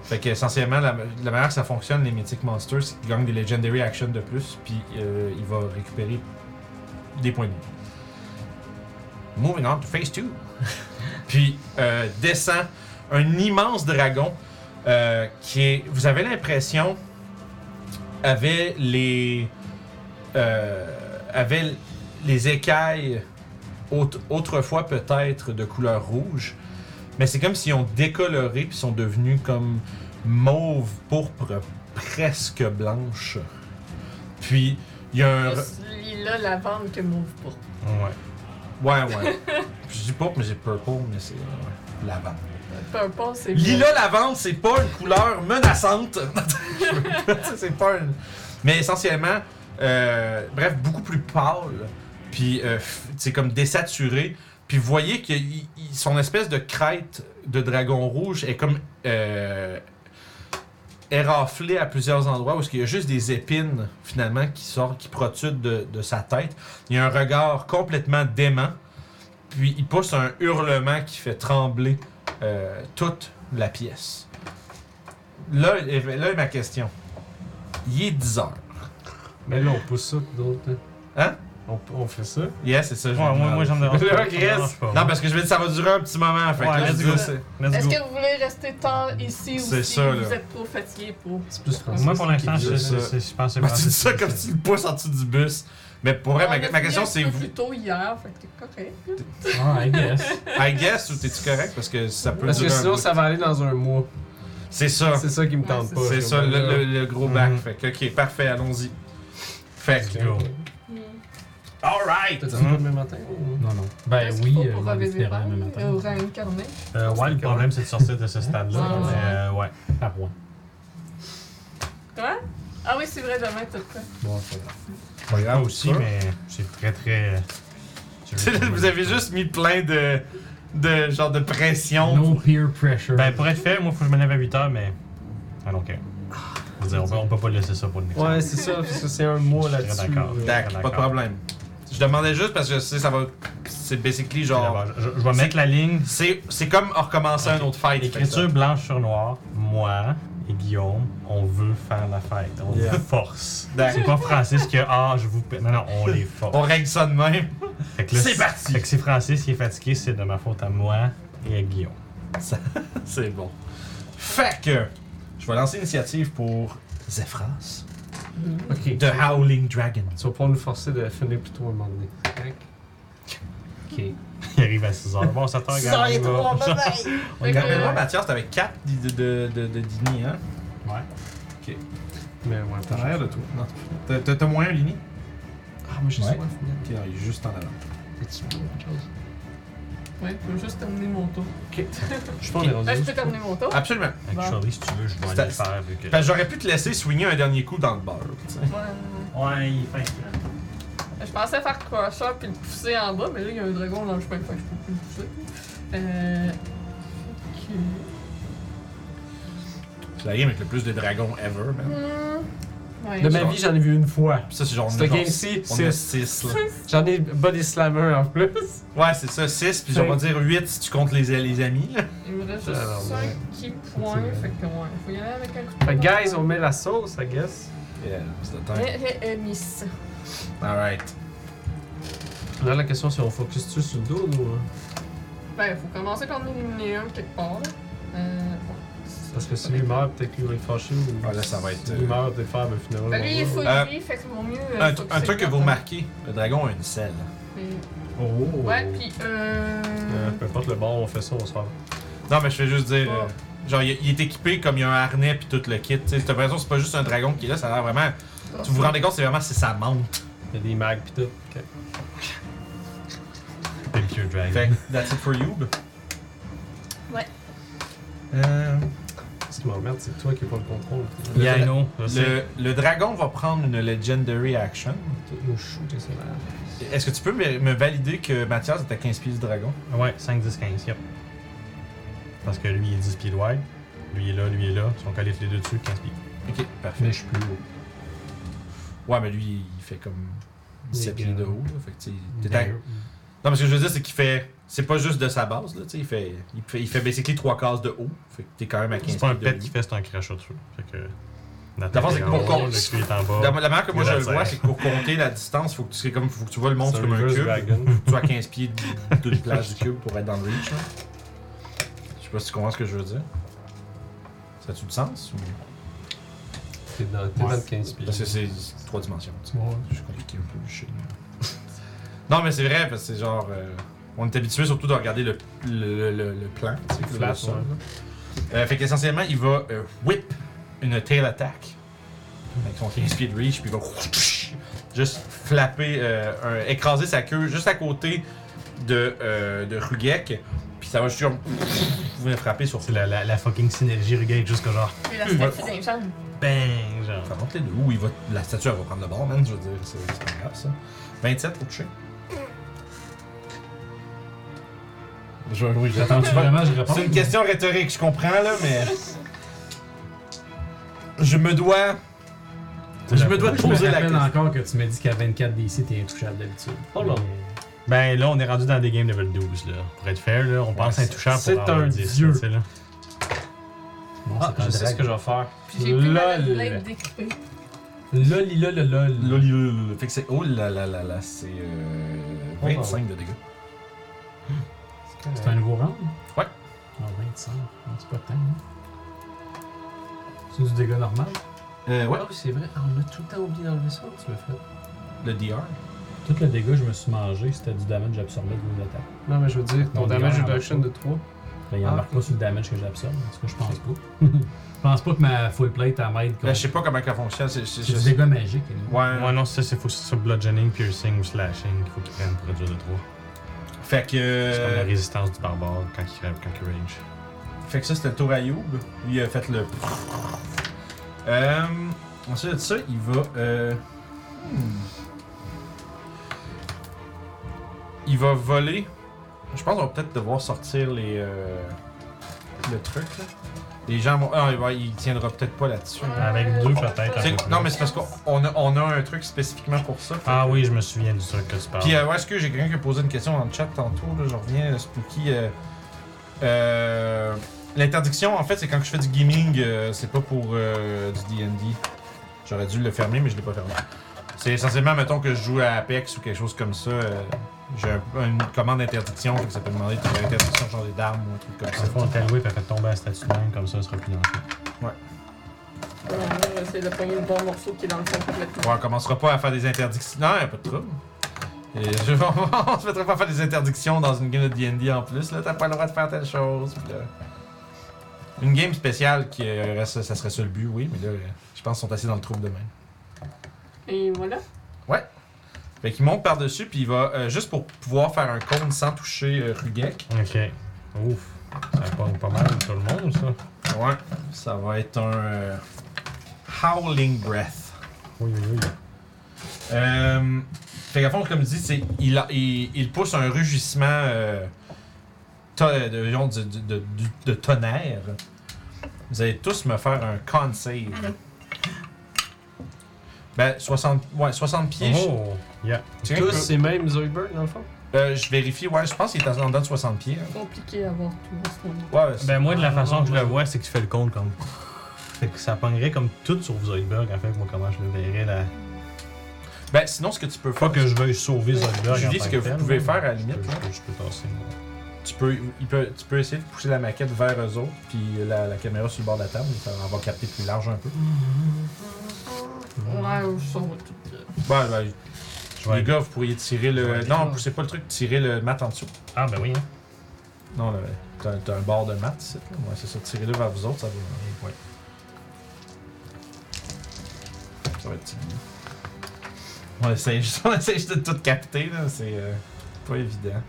Fait que essentiellement, la, la manière que ça fonctionne, les mythiques monsters, c'est qu'ils gagnent des legendary actions de plus, puis euh, il va récupérer des points de vie. Moving on to phase 2. puis euh, descend un immense dragon euh, qui est, vous avez l'impression, avait les. euh, avait les écailles aut- autrefois peut-être de couleur rouge, Mais c'est comme s'ils ont décoloré puis sont devenus comme mauve, pourpre, presque blanche. Puis il y a un. re- Plus là, la vente que mauve pour. Ouais. Ouais, ouais. Je dis pourpre, mais j'ai purple, mais c'est euh, lavande. Purple, c'est Lila lavande, c'est pas une couleur menaçante. c'est pas une... Mais essentiellement, euh, bref, beaucoup plus pâle, puis euh, f- c'est comme désaturé. Puis vous voyez que il- il- son espèce de crête de dragon rouge est comme euh, éraflée à plusieurs endroits où il y a juste des épines finalement qui sortent, qui protudent de, de sa tête. Il a un regard complètement dément, puis il pousse un hurlement qui fait trembler euh, toute la pièce. Là, est- là est ma question. Il est 10 heures. Mais là, on pousse ça, d'autres. Hein? On, on fait ça. Yeah, c'est ça. je me Ouais, moi, demande. moi j'en dérange pas. Le ça me Chris. dérange pas. Non, parce que je me dis, ça va durer un petit moment. Fait que Ouais, là, je let's dis, go. c'est- Let's Est-ce go. que vous voulez rester tard ici ou C'est si ça, vous là. êtes trop fatigué pour. C'est plus Moi pour l'instant, dit je, ça. je- je pense que c'est Bah, pas- tu dis ça comme si tu le pousses en dessous du bus. Mais pour vrai, ma, ma question, c'est vous. Plus tôt hier, fait que t'es correct. Ah, I guess. I guess ou t'es-tu correct? Parce que ça peut Parce que durer un sinon, bout. ça va aller dans un mois. C'est ça. C'est ça qui me tente Ouais, pas. C'est je ça, veux le, dire. le- le gros bac. Mhm. Fait que, ok, parfait, allons-y. Fait Let's que. go. Alright! T'as dit pas demain matin ou- Non, non. Ben Qu'est-ce qu'il oui, faut euh, pour j'en ai reviser fini par demain matin. ou réincarner. Euh, ouais, le problème c'est de sortir de ce stade-là. Ouais, mais Ah, ouais. euh, ouais. Par Rouen. Quoi? Ah oui, c'est vrai, demain, t'as de quoi? Bon, c'est pas grave. Pas grave Ah, aussi, mais c'est très très. euh, Tu sais, Vous avez juste mis plein de. de genre de pression. No peer pressure. Ben pour être fait, moi faut que je me lève à 8 heures, mais. I don't care. Ah. Je veux dire, on peut, on peut pas laisser ça pour le next Ouais, c'est ça, parce que c'est un mois Je suis là-dessus. très d'accord. là. Tac, pas de problème. Je demandais juste parce que c'est ça va. C'est basically genre. Je, je- je vais mettre la ligne. C'est c'est comme recommencer Ok. un autre fight. Écriture blanche sur noir, moi et Guillaume, on veut faire la fête. On Yeah. les force. D'accord. C'est pas Francis que ah je vous paie. Non, non, on les force. On règle ça de même. Fait que là, C'est parti! Fait que si Francis il est fatigué, c'est de ma faute à moi et à Guillaume. C'est bon. Fait que je vais lancer l'initiative pour Zephras. Ok. The Howling Dragon. Tu vas pas nous forcer de finir plus tôt un moment donné. Tac. Ok. Il arrive à 6 heures. Bon, ça t'en Ça regarde. aurait été bon, bye bye. On Fait que- rappelle moi Mathias, t'avais 4 de, de, de, de Dini, hein? Ouais. Mais ouais, T'as pas rien de toi. Non. T'as- T'as t'as moins un Dini? Ah, moi j'ai Ouais. soif, man. Ok, non, il est juste en avant. T'as-tu autre chose? Ouais, je peux juste terminer mon tour. Je pense qu'on est rendu. Ah, je peux où? terminer mon tour? Absolument. Actually, si tu veux, je dois C'est- aller le faire euh, vu que. Parce que j'aurais pu te laisser swinguer un dernier coup dans le bar. tu sais. Ouais. Ouais, il fait que- Je pensais faire crusher puis le pousser en bas, mais là, il y a un dragon dans le chemin, fait que je peux plus le pousser. Euh. Ok. C'est la game avec le plus de dragons ever, man. Hmm. Ouais, De je- ma vie, j'en ai vu une fois. Puis ça, c'est genre. on Cette a genre- game-ci, On a c'est. 6 là. J'en ai body slammer en plus. Ouais, c'est ça, 6, puis on va dire 8 si tu comptes les, les amis. là. Il me reste juste Alors, Ah, ouais. 5 qui points, C'est vrai. fait que ouais, faut y aller avec un coup de Fait que, poing. guys, on met la sauce, I guess. Yeah, c'est le temps. Mais j'ai euh, mis ça. Alright. Là, la question, c'est on focus-tu sur le dos ou. hein? Ben, faut commencer par en éliminer un quelque part, là. Euh. Parce que si lui meurt, peut-être qu'il va être fâché ou. Ah, là, ça va être, Si euh, lui meurt, t'es faire, mais finalement. Fait que Ben, lui, il faut Euh, lui, fait que vaut mieux. euh, Un, faut un truc que c'est vous pas- remarquez, le dragon a une selle. Mais- Oh! Ouais, puis euh. Euh, peu importe le bord, on fait ça, on se fait. Non, mais je fais juste dire. Oh. euh, genre, il, il est équipé comme il y a un harnais puis tout le kit. Tu sais, t'as l'impression que c'est pas juste un dragon qui est là, ça a l'air vraiment. Tu vous rendez compte, c'est vraiment c'est sa montre. Il y a des mags pis tout. Ok. Thank you, Dragon. Fait que, that's it for you. Ouais. Euh, Ce qui m'emmerde, c'est toi qui n'as pas le contrôle. Le- Yeah, I know, je sais. le, le dragon va prendre une legendary action. Tout nous shooter, c'est malade. Est-ce que tu peux me, me valider que Mathias est à 15 pieds du dragon Ouais, 5, 10, 15, yep. Parce que lui, il est 10 pieds de wide. Lui, il est là, lui, il est là. Ils sont collés tous les deux dessus, 15 pieds. Ok, parfait. Mais je suis plus haut. Ouais, mais lui, il fait comme 17 Il est pieds de grand. haut. Là, fait que, tu sais, t'es à- Non, mais ce que je veux dire, c'est qu'il fait. C'est pas juste de sa base, là, tu sais, il fait, il fait. Il fait basically trois cases de haut. Fait que t'es quand même à 15 C'est pas un pieds de pet haut. qui fait, c'est un crachat dessus. Fait que. La D'abord, c'est est que en pour haut, qu'on- le cul est en bas. La, la manière que moi Il je a le la vois, serre. c'est que pour compter la distance, faut que tu, c'est comme, faut que tu vois le monde C'est comme un reverse cube. dragon. Faut que tu sois à 15 pieds d- d'une place du cube pour être dans le reach. là. Je sais pas si tu comprends ce que je veux dire. Ça a-tu du sens ou... T'es dans, t'es dans le 15 pieds. Parce que c'est c'est trois dimensions. tu sais. C'est compliqué un peu le shit. Non, mais c'est vrai, parce que c'est genre. euh, On est habitué surtout de regarder le, le, le, le plan, tu sais, Le le flat, sol, là. Euh, fait qu'essentiellement, il va euh, whip une tail attack avec son 15 pieds de reach, puis il va juste flapper, euh, un- écraser sa queue juste à côté de, euh, de Rugek, puis ça va juste comme, vous allez frapper sur C'est la, la, la fucking synergie regarde juste que genre Mais la statue d'un jeune. bang genre. Ça monte les deux. Ouh, il va... la statue, elle va prendre le bord, man. Je veux dire, c'est c'est pas grave, ça. 27 pour toucher. Je, oui, j'attends-tu vraiment, je réponds. C'est une question rhétorique, je comprends, là, mais. Je me dois. Tu je l'as me dois pas. de poser me la rappelle question. encore que tu m'as dit qu'à 24 DC, t'es intouchable d'habitude. Oh là. Ben là, on est rendu dans des games level 12 là. Pour être fair, là, on pense c'est- intouchable c'est pour avoir un 10, dieu. tu sais, là. Non, Ah, c'est un je sais ce drag. que je vais faire. Puis j'ai plus mal à Lol. l'être découpé. Loli, lol, lol. Lolilul. Fait que c'est. Oh là là là là, c'est. euh, 25 de dégâts. C'est un nouveau round? Ouais. Ah, 25. Un petit peu de temps, hein. C'est du dégât normal? Euh, ouais, Ah oui, c'est vrai. Ah, on a tout le temps oublié d'enlever ça. Tu me fais. le DR. Tout le dégât que je me suis mangé, c'était du damage absorbé de mon attaque. Non, mais je veux dire, ton Non, damage bien, reduction de 3. Ben, il Ah, embarque ok. pas sur le damage que j'absorbe, parce que je pense pas. je pense pas que ma full plate elle Là, m'aide comme. Ben, je sais pas comment ça fonctionne. C'est c'est- C'est du c'est- dégât magique, anyway. Ouais. Ouais, non, c'est ça, c'est faut que ce soit bludgeoning, piercing ou slashing qu'il faut qu'il prenne pour réduire de 3. Fait que. C'est comme la euh, résistance du barbare quand il crève, quand il range. Fait que ça, c'était le tour à Youb. Lui, il a fait le. Euh, ensuite de ça, il va. euh, hmm. Il va voler. Je pense qu'on va peut-être devoir sortir les. euh, Le truc, là. Les gens vont. Ah, il, va- il tiendra peut-être pas là-dessus. Avec deux peut-être. un C'est- peu plus. Non, mais c'est parce qu'on a, on a un truc spécifiquement pour ça. Ah oui, je me souviens du truc que tu parles. Puis, euh, ouais, est-ce que j'ai quelqu'un qui a posé une question dans le chat tantôt? Là, je reviens, euh, Spooky. euh, euh, L'interdiction, en fait, c'est quand je fais du gaming, euh, c'est pas pour euh, du DD. J'aurais dû le fermer, mais je l'ai pas fermé. C'est essentiellement, mettons que je joue à Apex ou quelque chose comme ça. euh, j'ai un- une commande d'interdiction, fait que ça peut demander de faire interdiction de changer d'arme ou un truc comme Ça fait un ça. tel whip, elle fait tomber la statue de même, comme ça, elle sera plus dans le jeu. Non, on essaie de prendre le bon morceau qui est dans le fond complètement. Ouais, on commencera pas à faire des interdictions. Non, y a pas de trouble. Et je- on se mettra pas à faire des interdictions dans une game de D&D en plus. Là, t'as pas le droit de faire telle chose. puis là. Une game spéciale qui euh, reste- ça serait ça le but, oui, mais là, euh, je pense qu'ils sont assis dans le trouble demain. Et voilà. Fait qu'il monte par-dessus, puis il va, euh, juste pour pouvoir faire un cône sans toucher euh, Rugek. Ok. Ouf. Ça pogne pas mal tout le monde, ça. Ouais. Ça va être un euh, Howling Breath. Oui, oui, oui. Euh, fait qu'à fond, comme dit, c'est, il, a- il, il pousse un rugissement euh, to- euh, de, disons, du- du- de- du- de tonnerre. Vous allez tous me faire un con save. Ben, 60, ouais, 60 pieds. Oh! Yeah. je- tiens, Tous je- ces mêmes Zoidberg, dans le fond. euh, je vérifie, ouais, je pense qu'il est en dedans de 60 pieds. hein. Compliqué à voir tout en ce moment. Ouais, c'est- Ben, moi, de la façon Ah, que je le vois, c'est que tu fais le compte comme. Fait que ça pognerait comme tout sur Zoidberg, en fait, moi, comment je le verrais la. ben, sinon, ce que tu peux Pas faire, que je veuille sauver Zoidberg. Julie, en tant ce que vous tel, pouvez là, faire, à la je limite, peux- là. Je, peux tasser, moi. tu, peux, il peut, tu peux essayer de pousser la maquette vers eux autres, puis la, la caméra sur le bord de la table, ça en va capter plus large un peu. Ouais, je sens tout. euh, Ben, ben, Je vais Les gars, vous pourriez tirer Je le. vais Non, poussez pas le truc, tirer le mat en dessous. Ah, ben oui, hein. Non, le... t'as t'as un bord de mat, c'est ça. Ouais, c'est ça. Tirez-le vers vous autres, ça va. Ouais. Ça va être timide. On essaie juste, on essaie juste de tout capter, là. C'est euh, pas évident.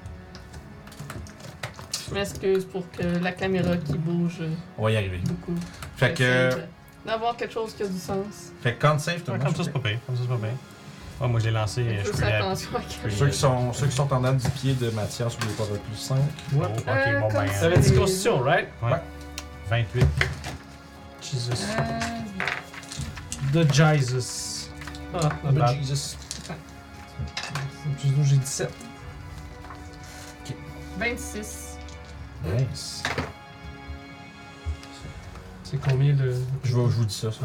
Je m'excuse pour que la caméra qui bouge On va y arriver. beaucoup. Fait que. J'essaie de- D'avoir quelque chose qui a du sens. Fait que quand save, tout le Ouais, monde. comme ça, c'est pas pire. Comme ça, c'est pas pire. Ouais, moi, je l'ai lancé. euh, Il Je faut peux faire la. attention à quelque Ceux qui, sont, ceux qui sont en dedans du pied de Mathias, vous pouvez pas avoir plus 5. Oh, ok, Euh, bon, comme ben. Ça avait dit constitution, right? Ouais. 28. Jesus. Euh, The Jesus. Ah, la The bad. Jesus. J'ai 17. 26. Nice. C'est combien le. Je, vais- je vous dis ça, ça.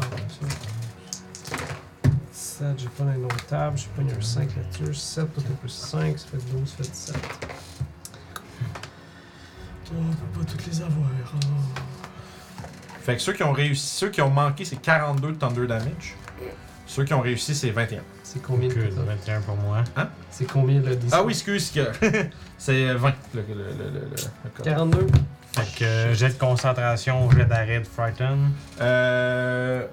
17, j'ai pas d'un autre table, j'ai pas eu un 5 là-dessus. 7, tout un plus 5, ça fait 12, ça fait 17. On peut pas toutes les avoir. Fait que ceux qui ont réussi, ceux qui ont manqué, c'est 42 de Thunder Damage. Ceux qui ont réussi, c'est 21. C'est combien Que de de 21 pour moi. C'est combien le d Ah oui, excuse, que- c'est 20. Le, le, le, le, le- le code. 42. Oh, Fait que euh, jet de concentration, jet d'arrêt de Frighten. Euh.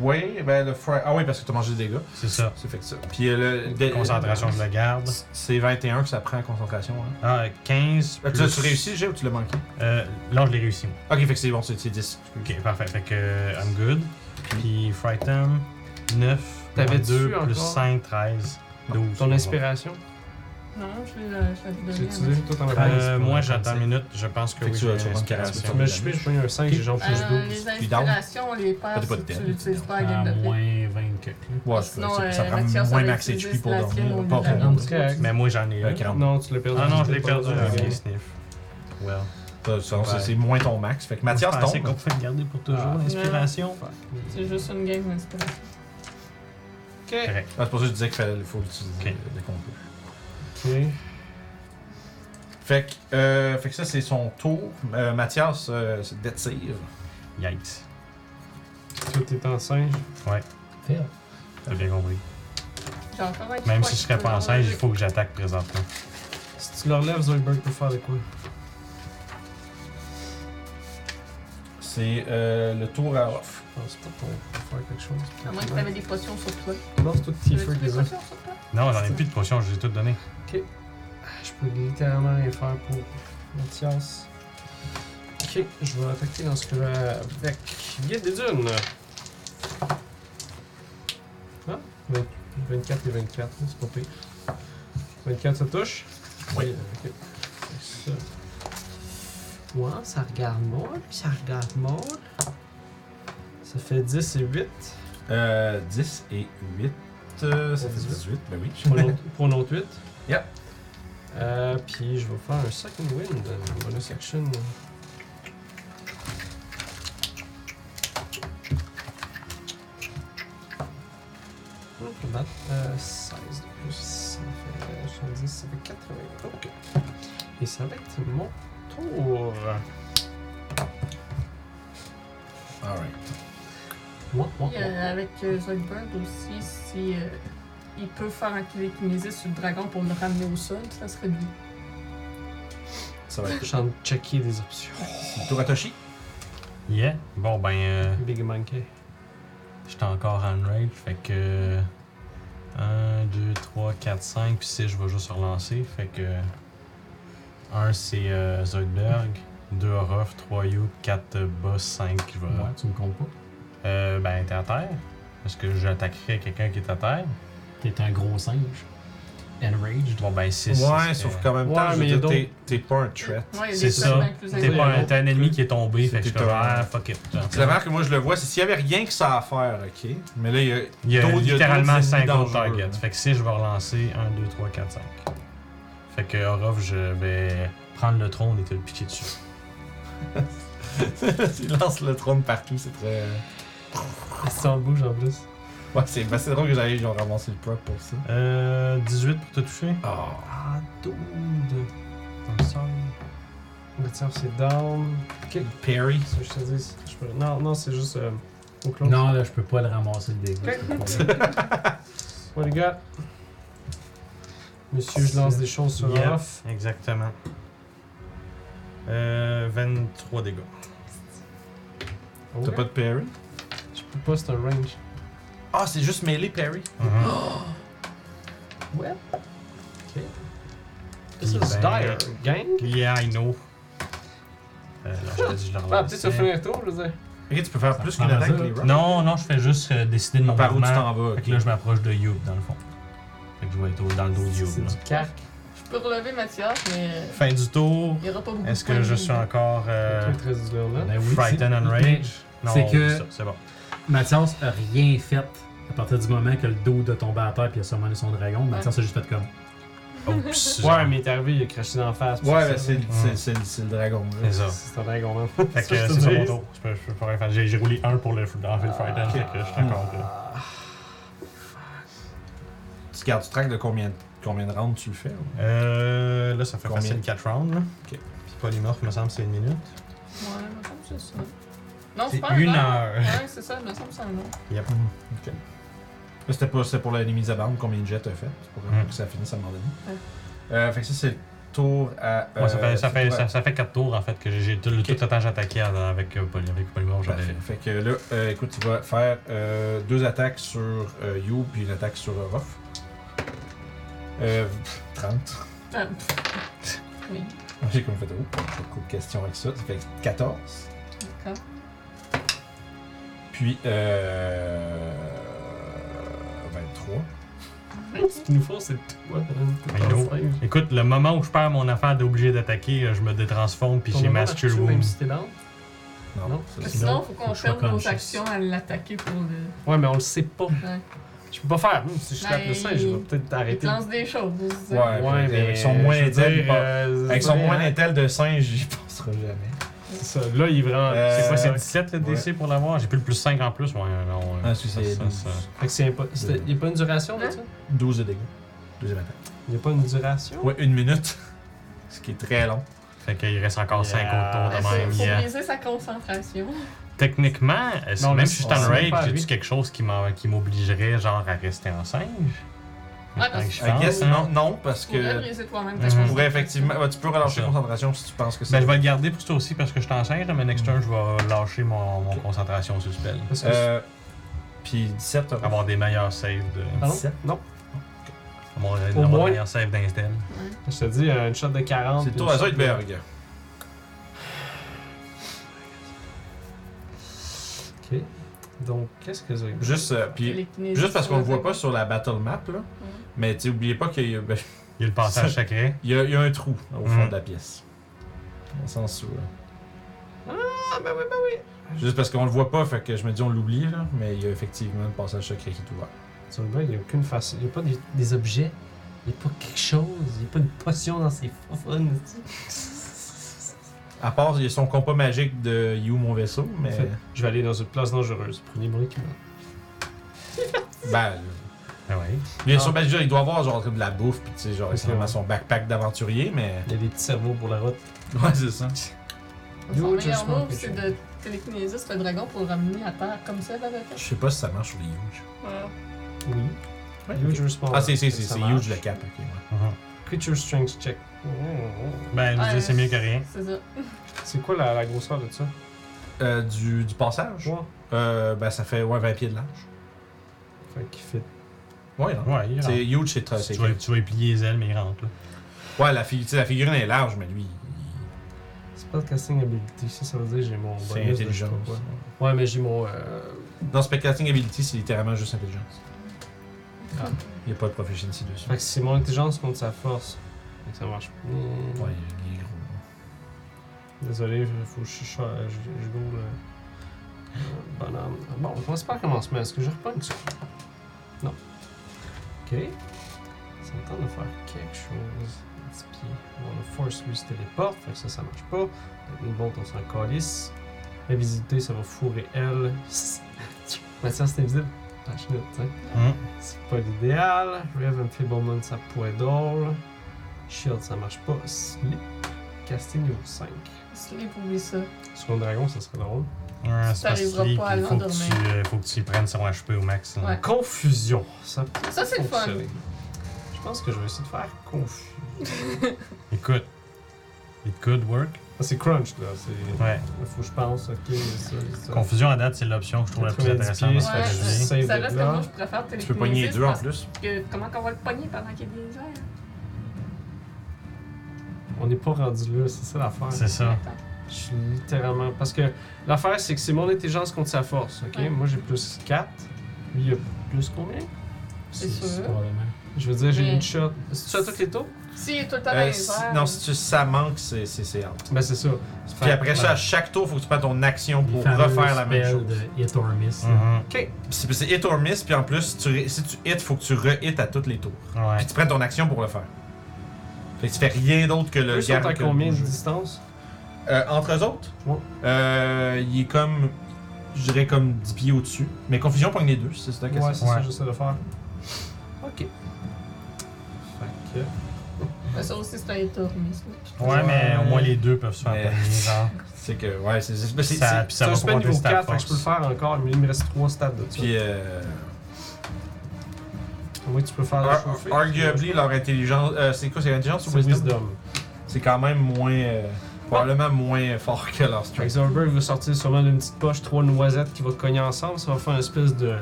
Oui, ben le fry. Ah oui, parce que t'as mangé des dégâts. C'est ça. C'est fait que ça. Puis euh, le. De concentration, je le garde. C'est 21 que ça prend en concentration. Hein. Ah, euh, 15. Fait que plus- tu réussis le jet ou tu l'as manqué Euh, là, je l'ai réussi. moi. Ok, fait que c'est bon, c'est c'est 10. Ok, parfait. Fait que euh, I'm good. Puis Frighten, 9. T'avais 2 dessus plus encore? 5, 13. 12. Ton inspiration. Non, je vais la- je vais te Tu donner. l'utilises, toi, t'en as pas Euh, inspiration. moi, j'attends une minute. Je pense que Fait que oui, tu vas- j'ai tu vas prendre quarante, inspiration. Tu m'as chipé, je suis un 5, j'ai genre plus Euh, 12. les Puis down. inspirations, on les Ah, perd t'es si pas dead, tu l'utilises pas à Ah, game À de play. moins 20 quelques. Ouais, Sinon, c'est- euh, ça prend Mathias, ça moins va max utiliser HP pour la sienne dormir. au Pas lieu de la pour C'est correct. Mais moi, j'en ai Euh, un. 40. Non, tu l'as perdu. Ah non, je l'ai perdu. Pas Ok, grave. sniff. Well. Ça, ça, ça, Ouais. C'est moins ton max. Fait que Mathias Je pensais qu'on tombe. pouvait le garder pour toujours, Ah. l'inspiration. C'est juste une game d'inspiration. Ok. Correct. Ah, c'est pour ça que je disais qu'il fallait- faut l'utiliser Ok. dès qu'on peut. Ok. Fait que, euh, fait que ça, c'est son tour. Euh, Mathias, euh, c'est Death Save. Yikes. Toi, t'es en singe. T'as bien compris. J'ai encore un qui Même croit si je qu'il serais peut pas en singe, il enlever. faut que j'attaque présentement. Si tu leur lèves, Zoidberg peut faire de quoi C'est euh, le tour à off. Je pense pas qu'on peut faire quelque chose. À moins que t'avais des potions sur toi. Non, c'est tout petit feu T'avais-tu des déjà. potions sur toi? Non, j'en ai plus de potions, je les ai toutes données. Je peux littéralement rien faire pour Mathias. Ok, je vais attaquer dans ce cas-là avec Guide des Dunes. Ah, vingt- 24 et 24, c'est pas pire. 24, ça touche Oui. Ok. C'est ça. Ouais, ça regarde moi, ça regarde moi. Ça fait 10 et 8 Euh, 10 et 8. euh, ça fait 18. Ben oui. pour l'autre- pour l'autre 8. Yep. Euh, puis je vais faire un second wind, un bonus action. Hum, pas mal. Euh, 16 de plus, ça fait 70, ça fait 80. Ok. Et ça va être mon tour. Alright. Moi, moi, Puis, euh, avec euh, Zoidberg aussi, si euh, il peut faire un télékinésis sur le dragon pour le ramener au sol, ça serait bien. Ça va être Je suis en train de checker des options. le tour à Toshi. Yeah. Bon, ben, euh, Big Monkey. j'étais encore en rage, fait que. 1, 2, 3, 4, 5, puis 6, je vais juste relancer. Fait que. 1, c'est euh, Zoidberg. 2, Orof. 3, You. 4, Boss. 5, je vais. Ouais, tu me comptes pas. Euh, ben, t'es à terre. Est-ce que j'attaquerai quelqu'un qui est à terre? T'es un gros singe. Enraged. Bon, ben, 6. Ouais, sauf qu'en même Ouais, temps, je veux mais il y a dire, d'autres- t'es- t'es pas un threat. Ouais, il y a C'est des ça. chemins plus T'es pas un, agréables. t'es un ennemi qui est tombé, fait que je te C'est ah, fuck it. C'est la manière que moi je le vois, c'est s'il y avait rien que ça à faire, ok. Mais là, il y a, Il y a d'autres- il y a littéralement d'autres ennemis 5 dangereux, autres targets. hein. Fait que si je vais relancer 1, 2, 3, 4, 5. Fait que Orof, je vais prendre le trône et te le piquer dessus. il lance le trône partout, c'est très. Il s'en bouge en plus. Ouais, c'est ben, c'est drôle que j'aille genre ramasser le prop pour ça. Euh, 18 pour te toucher. Oh. Ah, dude. I'm sorry. Mathias, c'est down. Ok. Perry. Ça, je te dis, je peux- Non, non, c'est juste euh, au clone. Non, là, je peux pas le ramasser le dégât. c'est le problème. What do you got? Monsieur, je lance des choses sur Yeah. off. Exactement. Euh, 23 dégâts. T'as pas de Perry Ah Je peux pas, c'est un range. Ah, c'est juste mêlé Perry. Mhm. Oh! Ouais. Ok. This This is is dire, dire, gang. Yeah, I know. Euh, là, je l'ai dit, je le Ah, peut-être ça relançais. finit le tour, je veux dire. Ok, tu peux faire plus qu'une prend attaque, ça. les rocks. Non, non, je fais juste euh, décider de mon Par où tu mouvement. t'en vas, Fait ok. que là, je m'approche de Youb, dans le fond. Fait que je vais être au- dans le dos de C'est Youb. là. du carc. Je peux relever Mathias, mais euh, Fin du tour. il n'y aura pas beaucoup Est-ce de que points je de suis vie. encore euh, Toi, 13 du là. Ben oui, Frightened c'est- and Rage? Non, c'est que- ça, c'est bon. Mathias a rien fait à partir du moment que le dos de tombé à terre puis il a summoné son dragon. Mathias a juste fait comme. Oups. Ouais, mais il est arrivé, il a craché dans la face. puis Ouais, tout ben, ça, c'est là. c'est- c'est- c'est le dragon. là. C'est ça. C'est un dragon, man. Fait que euh, c'est ça mon tour. Je peux, je peux pas rien faire. J'ai j'ai roulé 1 pour le, en Ah, fait, le Frightened, fait que je suis encore là. Ah, Tu gardes du track de combien, combien de rounds tu le fais. là? Euh, là, ça fait Combien? facile 4 rounds. Là. Ok. Puis polymorphe, me semble, c'est une minute. Ouais, il me semble que c'est ça. Non, C'est c'est pas un une nom. heure. Ouais, c'est ça, il me semble que c'est un nom. Mhm. Là, C'était pour, c'était pour la mise à barbe, combien de jets t'as fait C'est pour Mm. que ça finisse à un moment donné. Ouais. Euh, fait que ça, c'est le tour à. Ouais, ça, euh, fait, ça, c'est fait, le tour à- ça, ça fait 4 tours en fait que j'ai j'ai tout, le- tout le temps j'attaquais à- avec euh, Poly- avec Polymorph. j'avais- Parfait. Fait que là, euh, écoute, tu vas faire euh, deux attaques sur euh, You puis une attaque sur euh, Ruff. Euh, 30. Ah, pff. Oui, J'ai comme fait, oh, pas beaucoup de questions avec ça. Ça fait 14. d'accord. Puis, euh, 23. Ce qu'il nous faut, c'est toi, I know. Écoute, le moment où je perds mon affaire d'obligé d'attaquer, euh, je me détransforme puis j'ai Master Wound. Même si t'es down. Non, Non. ça, c'est- Sinon, faut faut qu'on que je sois ferme nos conscious. actions à l'attaquer pour le. Ouais, mais on le sait pas. Ouais. Je peux pas faire. Hum, si je tape Ben, le singe, je vais peut-être Il te arrêter. lance des choses. Ouais, Ouais, mais. avec son moins je veux intel, dire, il part- euh, Avec son ouais, moins hein. d'intel de singe, j'y penserai jamais. C'est ça. Là, il est vraiment. Euh, C'est quoi, c'est ouais. 17 le Ouais. DC pour l'avoir? J'ai plus le plus 5 en plus? Ouais, non. ouais. Ah, si, Ça, c'est ça, 12. ça. Fait que c'est impo- c'était- Il n'y a pas une duration, là, Hein? ça 12 de dégâts. Deuxième attaque. Il n'y a pas une duration Ouais, une minute. Ce qui est très long. Fait qu'il reste encore Yeah. 5 autours Il de même. faut Yeah. briser sa concentration. Techniquement, euh, si- Non, mais même si je suis on en sait pas, raid, j'ai-tu lui. quelque chose qui m'en- qui m'obligerait genre à rester en singe? Ah, Tant non, que je I guess, pense, non, hein. non, parce Tu pourrais que briser toi-même Mm. ta tu Mhm. pourrais effectivement. ouais, tu peux relâcher Ça. concentration si tu penses que c'est. Ben, je vais le garder pour toi aussi parce que je suis en singe, là, mais next turn, je vais lâcher mon, mon concentration sur le spell. Parce que. Euh, Puis 17, t'auras. Avoir des meilleurs saves de. Ah non? 17. Non. Avoir, avoir moins. des meilleurs saves d'instem. Je te dis, euh, une shot de 40. C'est le puis tour une à shot de- Zoidberg. Ok. Donc, qu'est-ce que Zoidberg Juste, euh, puis, juste parce qu'on le voit pas sur la battle map, là. Mais tu sais, oubliez pas qu'il y, a- ben, Il y a le Ça- passage sacré. il y a- il y a un trou au fond Mm. Mhm. de la pièce. Dans le sens où. euh, Ah, ben oui, ben oui. Juste parce qu'on le voit pas, fait que je me dis on l'oublie, là. Mais il y a effectivement le passage secret qui est ouvert. Zoidberg, il n'y a aucune façon. Il n'y a pas des, des objets. Il n'y a pas quelque chose. Il n'y a pas une potion dans ses fofounes. À part, il y a son compas magique de You, mon vaisseau, mais. Fait- Je vais aller dans une place dangereuse. Prenez mon équipement. Ben. euh, Ah ouais. Bien Ah. sûr, ben, je veux dire, il doit avoir genre comme de la bouffe, puis tu sais, genre, Ok, essentiellement ouais. son backpack d'aventurier, mais. Il y a des petits cerveaux pour la route. Ouais, c'est ça. Son You meilleur just want move, to c'est show. de télékinésis le dragon pour le ramener à terre comme ça, la Je tête. sais pas si ça marche sur les huge. Oui. Huge response. Ah, c'est, c'est, Ça c'est, c'est marche. huge le cap, ok. ouais. Mhm. Creature strength check. Oh, oh, oh. Ben, je veux Ouais. dire, c'est mieux que rien. C'est ça. C'est quoi la, la grosseur de ça? Euh, du, du passage, Trois. euh, ben ça fait ouais, 20 pieds de large. Fait qu'il fait. Ouais, non. Ouais, il rentre. C'est huge, c'est très. Si c'est- tu, vas, tu vas éplier les ailes, mais il rentre. Là. Ouais, la, fi- tu sais, la figurine est large, mais lui, il- Spellcasting ability. Ça, ça veut dire que j'ai mon. c'est bonus de je sais intelligence. pas quoi. Ouais, mais j'ai mon. euh, Dans Spellcasting Ability, c'est littéralement juste intelligence. Il n'y a pas de proficiency dessus. Fait que c'est mon intelligence contre sa force. Fait que ça marche pas. Hmm. Ouais, il est gros. Désolé, je- faut que je, je, je, je roule, euh, euh, bonhomme. Bon, on commence par comment on se met. Est-ce que je repogne ça? Non. Ok. Ça me tente de faire quelque chose. Un petit pied. Bon, le force, lui, se téléporte. Fait que ça, ça marche pas. Une bolt, on s'en calisse. Invisibilité, ça va fourrer elle. Matière, c'est invisible. Ah, je note, hein. Mhm. C'est pas l'idéal. Rave Enfeeblement, ça pourrait être drôle. Shield, ça marche pas. Sleep. Casting niveau 5. Sleep, oublie ça. Sur un dragon, ça serait drôle. Si Ouais, c'est parce t'arriveras qu'il- pas à il faut que, l'endormir. tu, euh, faut que tu y prennes son HP au max. là. Ouais. Confusion. Ça Ça, c'est le peut fun. fonctionner. Je pense que je vais essayer de faire confusion. Écoute, it could work. Ah, c'est crunch, là. C'est... Ouais. Il faut que je pense, ok, ça, ça. Confusion à date, c'est l'option que je trouve la plus 90 intéressante dans Ouais, pieds, ça fait ce que dix. ça j'ai. Save ça the reste que moi, block. je préfère télékinésis. Tu peux pogner les deux en parce plus. que comment qu'on va le pogner pendant qu'il y a des airs? hein? On n'est pas rendu là, c'est ça l'affaire. C'est ça. Je suis littéralement. Parce que l'affaire, c'est que c'est mon intelligence contre sa force, ok? Ouais. Moi, j'ai plus 4. Lui, il a plus combien? C'est sûr. probablement. Je veux dire, j'ai Mais- une shot. C'est ça toutes les tours? Si, tout le temps dans Euh, les si- airs. non, si tu- ça manque, c'est, c'est, c'est hard. Ben, c'est ça. ben, Puis après ça, Ouais. à chaque tour, faut que tu prennes ton action Les pour fameux refaire la même spells chose. de hit or miss. là. Mhm. Ok. Puis C'est c'est hit or miss, puis en plus, si tu, ré- si tu hit, faut que tu re-hit à tous les tours. Ouais. Puis tu prends ton action pour le faire. Fait que tu fais rien d'autre que le Eux sont garde à que combien de bouger. distance? Euh, Entre eux autres, Ouais. euh, il est comme, je dirais comme 10 pieds au-dessus. Mais confusion pogne les deux, c'est ça la question. Ouais, c'est Ouais. ça, j'essaie de faire. Ok. Fait que. Mais Ça aussi, c'est un étourmi, ça. Ouais, mais au moins les deux peuvent se faire Mais- pogner, genre. C'est que, ouais, c'est. c'est- c'est- Ça- c'est- puis C'est ça un va spell pas niveau 4, des stats fait que je peux le force. faire encore, mais il me reste 3 stats de ça. Puis, euh, Oui, tu peux faire le ar- chauffer. euh, arguably, leur intelligence. euh, c'est quoi, c'est intelligence Ah, c'est ou wisdom? Wisdom. C'est quand même moins. euh, probablement moins fort que leur strength. Exorber va sortir sûrement d'une petite poche trois noisettes qui vont cogner ensemble. Ça va faire une espèce de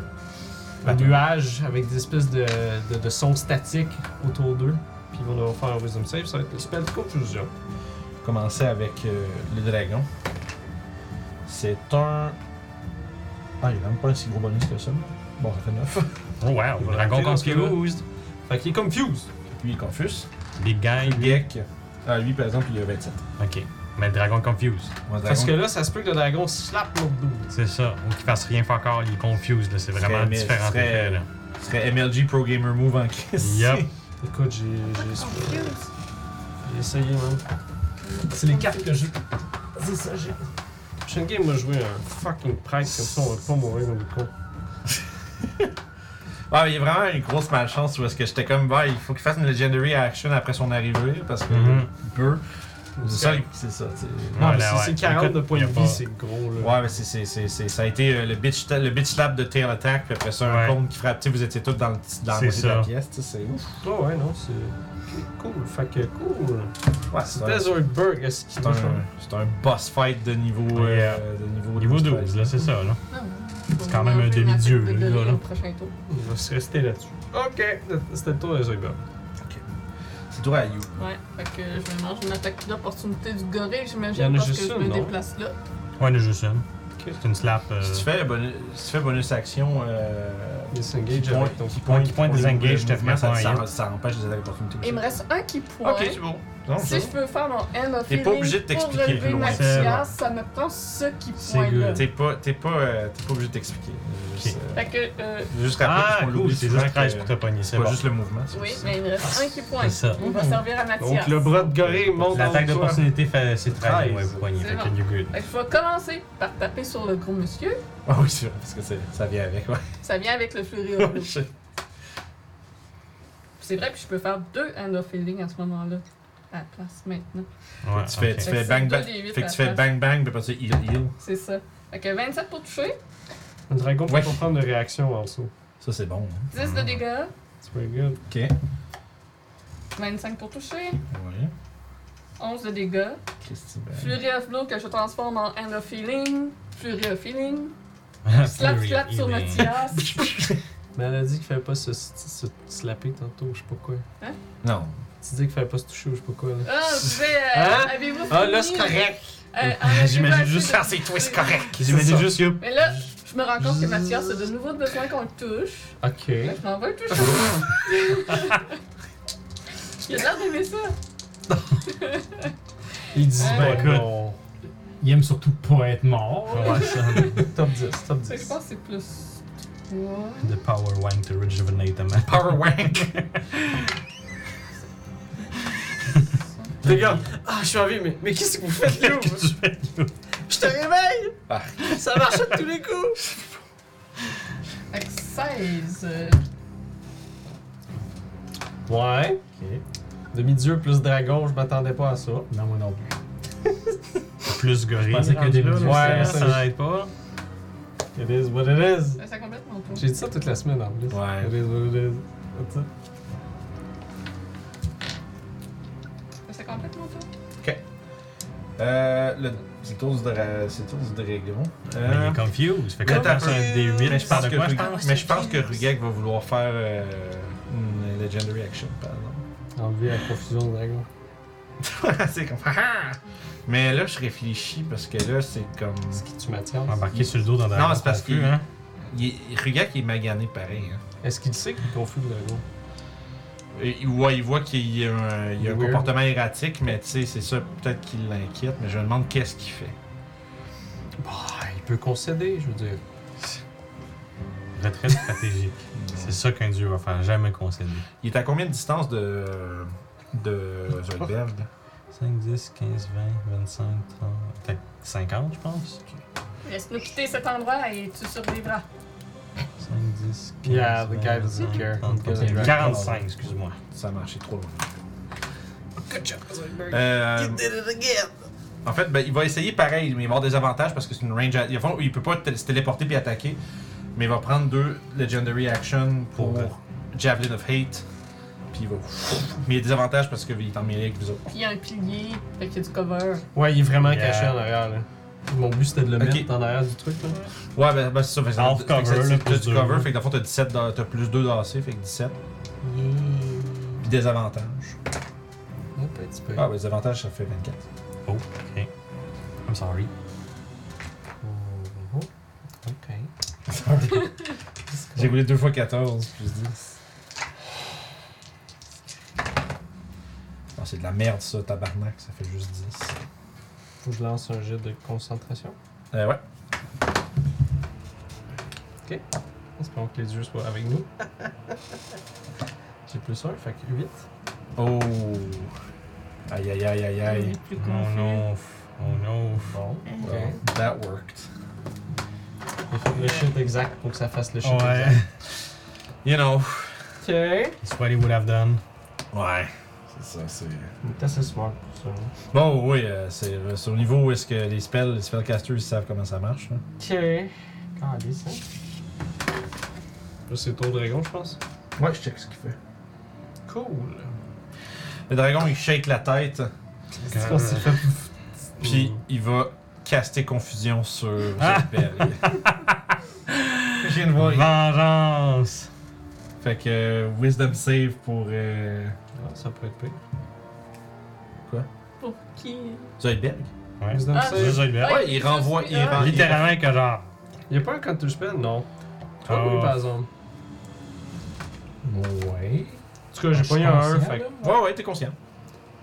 un nuage avec des espèces de, de, de sons statiques autour d'eux. Puis ils vont devoir faire un wisdom save. Ça va être le spell confusion. commencer avec euh, le dragon. C'est un. Ah, il a même pas un si gros bonus que ça. Bon, ça fait 9. Oh, wow, le dragon confused. Fait qu'il est confused. Lui, il est confus. Big guy. Geek. Ah, lui, par exemple, il a 27. Ok. Mais le dragon confused. Moi, dragon, Parce que là, ça se peut que le dragon slap l'autre douze. C'est ça. Ou qu'il fasse rien fuck all, il est confused, là. C'est Serait- vraiment mais différent. serait- effet, là. ce serait MLG Pro Gamer Move en crise. Yup. Écoute, j'ai Ah, j'ai- Confuse. j'ai essayé, man. hein. C'est les cartes que j'ai. C'est ça, j'ai. Prochaine game, moi, jouer un fucking prêtre, comme ça, on va pas mourir dans le con. Ouais, il y a vraiment une grosse malchance où est-ce que j'étais comme, bah, il faut qu'il fasse une Legendary Action après son arrivée parce que Mhm. il peut. C'est ça, il- c'est ça. tu sais. Non, mais Voilà, c'est- c'est ouais. 40 de Écoute, points y de a vie, pas- c'est gros, là. Ouais, mais c'est, c'est, c'est, c'est- ça a été euh, le bitch, ta- le bitch slap de tail attack, puis après ça, un Ouais. combo qui frappe, tu sais, vous étiez tous dans, le, petit- dans la C'est moitié de la ça. pièce, tu sais, c'est ouf. Oh ouais, non, c'est c'est cool. Fait que cool. Ouais, C'est un- Desert est-ce qu'il C'est un, c'est un boss fight de niveau, euh, Yeah. de niveau, Niveau 12, 12, là, c'est ça, là. Ah ouais. C'est quand même un demi-dieu, Je vais le gars, là. au prochain tour. On va se rester là-dessus. Ok, c'était le tour des Zoidberg. C'est toi à You. Ouais, fait que je vais manger une attaque d'opportunité du gorille, Il y en j'imagine, a parce que juste je une, me non? déplace là. Ouais, il y en a juste une. C'est une slap. euh, Si, tu fais bonus, si tu fais bonus action, euh, Disengage point- avec ton qui point- qui pointe au des niveau engage, de te fait mouvement, ça, pas ça, un ça empêche les attaques d'opportunité. Il me reste un qui pointe. bon. Non, Si ça. je peux faire mon end of T'es pas healing obligé de pour t'expliquer, relever loin. ma C'est- pierre, ça me prend ce qui C'est pointe là. T'es pas, t'es pas, euh, t'es pas obligé de t'expliquer. Juste, euh, Fait que, euh, juste rappeler, parce Ah, qu'on cool, l'oublie c'est souvent juste que 13 pour te pogner, C'est c'est pas bon. juste le mouvement. c'est oui, juste ça. mais il me reste un qui pointe. C'est ça. Mm-hmm. Il va servir à Mathias. Donc le bras de gorille monte en L'attaque haut de toi. d'opportunité, fait- c'est 13. Ouais, Treize. vous pognez. C'est Fait que bon. you good. Fait que je vais commencer par taper sur le gros monsieur. Ah oui, c'est vrai, parce que c'est- ça vient avec, ouais. Ça vient avec le fleury Oh, shit. C'est vrai que je peux faire deux hand of healing à ce moment-là. À la place maintenant. Ouais, tu fais, ok. tu fais Fait que bang bang. c'est deux des huit Fait que à tu fais la bang bang, puis après ça, heal heal. C'est ça. Fait que 27 pour toucher, Le dragon peut Ouais. pas prendre de réaction en dessous. Ça, c'est bon. hein. 10 de dégâts, C'est pretty good. Ok. 25 pour toucher, Ouais. 11 de dégâts. Christy, ben. Fury of Blow que je transforme en Hand of Healing. Fury of Healing. Slap, Ah, Fury slap sur healing. Mathias. Mais elle a dit qu'il fallait pas se, se, se slapper tantôt, je sais pas quoi. Non. Tu dis qu'il fallait pas se toucher ou je sais pas quoi. Là. Ah, vous pouvez, euh, Hein? Avez-vous Ah là fini? c'est correct! Euh, en avez-vous Ah, J'imagine assez juste de- faire ses twists corrects. J'imagine juste que Mais là, je me rends compte que Mathias a de nouveau besoin qu'on le touche. Ok. Là, je m'en vais le toucher. Il a l'air d'aimer ça. Il dit Euh, ben écoute. non. Il aime surtout pas être mort. Ah. Ouais, ça. Top 10, top Fait que Je 10. pense que c'est plus. trois. The power wank to rejuvenate a man. Power wank. Les gars, ah je suis en vie, mais, mais qu'est-ce que vous faites là? vous? Qu'est-ce que tu fais? Je te réveille! Ça marche de tous les coups! Fait que 16. euh, Ouais. Demi-dieu plus dragon, je m'attendais pas à ça. Non, moi non plus. Plus gorille. pensais que des rendu là, millions, Ouais, c'est- ça aide pas. It is what it is. Ça complète mon tour. J'ai dit ça toute la semaine en plus. Ouais. It is what it is. That's it. Ça complète mon tour. Euh, le- C'est le tour du dra- c'est le tour du dragon. Mais il Euh, est confused. Fait que Mais quand t'as t'as un plus- D8, mais je pense de que quoi je Rugek- parle? mais je pense que Rugek va vouloir faire euh, une Legendary Action, par exemple. Enlever la confusion de dragon. c'est comme. haha! Mais là, je réfléchis parce que là, c'est comme. Tu m'attires. Embarqué sur le dos dans Non, c'est parce que. il est- Rugek est magané pareil. Hein. Est-ce qu'il sait qu'il confus le dragon? Et Il voit, il voit qu'il y a un, il y a un Weird. comportement erratique, mais tu sais, c'est ça, peut-être qu'il l'inquiète, mais je me demande qu'est-ce qu'il fait. Bah, il peut concéder, je veux dire. Retrait hein. stratégique. C'est ça qu'un dieu va faire. Jamais concéder. Il est à combien de distance de. de Zoidberg 5, 10, 15, 20, 25, 30. Peut-être 50, je pense. Laisse-nous quitter cet endroit et tu survivras. 5, 10, 15. Yeah, the guy doesn't care. 30, Doesn't 45, excuse-moi. Ça a marché trop loin. Good job, Rosenberg. You Euh, did it again! en fait, ben, il va essayer pareil, mais il va avoir des avantages parce que c'est une range. à- il va- Il peut pas tél- se téléporter puis attaquer, mais il va prendre deux Legendary Action pour Ouais. Javelin of Hate. Puis il va. Mais il y a des avantages parce qu'il est en mêlée avec vous autres. Puis il y a un pilier, fait qu'il y a du cover. Ouais, il est vraiment Yeah. caché en arrière, là. Mon but, c'était de le Ok. mettre en arrière du truc, là. Ouais, ben, ben c'est ça. Fait, que Half ça- fait que ça- cover, là, t'as plus du deux, cover, là. fait que dans le fond, t'as 17, dans- t'as plus 2 d'AC, fait que 17. Puis des avantages. Euh, Un petit peu. Ah, ben des avantages, ça fait 24. I'm sorry. Mhm. Oh, Ok. J'ai roulé 2 fois 14, plus 10. Non, Ah, c'est de la merde, ça, tabarnak, ça fait juste 10. Faut que je lance un jet de concentration. Euh, ouais. Espérons que les dieux soient avec nous. J'ai plus un, fait que 8. Oh. Aïe, aïe, aïe, aïe, aïe. Il est plus Oh confus. non. Oh non. Bon. Well, Euh, Ok. that worked. Il faut le shit exact pour que ça fasse le shit Ouais. exact. You know. Ok. It's what he would have done. Ouais. C'est ça, c'est. Il est assez smart pour ça. hein. Bon, oui, euh, c'est c'est au niveau où est-ce que les spells, les spellcasters, ils savent comment ça marche. hein. là. Ok. Calice, hein. Là, c'est tour dragon, je pense. Ouais, je check ce qu'il fait. Cool. Le dragon, il shake la tête, C'est qu'on s'est fait. puis il va caster confusion sur Zepel. Je viens de voir. Vengeance. Fait que euh, Wisdom Save pour. Euh... Ah, ça peut être pire. Pour qui Zoidberg. Ouais. Wisdom Ah, save. Juste bien. Ouais, il il fait renvoie. juste- Il ah. renvoie. Littéralement que genre. Il y a pas un counter spell Non. Toi, Ah. oui, par exemple. Ouais. En tout cas, j'ai Je pas eu un pense 1, bien, fait que. Ouais, ouais, t'es conscient.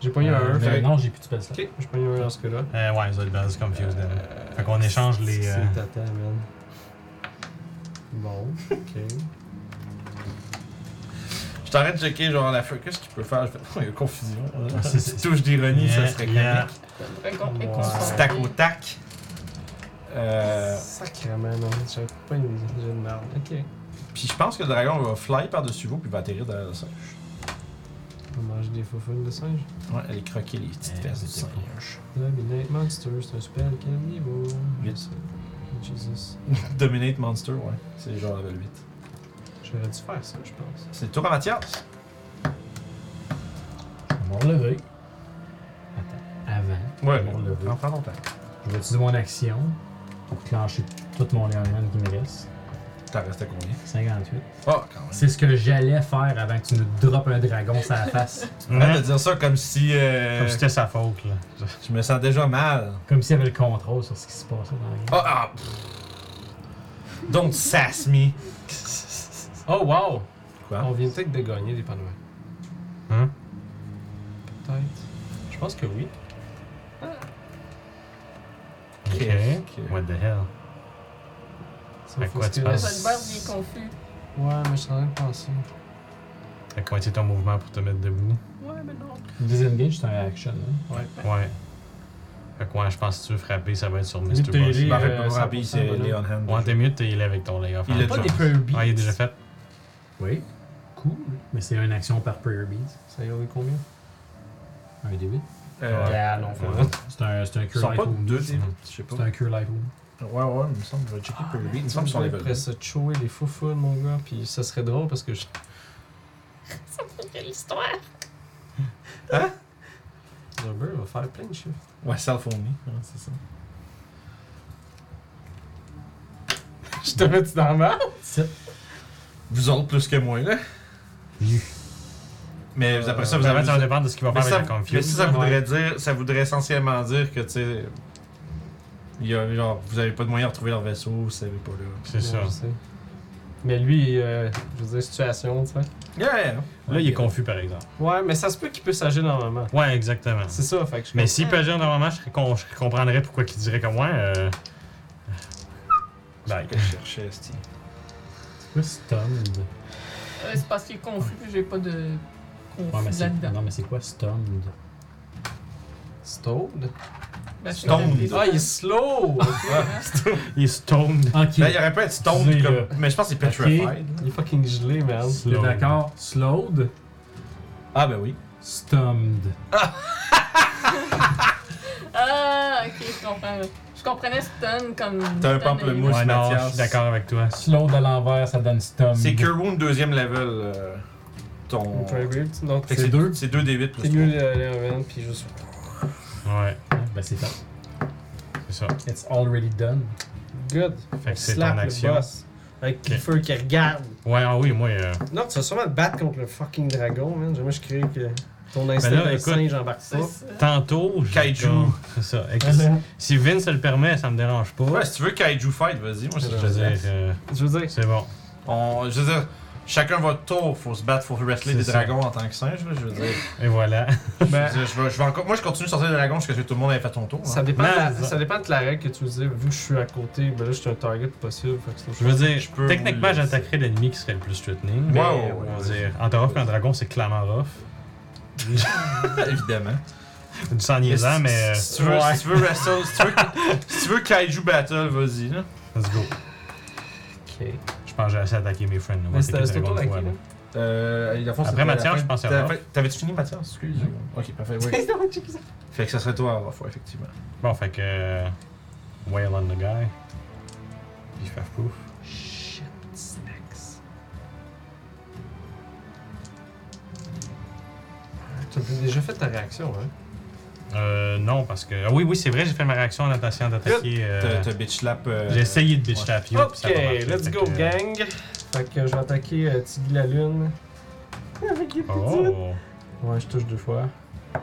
J'ai pas eu un 1, Mais fait que. Ben, non, j'ai plus de spell ça. Ok, j'ai pas eu un dans ce cas-là. Euh, ouais, Zolbaz is confused. then. Fait qu'on échange les. euh, C'est tata, man. Bon, ok. Je t'arrête de checker, genre, la feu. Qu'est-ce qu'il peut faire Je fais, oh, il y a confusion. Ah, c'est- c'est- Petite touche d'ironie, ça yeah, serait yeah. correct. Ouais. Du tac au tac. Euh, Sacrement, non, j'avais pas une idée de merde. Ok. puis je pense que le dragon va fly par-dessus vous, puis va atterrir derrière le singe. On mange des faufounes de singe. Ouais, elle est croquée, les petites Eh, fesses du c'est singe. Dominate Monster, c'est un spell, quel niveau Huit. Jesus. Dominate Monster, ouais. C'est genre level 8. J'aurais dû faire ça, je pense. C'est le tour à Mathias. On va relever. Attends. Avant. Ouais, On va relever. Prends, prends ton temps. Je vais utiliser mon action pour clencher tout mon Iron qui me reste. T'en restais combien 58. Oh, quand même. C'est ce que j'allais faire avant que tu nous droppes un dragon sur la face. Arrête de dire ça comme si. euh, Comme si c'était sa faute, là. je me sens déjà mal. Comme s'il y avait le contrôle sur ce qui se passait dans la game. Oh, ah. pff. Don't sass me. Oh wow! Quoi? On vient peut-être de gagner des panneaux. Hein? Peut-être. Je pense que oui. Ok. What the hell? Ça À faut Ben, quoi se tu que- penses? Solberg, il est confus. Ouais, mais je suis en train de penser. Fait que moitié ton mouvement pour te mettre debout. Ouais, mais non. Ah. Disengage, c'est un action. Hein? Ouais. Fait que ouais, je pense que si tu veux frapper, ça va être sur Mais Mr. t'es Boss. aidé. Bah, en fait, euh, pour rappeler, 100% c'est bonhomme. Leon Hand. Ouais, t'es mieux de te healer avec ton layoff. Il en l'a fait. déjà. Prayer Beads. Ah, il est déjà fait. Oui. Cool. Mais c'est une action par Prayer Beads. Ça y est, on est combien? Un D8. Euh, Ouais. Ah non, Ouais. C'est un, c'est un Ils Cure sont Light pas Wound. deux, des- je sais pas. C'est un Cure Light Wound. Ouais, ouais, il me semble. Je vais checker pour lui. Il me semble qu'ils sont Je level pourrais 8. se chower les foufounes, mon gars, puis ça serait drôle parce que je. Quelle histoire. Zumber va faire plein de chiffres. Ouais, self only. Ouais, c'est ça. Je te mets-tu dans la main? Vous autres plus que moi, là. Euh, Mais vous- après ça, vous avez Ça va dépendre de ce qu'il va Mais faire ça, avec la mais ça, confuse. ça voudrait dire, ça voudrait essentiellement dire que tu sais, il y a, genre, vous avez pas de moyen de retrouver leur vaisseau, vous savez pas là. C'est ça. Ouais, je sais. Mais lui, euh, je veux dire, situation, tu sais. Yeah. Là, il est confus, par exemple. Ouais, mais ça se peut qu'il puisse agir normalement. Ouais, exactement. C'est ça, fait que je Mais s'il peut agir normalement, je, con- je comprendrais pourquoi il dirait comme moi. Euh... Bye. Que je cherchais, c'ti. C'est quoi Stunned Euh, c'est parce qu'il est confus, j'ai pas de confus Ouais, mais c'est- là-dedans. Non, mais c'est quoi Stunned Stoned? Ben, c'est Stone. comme- Ah, il est slow! Il est stoned. Ah, Ok. Là, Ah. Ben, il aurait pu être stoned Excusez, comme, là. mais je pense que c'est petrified. il est fucking gelé, man. T'es d'accord Slowed Ah ben oui. Stummed. Ah, ok, je comprends. là. Je comprenais stun comme. T'as un stun pamplemousse. ouais, non, Mathias. je suis d'accord avec toi. Slow à l'envers, ça donne stummed. C'est Cure Wound deuxième level. euh, ton. Rebuild, donc Fait que C'est deux. C'est deux D8 c'est plus mieux trois. le- les revenants, puis juste. Ouais, Ben, c'est fait. c'est ça. It's already done. Good. Fait que c'est Slap ton le action. boss. Avec Clifford qui regarde. Ouais, ah oui, moi. euh, Non, tu vas sûrement te battre contre le fucking dragon, man. Jamais je crée que ton instinct Ben là, de écoute, singe embarque C'est pas. ça. Tantôt, j'ai Kaiju. comme- C'est ça. Et que si- si Vince le permet, ça me dérange pas. Ouais, si tu veux Kaiju Fight, vas-y. Moi, Je c'est veux dire, euh, Je veux dire, c'est bon. On- je veux dire, chacun votre tour, faut se battre, faut wrestler C'est des ça. dragons en tant que singe, là, je veux dire. Et voilà. Ben- Je veux dire, je vais- je vais encore- moi, je continue de sortir des dragons jusqu'à ce que tout le monde ait fait son tour. hein. ça dépend, de la- Mais- ça dépend de la règle que tu veux dire. Vu que je suis à côté, ben là, je suis un target possible. Fait que c'est autre Je veux chose. dire, Je peux techniquement, vous le- j'attaquerais l'ennemi qui serait le plus threatening. Ouais, mais, ouais, ouais. on va dire, entre rough et un dragon, c'est clairement rough. Évidemment. Du sang niaisant, Si- mais. euh, si, tu veux, ouais. si tu veux wrestle, si tu veux, si tu veux Kaiju Battle, vas-y. là. euh, Let's go. Ok. Je pense que j'ai assez attaqué mes friends. là. On va Mais c'est attaquer c'est le autour dragon de de qui, fois, là? là. Euh, à fond, Après c'était la Mathias, fin- je pense à t'as- Orof. T'avais-tu fini, Mathias Excuse. Ok, parfait, oui. Fait que ça serait toi, Orof, ouais, effectivement. Bon, fait que. euh, Whale on the guy. Puis faf pouf. Shit, snacks. Ah, Tu as déjà fait ta réaction, hein? Euh, non, parce que. Ah oui, oui, c'est vrai, j'ai fait ma réaction en essayant d'attaquer. T'as euh, t'as bitch slap. euh, J'ai essayé de bitch ouais. tap you, puis Ok, ça a pas marché, let's fait go, que, euh, gang! Fait que je vais attaquer euh, Tiggy la Lune. Oh! Ouais, je touche deux fois. Je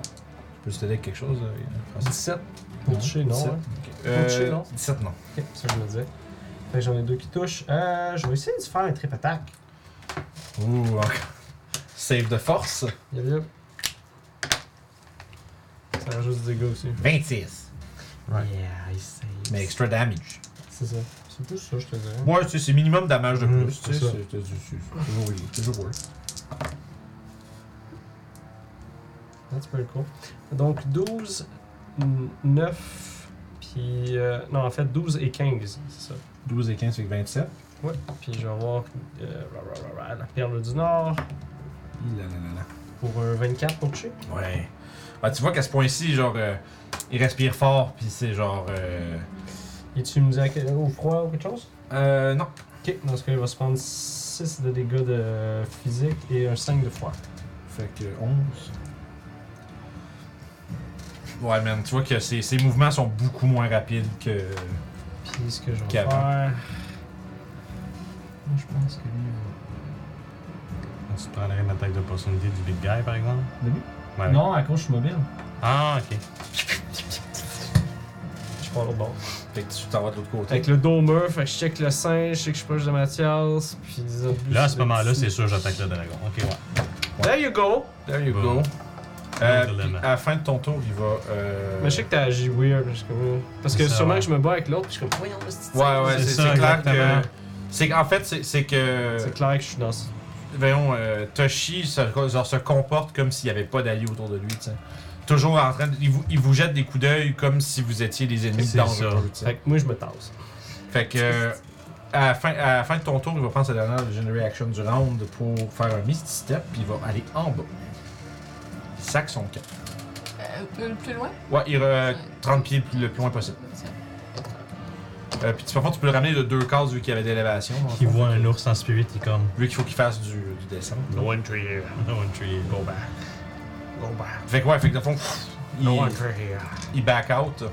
peux te t'aider avec quelque chose, euh, Francis? 17 pour toucher, non? 17, hein? ok. Euh, non? 17, non. Ok, ça je me disais. Fait que j'en ai deux qui touchent. Euh, je vais essayer de faire un trip attaque. Ouh, encore. Save de force. Yep, yep. Ça rajoute du dégâts aussi. 26. Right. Yeah, I save. Mais extra damage. C'est ça. C'est plus ça, je te dirais. Ouais, tu sais, c'est minimum damage de plus. Mhm, tu sais, c'est ça. Mm, c'est- c'est- c'est- c'est toujours, c'est toujours worth. That's pretty cool. Donc 12, n- 9, puis. euh, non, en fait 12 et 15, c'est ça. 12 et 15, fait que 27. Ouais. Puis je vais avoir euh, ra, ra, ra, ra, la perle du Nord Il a- la- la- la. pour un 24 pour toucher. Ouais. Bah, tu vois qu'à ce point-ci, genre, euh, il respire fort, puis c'est genre. Euh, Et tu me dis à quel- au froid ou quelque chose euh, non. Ok, dans ce cas, il va se prendre 6 de dégâts de physique et un 5 de froid. Fait que 11. Ouais, man, tu vois que ses, ses mouvements sont beaucoup moins rapides que. Puis ce que je vais Qu'avant. faire. Moi, je pense que lui. euh, il Tu te prendrais une attaque d'opportunité du big guy, par exemple? De lui? Ouais. va- Non, à cause je suis mobile. Ah, ok. Je pars au bord. Fait que tu t'en vas de l'autre côté. Avec le dos au mur, fait que je check le singe, je sais que je suis proche de Mathias, puis les autres Là, à bus- ce moment-là, c'est sûr, j'attaque le dragon. Ok, ouais. There you go! There you Bon. go. Euh, Bon, puis élément. à la fin de ton tour, il va. Euh... Mais je sais que t'as agi weird, je suis comme... Parce que C'est ça, sûrement ouais. que je me bats avec l'autre, puis je suis comme, voyons, le petit singe. Ouais, ouais, C'est c'est ça, c'est clair exactement. que. C'est qu'en fait, c'est c'est que. C'est clair que je suis dans ce... Voyons, euh, Toshi se, genre, se comporte comme s'il n'y avait pas d'alliés autour de lui, tu sais. Toujours en train de. Il vous, il vous jette des coups d'œil comme si vous étiez des ennemis C'est dangereux, tu sais. Fait que moi, je me tasse. Fait que. euh, à la, fin, à la fin de ton tour, il va prendre sa dernière Legendary Action du round pour faire un Misty Step, puis il va aller en bas. Il sac son camp. Euh, plus loin? Ouais, il re- 30 pieds le plus, le plus loin possible. Euh, puis tu- par contre, tu peux le ramener de deux cases vu qu'il y avait d'élévation. dans le Qui fond. voit un ours en spirit, il est comme. Vu qu'il faut qu'il fasse du, du descente. No one to you. No one to you. Go back. Go back. Fait que ouais, fait que dans le fond, pff, il, No one to you. il back out.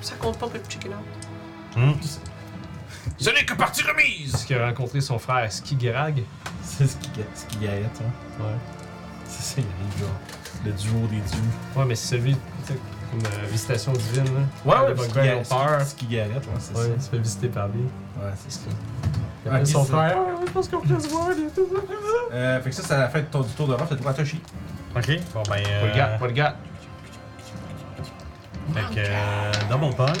Ça compte pas pour le chicken out. Hmm? Ce n'est que partie remise! Parce qu'il a rencontré son frère Skigirag. C'est ce qui, ce qui gagne, hein. Ouais. C'est ça, il arrive, genre. Le duo des duos. Ouais, mais c'est celui, tu sais, comme euh, visitation divine, là. Ouais, Les ouais, ce qui bugbears gagne. ont peur. Ce qui gagne, ouais, c'est ça. Ouais, Ah, il se fait visiter par lui. Ouais, c'est ça. Il appelle Ok, son c'est- frère, ouais, ouais, je pense qu'on peut se voir, et tout. Euh, fait que ça, c'est à la fin de ton, du tour de Ruff, c'est le tour à Toshi. Ok. Bon, ben. Pas le gars, Euh, pas le gars. fait que. Euh, double punch.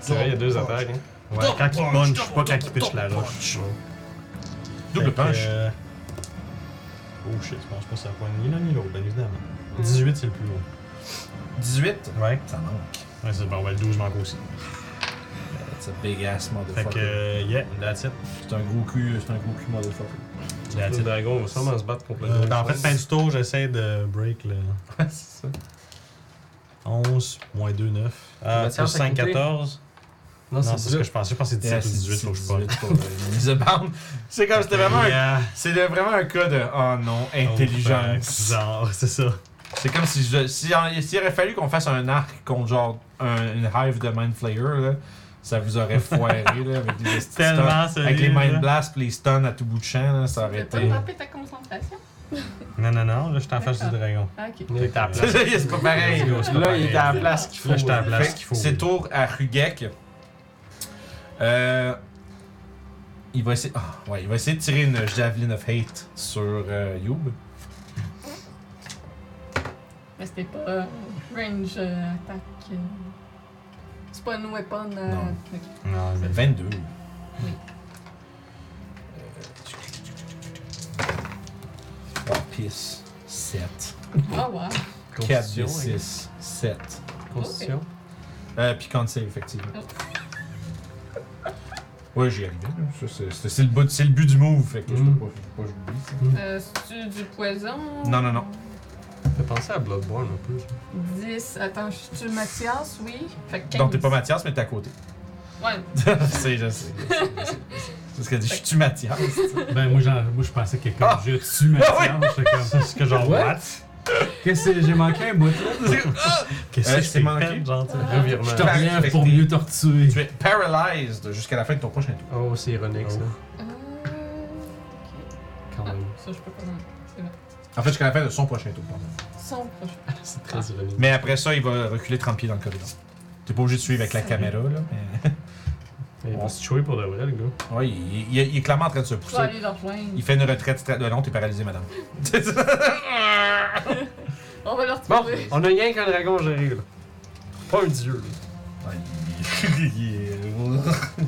C'est vrai, il y a deux attaques, hein. Ouais, quand il punch, pas quand il pitch la roche. Double Fait que, punch. euh, Oh shit, je pense pas que ça poigne ni l'un ni l'autre, bien évidemment. 18, c'est le plus haut. 18. Ouais. Ça manque. Ouais, c'est bon, ben 12 manque aussi. That's a big ass Fait que, motherfucker. euh, yeah, that's it. C'est un gros cul, c'est un gros cul motherfucker. That's Le it. dragon va sûrement se battre contre le Euh, ben, dragon. en fait, fin du tour, j'essaie de break le Ouais, c'est ça. 11, moins 2, 9. La Euh, matière, plus ça 5, coûtait? 14. Ah, Non, Non, c'est c'est ce ça. que je pensais. Je pensais que Ah, c'est 17 ou 18, faut que je parle. Isabelle. C'est comme c'était vraiment un. Yeah. C'est le- vraiment un cas de oh non, ben, intelligence. Genre, c'est ça. c'est comme si je. si en- S'il aurait fallu qu'on fasse un arc contre genre un- une hive de Mind Flayer, là, ça vous aurait foiré là, avec des petits stuns. Tellement Avec les solide, là. Mind Blast pis les stuns à tout bout de champ, là, ça aurait T'as été. pas frappé ta concentration? Non, non, non, là, je suis en face du D'accord. dragon. Ah, ok. Fait que t'as la place. c'est pas pareil. Let's go, c'est pas Là, il pareil. est à la place qu'il faut. Là, j'étais à la euh, Fait place que qu'il faut. C'est tour à Rugek. Euh, il, va essayer, ah, ouais, il va essayer de tirer une Javelin of Hate sur euh, Youb. Mais c'était pas euh, range euh, attaque. euh, C'est pas une weapon. euh, Non. ok. Non, mais- 22. Oui. Oh, pisse. 7. Ah ouais. 4, 2, 6, 7. Constitution. hein? Euh, puis quand c'est effectivement. Ouais, j'y arrivais. là. Ça, c'est- c'est- C'est le, but- c'est le but du move, fait que je Mm. peux pas, je peux pas j'oublie ça. Euh, C'est-tu du poison? Non, non, non. Ça fait penser à Bloodborne un peu. 10. Attends, je suis-tu Mathias? Oui. Fait que 15. Donc t'es pas Mathias, mais t'es à côté. Ouais. c'est, je sais. je sais, je sais. C'est ce qu'elle dit, je suis Mathias. Ben, moi, j'en- moi, je pensais que comme Ah! je tue ma Ah oui! science, j'étais comme. C'est ce que j'en What? vois. Qu'est-ce que j'ai manqué un bout là? Qu'est-ce Euh, que c'est c'est manqué. manqué? Genre, tu sais. Revirement. Je te relève pour mieux torturer. tu es paralyzed jusqu'à la fin de ton prochain tour. Oh, c'est ironique ça. Euh, ok. Quand même. Ça, je peux pas. En fait, jusqu'à la fin de son prochain tour, pardon. Son prochain. C'est très ironique. Mais après ça, il va reculer 30 pieds dans le corridor. T'es pas obligé de suivre avec la caméra, là. Mais... Il va se tuer pour de vrai, le gars. Ouais, il, il- il est clairement en train de se Je vais pousser. aller le rejoindre. Il fait une retraite stra- de long, t'es paralysé, madame. C'est ça. On va le Bon, retrouver. on a rien qu'un dragon géré, là. Pas un dieu, là. Ouais, il- il est-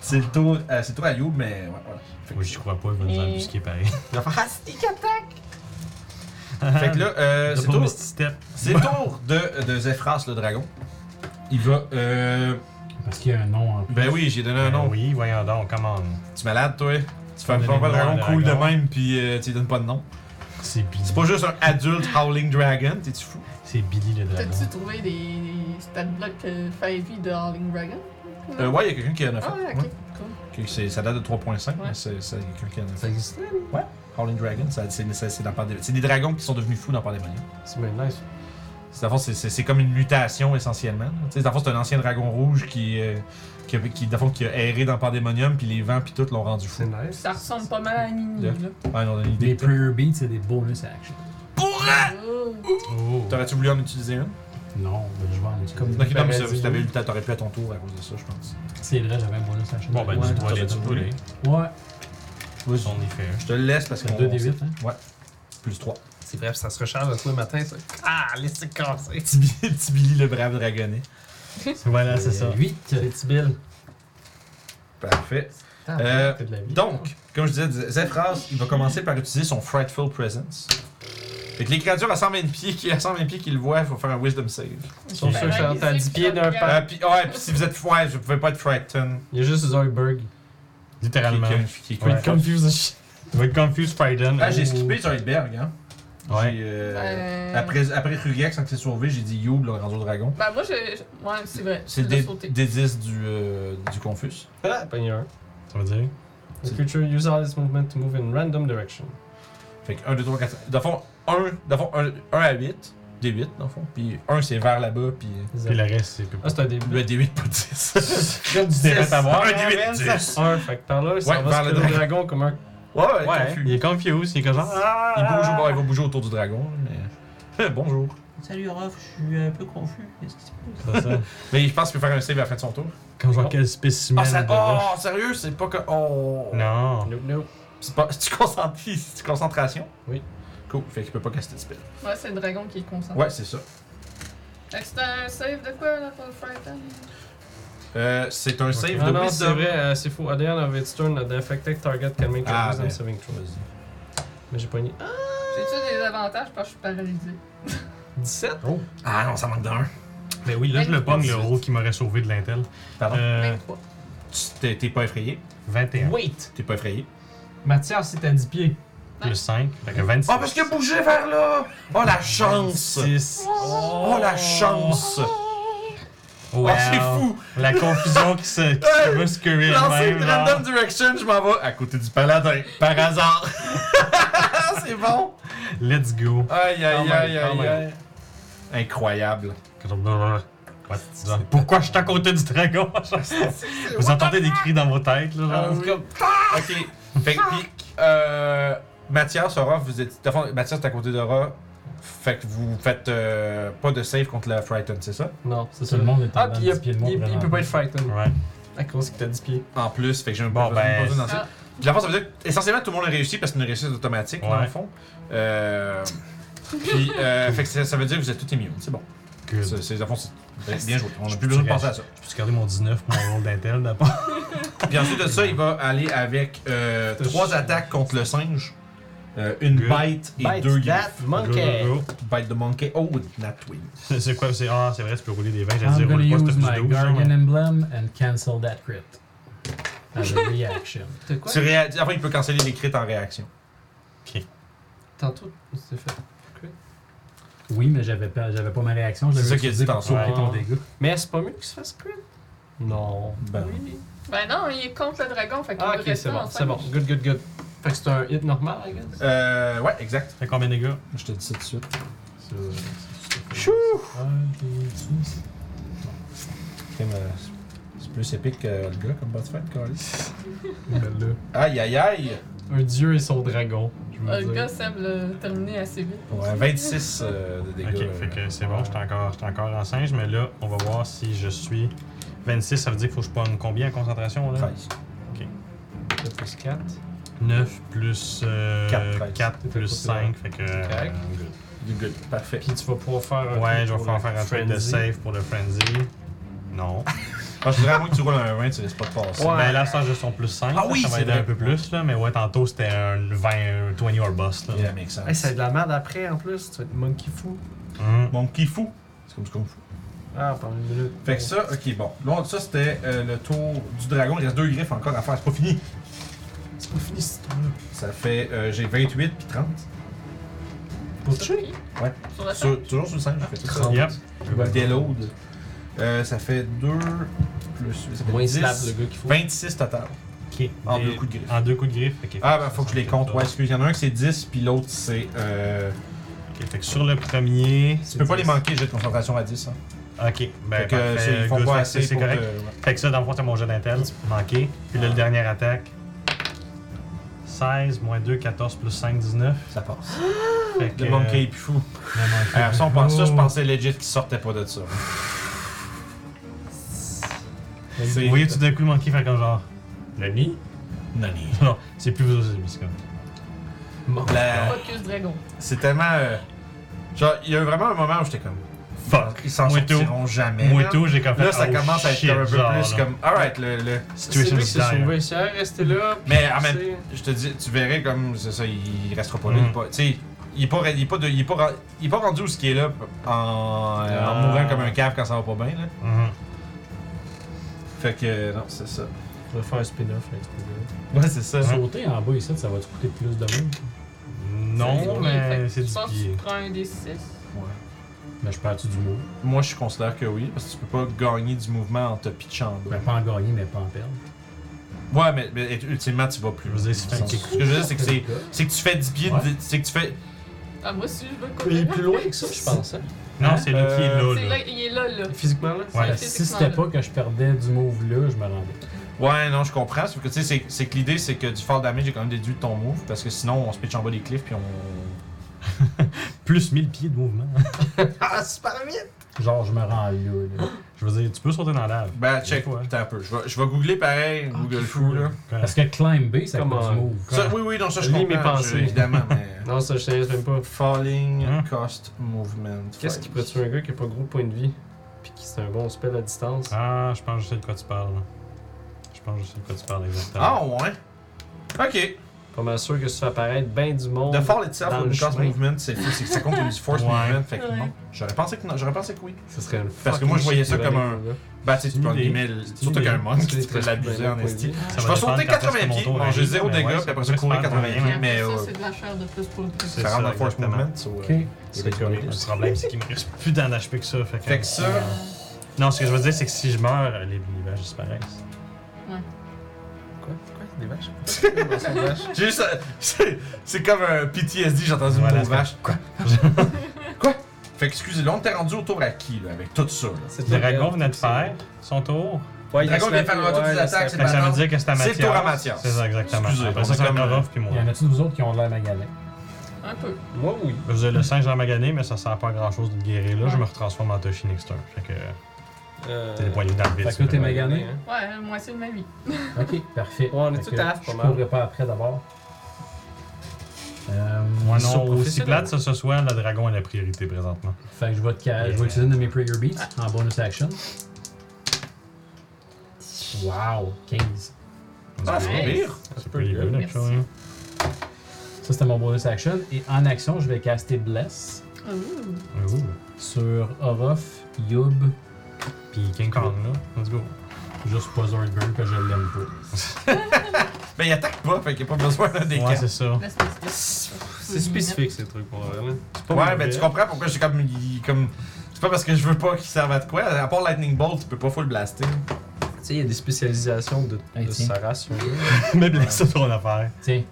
c'est le tour, euh, c'est le tour à You, mais ouais, voilà. Fait que- Moi, j'y crois pas, il va nous Mais- embusquer pareil. Il va faire Ah, c'est- Fait que là, euh, c'est C'est pas tour, Misty Step. c'est le tour de, de Zephras, le dragon. Il va. Euh, Parce qu'il y a un nom en ben oui, j'ai donné un Euh, nom. Oui, voyons donc, comment? Tu es malade, toi? Tu fais On pas a pas des le dragon noms à cool de dragon. même, puis euh, tu lui donnes pas de nom. C'est Billy. C'est pas juste un adulte Howling Dragon, t'es-tu fou? C'est Billy le dragon. T'as-tu trouvé des, des stat blocks euh, 5e de Harling Dragon? Euh, ouais, il y a quelqu'un qui en a fait. Ah, ouais, ouais. ok. Cool. Ok, c'est- ça date de 3.5, Ouais. mais c'est c'est quelqu'un qui en a Ça fait. existe Howling Dragon, ça- c'est c'est- c'est dans Pandémonium. C'est des dragons qui sont devenus fous dans Pandémonium. C'est bien nice. C'est- Dans le fond, c'est- c'est c'est comme une mutation essentiellement. Tu sais, Dans le fond, c'est un ancien dragon rouge qui, euh, qui, a- qui, dans le fond, qui a erré dans Pandémonium, puis les vents, puis tout l'ont rendu fou. C'est nice. Ça ressemble pas mal à Nini, Là. là. Ouais, on a une Les idée. prayer beats, c'est des bonus actions. Oh. Oh. T'aurais-tu voulu en utiliser une? Non, ben, je vais en utiliser. Ok, non, mais Paradis, si t'avais oui. eu le temps, t'aurais pu à ton tour à cause de ça, je pense. C'est vrai, j'avais un bonus action. Bon, ben, Ouais, tu dois aller, tu dois aller. Ouais, Vas-y. On y fait un. Je te le laisse parce que c'est 2 des 8. Hein. Plus 3. C'est bref, ça se recharge le soir matin, ça. Ah, laissez casser. Petit Billy, petit Billy le brave dragonnet. Ah, Voilà, c'est ça. 8. C'est petit Bill. Parfait. Euh, T'as de la vie. Donc, comme je disais, Zephras, il va commencer par utiliser son Frightful Presence. Fait que les créatures à 120 pieds, qui, à 120 pieds qui le voient, il faut faire un Wisdom Save. Sauf Ok. ceux qui sont à 10 pieds d'un Euh, pas. puis, ouais, puis si vous êtes ouais, je pouvais pas être frightened. Il y a juste Zoidberg. Littéralement. Qui- qui- qui- qui- Ouais. Confused. With Confused Frightened. Ah, j'ai Oh. skippé Zoidberg, hein. Ouais. J'ai, euh, Ben- Après, après Rugek, sans que c'est sauvé, j'ai dit Youb, le rendu au dragon. Ben, moi, je. je- Ouais, c'est vrai. C'est je le l'ai dé- sauté. D10 du, euh, du Confus. Ah, pas un. Ça veut dire? The creature uses all its movement to move in random direction. Fait que 1, 2, 3, 4. Dans le fond, 1, dans le fond, 1, à 8. D8, dans le fond. Puis 1, c'est vers là-bas. Puis Puis le reste, c'est plus Ah, c'est un début. le D8, pas 10. Tu t'es fait avoir. Un hein, D8, Ben, ça- 10. Un, fait que par là, ça Ouais, va vers se le le dragon comme un. Ouais, ouais, Ouais, confus. il est confus, il est comme genre. Ah, Il, bouge, au- ouais, il va bouger autour du dragon. Mais... Bonjour. Salut Raph, je suis un peu confus. Qu'est-ce qui se passe? C'est ça. Mais je pense qu'il peut faire un save à la fin de son tour. Comme genre, quel spécimen. Ah, ça, de vache. oh, sérieux, c'est pas que. Oh. Non. Nope, nope. C'est pas. Tu concentres. C'est concentration? Oui. Cool. Fait qu'il peut pas caster de spell. Ouais, c'est le dragon qui est concentré. Ouais, c'est ça. Fait que c'est un save de quoi, là, pour le Frighten? Euh, c'est un save Ah de non, c'est wisdom. vrai, euh, c'est faux. At the end of its turn, the affected target can make a Ah, wisdom ben. saving throw. Vas-y. Mais j'ai pogné. Ah, J'ai-tu des avantages parce que je suis paralysé? 17? Ah non, ça manque d'un. Mais oui, là, je le pogne, le haut qui m'aurait sauvé de l'intel. Pardon. Euh, 23. Tu- T'es t'es pas effrayé. 21. T'es pas effrayé. Mathias, c'est à 10 pieds. Plus 5, fait que 26. Ah, parce qu'il a bougé vers là! Oh, la chance! 6. Oh, la chance! Wow. Oh, c'est fou! La confusion qui se, qui se va se curer Lancer elle-même, une genre. random direction, je m'en vais à côté du paladin, par hasard! c'est bon! Let's go. Aïe, Quand aïe, aïe, même, quand aïe, même. aïe. Incroyable. What? Pourquoi je suis à côté du dragon? Vous entendez des cris dans vos têtes, là, genre? Ah, oui. Ok. Fait que, puis, euh, Mathias, Aura, vous êtes. de fond, Mathias, t'es à côté d'Aura. Fait que vous faites euh, pas de save contre la Frighten, c'est ça? Non, c'est Tout le monde est en Ah, dedans puis il, y a- du pied de monde, il- il vraiment. peut pas être frightened. Ouais. À cause que t'as 10 pieds. En plus, fait que j'ai un Bon, bon ben, ben. Dans ça. Ah. Puis la force, ça veut dire que, essentiellement tout le monde a réussi parce que c'est une réussite automatique, dans Ouais. le fond. Euh, puis, euh, fait que ça, ça veut dire que vous êtes tous immunes, c'est bon. Good. C'est, c'est, dans le fond, c'est bien joué. On n'a plus besoin de penser à ça. Je peux garder mon 19 pour mon rôle d'intel d'abord. Puis ensuite de ça, il va aller avec euh, Touche. trois attaques contre le singe. Euh, une Good. bite et deux griffes. monkey! euh, Go, go, Bite de monkey. Oh, nat 20. go. C'est quoi? C'est ah, c'est vrai, tu peux rouler des 20. J'allais I'm dire, gonna roule pas, c'est use plus my 12. genre. Guardian Emblem and cancel that crit. As a reaction. T'as quoi? Tu réa- Enfin, il peut canceller les crits en réaction. Tantôt, c'est fait. Oui, mais j'avais pas, j'avais pas ma réaction. C'est j'avais ça qu'il a dit utilisé pour tantôt. sauver ton Ouais. dégât. Mais c'est pas mieux qu'il se fasse crit? Non. Ben, Oui. Ben non, il est contre le dragon, fait qu'il Ah, veut ok, rester c'est bon, en c'est bon. cinq. Good, good, good. Fait que c'est un hit normal, I guess. euh, ouais, exact. Fait combien de dégâts? Je te dis ça tout de suite. Chou! Ok, mais euh, C'est plus épique que le gars comme boss fight, Carlis. Aïe, aïe, aïe. Un dieu et son dragon, je Euh, Le veux gars dire. semble euh, terminer assez vite. Ouais, 26 euh, de dégâts. Ok, euh, fait que c'est bon, j'étais encore, j'étais encore en singe, mais là, on va voir si je suis 26, ça veut dire qu'il faut que je prenne combien en concentration là 13. 2 plus 4. 9 plus euh, Quatre, treize. 4 plus 5, fait que. euh, Correct. good. Du good. Parfait. Puis tu vas pouvoir faire un ouais, truc je vais pour pouvoir le faire un truc de frenzy. save pour le frenzy. Non. Ah, je dirais à moins que tu roules un 20, tu laisses pas de passer. Ouais. Ben là, ça, juste son plus 5. Ah oui, ça va c'est aider vrai. un peu plus, là, mais ouais, tantôt c'était un 20, un 20 or bust. Là. Yeah, makes sense. Hey, c'est de la merde après en plus, tu vas être monkey fou. Hum. Mon kifou. C'est comme ce qu'on fout. Ah, pendant une minute. Fait que ça, ok, bon. Là, ça, c'était euh, le tour du dragon. Il reste deux griffes encore à faire. C'est pas fini. C'est pas fini cette tour-là. Ça fait. euh, J'ai 28 puis 30. Pour tuer? Ouais. Sur la Sur- toujours sur le 5, je fais tout ça. Yep. Je vais déload. Euh, ça fait 2 plus. Ça fait Moins 10. slap le gars qu'il faut. 26 total. Ok. En Des- deux coups de griffe. En deux coups de griffe. ok. Ah, ben faut que je les compte. Ouais, excuse, il y en a un que c'est 10, puis l'autre c'est. Euh... Ok, fait que sur le premier. Tu peux pas les manquer, j'ai de concentration à 10. Hein. Ok, ben fait que parfait. c'est- ils font Good, pas fait que assez. c'est pour te- Ah. correct. ouais. Fait que ça, dans le fond, c'est mon jeu d'intel, manqué. Puis là, le dernier attaque. 16, moins 2, 14, plus 5, 19. Ça passe. Fait que, Le monkey est plus fou. euh, le monkey. Euh, si on pense Oh. ça, je pensais legit qu'il sortait pas de ça. Vous voyez tout d'un coup le monkey faire comme genre. Le nid Nani. Non, c'est plus vos mais c'est comme. La- Focus dragon. C'est tellement. euh, Genre, il y a eu vraiment un moment où j'étais comme. Fuck. Ils s'en Moi sortiront jamais. Moi là. tout, j'ai comme fait. Là, ça oh, commence à être shit, un peu genre, plus là. comme. Alright, le. le... C'est Situation lui qui s'est dire. sauvé, c'est restez là. Mais en même C'est- je te dis, tu verrais comme c'est ça, il restera pas là. Mm. il est pas- Tu sais, il est pas, ra- il est pas, de- il est pas, ra- il est pas rendu où ce qui est là en, Ah. en mourant comme un cave quand ça va pas bien. Là. Mhm. Fait que euh, non, c'est ça. Je vais faire un spin-off avec ce Ouais, c'est ça. Sauter en bas ici, ça va te coûter plus de monde. Mm-hmm. Non, mais c'est du du Je pense que pied. tu prends un des six. Mais je perds-tu du mot? Moi, je considère que oui, parce que tu peux pas gagner du mouvement en te pitchant. en bas. Ben, pas en gagner, mais pas en perdre. Ouais, mais, mais ultimement, tu vas plus. Je veux dire, si tu fais un kick. Ce que je veux dire, c'est que c'est, c'est que tu fais 10 pieds, de- Ouais. c'est que tu fais. Ah, moi, si je veux Il courir. est plus loin que ça, je pense. Hein? Non, c'est lui qui est Euh, là, C'est là. là, il est là, là. Physiquement, là. Ouais. C'est Si physiquement c'était là. pas que je perdais du move là, je me rendais. Ouais, non, je comprends. Sauf que tu sais, c'est, c'est que l'idée, c'est que du fall damage est quand même déduit de ton move, parce que sinon, on se pitch en bas des cliffs puis on. Plus 1000 pieds de mouvement. Ah, super vite! Genre, je me rends là. là. Je veux dire, tu peux sauter dans l'ave. Ben, check, Ouais. t'as un peu. Je vais, je vais googler pareil, Google Ah, Fou, là. Parce que climber, ça coûte Comment? du move. Ça, oui, oui, non, ça je Lis comprends. mes pensées. je- évidemment, mais. Non, ça, je sais même pas. Falling Hein? cost movement. Qu'est-ce qui peut tuer un gars qui a pas gros point de vie? Puis qui c'est un bon spell à distance? Ah, je pense que je sais de quoi tu parles. là. Je pense que je sais de quoi tu parles exactement. Ah, ouais. Ah, Ok. Pas mal sûr que ça fait apparaître bien du monde. The Fall itself, Dans le le Because chemin. Movement, c'est, c'est- ça compte comme du Force Ouais. Movement, fait que non. Ouais. J'aurais pensé que, non, j'aurais pensé que oui. Ça serait une Parce que moi, je fucking voyais ça shit, comme là, un- les gars. Bah, tu sais, tu une peux en idée. guillemets, le- surtout qu'un monstre, tu peux ben l'abuser en esti. Ça Ah, Je va vais sauter dépendre quand est-ce 80 que mon pieds, tour manger arrive, zéro mais ouais, dégâts, puis après ça courir c'est 80 pas pieds, grave. mais ça, euh, c'est de la chair de plus pour le plus. C'est ça rentre dans ça, le Force exactement. Movement. so, euh, Ok. c'est correct. Le problème, c'est qu'il me reste plus d'en HP que ça. Fait que, Fait que ça, Non, ce que je veux dire, c'est que si je meurs, les villages disparaissent. Quoi Quoi Des vaches j'ai juste, euh, c'est- c'est comme un PTSD, j'ai entendu le Voilà, mot c'est- vache. Quoi Quoi Fait que, excusez-le, on était rendu autour à qui, là, avec tout ça, là? C'est Le dragon venait de faire son tour. Ouais, Le dragon vient faire un retour des attaques, Fait que ça Maintenant, veut dire que c'est à c'est Mathias. le tour à Mathias. C'est ça, exactement. Excusez, on Après ça, est c'est comme, euh, Norov puis moi. Y en a-tu de vous autres qui ont l'air magalés? Un peu. Moi, oui. Je faisais le singe dans magané, mais ça sert pas à grand chose de le guérir là. Je me retransforme en Toshinixter. Fait que Euh, c'est des poignées d'arbitre. Fait que là, t'es c'est magané? Ouais, moi, c'est de ma vie. Ok, parfait. on est Fait tout que à l'heure, pas Je mal. courrais pas après d'abord. Euh, Moi ça, non, aussi professionnel. plate ça ce soit, le dragon est la priorité présentement. Fait que je vais, te ca- je vais utiliser une de mes prayer beats en bonus action. Wow, Ah, 15. c'est pas Nice. pire. C'est pretty good, Merci. actually. Ça, c'était mon bonus action. Et en action, je vais caster Bless Ah, Ouh. Ouh. sur Orof, Yub, Puis King Kong, là. Let's go. juste pas Zoidberg que je l'aime pas. Ben, il attaque pas, fait qu'il n'y a pas besoin d'un des Ouais, quatre. c'est ça. Laisse moi C'est spécifique, ces trucs, pour vrai. là. Ouais, ben tu comprends pourquoi j'ai comme. il- comme... C'est pas parce que je veux pas qu'il serve à de quoi. À part Lightning Bolt, tu peux pas full blaster. Tu sais, il y a des spécialisations de, Hey, de tiens. sa race. oui. Mais bien, c'est ton affaire. Tiens,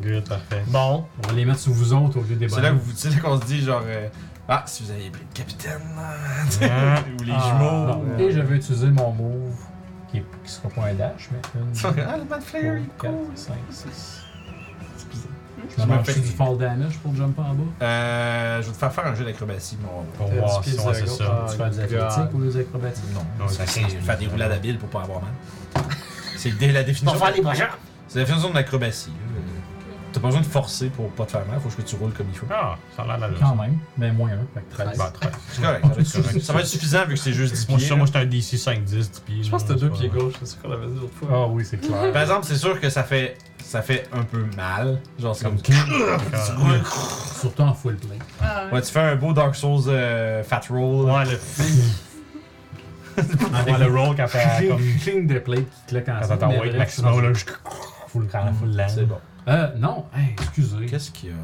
Good, parfait. bon, on va les mettre sous vous autres au lieu des Bah C'est là que bonus. vous- c'est là qu'on se dit, genre. euh, Ah, si vous aviez pris le capitaine, là, tu sais, Ah. ou les Ah, jumeaux. bon. Et je vais utiliser mon move qui, est- qui sera pas un dash, mais une. Ah, le Mad Flayer, il est cool. 5, 6. Je Je me me fais- fais du fall damage pour jumper en bas. Euh, je vais te faire faire un jeu d'acrobatie, mon. Pour T'as voir du si speed ouais, c'est dragon. ça. Ah, tu fais des God. athlétiques ou des acrobatiques Non, Non, c'est ça c'est- fait- faire des roulades habiles pour pas avoir mal. C'est dès la définition. de- prochains! C'est la définition de l'acrobatie. là. Euh, T'as pas besoin de forcer pour pas te faire mal, faut juste que tu roules comme il faut. Ah, ça a l'air la Quand même, mais moins 1, fait que 13. Bah, très. C'est correct, ça va être correct. Ça va être suffisant vu que c'est juste 10 Moi, pieds, ça, là. moi, j'étais un DC 5, 10, 10 pieds. Je pense que t'as deux pieds gauche, c'est ce qu'on avait dit l'autre fois. Ah oui, c'est clair. Par exemple, c'est sûr que ça fait ça fait un peu mal. Genre, c'est comme. Ouais, Surtout en full play. Ah, Ouais, tu fais un beau Dark Souls euh, fat roll. là. le. Avec le roll quand fait comme. Cling de plate qui claque en Quand t'as mais weight bref, maximum, là, je. Full grand, full land. Mm, C'est bon. Euh, non, hey, excusez. Qu'est-ce qu'il y a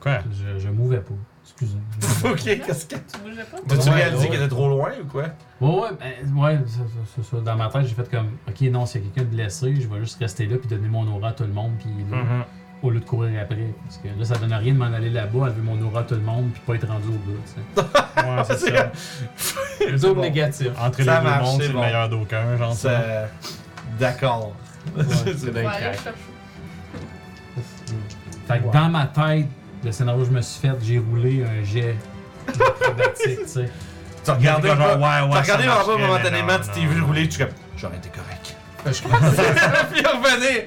Quoi? Je, je mouvais pas. Excusez. Ok, qu'est-ce qu'il y a tu bougeais pas? T'as-tu Ouais, réalisé ouais. qu'il était trop loin ou quoi Ouais, ouais, ben, ouais, ça, ça, ça, ça. Dans ma tête, j'ai fait comme, ok, non, s'il y a quelqu'un de blessé, je vais juste rester là puis donner mon aura à tout le monde puis là, au lieu de courir après. Parce que là, ça donne à rien de m'en aller là-bas, enlever mon aura à tout le monde puis pas être rendu au bout, tu sais. Ah, Ouais, c'est ça. Double négatif. Entre les Ça deux marche, c'est mondes, c'est le bon. meilleur d'aucun, genre. ça. Ça- D'accord. C'est Ouais, dingue. aller le chercher. Fait que Wow. dans ma tête, le scénario que je me suis fait, j'ai roulé un jet acrobatique, tu sais. Tu regardais Genre, pas. ouais, ouais. T'as ça regardé en bas marcherait, mais momentanément, non, tu t'es non, vu non. rouler, tu es comme. J'aurais été correct. Je crois Puis revenez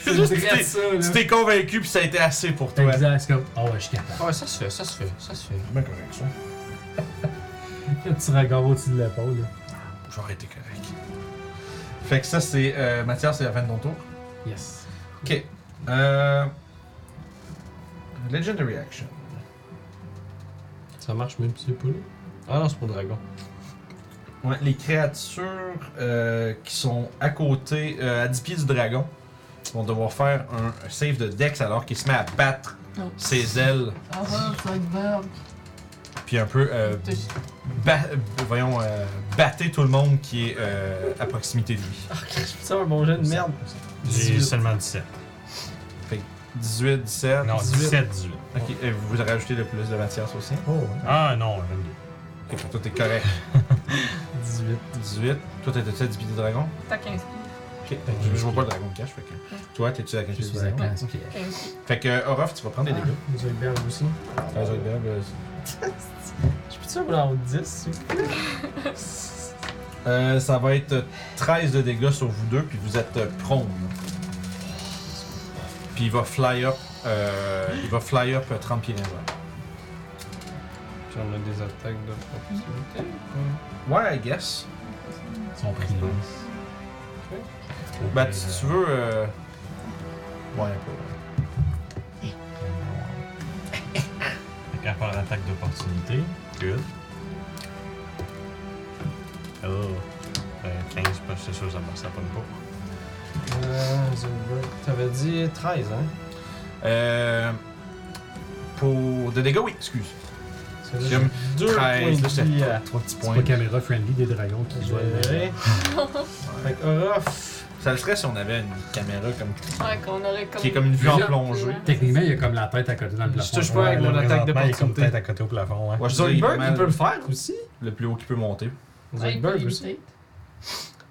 C'est juste que tu t'es- ça, là. tu t'es convaincu, puis ça a été assez pour toi. Exact, c'est comme, oh ouais, je suis capable. Ouais, Ah, ça se fait, ça se fait, ça se fait. Bien correct, ça. Un petit regard au-dessus de l'épaule, là. J'aurais été correct. Fait que ça, c'est. euh, Mathias, c'est la fin de ton tour. Yes. Ok. Euh... Legendary Action. Ça marche même si c'est pas là. Ah non, c'est pour dragon. Ouais, les créatures euh, qui sont à côté, euh, à 10 pieds du dragon, vont devoir faire un save de Dex alors qu'il se met à battre Non. ses ailes. Ah ouais, Zoidberg. Puis un peu. euh, T'es- ba- voyons, euh, battre tout le monde qui est euh, à proximité de lui. C'est un bon jeu de merde. J'ai seulement 17. 18, 17. Non, 17, 18. Ok, et vous voulez rajouter le plus de Mathias aussi. Ah non, 22. Ok, toi t'es correct. 18. 18. Toi t'étais à 10 pieds du dragon. T'as 15 Ok, pieds. je, je vois pas le dragon de cache. Fait que toi t'es-tu à 15 Je pieds du suis à dragon? classe. ok. 15 pieds. Fait que Orof, tu vas prendre des dégâts. Vous avez bien aussi. Ah, Zoidberg, euh, Je peux-tu avoir 10 Euh, ça va être 13 de dégâts sur vous deux, puis vous êtes euh, prone. Puis il va fly up, euh, il va fly up euh, 30 pieds dans l'air. J'en ai des attaques de proximité. Ouais, I guess. Ils sont pris là. Ben, Bah, si tu veux. euh, Ouais, un peu. à part l'attaque d'opportunité. Good. Oh. Euh, 15, pas- c'est sûr, ça marche, ça pogne pas. Euh, Zumba, T'avais dit 13, hein? Euh, pour de dégâts, oui, excuse. Parce que là, J'aime j'ai deux 13, points de vie à- Trois petits C'est points. pas caméra friendly des dragons qui Je volent. verrai. Fait que euh, Orof, Ça le ferait si on avait une caméra comme, Ouais, qu'on aurait comme. qui est comme une vue en Déjà? plongée. hein. Techniquement, il y a comme la tête à côté dans le Je plafond. touche pas. Ouais, avec mon là, attaque présentement, il est comme d'opportunité. tête à côté au plafond, hein. ouais. Ouais, je suis sûr, il est pas Zedberg, mal il peut le faire aussi. le plus haut qu'il peut monter. Ouais, Ah, il Zoidberg peut aussi. éviter.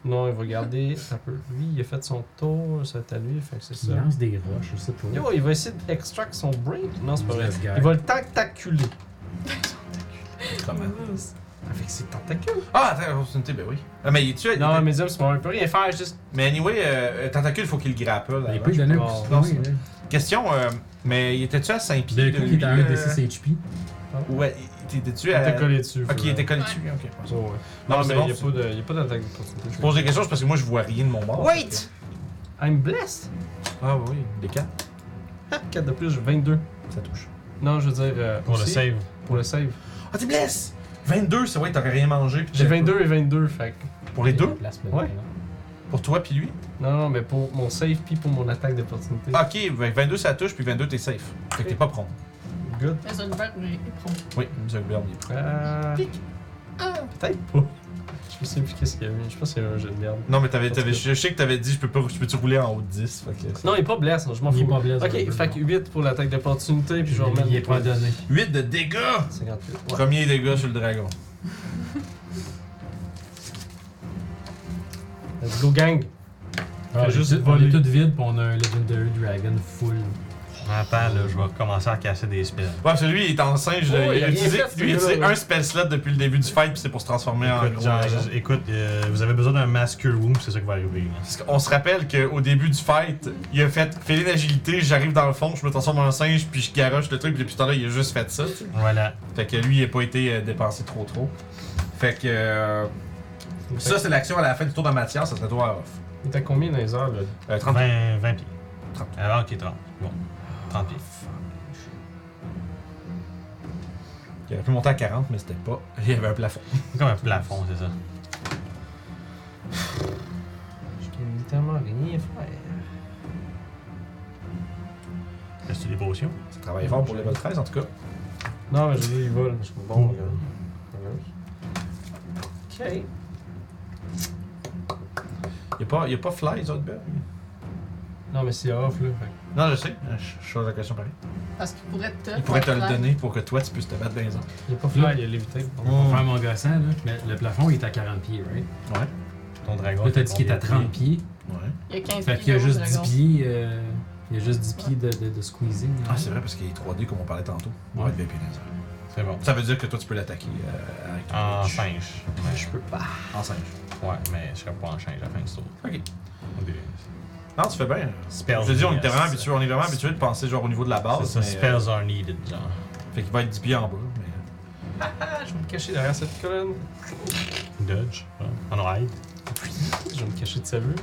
Non, il va garder. Ça peut. Lui, il a fait son tour, ça à lui, fait que c'est Il ça. lance des roches, je sais pas. Yo, il va essayer d'extract son break. Non, c'est pas vrai. Yes, guy. Il va le tentaculer. Comment? Avec ses tentacules. Ah, attends, opportunité, ben oui. Ah, mais il est tué. Non, mais Zub, c'est pas vrai. Il peut rien faire, juste. Mais anyway, euh, Tentacule, faut qu'il grappe. Là, Ben, il avant. peut lui donner un pense. petit Non, point, c'est- là. Question, euh, mais il était-tu à 5 pieds? D'un de coup, il est à lui, 1 d euh, 6 HP. Ouais, il était-tu Il à. t'a collé dessus. Ok, il était collé Ouais. dessus. ok. Ouais, ouais. Non, Non, c'est mais bon, il y a c'est- pas de- il y a pas d'attaque d'opportunité. Je pose des questions c'est parce que moi, je vois rien de mon bord. Wait! I'm blessed. Ah oui, des 4. 4 de plus, j'ai 22. Ça touche. Non, je veux dire. euh, Pour le aussi, save. Pour le save. Ah, t'es blesse! 22, c'est vrai, t'aurais rien mangé. puis J'ai t'as- 22 et 22, fait que. Pour les deux? Place, là, Ouais. là. Pour toi puis lui? Non, non, mais pour mon save puis pour mon attaque d'opportunité. Ah, Ok, ben, 22, ça touche, puis 22, t'es safe. Fait que t'es pas prompt. Good. Mais Zoidberg, il est prompt. Oui, Zuckerberg, il est prêt. Ah, Pique. Ah. peut-être pas. Je me sais plus qu'est-ce qu'il y a mis. Je pense qu'il y avait un jeu de merde. Non, mais t'avais, Parce t'avais, que- je sais que t'avais dit, je peux pas, je peux-tu rouler en haut de 10? Fait que Non, il est pas blessé, je m'en Il est fous. pas blessé. Ok, fait que 8 pour l'attaque d'opportunité, puis je vais remettre. Il est pas donné. 8 de dégâts! 58. Ouais. Premier dégât sur le dragon. Let's go, gang! Fait juste juste on voler. Ah, est tout vide, puis on a un Legendary Dragon full. Attends, là, je vais commencer à casser des spells. Ouais, parce que lui, il est en singe. il Oh, il a a rien utilisé, fait, ce lui, il a gars-là, utilisé ouais. un spell slot depuis le début du fight, puis c'est pour se transformer en Écoute, gros euh, dragon. je- écoute, euh, vous avez besoin d'un Master Room, c'est ça qui va arriver. hein. là. Parce qu'on se rappelle qu'au début du fight, il a fait félin agilité, j'arrive dans le fond, je me transforme en singe, puis je garoche le truc, puis depuis tout à l'heure, il a juste fait ça. tu sais. Voilà. Fait que lui, il a pas été euh, dépensé trop trop. Fait que. euh, ça, c'est l'action à la fin du tour de matière, ça serait toi à off. Il était combien dans les heures, là? Euh, 30 20, 20 pieds. 30. Alors, ok, 30. Bon. 30 pieds. Il aurait pu monter à 40, mais c'était pas. Il y avait un plafond. C'est Comme un plafond, c'est ça. Je peux littéralement rien faire. Est-ce que tu des potions? Ça travaille fort pour level 13, en tout cas. Non, mais je dis, il vole. Je suis bon, là. Ok. Il y a pas, il y a pas fly, Zodberg. Non, mais c'est off, là. fait Non, je sais. Ah, Je je pose la question pareil. Parce qu'il pourrait te. Il pourrait te le donner pour que toi, tu puisses te battre dans les ans. que- Il est pas fly, il a lévité. On va faire mon gossant, là. Mais le plafond, il est à 40 pieds, right? Ouais. Ton dragon. Là, fait t'as dit qu'il est à combien de 30 pieds. Ouais. Il y a 15 Fait qu'il y de a juste dragon. 10 pieds. euh, Il y a juste 10 pieds de, de, de squeezing. hein. là. Ah, c'est vrai, parce qu'il est 3D, comme on parlait tantôt. Ouais. Ouais, bien, bien, bien, bien. C'est bon. Ça veut dire que toi, tu peux l'attaquer euh, avec ton En edge. singe. Je peux pas. En singe. Ouais, mais je serais pas en singe à la fin du tour. Ok. Ok. Non, tu fais bien. Spells. je te dis, on, était vraiment yes. habitué, on est vraiment habitué de penser genre au niveau de la C'est base. ça, mais, euh, spells are needed, genre. fait qu'il va être 10 pieds en bas. Mais... euh, Je vais me cacher derrière cette colonne. Dodge. ouais. On ride. Je vais me cacher de sa vue.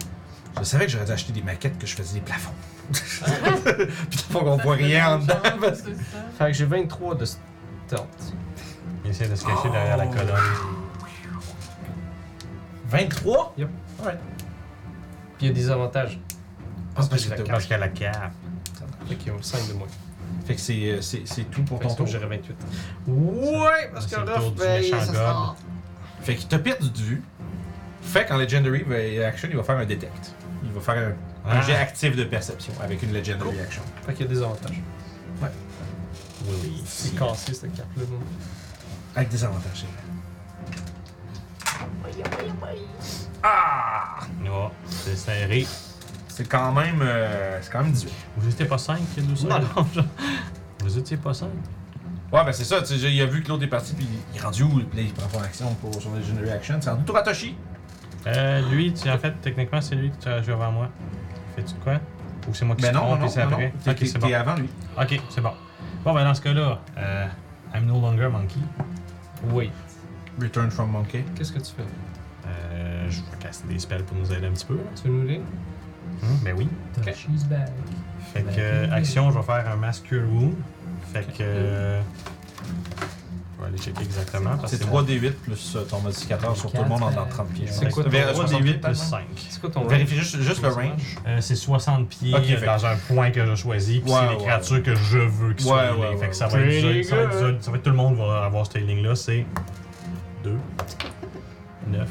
Je savais que j'aurais dû acheter des maquettes que je faisais des plafonds. Puis le qu'on voit rien en dedans. parce que- C'est ça. Fait que j'ai 23 de stealth. Il essaie de se cacher derrière la colonne. 23 Puis il y a des avantages. Parce que j'ai la c'est- Parce qu'elle a cap. Fait qu'il y a 5 de moins. Fait que c'est euh, c'est- c'est tout pour Fait ton que tour. j'aurais 28. Ouais, parce que C'est le tour Ruff, du ben, méchant ça- Ça sort. Fait qu'il te perd du vue. Fait qu'en Legendary va- Action, il va faire un Detect. Il va faire un, un Ah. jet actif de perception avec une Legendary Action. Fait qu'il y a des avantages. Willy. C'est cassé cette carte-là. non? Avec des avantages, c'est vrai. Ah! Ouais. C'est c'est un ré. C'est quand même. euh, c'est quand même 18. Vous étiez pas 5, il y a deux Non, secondes, genre. Vous étiez pas 5. Ouais, ben c'est ça, tu sais, il a vu que l'autre est parti, puis il est rendu où, puis là, il prend son action pour son Legendary Action. C'est rendu tour à Toshi. Euh, lui, tu, en fait, techniquement, c'est lui que tu as joué avant moi. Fais-tu de quoi? Ou c'est moi qui Ben se non, non, trompe non, et c'est non, après? non. T'es Ok, c'est t'es bon. avant lui. Ok, c'est bon. Bon, ben dans ce cas-là, euh, I'm no longer monkey. Wait. Return from Monkey. Qu'est-ce que tu fais? Euh, je vais casser des spells pour nous aider un petit peu. là. Tu veux nous lire? Hmm. Hum, ben oui. T'as She's back. Ben Fait que, euh, action, je vais faire un Master Wound. Fait que, euh, Je vais aller checker exactement. parce Ah, C'est euh, que 3D8 plus euh, ton modificateur sur tout le monde en dedans de 30 pieds. C'est quoi ton- Vers- 3D8 pardon. plus 5. C'est quoi ton Vérifie juste, juste le range. Euh, c'est 60 pieds Ok, fait- dans un point que je choisis, puis Ouais, c'est les ouais. créatures que je veux qui Ouais, ouais, soient élevées. Fait ouais, que ça ouais. va être Très Zod, ça va être gars. Zod, ça va être tout le monde va avoir cette ligne-là. C'est 2, 9,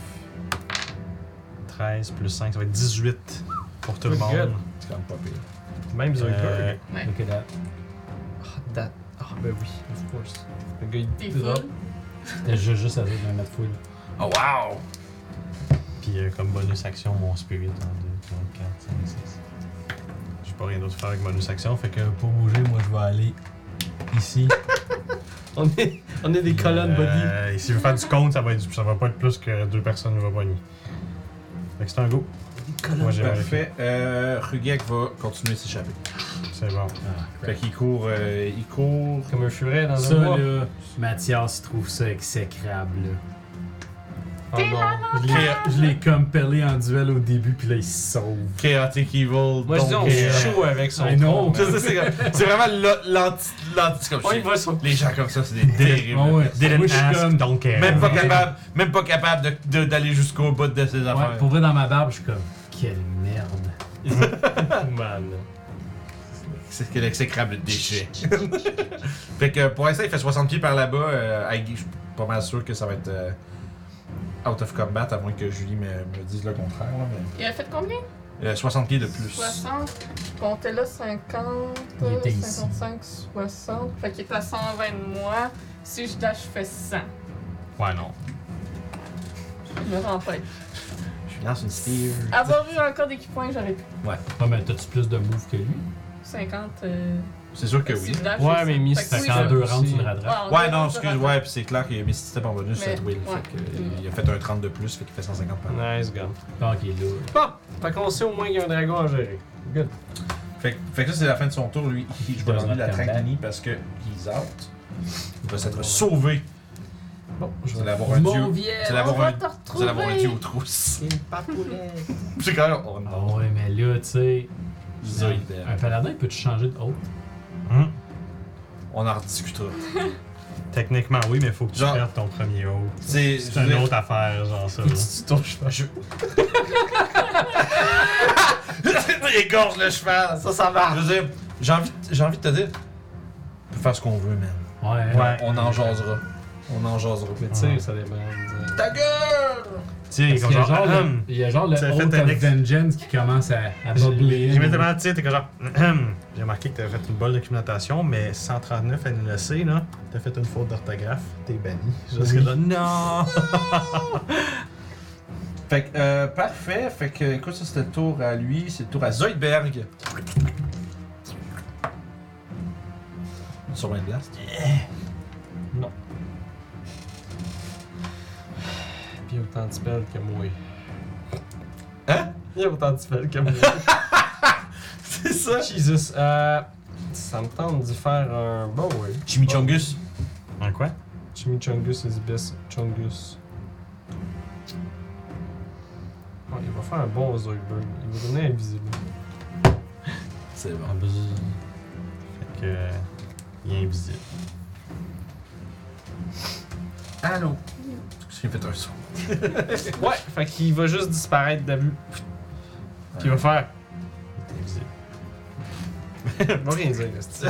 13 plus 5, ça va être 18 pour tout le Good monde. God. C'est quand même pas pire. Même Zoidberg. Euh, Look at that. Ah, that. Ah, ben oui, of course. Le gars, T'es il drop. full. Je juste à de mettre full. Oh wow! Puis euh, comme bonus action, mon spirit 1, 2, 3, 4, 5, 6. J'ai pas rien d'autre à faire avec bonus action, fait que pour bouger, moi je vais aller ici. On est, on est des Puis, colonnes body. euh, et si vous faites du compte, ça va, être, ça va pas être plus que deux personnes qui vont pogner. Fait que c'est un go. Moi j'ai vérifié. Parfait. Euh, Rugek va continuer de s'échapper. C'est bon. Ah, Fait qu'il court, euh, il court. Comme un furet dans Ça, un bois. Euh, là, Mathias il trouve ça exécrable. là. Oh Ah, non. Je l'ai- Je l'ai comme pelé en duel au début, puis là, il se sauve. Chaotic Evil. Moi, je dis, on donc, est euh, chaud avec son. I know. Je sais, c'est comme- c'est vraiment l'anti- l'anti. l'anti- comme On y shit. va sur. Les gens comme ça, c'est des terribles. Ah ouais. Didn't Moi, je suis ask, comme- don't care. Même pas capable, même pas capable de- de- d'aller jusqu'au bout de ses Ouais, affaires. pour vrai, dans ma barbe, je suis comme, quelle merde. Man. C'est quel exécrable déchet. fait que pour l'instant, il fait 60 pieds par là-bas. Euh, Aggie, je suis pas mal sûr que ça va être euh, out of combat, à moins que Julie me, me dise le contraire. là, mais- Il a fait combien Euh, 60 pieds de plus. 60. Comptez là 50, Il était ici. 55, 60. Fait qu'il est à 120 de moi. Si je dash, je fais 100. Ouais, non. Je me rends pas. Je lance une Steve. Avoir eu encore des points, j'aurais pu. Ah, mais t'as-tu plus de moves que lui? 50. Euh, C'est sûr que si oui. je dash, Ouais, j'ai mais ça. Miss, Fait que c'est oui, quand je- Quand deux rounds, tu me aussi. rattrapes. on Ouais, est non, rendu excuse, à- ouais, puis c'est clair qu'il a mis 6 steps en bonus, Mais, cette Will. ouais. Fait que, euh, il a fait un 30 de plus, fait qu'il fait 150 par an. Nice gun. Ah, ok, là. Bon, fait qu'on sait au moins qu'il y a un dragon à gérer. Good. Fait, que- fait que ça, c'est la fin de son tour, lui. Il- Je vais Does lui not la come back. Trangini parce que he's out. Il va s'être sauvé. Bon, je Vous vais allez avoir un dieu. vieil, Vous allez On avoir va un te vous allez avoir un retrouver. dieu aux trousses. Une papoulet. C'est quand même. Oh Ah non. ouais, mais là, tu sais, Zoidberg. un paladin, peut-tu changer de haut? Hum. On en rediscutera. Techniquement, oui, mais faut que tu Genre- perdes ton premier haut. C'est C'est une autre affaire, genre ça. là. Tu touches pas. Je... Égorge le cheval. Ça, ça marche. Je veux dire, j'ai envie, j'ai envie de te dire. On peut faire ce qu'on veut, man. Ouais. Ouais. On en jasera. On en jasera. Mais tu sais, ça demande. Ta gueule! Tu sais, Parce comme qu'il y a genre. genre le- ahem. Il y a genre le Ça fait Oath un of ex- Vengeance qui commence à, à bubbler. J'ai maintenant, tu sais, t'es comme genre. ahem. J'ai remarqué que t'avais fait une bonne documentation, mais 139 à NLC, là, t'as fait une faute d'orthographe, t'es banni. Jusque là, non! Fait que, euh, parfait. Fait que, écoute, ça c'était le tour à lui, c'est le tour à Zoidberg. Sur Wind Blast. Puis autant de spells que moi. Hein? Il y a autant de spells que moi. C'est ça. Jesus. Euh, ça me tente d'y faire un. Bon, ouais. Chimichungus. En quoi? Chimichungus is best. Chungus. Ouais, il va faire un bon Zoidberg. Il va devenir invisible. C'est bon. Fait que. euh, Il est invisible. Allô. J'ai fait un son. Ouais, fait qu'il va juste disparaître de vue. Puis il va faire. Il est invisible. Il va rien dire, Nasty.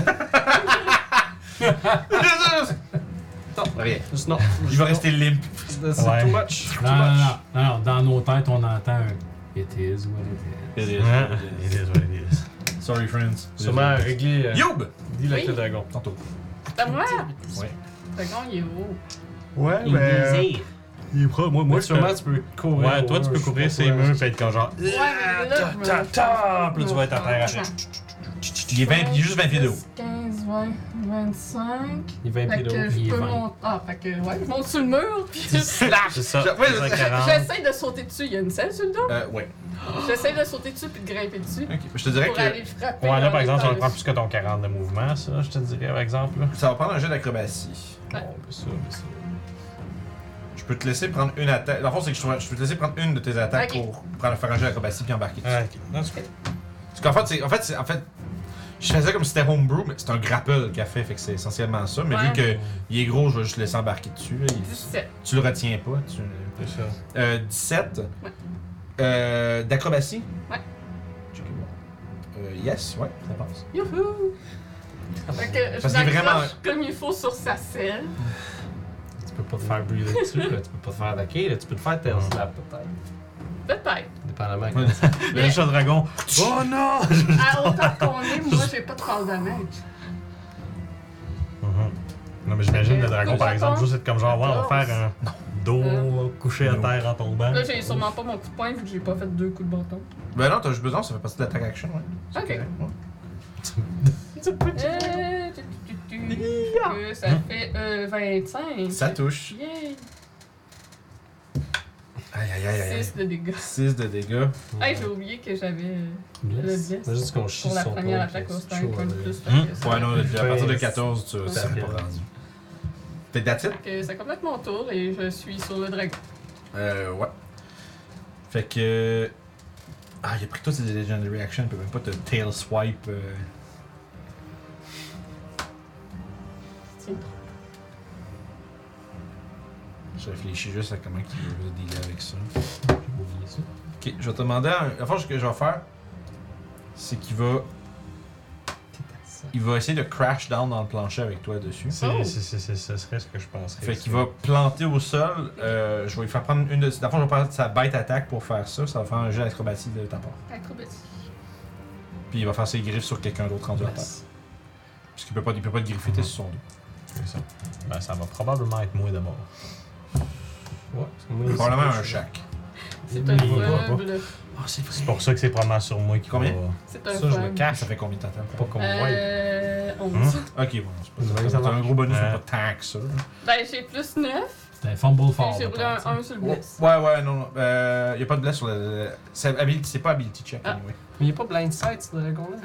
Rien. Juste non. Il va rester limp. C'est Ouais. too much. Too Non, much. non, non, non, non, dans nos têtes, on entend un It is what it is. Hein? It is what it is. Sorry, friends. Sûrement régler. Euh, Youb! Deal avec Oui. le dragon. Tantôt. C'est à moi. Ouais. Dragon, il est haut. Ouais, Il désire. Il est pro. Moi, Moi, moi, je sûrement, tu peux courir. Ouais, toi, tu peux je sais pas courir ces quoi. murs, puis être comme genre. Ouais, mais là, je me- Ta, ta, ta! Puis là, tu vas être à terre. Je me- Il est, 20, il est juste 20 pieds de haut. 15, 20, 25. Il va Fait être que il je est peux vingt. monter. Ah, fait que ouais, je monte sur le mur, puis je slash. C'est ça. Ouais, c'est je- J'essaie de sauter dessus, il y a une selle sur le dos. Euh, ouais. J'essaie de sauter dessus puis de grimper dessus Ok. Je te dirais pour aller que frapper. Ouais, là, par en exemple, ça étant va te prendre plus que ton 40 de mouvement, ça, je te dirais, par exemple. là. ça va prendre un jeu d'acrobatie. Bon, ben ça, ben ça. Je peux te laisser prendre une attaque. Dans le fond, c'est que je, je peux te laisser prendre une de tes attaques Ok. pour prendre, faire un jeu d'acrobatie puis embarquer dessus. Ah, ok. Non, c'est cool. Parce qu'en fait, c'est, en fait, c'est, en fait, Je faisais comme si c'était homebrew, mais c'est un grapple qu'a fait, fait que c'est essentiellement ça. Mais vu Ouais. qu'il est gros, je vais juste le laisser embarquer dessus. là. Il- 17. tu le retiens pas. Tu... C'est ça. Euh, 17. Ouais. Euh, D'acrobatie. Ouais. Checker voir. Euh, yes, ouais, ça passe. Youhou! Fait que je Parce qu'il est l'accroche vraiment- comme il faut sur sa selle. Tu peux pas te faire brûler dessus, là. Tu peux pas te faire attaquer, là. Tu peux te faire tail slap, peut-être. Peut-être. Dépendamment. Ouais. Le chat dragon. Oh non! À hauteur qu'on est, moi j'ai pas de force de neige. Mhm. Non, mais j'imagine le dragon, par exemple, juste être comme genre, ouais, on va faire un euh, dos couché à terre en tombant. Là, Euh, j'ai sûrement pas mon coup de poing vu que j'ai pas fait deux coups de bâton. Ben non, t'as juste besoin, ça fait partie de l'attaque action, ouais. Ok. correct, ouais. Euh, tu, tu, tu, tu. Euh, Ça fait euh, 25. Ça touche. Yay! Aïe aïe aïe aïe. 6 de dégâts. 6 de dégâts. Hey, j'ai oublié que j'avais euh, le Bless. bless C'est juste qu'on chie pour la sur toi. première puis attaque au c'est stein, chaud, pas de là. plus. Hum. fait que ça- Ouais, non, à partir de Ouais, 14, tu ça c'est pas bien. rendu. Fait que that's it. Fait que ça complète mon tour et je suis sur le dragon. Euh, ouais. Fait que. euh, Ah, il a pris toutes ses Legendary Action, il peut même pas te tail swipe. euh. Tiens. Je réfléchis juste à comment il veut dealer avec ça. J'ai oublié ça. Ok, je vais te demander. un- La fois, ce que je vais faire, c'est qu'il va. Il va essayer de crash down dans le plancher avec toi dessus. C'est- c'est- c'est- c'est- Ce serait ce que je penserais. Fait qu'il va planter au sol. euh, je vais lui faire prendre une de. Dans le fond, je vais prendre sa bite attaque pour faire ça. Ça va faire un jeu d'acrobatie de ta part. Acrobatie. Puis il va faire ses griffes sur quelqu'un d'autre rendu à terre. Parce qu'il peut pas, il peut pas te griffer, t'es sur son dos. C'est ça. Ben, ça va probablement être moins de mort. Ouais, parce que moi, C'est Probablement c'est- un chac. C'est un Il va pas. faible. C'est pour ça que c'est probablement sur moi qui Combien? va. C'est un Ça, je me faible. cache. Hein? Ça fait combien de temps Pas qu'on voit. Euh. 11. Ok, bon, c'est pas Ça ça. va, fait- ça T'as un marche. gros bonus, Ouais. mais pas tant que ça. là. Ben, j'ai plus 9. C'est un fumble puis fort. J'ai roulé mettons, un 1 sur le Ouais, bless. ouais, non, non. Euh, y a pas de bless sur le. C'est habil- c'est pas ability check, Ah. anyway. Mais y'a pas blind sight, ce dragon-là.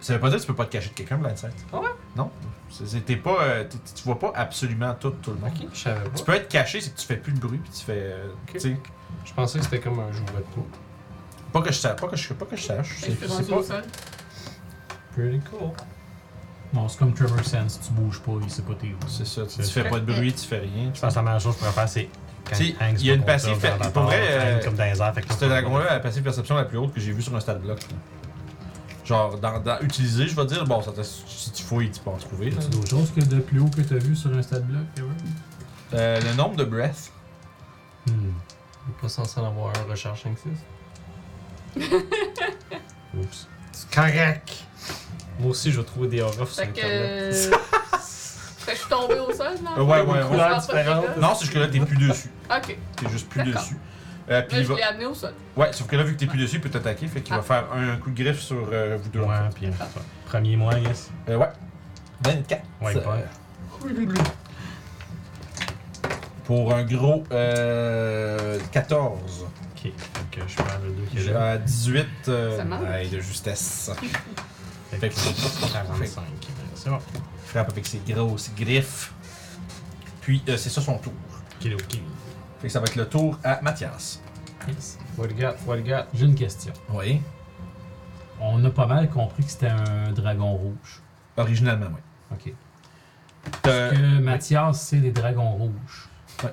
Ça veut pas dire que tu peux pas te cacher de quelqu'un, Blindsight. Ah ouais? Non. C'est- c'est- t'es pas, euh, t'es- tu vois pas absolument tout, tout le monde. Ok, je savais Tu pas. peux être caché, c'est que tu fais plus de bruit, puis tu fais. euh, tu sais, Je pensais que c'était comme un jouet de peau. Pas que je sache, pas que je, pas que je sache. Fait que C'est je suis rendu c'est au pas. sol. Pretty cool. Non, c'est comme Trevor Sense, tu bouges pas, il sait pas t'es où. C'est ça. Tu C'est fais pas de bruit, tu fais rien. Je pense que la meilleure chose que je pourrais faire, c'est. quand Si, Hank se il y a une bat contre passive ça, fait- dans la pour vrai, barre, Hank euh, comme dans les airs, fait que Ce dragon-là a la passive perception la plus haute que j'ai vue sur un stade bloc. là. Genre, dans, dans- utilisé, je vais dire, bon, ça te- si tu fouilles, tu peux en trouver. Y là. a-tu d'autres choses que de plus haut que t'as vu sur un stade bloc, Trevor? Euh, le nombre de breaths. Hmm. On est pas censé en avoir un recharge 5-6. Oups. C'est correct. Moi aussi, je vais trouver des horreurs sur Fait que. internet. euh, Fait que je suis tombée au sol, non? Euh, ouais, ouais, Je ouais. prends pas de Couleurs dégâts. Non, c'est juste que là, t'es plus dessus. Ok. T'es juste plus D'accord. dessus. Euh, puis Là, il je va... l'ai amené au sol. Ouais, sauf que là, vu que t'es plus dessus, il peut t'attaquer, fait qu'il Ah. va faire un coup de griffe sur euh, vous deux. Ouais, puis. Premier mois, yes. Euh, ouais. 24. Ouais, Ça- pas. Pour un gros euh, 14. Ok. Fait que je prends le 2 qui est J'ai là. à 18 euh, Ça manque. ouais, de justesse. Fait que 45. C'est bon. Frappe avec ses grosses griffes. Puis euh, c'est ça son tour. Kilo, ok. Fait que ça va être le tour à Mathias. What you got? What you got? J'ai une question. Oui. On a pas mal compris que c'était un dragon rouge. Originalement, oui. Euh, Ok. T'as- que Mathias sait des dragons rouges. Ouais.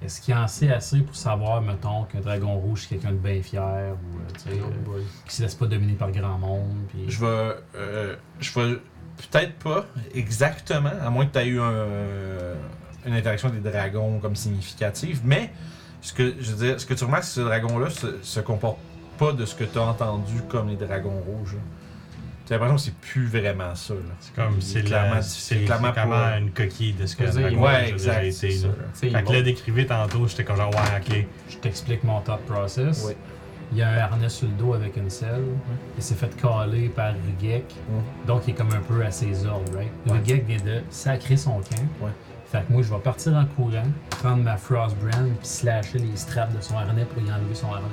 Est-ce qu'il en sait assez pour savoir, mettons, qu'un dragon rouge, c'est quelqu'un de bien fier ou euh, tu sais, euh, qui se laisse pas dominer par grand monde? Puis... Je vais. euh, je vais. Peut-être pas exactement, à moins que tu aies eu un- une interaction des dragons comme significative, mais ce que, je veux dire, ce que tu remarques, c'est que ce dragon-là se, se comporte pas de ce que tu as entendu comme les dragons rouges. Tu as l'impression que c'est plus vraiment ça. là. C'est comme, c'est clairement la- difficile, c'est clairement clairement pour- une coquille de ce que Je veux dire, la il- grosse a Ouais, exact. déjà été, c'est ça. là. T'sais, Fait que bon. là, décrivé tantôt, j'étais comme genre, ouais, ok. Je t'explique mon thought process. Oui. Il y a un harnais sur le dos avec une selle. Il s'est fait caler par Rugek. Donc, il est comme un peu à ses ordres, right? Ouais. Rugek vient de sacrer son camp. Ouais. Fait que moi, je vais partir en courant, prendre ma Frostbrand, puis slasher les straps de son harnais pour y enlever son harnais.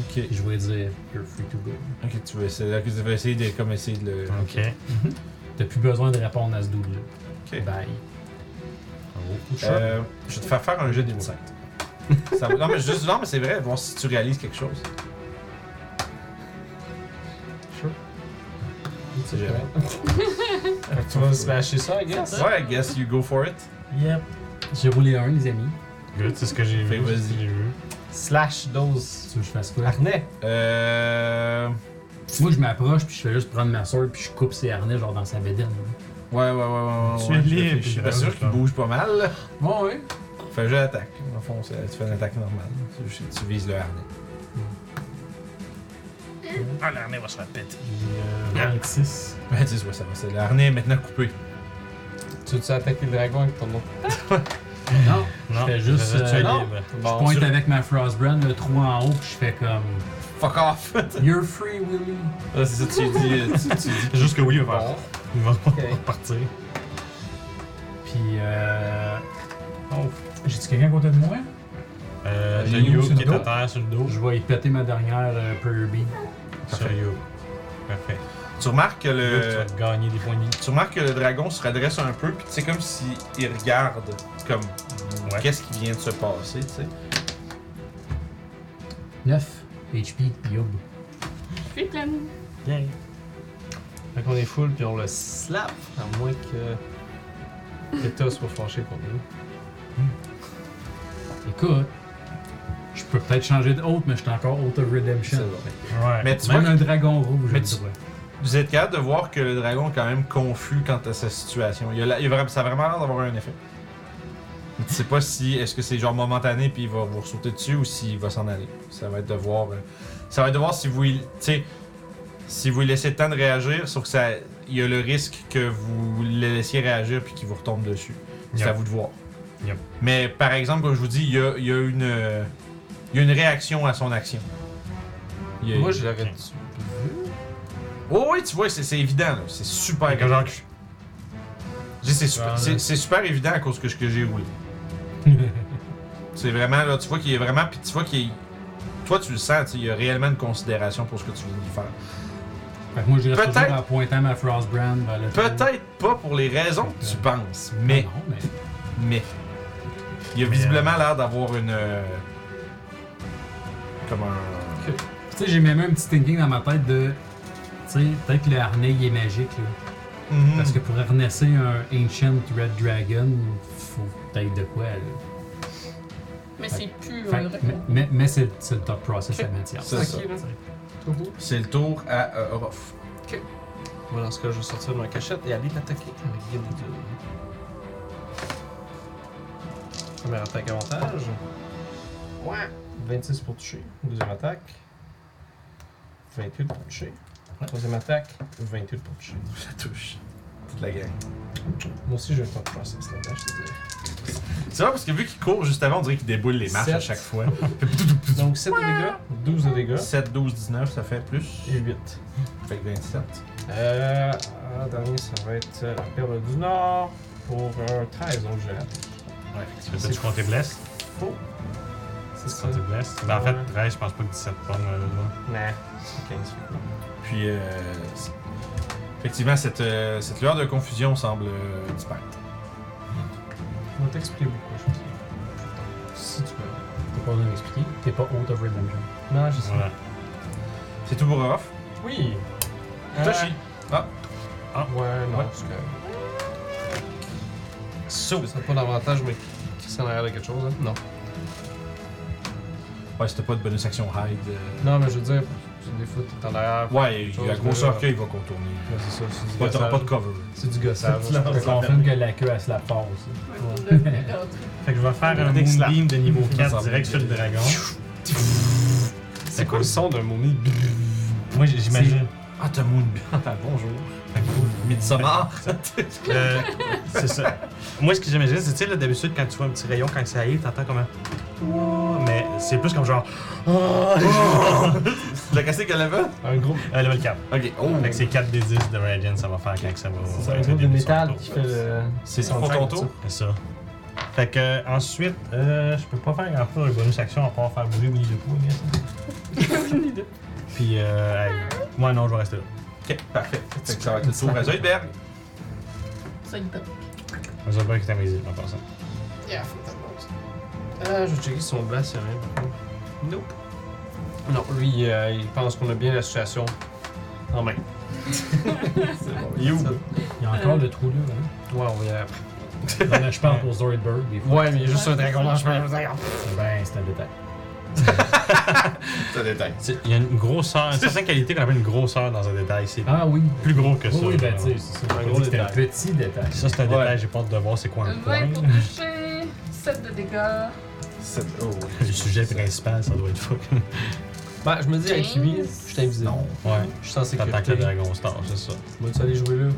Ok. Puis je vais dire, You're free to go. Ok, tu veux essayer, ok, tu veux essayer de, comme essayer de le. Ok. T'as plus besoin de répondre à ce double-là. Ok. Bye. Oh, Euh, je vais te faire faire un jeu d'insight. Ça va- non, mais juste, non, mais c'est vrai, voir si tu réalises quelque chose. sait jamais. Fait que tu vas smasher ça, I guess. Ouais, I guess you go for it. Yep. J'ai roulé un, les amis. Good, c'est ce que j'ai Fait vu. vas-y. c'est ce que j'ai vu. Slash dose. Tu veux que je fasse quoi? Harnais. Euh. Moi, je m'approche, puis je fais juste prendre ma soeur, puis je coupe ses harnais, genre dans sa bédaine. Ouais, ouais, ouais, ouais. Tu ouais, es je libre, réfléchis. puis Ben, c'est sûr qu'il vraiment. bouge pas mal. là. Bon, ouais. Fais un jeu d'attaque. Dans le fond, c'est- tu fais une attaque normale. Tu, tu vises le harnais. Ah, l'armée va se faire péter. Puis, euh, 26. Ben, dis, ouais, ça va. C'est le harnais est maintenant coupé. Tu veux-tu attaquer le dragon avec ton autre? Non, Non, je fais juste. je vais euh, tuer non. libre. Je pointe avec ma Frostbrand, le trou en haut, puis je fais comme. Fuck off! You're free, Willy. Ah, c'est ça, tu dis. Tu, tu dis. C'est juste que oui, il va faire. Il va Euh, partir. Puis, euh. Oh, j'ai-tu quelqu'un à côté de moi? Euh, J'ai le eu Yo sur le qui est dos. à terre sur le dos. Je vais y péter ma dernière euh, Prayer Bead. Sur Yo. Parfait. Tu remarques que Là, tu le. vas gagner des points de vie. Tu remarques que le dragon se redresse un peu, puis c'est comme s'il il regarde, comme, Ouais. qu'est-ce qui vient de se passer, tu sais. 9 HP, yob. Je suis pleine. Yay. Fait qu'on est full puis on le slap, à moins que. Que toi soit fâché contre nous. Écoute, je peux peut-être changer de haute, mais je suis encore haute of C'est Redemption. bon. Ouais. Mais tu vois Même que un dragon rouge, Mais je tu- dirais. vous êtes capable de voir que le dragon est quand même confus quant à sa situation. Il a la- il a vra- ça a vraiment l'air d'avoir un effet. Mais Tu sais pas si, est-ce que c'est genre momentané, puis il va vous sauter dessus, ou s'il va s'en aller. Ça va être de voir. euh, ça va être de voir si vous. y- Tu sais, si vous lui laissez le temps de réagir, sauf que ça. Il y a le risque que vous le laissiez réagir, puis qu'il vous retombe dessus. C'est Yep. à vous de voir. Yep. Mais par exemple, comme je vous dis, il y a, il y a une. euh, Il y a une réaction à son action. Il y a- Moi, je l'aurais Ok. tué. Oh oui, tu vois, c'est c'est évident, là. c'est super Fait que évident. genre, je- Je dis, C'est Ah, super, c'est- c'est super évident à cause que, je- que j'ai roulé. c'est vraiment, là, tu vois qu'il est vraiment, puis tu vois qu'il est- Toi, tu le sens, tu sais, il y a réellement une considération pour ce que tu viens de faire. Fait que moi, je reste Peut-être- toujours en pointant ma Frostbrand vers le Peut-être pas pour les raisons que tu penses, mais. mais, Non, mais. mais. Il a Mais, visiblement l'air d'avoir une. euh, comme un. Tu sais, j'ai même un petit thinking dans ma tête de. Tu sais, peut-être que le harnais il est magique, là. Mhm. Parce que pour renaisser un Ancient Red Dragon, faut peut-être de quoi, là. Mais c'est plus euh, Fait un que- mais- mais mais c'est c'est le top process, la matière. C'est ça. Ok, là. C'est le tour à euh, Orof. Moi, dans ce cas, je vais sortir de ma cachette et aller l'attaquer avec Guide des Dieux. Première attaque avantage. Ouais. 26 pour toucher. Deuxième attaque. 28 pour toucher. Troisième attaque. 28 pour toucher. Ça touche. Toute la gang. Moi aussi, je vais faire process là-dedans, je te dirais. C'est vrai parce que vu qu'il court juste avant, on dirait qu'il déboule les marches à Sept. chaque fois. Donc 7 de dégâts, 12 de dégâts 7, 12, 19, ça fait plus. et 8. Fait que 27. Euh. ah, Dernier, ça va être la perle du Nord pour un 13, donc je rate. Ouais, fait que tu fais du compter bless. Oh! C'est ça. Compter bless. Ben, en Ouais. fait, 13, je pense pas que 17 pommes là Nah, c'est 15. Puis, euh, c'est- effectivement, cette, euh, cette lueur de confusion semble euh, disparaître. On va t'expliquer beaucoup, je pense. Si tu veux. T'as pas besoin d'expliquer. T'es pas haute of Redemption. Non, je sais. Voilà. C'est tout pour off. Oui! Euh, Toshi. Ah, ouais, non, parce que. Sauf. Ça n'a pas d'avantage, mais qui s'en arrière de quelque chose, hein? Non. Ouais, c'était pas de bonus action hide. euh. Non, mais je veux dire, des fois, t'es en arrière. Ouais, il y a Chose gros de- sort qu'il va contourner. Ouais, c'est ça, c'est du Pas, t'auras gossage. pas de cover. C'est du gossage. Je peux comprendre que la queue, elle se la passe. Fait que je vais faire un Dex slap. moonbeam de niveau Ça 4 va direct sur le dragon. C'est quoi le son d'un momie? Moi, j'imagine. Ah, t'as moon. Ah, bonjour. Midsommar. Euh, c'est ça. Moi, ce que j'imagine, c'est, tu sais, là, d'habitude, quand tu vois un petit rayon, quand ça arrive, t'entends comme un. Ouah Mais c'est plus comme genre. Oh! Tu l'as cassé qu'elle avait Un groupe, Euh, level 4. Ok. Oh. Fait que c'est 4 des 10 de Radiant, ça va faire quand que ça va. ça va un être le groupe de début son métal tour. qui fait le. C'est son pour ton track, tour. C'est ça. Fait que, euh, ensuite, euh, je peux pas faire grand chose de bonus action à part faire bouger Winnie the Pooh, mais ça. Puis, euh, hey, moi non, je vais rester là. Ok, parfait. Fait que ça va être le tour à Zoidberg. Ça, il tape. Je sais pas qui t'a amusé, ma personne. Yeah, faut que ça passe. Ah, je vais checker si son blast, il y a rien. par contre. Nope. Non, lui, euh, il pense qu'on a bien la situation en main. You. Il y a encore le trou là, hein? Ouais, on va y aller après. Non, mais je parle pour Zoidberg, des fois. Ouais, mais il y a juste un dragon dans le chemin. Regarde. Ben, c'est un détail. Ça détaille. C'est- Il y a une grosseur, une certaine qualité qu'on appelle une grosseur dans un détail. C'est Ah oui. plus gros que ça. Oui, oui, ben, genre. tu sais, c'est ça. Un J'ai pas gros dit que C'était un détail. petit détail. ça, c'est un Ouais. détail, j'ai pas hâte de voir c'est quoi un 20 point. pour toucher, 7 de dégâts. Sept- Oh, oui. Le sujet principal, ça doit être fou. Bah, je me dis, avec lui, je suis invisible. Non. Ouais. Je suis censé T'attaques le sécurité. dragon star, c'est ça. Vas-tu aller jouer là?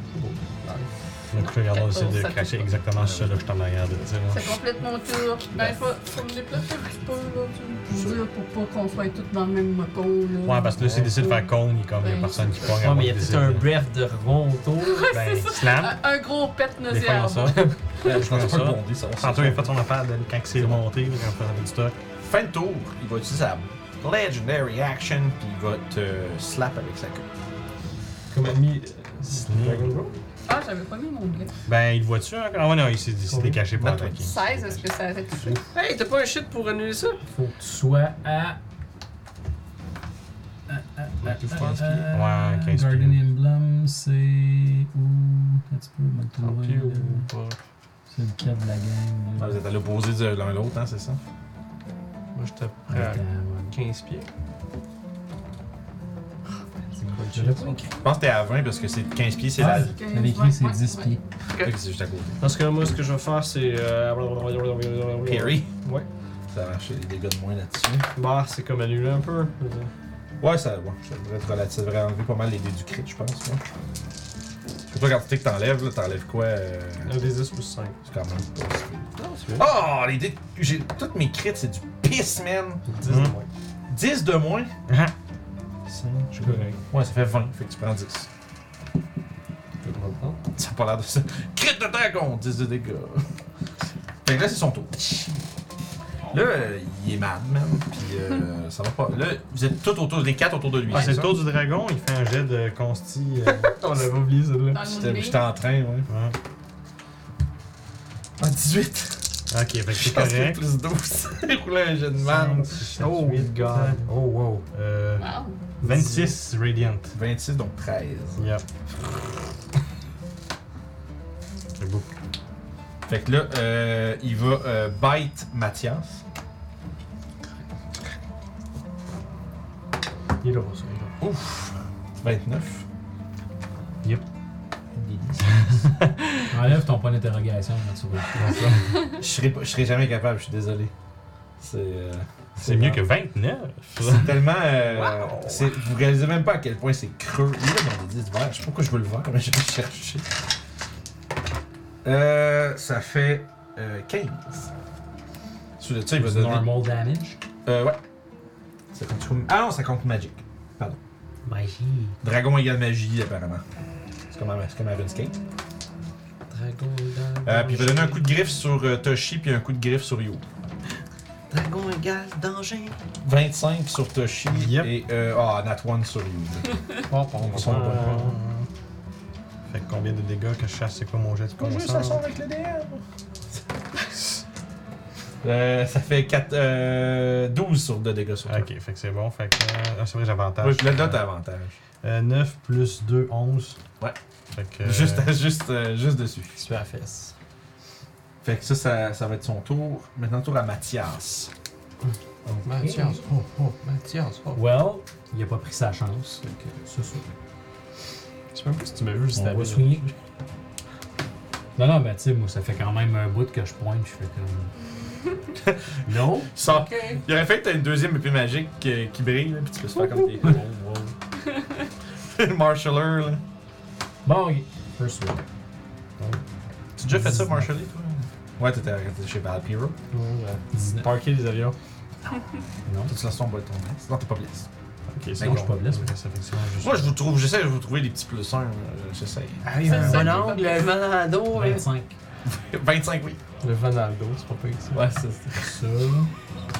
Donc, je regarde, on essaie de Ça touche cracher pas. exactement ce là que je t'en arrière de dire. Ça complète mon tour. Ben, faut, faut me déplacer un petit peu, là. Je veux pour pas qu'on soit toutes dans le même mot là. Ouais, parce que là, s'il décide de faire con, il comme, il y a Ouais. personne qui pogne. Ouais, mais il y a peut-être un breath de rebond autour. Ben, slam. Un, un gros pet Des fois, il y a nauséabond. ça. Je pense pas ça. le bondé, ça. on Tantôt, sait il a fait son affaire de, quand il s'est monté, là, quand il faisait du stock. pas. Fin de tour, il va utiliser sa Legendary Action, puis il va te slap avec sa queue. Comme ami. euh, Ah, j'avais pas mis mon gars. Mm. Ben, il le voit-tu encore? Ah ouais, non, il s'est il s'est décaché pour Vingt-trois. attaquer. 16, est-ce que ça avait touché? Hey, t'as pas un shit pour annuler ça? Faut que tu sois à. Ouais, 15 Garden pieds. Emblem, c'est où Un petit peu, je vais le trouver, là. euh, C'est le cap de la Ah, gang. vous êtes à l'opposé de l'un l'autre, hein, c'est ça? Moi, j'étais prêt à Attends, ouais. 15 pieds. Je l'ai pas. Je pense que t'es à 20 parce que c'est 15 pieds, c'est la. Ah, J'avais écrit c'est 10 pieds. Fait que C'est juste à côté. Parce que moi, ce que je vais faire, c'est. Euh... Perry. Ouais. Ça a marché, les dégâts de moins là-dessus. Bah, c'est comme annuler un peu. Ouais, ça, bon, ça devrait être relatif. Ça devrait enlever pas mal les dés du crit, je pense. Ouais. Surtout quand tu sais que t'enlèves, là, t'enlèves quoi euh, Un des 10 plus 5. C'est quand même pas si pire. Non, Ah, c'est bien. Oh, les dés. J'ai, toutes mes crits, c'est du piss, man. 10 de moins. 10 de moins. Ah. Cinq, Je suis correct. Uh-huh. Ouais, ça fait 20, fait que tu prends 10. Ça a pas l'air de ça. Crit de dragon, 10 de dégâts. Fait que là, c'est son tour. Là, euh, il est mad, man. Puis euh, ça va pas. Là, vous êtes tous autour, les quatre autour de lui. Ah, c'est ça? le tour du dragon, il fait un jet de consti. euh, On l'avait oublié, celle-là. Dans le J'étais nez. j'étais en train, ouais. ouais. Ah, 18. Ok, fait que c'est Parce que correct. plus 12. J'ai roulé un jeu de merde. Oh, my God. Oh, wow. Euh, Wow. 26 Radiant. 26, donc 13. Yep. C'est beaucoup. Fait que là, euh, il va euh, bite Mathias. Il est là, ça. il est là. Ouf. 29. Enlève ton point d'interrogation quand tu roules. Je serais pas- je serais jamais capable, je suis désolé. C'est. euh, C'est mieux que 29. C'est tellement. euh, c'est- vous réalisez même pas à quel point c'est creux. Il est là dans les 10 verts. Je sais pas pourquoi je veux le voir, mais je vais le chercher. Euh, ça fait euh, 15. Sous le ça, il va donner. Normal damage. Euh, ouais. Ça compte sous- Ah non, ça compte Magic. Pardon. Magie. Dragon égale magie, apparemment. C'est comme, un- c'est comme un RuneScape. Dragon dans Euh, puis il va donner un coup de griffe sur euh, Toshi, puis un coup de griffe sur Yo. Dragon égale danger. 25 sur Toshi Yep. et. euh, Ah, Nat 1 sur Yo. Oh, pardon. Ils sont pas bons. Euh, Fait que combien de dégâts que je chasse, c'est quoi mon jet de ça connaissance? sort avec le DM. euh, ça fait 4, euh, 12 sur 2 dégâts sur toi. Ok, fait que c'est bon. Fait que. euh, ah, c'est vrai, j'ai avantage. Ouais, je le note à avantage. Euh, 9 plus 2, 11. Ouais. Fait que. euh, Juste, juste, euh, juste dessus. Tu as la fesse. Fait que ça, ça, ça va être son tour. Maintenant, tour à Mathias. Mathias, oh, oh, Mathias, oh. Well, il a pas pris sa chance. Fait que c'est ça. Je sais même pas si tu m'as vu juste On va avant. swinguer. Non, non, ben tu sais, moi, ça fait quand même un bout que je pointe, je fais comme. non? Sans... Il aurait fait que t'as une deuxième épée magique euh, qui brille, là, puis tu peux se faire comme des. Marshaller, là. Bon, ok. First one. Tu as déjà fait ça, Marshaller, toi Ouais, t'étais t'étais chez Valpiro. Ouais, Parker les avions. Non, Toute façon, on va tomber. Non, t'es pas blessé. Ok, Mais c'est non, bon. je suis pas blessé. Ouais, ça fait que c'est bon, juste- Moi, je vous trouve, j'essaie de vous trouver des petits plus 1. J'essaie. Allez, un bon bon angle. Malado, hein. 25. 25, oui. Le Vanaldo, c'est pas pire que ça. Ouais, c'est Ça.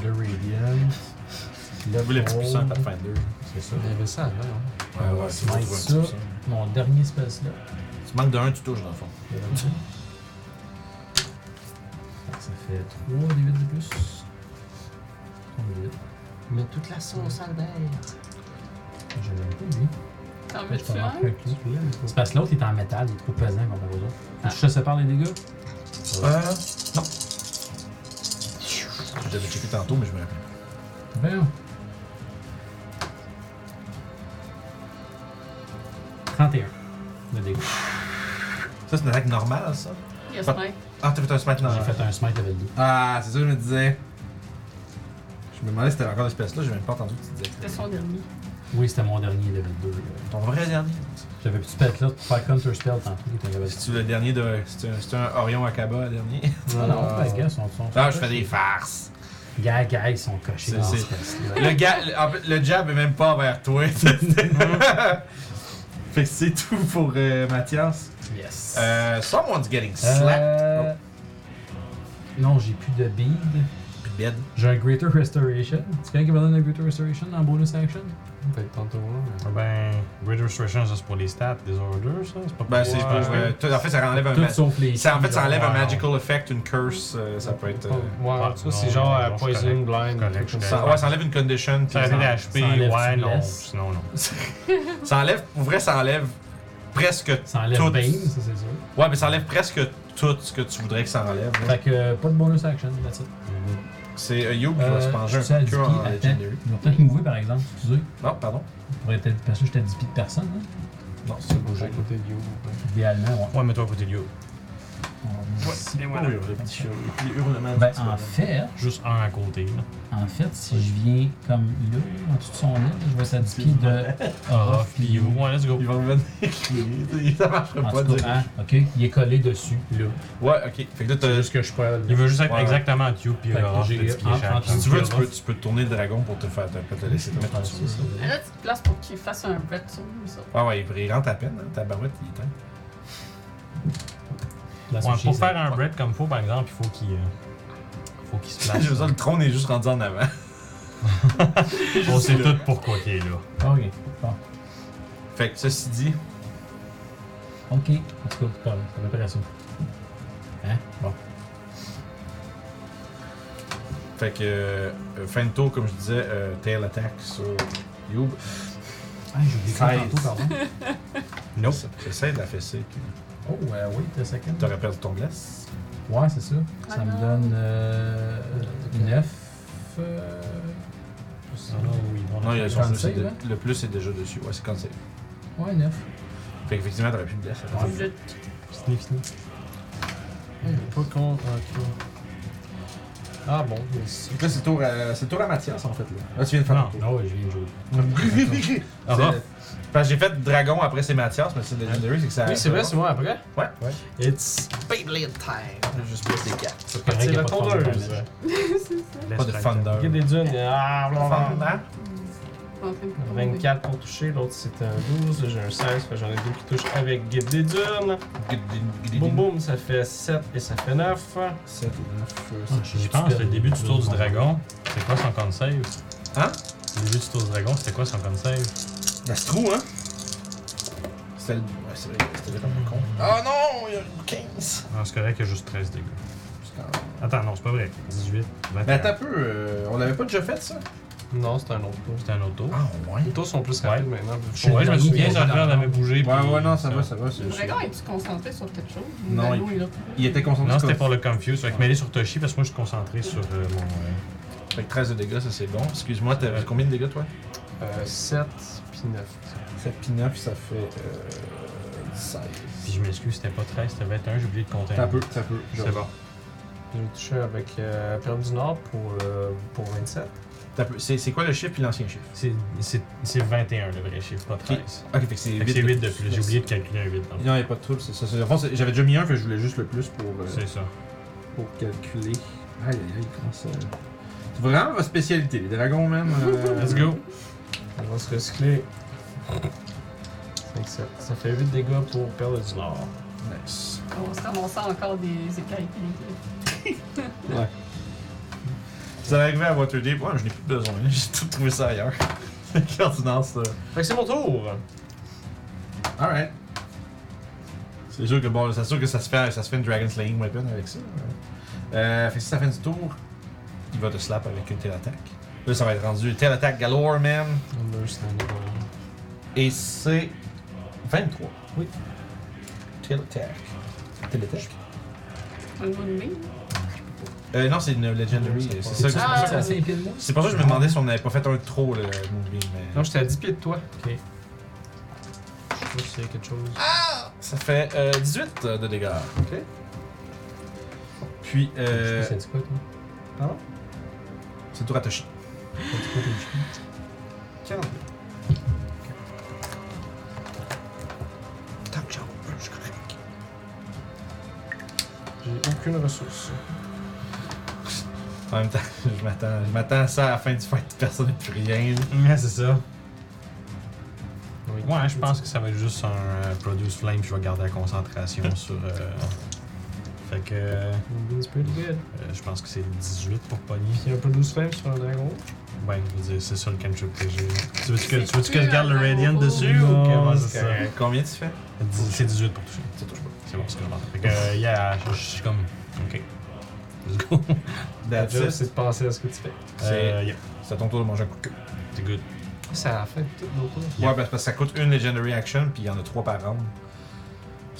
Le Radiant. Vous voulez plus puissant, Pathfinder. C'est ça. Il y avait ça avant, hein. Ouais, ouais, c'est bon, tu vois, tu Mon dernier space là. Tu manques d'un, tu touches dans le fond. Ça fait 3 des 8 de plus. 3 des 8. Mais toute la sauce à l'air. Je l'aime pas, lui. Ah, T'en Je veux-tu peux en un? marquer un qui, là. C'est parce que l'autre est en métal, il est trop pesant comparé aux autres. Faut que Je te sépare les dégâts. Euh, non. J'avais checké tantôt, mais je me rappelle. Bien. 31 de dégâts. Ça, c'est une attaque normale, ça? Yes, Pas- mec. Ah, t'as fait un smite J'ai normal. fait un smite level 2. Ah, c'est ça que je me disais. Je me demandais si t'avais encore l'espèce là, j'ai même pas entendu que tu disais. C'était son dernier. Oui, c'était mon dernier level 2. Ton vrai dernier. J'avais petit pet là pour faire counter spell tantôt. qui était level C'est-tu Euh, le dernier de. C'est un, c'est un Orion Akaba, le dernier? Ah non, les gars sont. sont- Ah, je fais des farces. Gars, gars, ils sont cochés C'est- dans c'est- ce test-là. Le, ga- le- en fait, le jab est même pas envers toi. fait que c'est tout pour euh, Mathias. Yes. Euh, someone's getting slapped. Euh, Non, j'ai plus de bead. Puis bed. J'ai un Greater Restoration. C'est quelqu'un qui va donner un Greater Restoration en bonus action? Peut-être tantôt, là. Ah Ben, Greater Restoration, ça c'est pour les stats, des orders, ça. C'est pas pour hein. Ben, c'est. Ouais. euh, tout- en fait, ça enlève un. Tout ma- sauf les. ça- en fait, ça enlève un Wow. magical effect, une curse. euh, ça peut être. euh, Ouais, ça, c'est non, genre non, euh, je suis Poison, correct, Blind. correct, truc je comme suis ça. ça- ouais, ça enlève une condition. puis Ça ça- enlève les HP, ça enlève ouais, une non, laisse. sinon non. ça enlève. Pour vrai, ça enlève presque. Ça enlève Tout. Bane, ça c'est sûr. Ouais, mais ça enlève presque tout ce que tu voudrais que ça enlève. là. Fait que euh, pas de bonus action, that's it. C'est euh, Youb qui va se pencher je suis à un 10 peu pieds, en attends. Legendary. Je vais peut-être mouver par exemple, excusez. Non, pardon. Je pourrais peut-être- Parce que j'étais à 10 pieds de personne, là. Non, c'est bon. Bouger à côté de You. Idéalement, ouais. Ouais, mets-toi à côté de you. On- Et voilà. Le petit chou- et puis hurlement Ben, du petit en bonhomme. fait, Juste un à côté, là. en fait, si je viens comme là, en dessous de son île, je vais être à 10 pieds de Aura You. Ouais, let's go. Il va revenir. ça marchera En pas. tout dire- cas, hein, ok, il est collé dessus, là. Ouais, ok. Fait Euh, que là, t'as- Juste que je peux. Il veut juste être Ouais. exactement à you, puis Fait que Aurore, j'ai- petit pied en- chaque. en- Si tu veux, tu peux, tu peux tourner le dragon pour te faire te, te laisser te mettre en dessous. Mais Là, tu te places pour qu'il fasse un red tour, ça. Ah ouais, il- il rentre à peine, hein, ta barouette, il est temps. Ouais, pour faire un bread comme faut, par exemple, il faut qu'il. euh, faut qu'il se place. Je veux dire, le trône est juste rendu en avant. On sait tout pourquoi il est là. Ok, Fait que ceci dit, ok. En tout cas, c'est pas grave, c'est à peu près ça. Hein? Bon. fait que euh, fin de tour, comme je disais, euh, tail attack sur Youb. Ah, j'ai oublié ça Seize. tantôt, pardon. Non. J'essaie de la fesser. puis Oh, euh, oui, t'as second. T'aurais perdu ton glace. Ouais, c'est ça. Ça Ah me non. donne euh, 9. Euh, Ah non, oui, on a- Non, il y a son Con plus, c'est save, de- hein? le plus est déjà dessus. Ouais, c'est quand c'est. ouais, 9. Fait qu'effectivement, t'aurais plus de glace. Tu le- Fini, fini. Pas con. ok. Ah bon, mais si. Là, c'est le tour, à- c'est le tour à Mathias, en fait. Là, Là, Ah, tu viens de faire Non, ton tour. Ah, non, ouais, je viens de jouer. C'est- Aura. Parce que j'ai fait dragon après c'est Mathias, mais c'est Legendary, c'est que ça. Oui, c'est vrai, c'est moi après. Ouais. Ouais. It's Beyblade time. Juste plus des cartes. C'est correct, parti y a la pas de problème, tondeuse. là. Pas de Thunder. Guide des dunes. Ah, blablabla. Thunder. Je suis en train de tomber. 24 pour toucher, l'autre c'était un 12, là, j'ai un 16, fait que j'en ai deux qui touchent avec Guide des Dunes. Boum boum, ça fait 7 et ça fait 9. 7 ou 9. Je Ah, pense que le début du tour du dragon, c'est quoi son con save? Hein? Le début du tour du dragon, c'était quoi son con save? Ça se trouve, hein? C'était le. Ouais, c'est vrai, c'était comme un con. Ah non, il y a 15. Non, Ah, c'est correct, il y a juste 13 dégâts. C'est quand même- Attends, non, c'est pas vrai. 18, 21. Mais Ben, attends un peu, euh, on l'avait pas déjà fait ça? Non, c'est un autre tour. C'était un autre tour. Ah ouais. Les tours sont plus Ouais. rapides maintenant. ouais, je me souviens, ça avait avait Ouais, bougé. puis ouais, non, ça va, ça va. c'est- Le dragon, es-tu concentré sur quelque chose? Non, L'anneau, il- il a- Il était concentré Non, sur c'était pour le confuse. Fait que mêlé sur Toshi parce que moi je suis concentré sur euh, mon. euh, Fait que 13 de dégâts, ça c'est bon. Excuse-moi, t'avais Ouais. combien de dégâts toi? Euh, 7 puis 9. 7 puis 9, ça fait. Euh, 16. Puis je m'excuse, c'était pas 13, c'était 21, j'ai oublié de compter. T'as peu, t'as peu. je- C'est bon. J'ai touché avec euh, Perle du Nord pour, euh, pour 27. T'as peu. C'est c'est quoi le chiffre puis l'ancien chiffre? C'est- C'est c'est 21 le vrai chiffre, pas 13. Ok, fait que c'est Fait que 8. c'est 8 de plus. J'ai oublié de calculer un 8 dans le Non, il a pas de trouble, c'est ça. c'est- en fond, c'est- j'avais déjà mis un, fait que je voulais juste le plus pour, euh, C'est ça. pour calculer. Aïe, aïe, aïe, comment ça. C'est vraiment votre spécialité, les dragons, même. euh, Let's go. On va se recycler. 5, 7. Ça fait 8 dégâts pour Perle du Nord. Nice. On va se ramasser encore des écailles. Vous allez arriver à Waterdeep, ouais, mais je n'ai plus besoin, j'ai tout trouvé ça ailleurs. Cardinance, ça. Fait que c'est mon tour! Alright. C'est sûr que bon, c'est sûr que ça se fait, ça se fait une Dragon Slaying Weapon avec ça. ouais. Euh, fait que si ça fait du tour, il va te slap avec une telle attaque. Là, ça va être rendu telle attaque galore, man. Understandable. Et c'est 23. Oui. Teletech. Teletech? Un gros numéro. Euh, non, c'est une Legendary. C'est ça que c'est Ah, pour ça que- pieds de moi? C'est pour ça que je me demandais si on n'avait pas fait un trop, le movie. Mais... Non, j'étais à 10 pieds de toi. Je sais pas si c'est quelque chose. Ça fait euh, 18 de dégâts. Ok. Puis, euh, Ça dit quoi, toi c'est le tour à Toshi. 42. Tant que j'en veux, je suis correct. J'ai aucune ressource. En même temps, je m'attends, je m'attends à ça à la fin du fight. Personne n'a plus rien. Ouais, c'est ça. Ouais, je pense que ça va être juste un euh, Produce Flame, puis je vais garder la concentration sur. euh, Fait que. euh, It's pretty good. je pense que c'est 18 pour pogner. Il y a un peu 12 flames sur un dragon. Ouais, je veux dire, c'est ça le cantrip que j'ai. Tu veux-tu que, C'est tu veux-tu que je plus garde le un Radiant dragon dessus ou que. Ouais, hein, c'est ça. Euh, combien tu fais Dix- C'est 18 pour toucher. Ça touche pas. C'est bon, c'est bon. Fait que, euh, yeah, je, je suis comme. Ok. Let's go. La That's job, it. c'est de penser à ce que tu fais. C'est- Euh, yeah, C'est à ton tour de manger un coup de queue. c'est good. Ça a fait tout nos tours. Ouais, parce parce que ça coûte une Legendary Action, puis il y en a trois par round.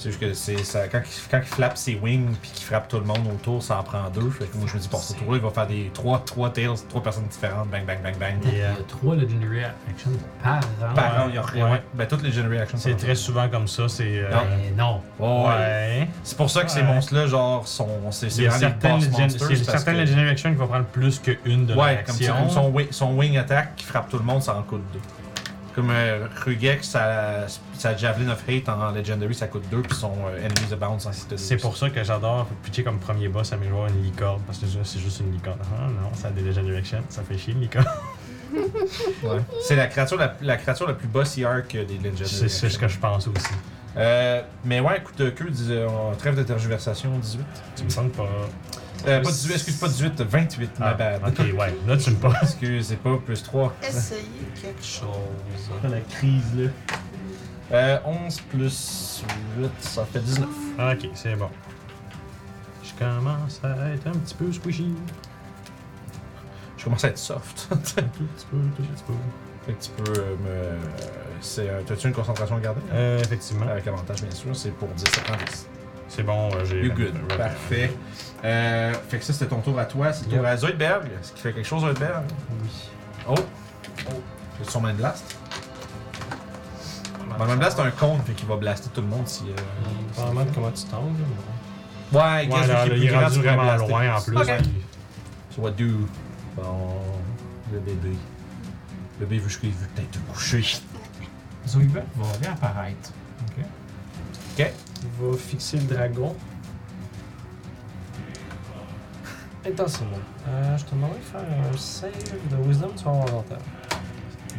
C'est juste que c'est, ça, quand, il, quand il flappe ses wings, puis qu'il frappe tout le monde autour, ça en prend deux. Fait que moi, je me dis, pour ce tour-là, il va faire des trois, trois tails, trois personnes différentes. Bang, bang, bang, bang. Yeah. Il y a 3 Legendary Actions par an. Par round, il y a rien. Ah, Ouais. Ben, toutes les Legendary Actions. C'est sont- très souvent comme ça, c'est. euh, Non. Mais non. Ouais. Ouais. C'est pour ça que ces Ouais. monstres-là, genre, sont. C'est, Il c'est y a vraiment des certaines, boss Legend- monsters. c'est parce certaines que- Legendary Action qui vont prendre plus qu'une de leurs Ouais, comme ça, actions. comme son, wi- son wing attack qui frappe tout le monde, ça en coûte deux. Comme euh, Rugex, sa, sa Javelin of Hate en Legendary, ça coûte deux, puis son euh, Enemies Abound, ça en coûte deux. C'est pour ça que j'adore pitcher comme premier boss à mes joueurs une licorne, parce que je- c'est juste une licorne. Ah non, ça a des Legendary Action, ça fait chier une licorne. Ouais. C'est la créature la, la créature la plus boss IR que des Legendary. C'est c'est ce que je pense aussi. Euh, mais ouais, coup de queue, dis- euh, on trêve de tergiversation, 18. Tu me sens pas. Euh, pas 18, excuse, pas 18, 28, ma Ah, bad. ok, ouais, là tu me passes. Excuse, c'est pas plus 3. Essayez quelque chose. La crise là. Euh, 11 plus 8, ça fait 19. Ah, Ok, c'est bon. Je commence à être un petit peu squishy. Je commence à être soft. Un tout petit peu, tout petit peu. fait que tu peux euh, me. c'est, euh, T'as-tu une concentration à garder? Euh, effectivement. Avec avantage, bien sûr, c'est pour 10, ça prend 10. C'est bon, euh, j'ai. You good. Ouais. Parfait. Euh, fait que ça, c'était ton tour à toi. C'est le tour à Zoidberg. Est-ce qu'il fait quelque chose, Zoidberg? Oui. Oh! Oh! C'est son main blast? Mon main blast, c'est un compte, fait qu'il va blaster tout le monde si. Euh... Dépendamment de comment tu tombes. là, mais bon. Ouais, Ouais, là, là, il est rendu vraiment loin en plus. Ok. puis- So what do? Bon. Le bébé. Le bébé veut jusqu'il veut peut-être te coucher. Zoidberg va réapparaître. Il va fixer le dragon. Intensément. Euh, je te demanderai de faire un save de Wisdom, tu vas avoir avantage.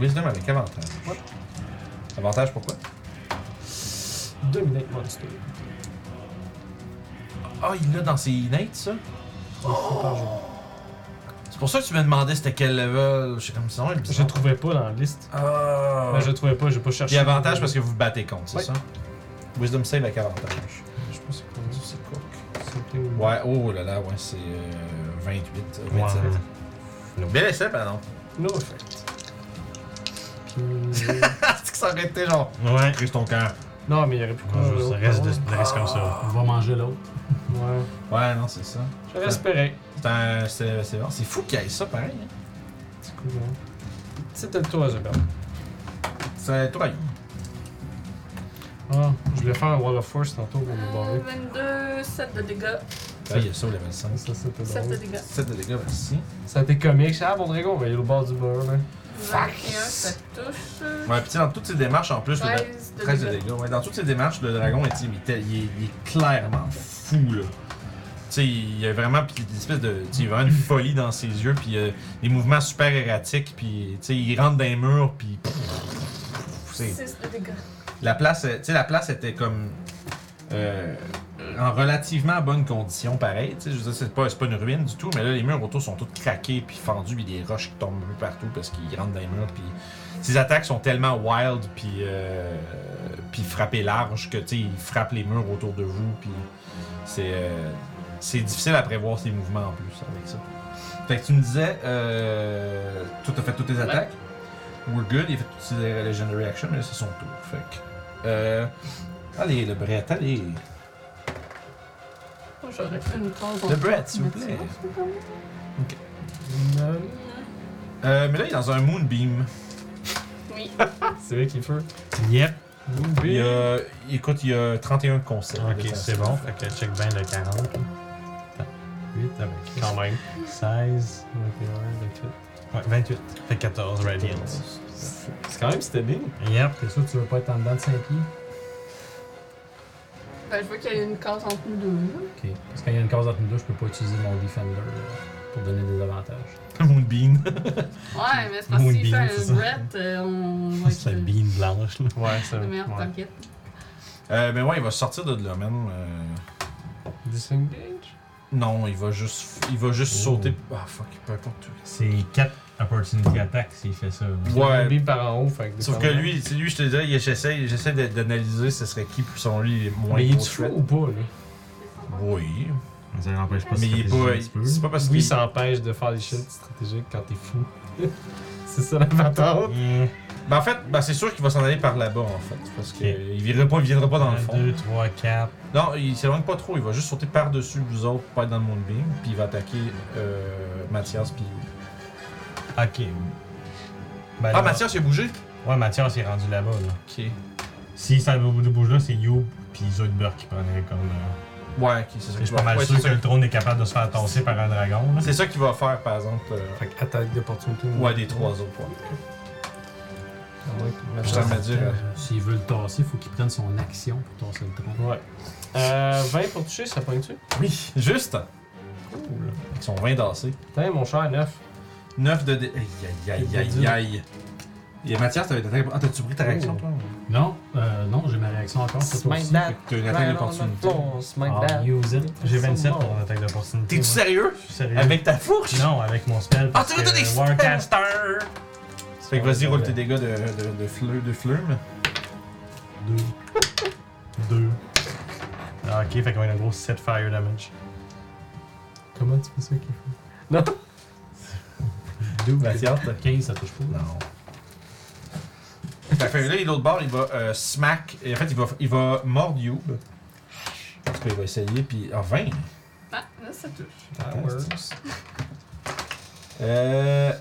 Wisdom avec avantage. Ouais. Avantage pourquoi? Dominate Monster. Ah, il l'a dans ses innates, ça? Une fois par jour. C'est pour ça que tu me demandais c'était quel level. Je sais comme ça, il Je le trouvais pas dans la liste. Ah! Ben, je le trouvais pas, j'ai pas cherché. Puis avantage parce que vous vous battez contre, c'est Ouais. ça? Wisdom save avec avantage. Je pense que c'est pour dire C'est cook. que c'est plus- Ouais, oh là là, ouais, c'est euh, 28, 27. Ouais. Bel essai, pardon. No effect. Puis. euh, Ah, c'est que ça aurait été genre. Ouais. Crise ton cœur. non, mais il y aurait plus quoi. Ah, Ouais, je- là, Ah, ça reste, autrement. de, ça reste comme ça. On va manger l'autre. Ouais. Ouais, non, c'est ça. Je l'espérais. C'est un. C'est c'est bon. C'est fou qu'il y ait ça, pareil. hein. C'est cool, hein. C'était le tour à Zuber. C'est toi, Ah, je voulais faire un Wall of Force tantôt pour me Euh, barrer. 22, 7 de dégâts. Ah, il y a ça au level 5. Ça, c'était 7 de drôle. dégâts. 7 de dégâts, merci. Ça a été comique. Ah, mon dragon, ben, il est au bord du bord, là. 21, ça touche. Ouais, puis tu sais, dans toutes ces démarches, en plus, le- 13 de 13 de dégâts. dégâts. Ouais, dans toutes ces démarches, le dragon est, il, était- il est, il est clairement fou, là. Tu sais, il y a vraiment puis une espèce de. tu sais, il y a vraiment une folie dans ses yeux, puis euh, des mouvements super erratiques, puis tu sais, il rentre dans les murs, puis. c'est- 6 de dégâts. La place, euh, tu sais, la place était comme. euh, en relativement bonne condition, pareil. Tu sais, je veux dire, c'est pas, c'est pas une ruine du tout, mais là, les murs autour sont tous craqués, puis fendus, puis des roches qui tombent un peu partout parce qu'ils rentrent dans les murs, puis. Ses attaques sont tellement wild, puis. euh, puis frappées large que, tu sais, ils frappent les murs autour de vous, puis. C'est. euh, c'est difficile à prévoir ses mouvements en plus avec ça. Fait que tu me disais, euh, tout a fait toutes tes attaques. We're good, il a fait toutes ses legendary actions, mais là, c'est son tour. Fait que. Euh, allez, le Brett, allez. Moi, j'aurais fait une case en Le Brett, s'il vous plaît. Mathias, c'est pas mal. Euh, mais là, il est dans un Moonbeam. Oui. C'est vrai qu'il peut. Yep. Il y a, écoute, il y a 31 conseils. Ok, c'est bon. Fait que check bien le 40. là. Attends. 8 avec. Quand même. 16, 21, 28. Ouais, 28. Fait 14 Radiance. C'est quand même stabile. Yep. T'es sûr que tu veux pas être en dedans de 5 pieds? Ben, je veux qu'il y ait une case entre nous deux. là. Ok. Parce que quand il y a une case entre nous deux, je peux pas utiliser mon Defender euh, pour donner des avantages. Moonbeam. Ouais, mais c'est parce que Moonbeam, s'il fait c'est un ça. Brett, euh, on va être C'est une euh, bean blanche, là. Ouais, ça le meilleur ouais. target. Euh, mais ouais, il va sortir de là même. euh, Disengage. Non, il va juste, il va juste Oh. sauter. Ah fuck, peu importe. où. C'est 4 opportunity attacks s'il fait ça. là. Ouais. Ouais. Bim par en haut, fait Sauf que lui, tu sais, lui, je te disais, il- j'essaie, j'essaie de- d'analyser ce serait qui, puis son lui, est moins Mais il gros est fou threat. ou pas, lui Oui. Ça l'empêche pas de Mais il est stratégiser pas. un petit peu. C'est pas parce Oui, qu'il- ça empêche de faire des shit stratégiques quand t'es fou. c'est ça la patente. Mmh. Ben, en fait, ben, c'est sûr qu'il va s'en aller par là-bas, en fait. Parce qu'il Ok. il viendra pas, il viendra pas dans le fond. 2, 3, 4. Non, il s'éloigne pas trop. Il va juste sauter par-dessus vous autres, pas être dans le Moonbeam, puis il va attaquer euh, Mathias. Puis... Ok. Ben, Ah, là- Mathias, il a bougé Ouais, Mathias est rendu là-bas, là. Ok. Si ça bout de bouge là, c'est You puis Zoidberg qui prenait comme. euh, Ouais, ok, c'est ça. Je qu'il suis va- pas mal ouais, sûr c'est que ça- le trône est capable de se faire tasser par un dragon, là. C'est ça qu'il va faire, par exemple. euh, Fait que attaque d'opportunité. Ah Ouais, des trois autres. ouais. À moins qu'il Ah, Je t'en ai dit. euh, S'il veut le tasser, faut qu'il prenne son action pour tasser le tronc. Ouais. Euh, 20 pour toucher, ça pointe-tu? Oui, juste. Cool. Ils sont 20 dansés. Putain, mon cher, 9. 9 de dé. Aïe, aïe, aïe, aïe, aïe. Et Mathias, t'avais t'avais- Ah, t'as-tu Oh. pris ta réaction, toi Non, euh, non, j'ai ma réaction encore sur toi aussi. Fait que T'as une Ben, attaque d'opportunité. Euh. Ah, I'll use it. J'ai 27 pour mon attaque d'opportunité. T'es-tu sérieux ouais. sérieux? Avec ta fourche Non, avec mon spell. Ah, parce tu veux que donner des spells? Warcaster! Fait que vas-y, roule tes dégâts de, de, de, fleu- de flume. 2. 2. Ah, Ok, fait qu'on a un gros 7 fire damage. Comment tu fais ça qu'il fait? Mathias, t'as- 15, ça touche pas. Non. Fait que là, l'autre bord, il va euh, smack. Et en fait, il va, il va mordre Youb. En tout cas, il va essayer, puis. Ah, 20 Ah, là, ça touche. That works. Euh.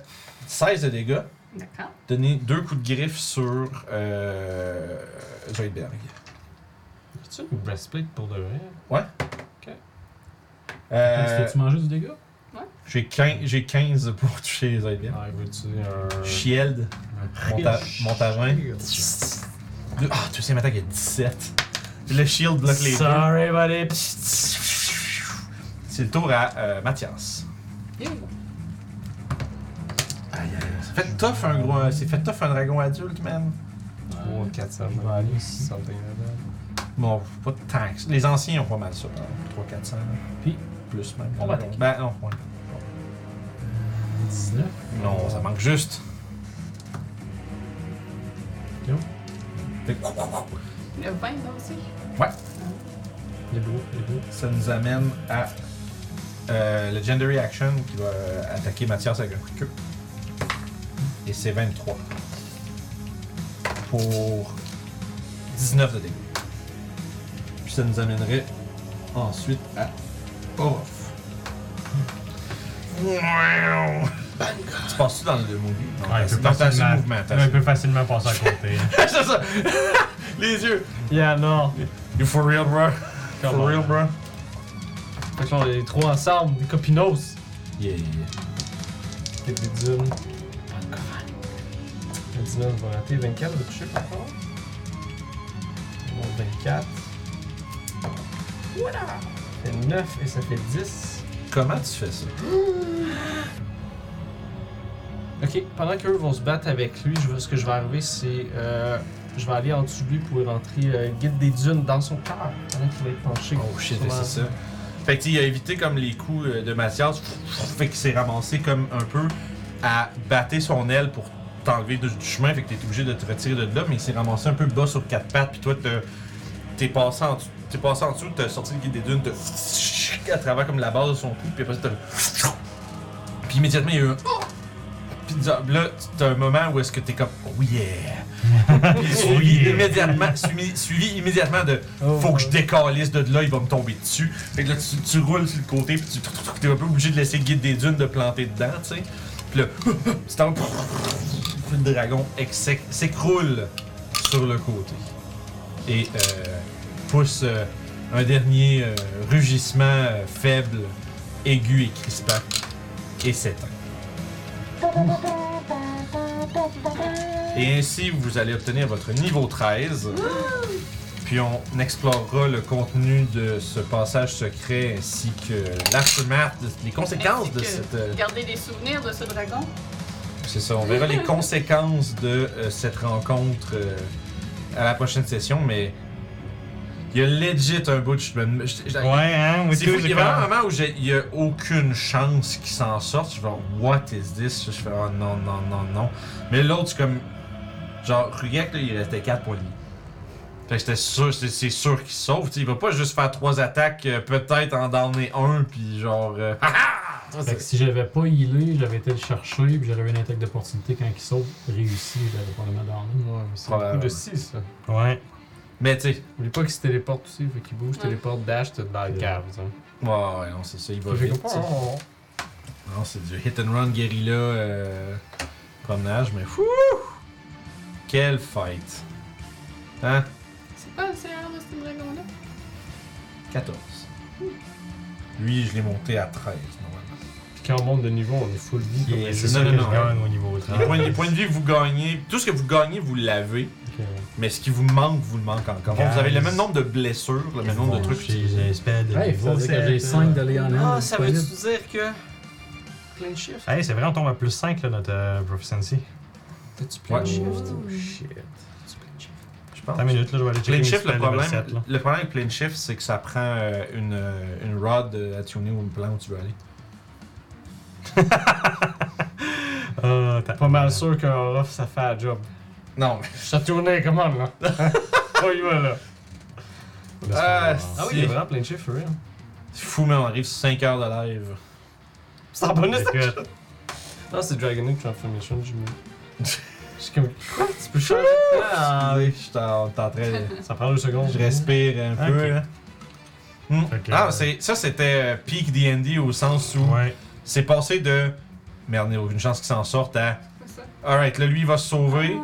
16 de dégâts. D'accord. Donner deux coups de griffe sur. Euh. Zoidberg. As-tu une breastplate pour de vrai? Euh. Est-ce que tu manges du dégât? J'ai 15, j'ai 15 pour toucher les aides bien. Ah, il veut-tu un. Shield, monta montagin. Deux- Ah, deuxième attaque est 17. Le shield bloque les deux. Sorry, buddy! C'est le tour à euh, Mathias. Aïe, aïe, aïe. Ça fait tough un gros. C'est fait tough un dragon adulte, man. 3, 4, 5, Je vais aller ici. something like that. Bon, pas de tank. Les anciens ont pas mal ça, hein. par exemple. 3 400 là. Puis? Plus même. On va attaquer. Ben non, ouais. 19. Non, ça manque juste. Yo. Fait que- Le 20 là aussi. Les beaux, les beaux. Ça nous amène à euh, Legendary Action qui va euh, attaquer Mathias avec un coup de queue. Et c'est 23. Pour 19 de dégâts. Puis ça nous amènerait ensuite à Orof. Tu passes-tu dans le mouvement? Non, Ouais, il t'as- peut t'as- t'as facilement, ce mouvement. t'as- ouais, il peut facilement passer à côté. C'est ça! Les yeux! Yeah, non! You for real, bro? Come on. For real, bro? Fait que là, on est les trois ensemble, des copinos! Yeah, yeah, yeah. T'es des dunes. Le 19 va rater, 24 va toucher par contre. Bon, 24. Voilà! Ça fait 9 et ça fait 10. Comment tu fais ça? Ok, pendant qu'eux vont se battre avec lui, je vais- ce que je vais arriver, c'est. Euh, je vais aller en dessous de lui pour rentrer euh, guide des dunes dans son cœur. Pendant qu'il va être penché. Oh shit, Sûrement. c'est ça. Fait que tu sais, il a évité comme les coups euh, de Mathias, fait qu'il s'est ramassé comme un peu à battre son aile pour t'enlever du, du chemin, fait que t'es obligé de te retirer de là, mais il s'est ramassé un peu bas sur quatre pattes, puis toi t'as- t'es passé en dessous, t'es passé en dessous, t'as sorti le guide des dunes, t'as à travers comme la base de son cou, puis après ça, t'as- Puis immédiatement il y a eu un Oh! Puis là, là, t'as un moment où est-ce que t'es comme oh yeah. suivi immédiatement, suivi, suivi immédiatement de faut que je décalisse de là, il va me tomber dessus. Fait que là, tu, tu roules sur le côté, puis tu t'es un peu obligé de laisser le guide des dunes de planter dedans, tu sais. Puis là, c'est un le dragon exec- s'écroule sur le côté et euh, pousse euh, un dernier euh, rugissement euh, faible, aigu et crispant et s'éteint. Et ainsi, vous allez obtenir votre niveau 13. Puis on explorera le contenu de ce passage secret ainsi que l'aftermath, les conséquences Ainsi de que cette. euh, Garder des souvenirs de ce dragon. c'est ça, on verra les conséquences de euh, cette rencontre euh, à la prochaine session, mais il y a legit un bout de... je me- je- je- Ouais, hein, oui, C'est tout, fou, il y j'ai a vraiment un moment où j'ai- il y a aucune chance qu'il s'en sorte. Je vais What is this? Je fais, oh non, non, non, non. Mais l'autre, c'est comme. Genre, Rugek, là, il restait 4 points de vie. Fait que j'étais sûr, c'est- c'est sûr qu'il se sauve. tu sais, il va pas juste faire 3 attaques, euh, peut-être en downer un, puis genre. euh, Ah ah! Tu vois, Fait que c'est- si j'avais pas healé, j'avais été le chercher, puis j'aurais eu une attaque d'opportunité quand il saute, réussi, j'avais probablement dormi. Ouais, mais c'est Probablement. beaucoup de 6, ça. Ouais. Mais tu sais. Oublie pas qu'il se téléporte aussi, fait qu'il bouge, Ouais. téléporte, dash, t'es dans le cave, ça. Ouais, ouais, non, c'est ça, il va Fait vite. que- tu sais. Oh. Non, c'est du hit and run guérilla euh, promenage, mais fou! Quelle fight! Hein? C'est pas le CR de ce dragon-là? 14. Lui, je l'ai monté à 13, normalement. Puis quand on monte de niveau, on est full vie. Yeah, comme c'est ça. ça. C'est non, que non. je gagne au niveau 30. Les points, les points de vie, vous gagnez. Tout ce que vous gagnez, vous l'avez. Ok. Mais ce qui vous manque, vous le manque encore. Guys. Vous avez le même nombre de blessures, le même nombre de trucs. J'ai j'ai spell de Hey, niveau faut dire que sept, j'ai 5 de Léon Ah, ça veut-tu dire que. Plein de chiffres? Hey, c'est vrai, on tombe à plus 5 là, notre euh, proficiency. T'as-tu plein de Ouais. chiffres? Oh shit. T'as-tu plein de chiffres? Je pense. Attends une minute, là, je vais aller checker. Plane mes Shift, le spells problème, level sept, là. le problème avec Plane Shift, c'est que ça prend euh, une, euh, une rod euh, à tuner ou une plan où tu veux aller. Ah, attends. Pas mal sûr qu'un off, ça fait la job. Non, mais. Je te tournais, commande là. Oh, il va là. Ah, Ah oui, si. il est vraiment plein de chiffres, for real. C'est fou, mais on arrive sur 5 heures de live. C'est en bonus Écoute, Non, c'est Dragonic Transformation, j'ai mis. Je suis comme, quoi? Tu peux changer de place? Ah oui, je suis en, on est en train de- Ça prend deux secondes. Je respire un Ok. peu. là. Hmm. Fait que- Ah, c'est, ça c'était euh, peak D&D au sens où Ouais. c'est passé de merde, il n'y a aucune chance qu'il s'en sorte à C'est ça. Ah. alright, là lui il va se sauver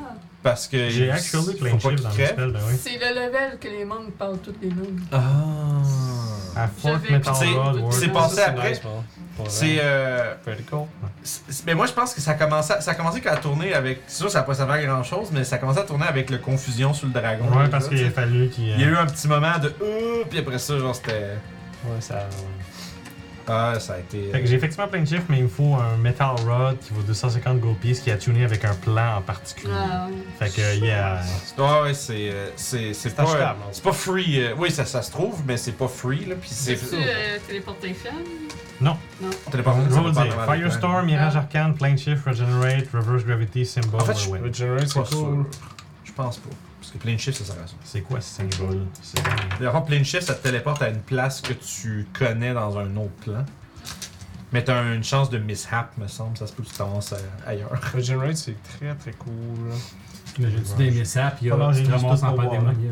parce que J'ai il- actually faut plein de pas qu'il chiffres dans mes crève. spells, ben oui. C'est le level que les membres parlent toutes les langues. Ah. À Je Fork vais- Metal C'est- Rod, Word. c'est passé après. C'est euh, Vertical. c'est- mais moi je pense que ça a commencé ça a commencé qu'à tourner avec c'est sûr ça a pas servi à grand chose mais ça a commencé à tourner avec le confusion sur le dragon. Ouais, déjà, parce tu qu'il a sais. fallu qu'il. euh, il y a eu un petit moment de euh, puis après ça genre c'était Ouais, ça. ah ça a été Fait que j'ai effectivement plein de chiffres, mais il me faut un Metal Rod qui vaut 250 gold piece qui a tuné avec un plan en particulier. Ah ouais. Fait que, yeah. Ah ouais, c'est euh, c'est c'est pas achetable, euh, c'est pas free. euh, oui, ça ça se trouve, mais c'est pas free là. Puis c'est C'est-tu euh, Teleportation? Non. T'as pas Je ça vais vous va le pas dire. vraiment dépendre. Firestorm, Mirage Arcane, Plane Shift, Regenerate, Reverse Gravity, Symbol, En fait, je- Whirlwind. Regenerate, Je suis c'est pas cool. sûr. Je pense pas, parce que plein de chiffres ça sert à ça. C'est quoi ce symbole? C'est- D'ailleurs, plein de chiffres ça te téléporte à une place que tu connais dans un autre plan. Mais t'as une chance de mishap, me semble. Ça se peut que tu t'avances euh, ailleurs. Regenerate, c'est très très cool. Mais j'ai-tu des missaps, pis Pendant que tu j'ai te mis ramasses tout en mon bois, pandémie.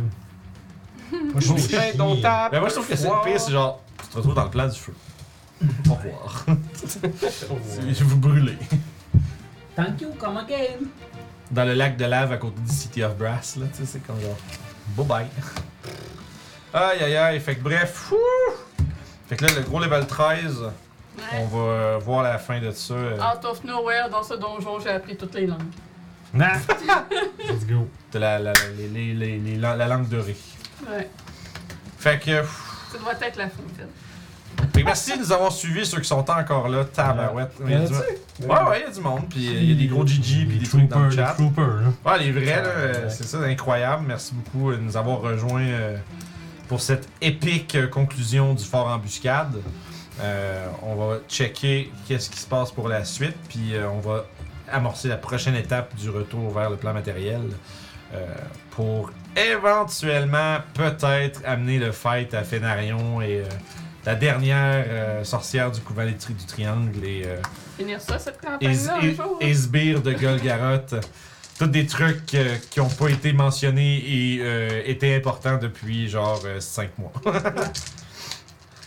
Oh, Moi, je suis chier. très domptable. Mais Ben, moi, je trouve que c'est le pire, c'est genre, tu te retrouves dans le plan du feu. Au revoir. Je vais vous brûler. Thank you, come again. Dans le lac de lave à côté du City of Brass, là, tu sais, c'est comme genre. Bye bye. Aïe aïe aïe, fait que bref, wouh! Fait que là, le gros level 13, on Ouais. Ah. va euh, voir la fin de ça. euh, Out of nowhere, dans ce donjon, j'ai appris toutes les langues. Nah! Let's go. de la, la, les- les- les- les- la- la langue dorée. Ouais. Fait que, pff, Ça doit être la fin, en fait. fait que merci de nous avoir suivis, ceux qui sont encore là, tabarouette. Il y a du- Ouais, ouais, il y a du monde, puis euh, il y a des gros Gigi, puis Les des trucs dans le troopers, les chat. troopers, là. Ouais, les vrais, là, euh, c'est ça, incroyable. Merci beaucoup euh, de nous avoir rejoints euh, pour cette épique euh, conclusion du Fort Embuscade. Euh, on va checker qu'est-ce qui se passe pour la suite, puis euh, on va amorcer la prochaine étape du retour vers le plan matériel euh, pour éventuellement peut-être amener le fight à Fénarion et euh, la dernière euh, sorcière du couvent des tri- du triangle et, euh, Finir ça, cette et, campagne-là, un et- jour. hein? et sbires de Golgaroth. Tous des trucs euh, qui n'ont pas été mentionnés et euh, étaient importants depuis genre 5 mois.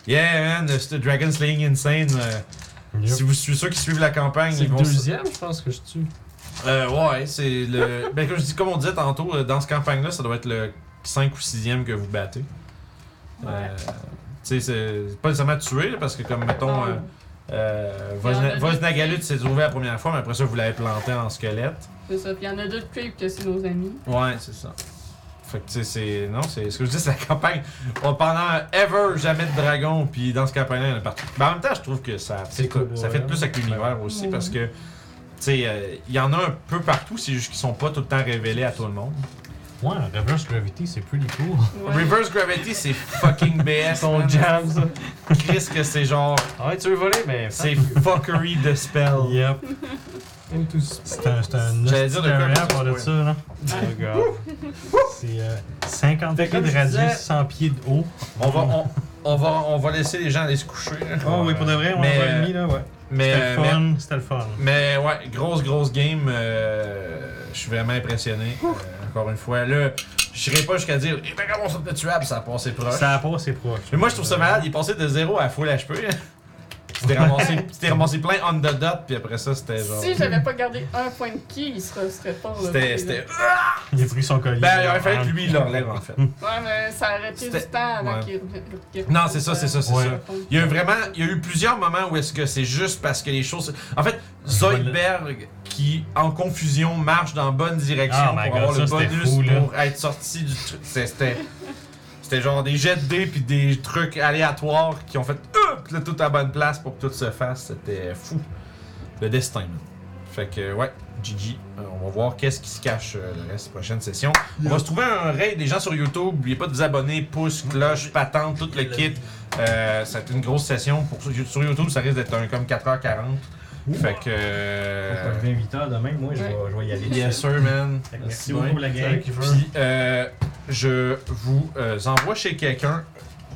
yeah, man, ce Dragon Slaying Insane. euh, Si vous suivez ceux qui suivent la campagne, C'est ils le vont. s- deuxième, je pense, que je tue. Euh, ouais, c'est le. ben, comme, je dis, comme on disait tantôt, euh, dans cette campagne-là, ça doit être le 5 ou 6e que vous battez. Euh, tu sais, c'est pas nécessairement tuer, là, parce que comme mettons. Non. euh, euh, Il y en a Vosna- deux. Vosnagalut s'est trouvé la première fois, mais après ça, vous l'avez planté en squelette. C'est ça. Puis il y en a d'autres creeps que c'est nos amis. Ouais, c'est ça. Fait que, tu sais, c'est. Non, c'est. Ce que je dis, c'est la campagne. On- pendant ever, jamais de dragon, puis dans ce campagne-là, il y en a partout. Mais en même temps, je trouve que ça, C'est ça, cool, ouais. fait plus avec l'univers aussi, Ouais. parce que. Tu sais, euh, il y en a un peu partout, c'est juste qu'ils sont pas tout le temps révélés à tout le monde. Ouais, Reverse Gravity, c'est pretty cool. Ouais. Reverse Gravity, c'est fucking BS. Ton man. jam, ça. Chris, que c'est genre. Ah ouais, tu veux voler, mais. C'est fuckery de spell. Yep. Into space. C'est un, c'est un J'allais dire de quoi, mais rap c'est par de pas ça, là. Regarde. C'est euh, 50 Fait pieds comme de je disais- radius, 100 pieds de haut. On va, on, on va, on va laisser les gens aller se coucher. Oh oui, pour de vrai, on Mais, en a mis, là, ouais. Mais, C'était le mais, fun, euh, c'était le fun. mais ouais, grosse, grosse game. euh, je suis vraiment impressionné. euh, encore une fois, là, je serais pas jusqu'à dire, eh ben, comment on saute de tuable, ça a passé proche. Ça a pas, c'est proche. Mais moi, je trouve ça malade. Il est passé de 0 à full HP. C'était ramassé, tu t'es ramassé plein on the dot, puis après ça, c'était genre. Si j'avais pas gardé un point de ki, il serait, serait fort. là, C'était. c'était- pour Il a pris son collier. Ben, il aurait fallu que lui, il le relève, en fait. Ouais, mais ça aurait pris du C'était- temps avant ouais. qu'il. qu'il- Non, c'est ça, c'est ça, c'est Ouais. ça. Il y a eu vraiment, il y a eu plusieurs moments où est-ce que c'est juste parce que les choses. En fait, Zoidberg qui en confusion marche dans la bonne direction Oh my pour avoir God, le ça, c'était bonus fou, là. pour être sorti du truc. C'est- C'était, c'était genre des jets de dés puis des trucs aléatoires qui ont fait euh, puis là, tout à la bonne place pour que tout se fasse. C'était fou, le destin. man. Fait que ouais, GG. Euh, On va voir qu'est-ce qui se cache euh, le reste de la prochaine session. On va se trouver un raid des gens sur YouTube. N'oubliez pas de vous abonner, pouce, cloche, patente, tout le kit. Euh, ça va être une grosse session. Pour, ceux- sur YouTube, ça risque d'être un, comme 4h40. Fait que. euh, 28h demain, moi, je vais- je vais y aller. yes, sir, man. Fait que Merci Merci bien. beaucoup, la gang. Puis, euh, je vous euh, envoie chez quelqu'un.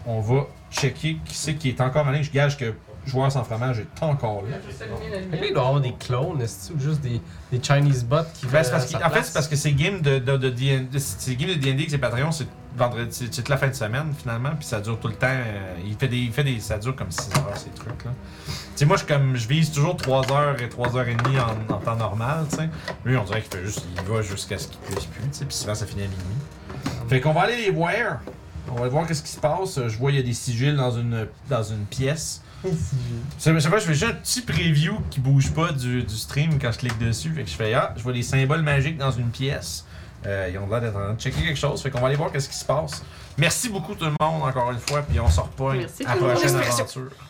On va checker qui c'est qui est encore en ligne. Je gage que Joueur sans fromage est encore là. Juste allumer la Fait que là, lumière. il doit y avoir des clones, est-ce ou juste des, des Chinese bots qui Ben, veulent c'est parce que- sa en fait, place? c'est parce que ces games de, de, de D&D, ces games de D&D que c'est Patreon, c'est vendredi, c'est- c'est toute la fin de semaine finalement, puis ça dure tout le temps. euh, il fait des, il fait des, ça dure comme 6 heures ces trucs là. Tu sais, moi je comme, je vise toujours 3 heures et 3 heures et demie en, en temps normal, tu sais. Lui, on dirait qu'il fait juste, il va jusqu'à ce qu'il puisse plus, tu sais, puis souvent ça finit à minuit. Fait qu'on va aller les voir. On va aller voir qu'est-ce qui se passe. Je vois il y a des sigils dans une dans une pièce. Je sais pas, je fais juste un petit preview qui bouge pas du, du stream quand je clique dessus. Fait que je fais ah, je vois des symboles magiques dans une pièce. Euh, ils ont l'air d'être en train de checker quelque chose. Fait qu'on va aller voir qu'est-ce qui se passe. Merci beaucoup tout le monde encore une fois, puis on sort pas Merci à la tout le monde. prochaine Merci. aventure.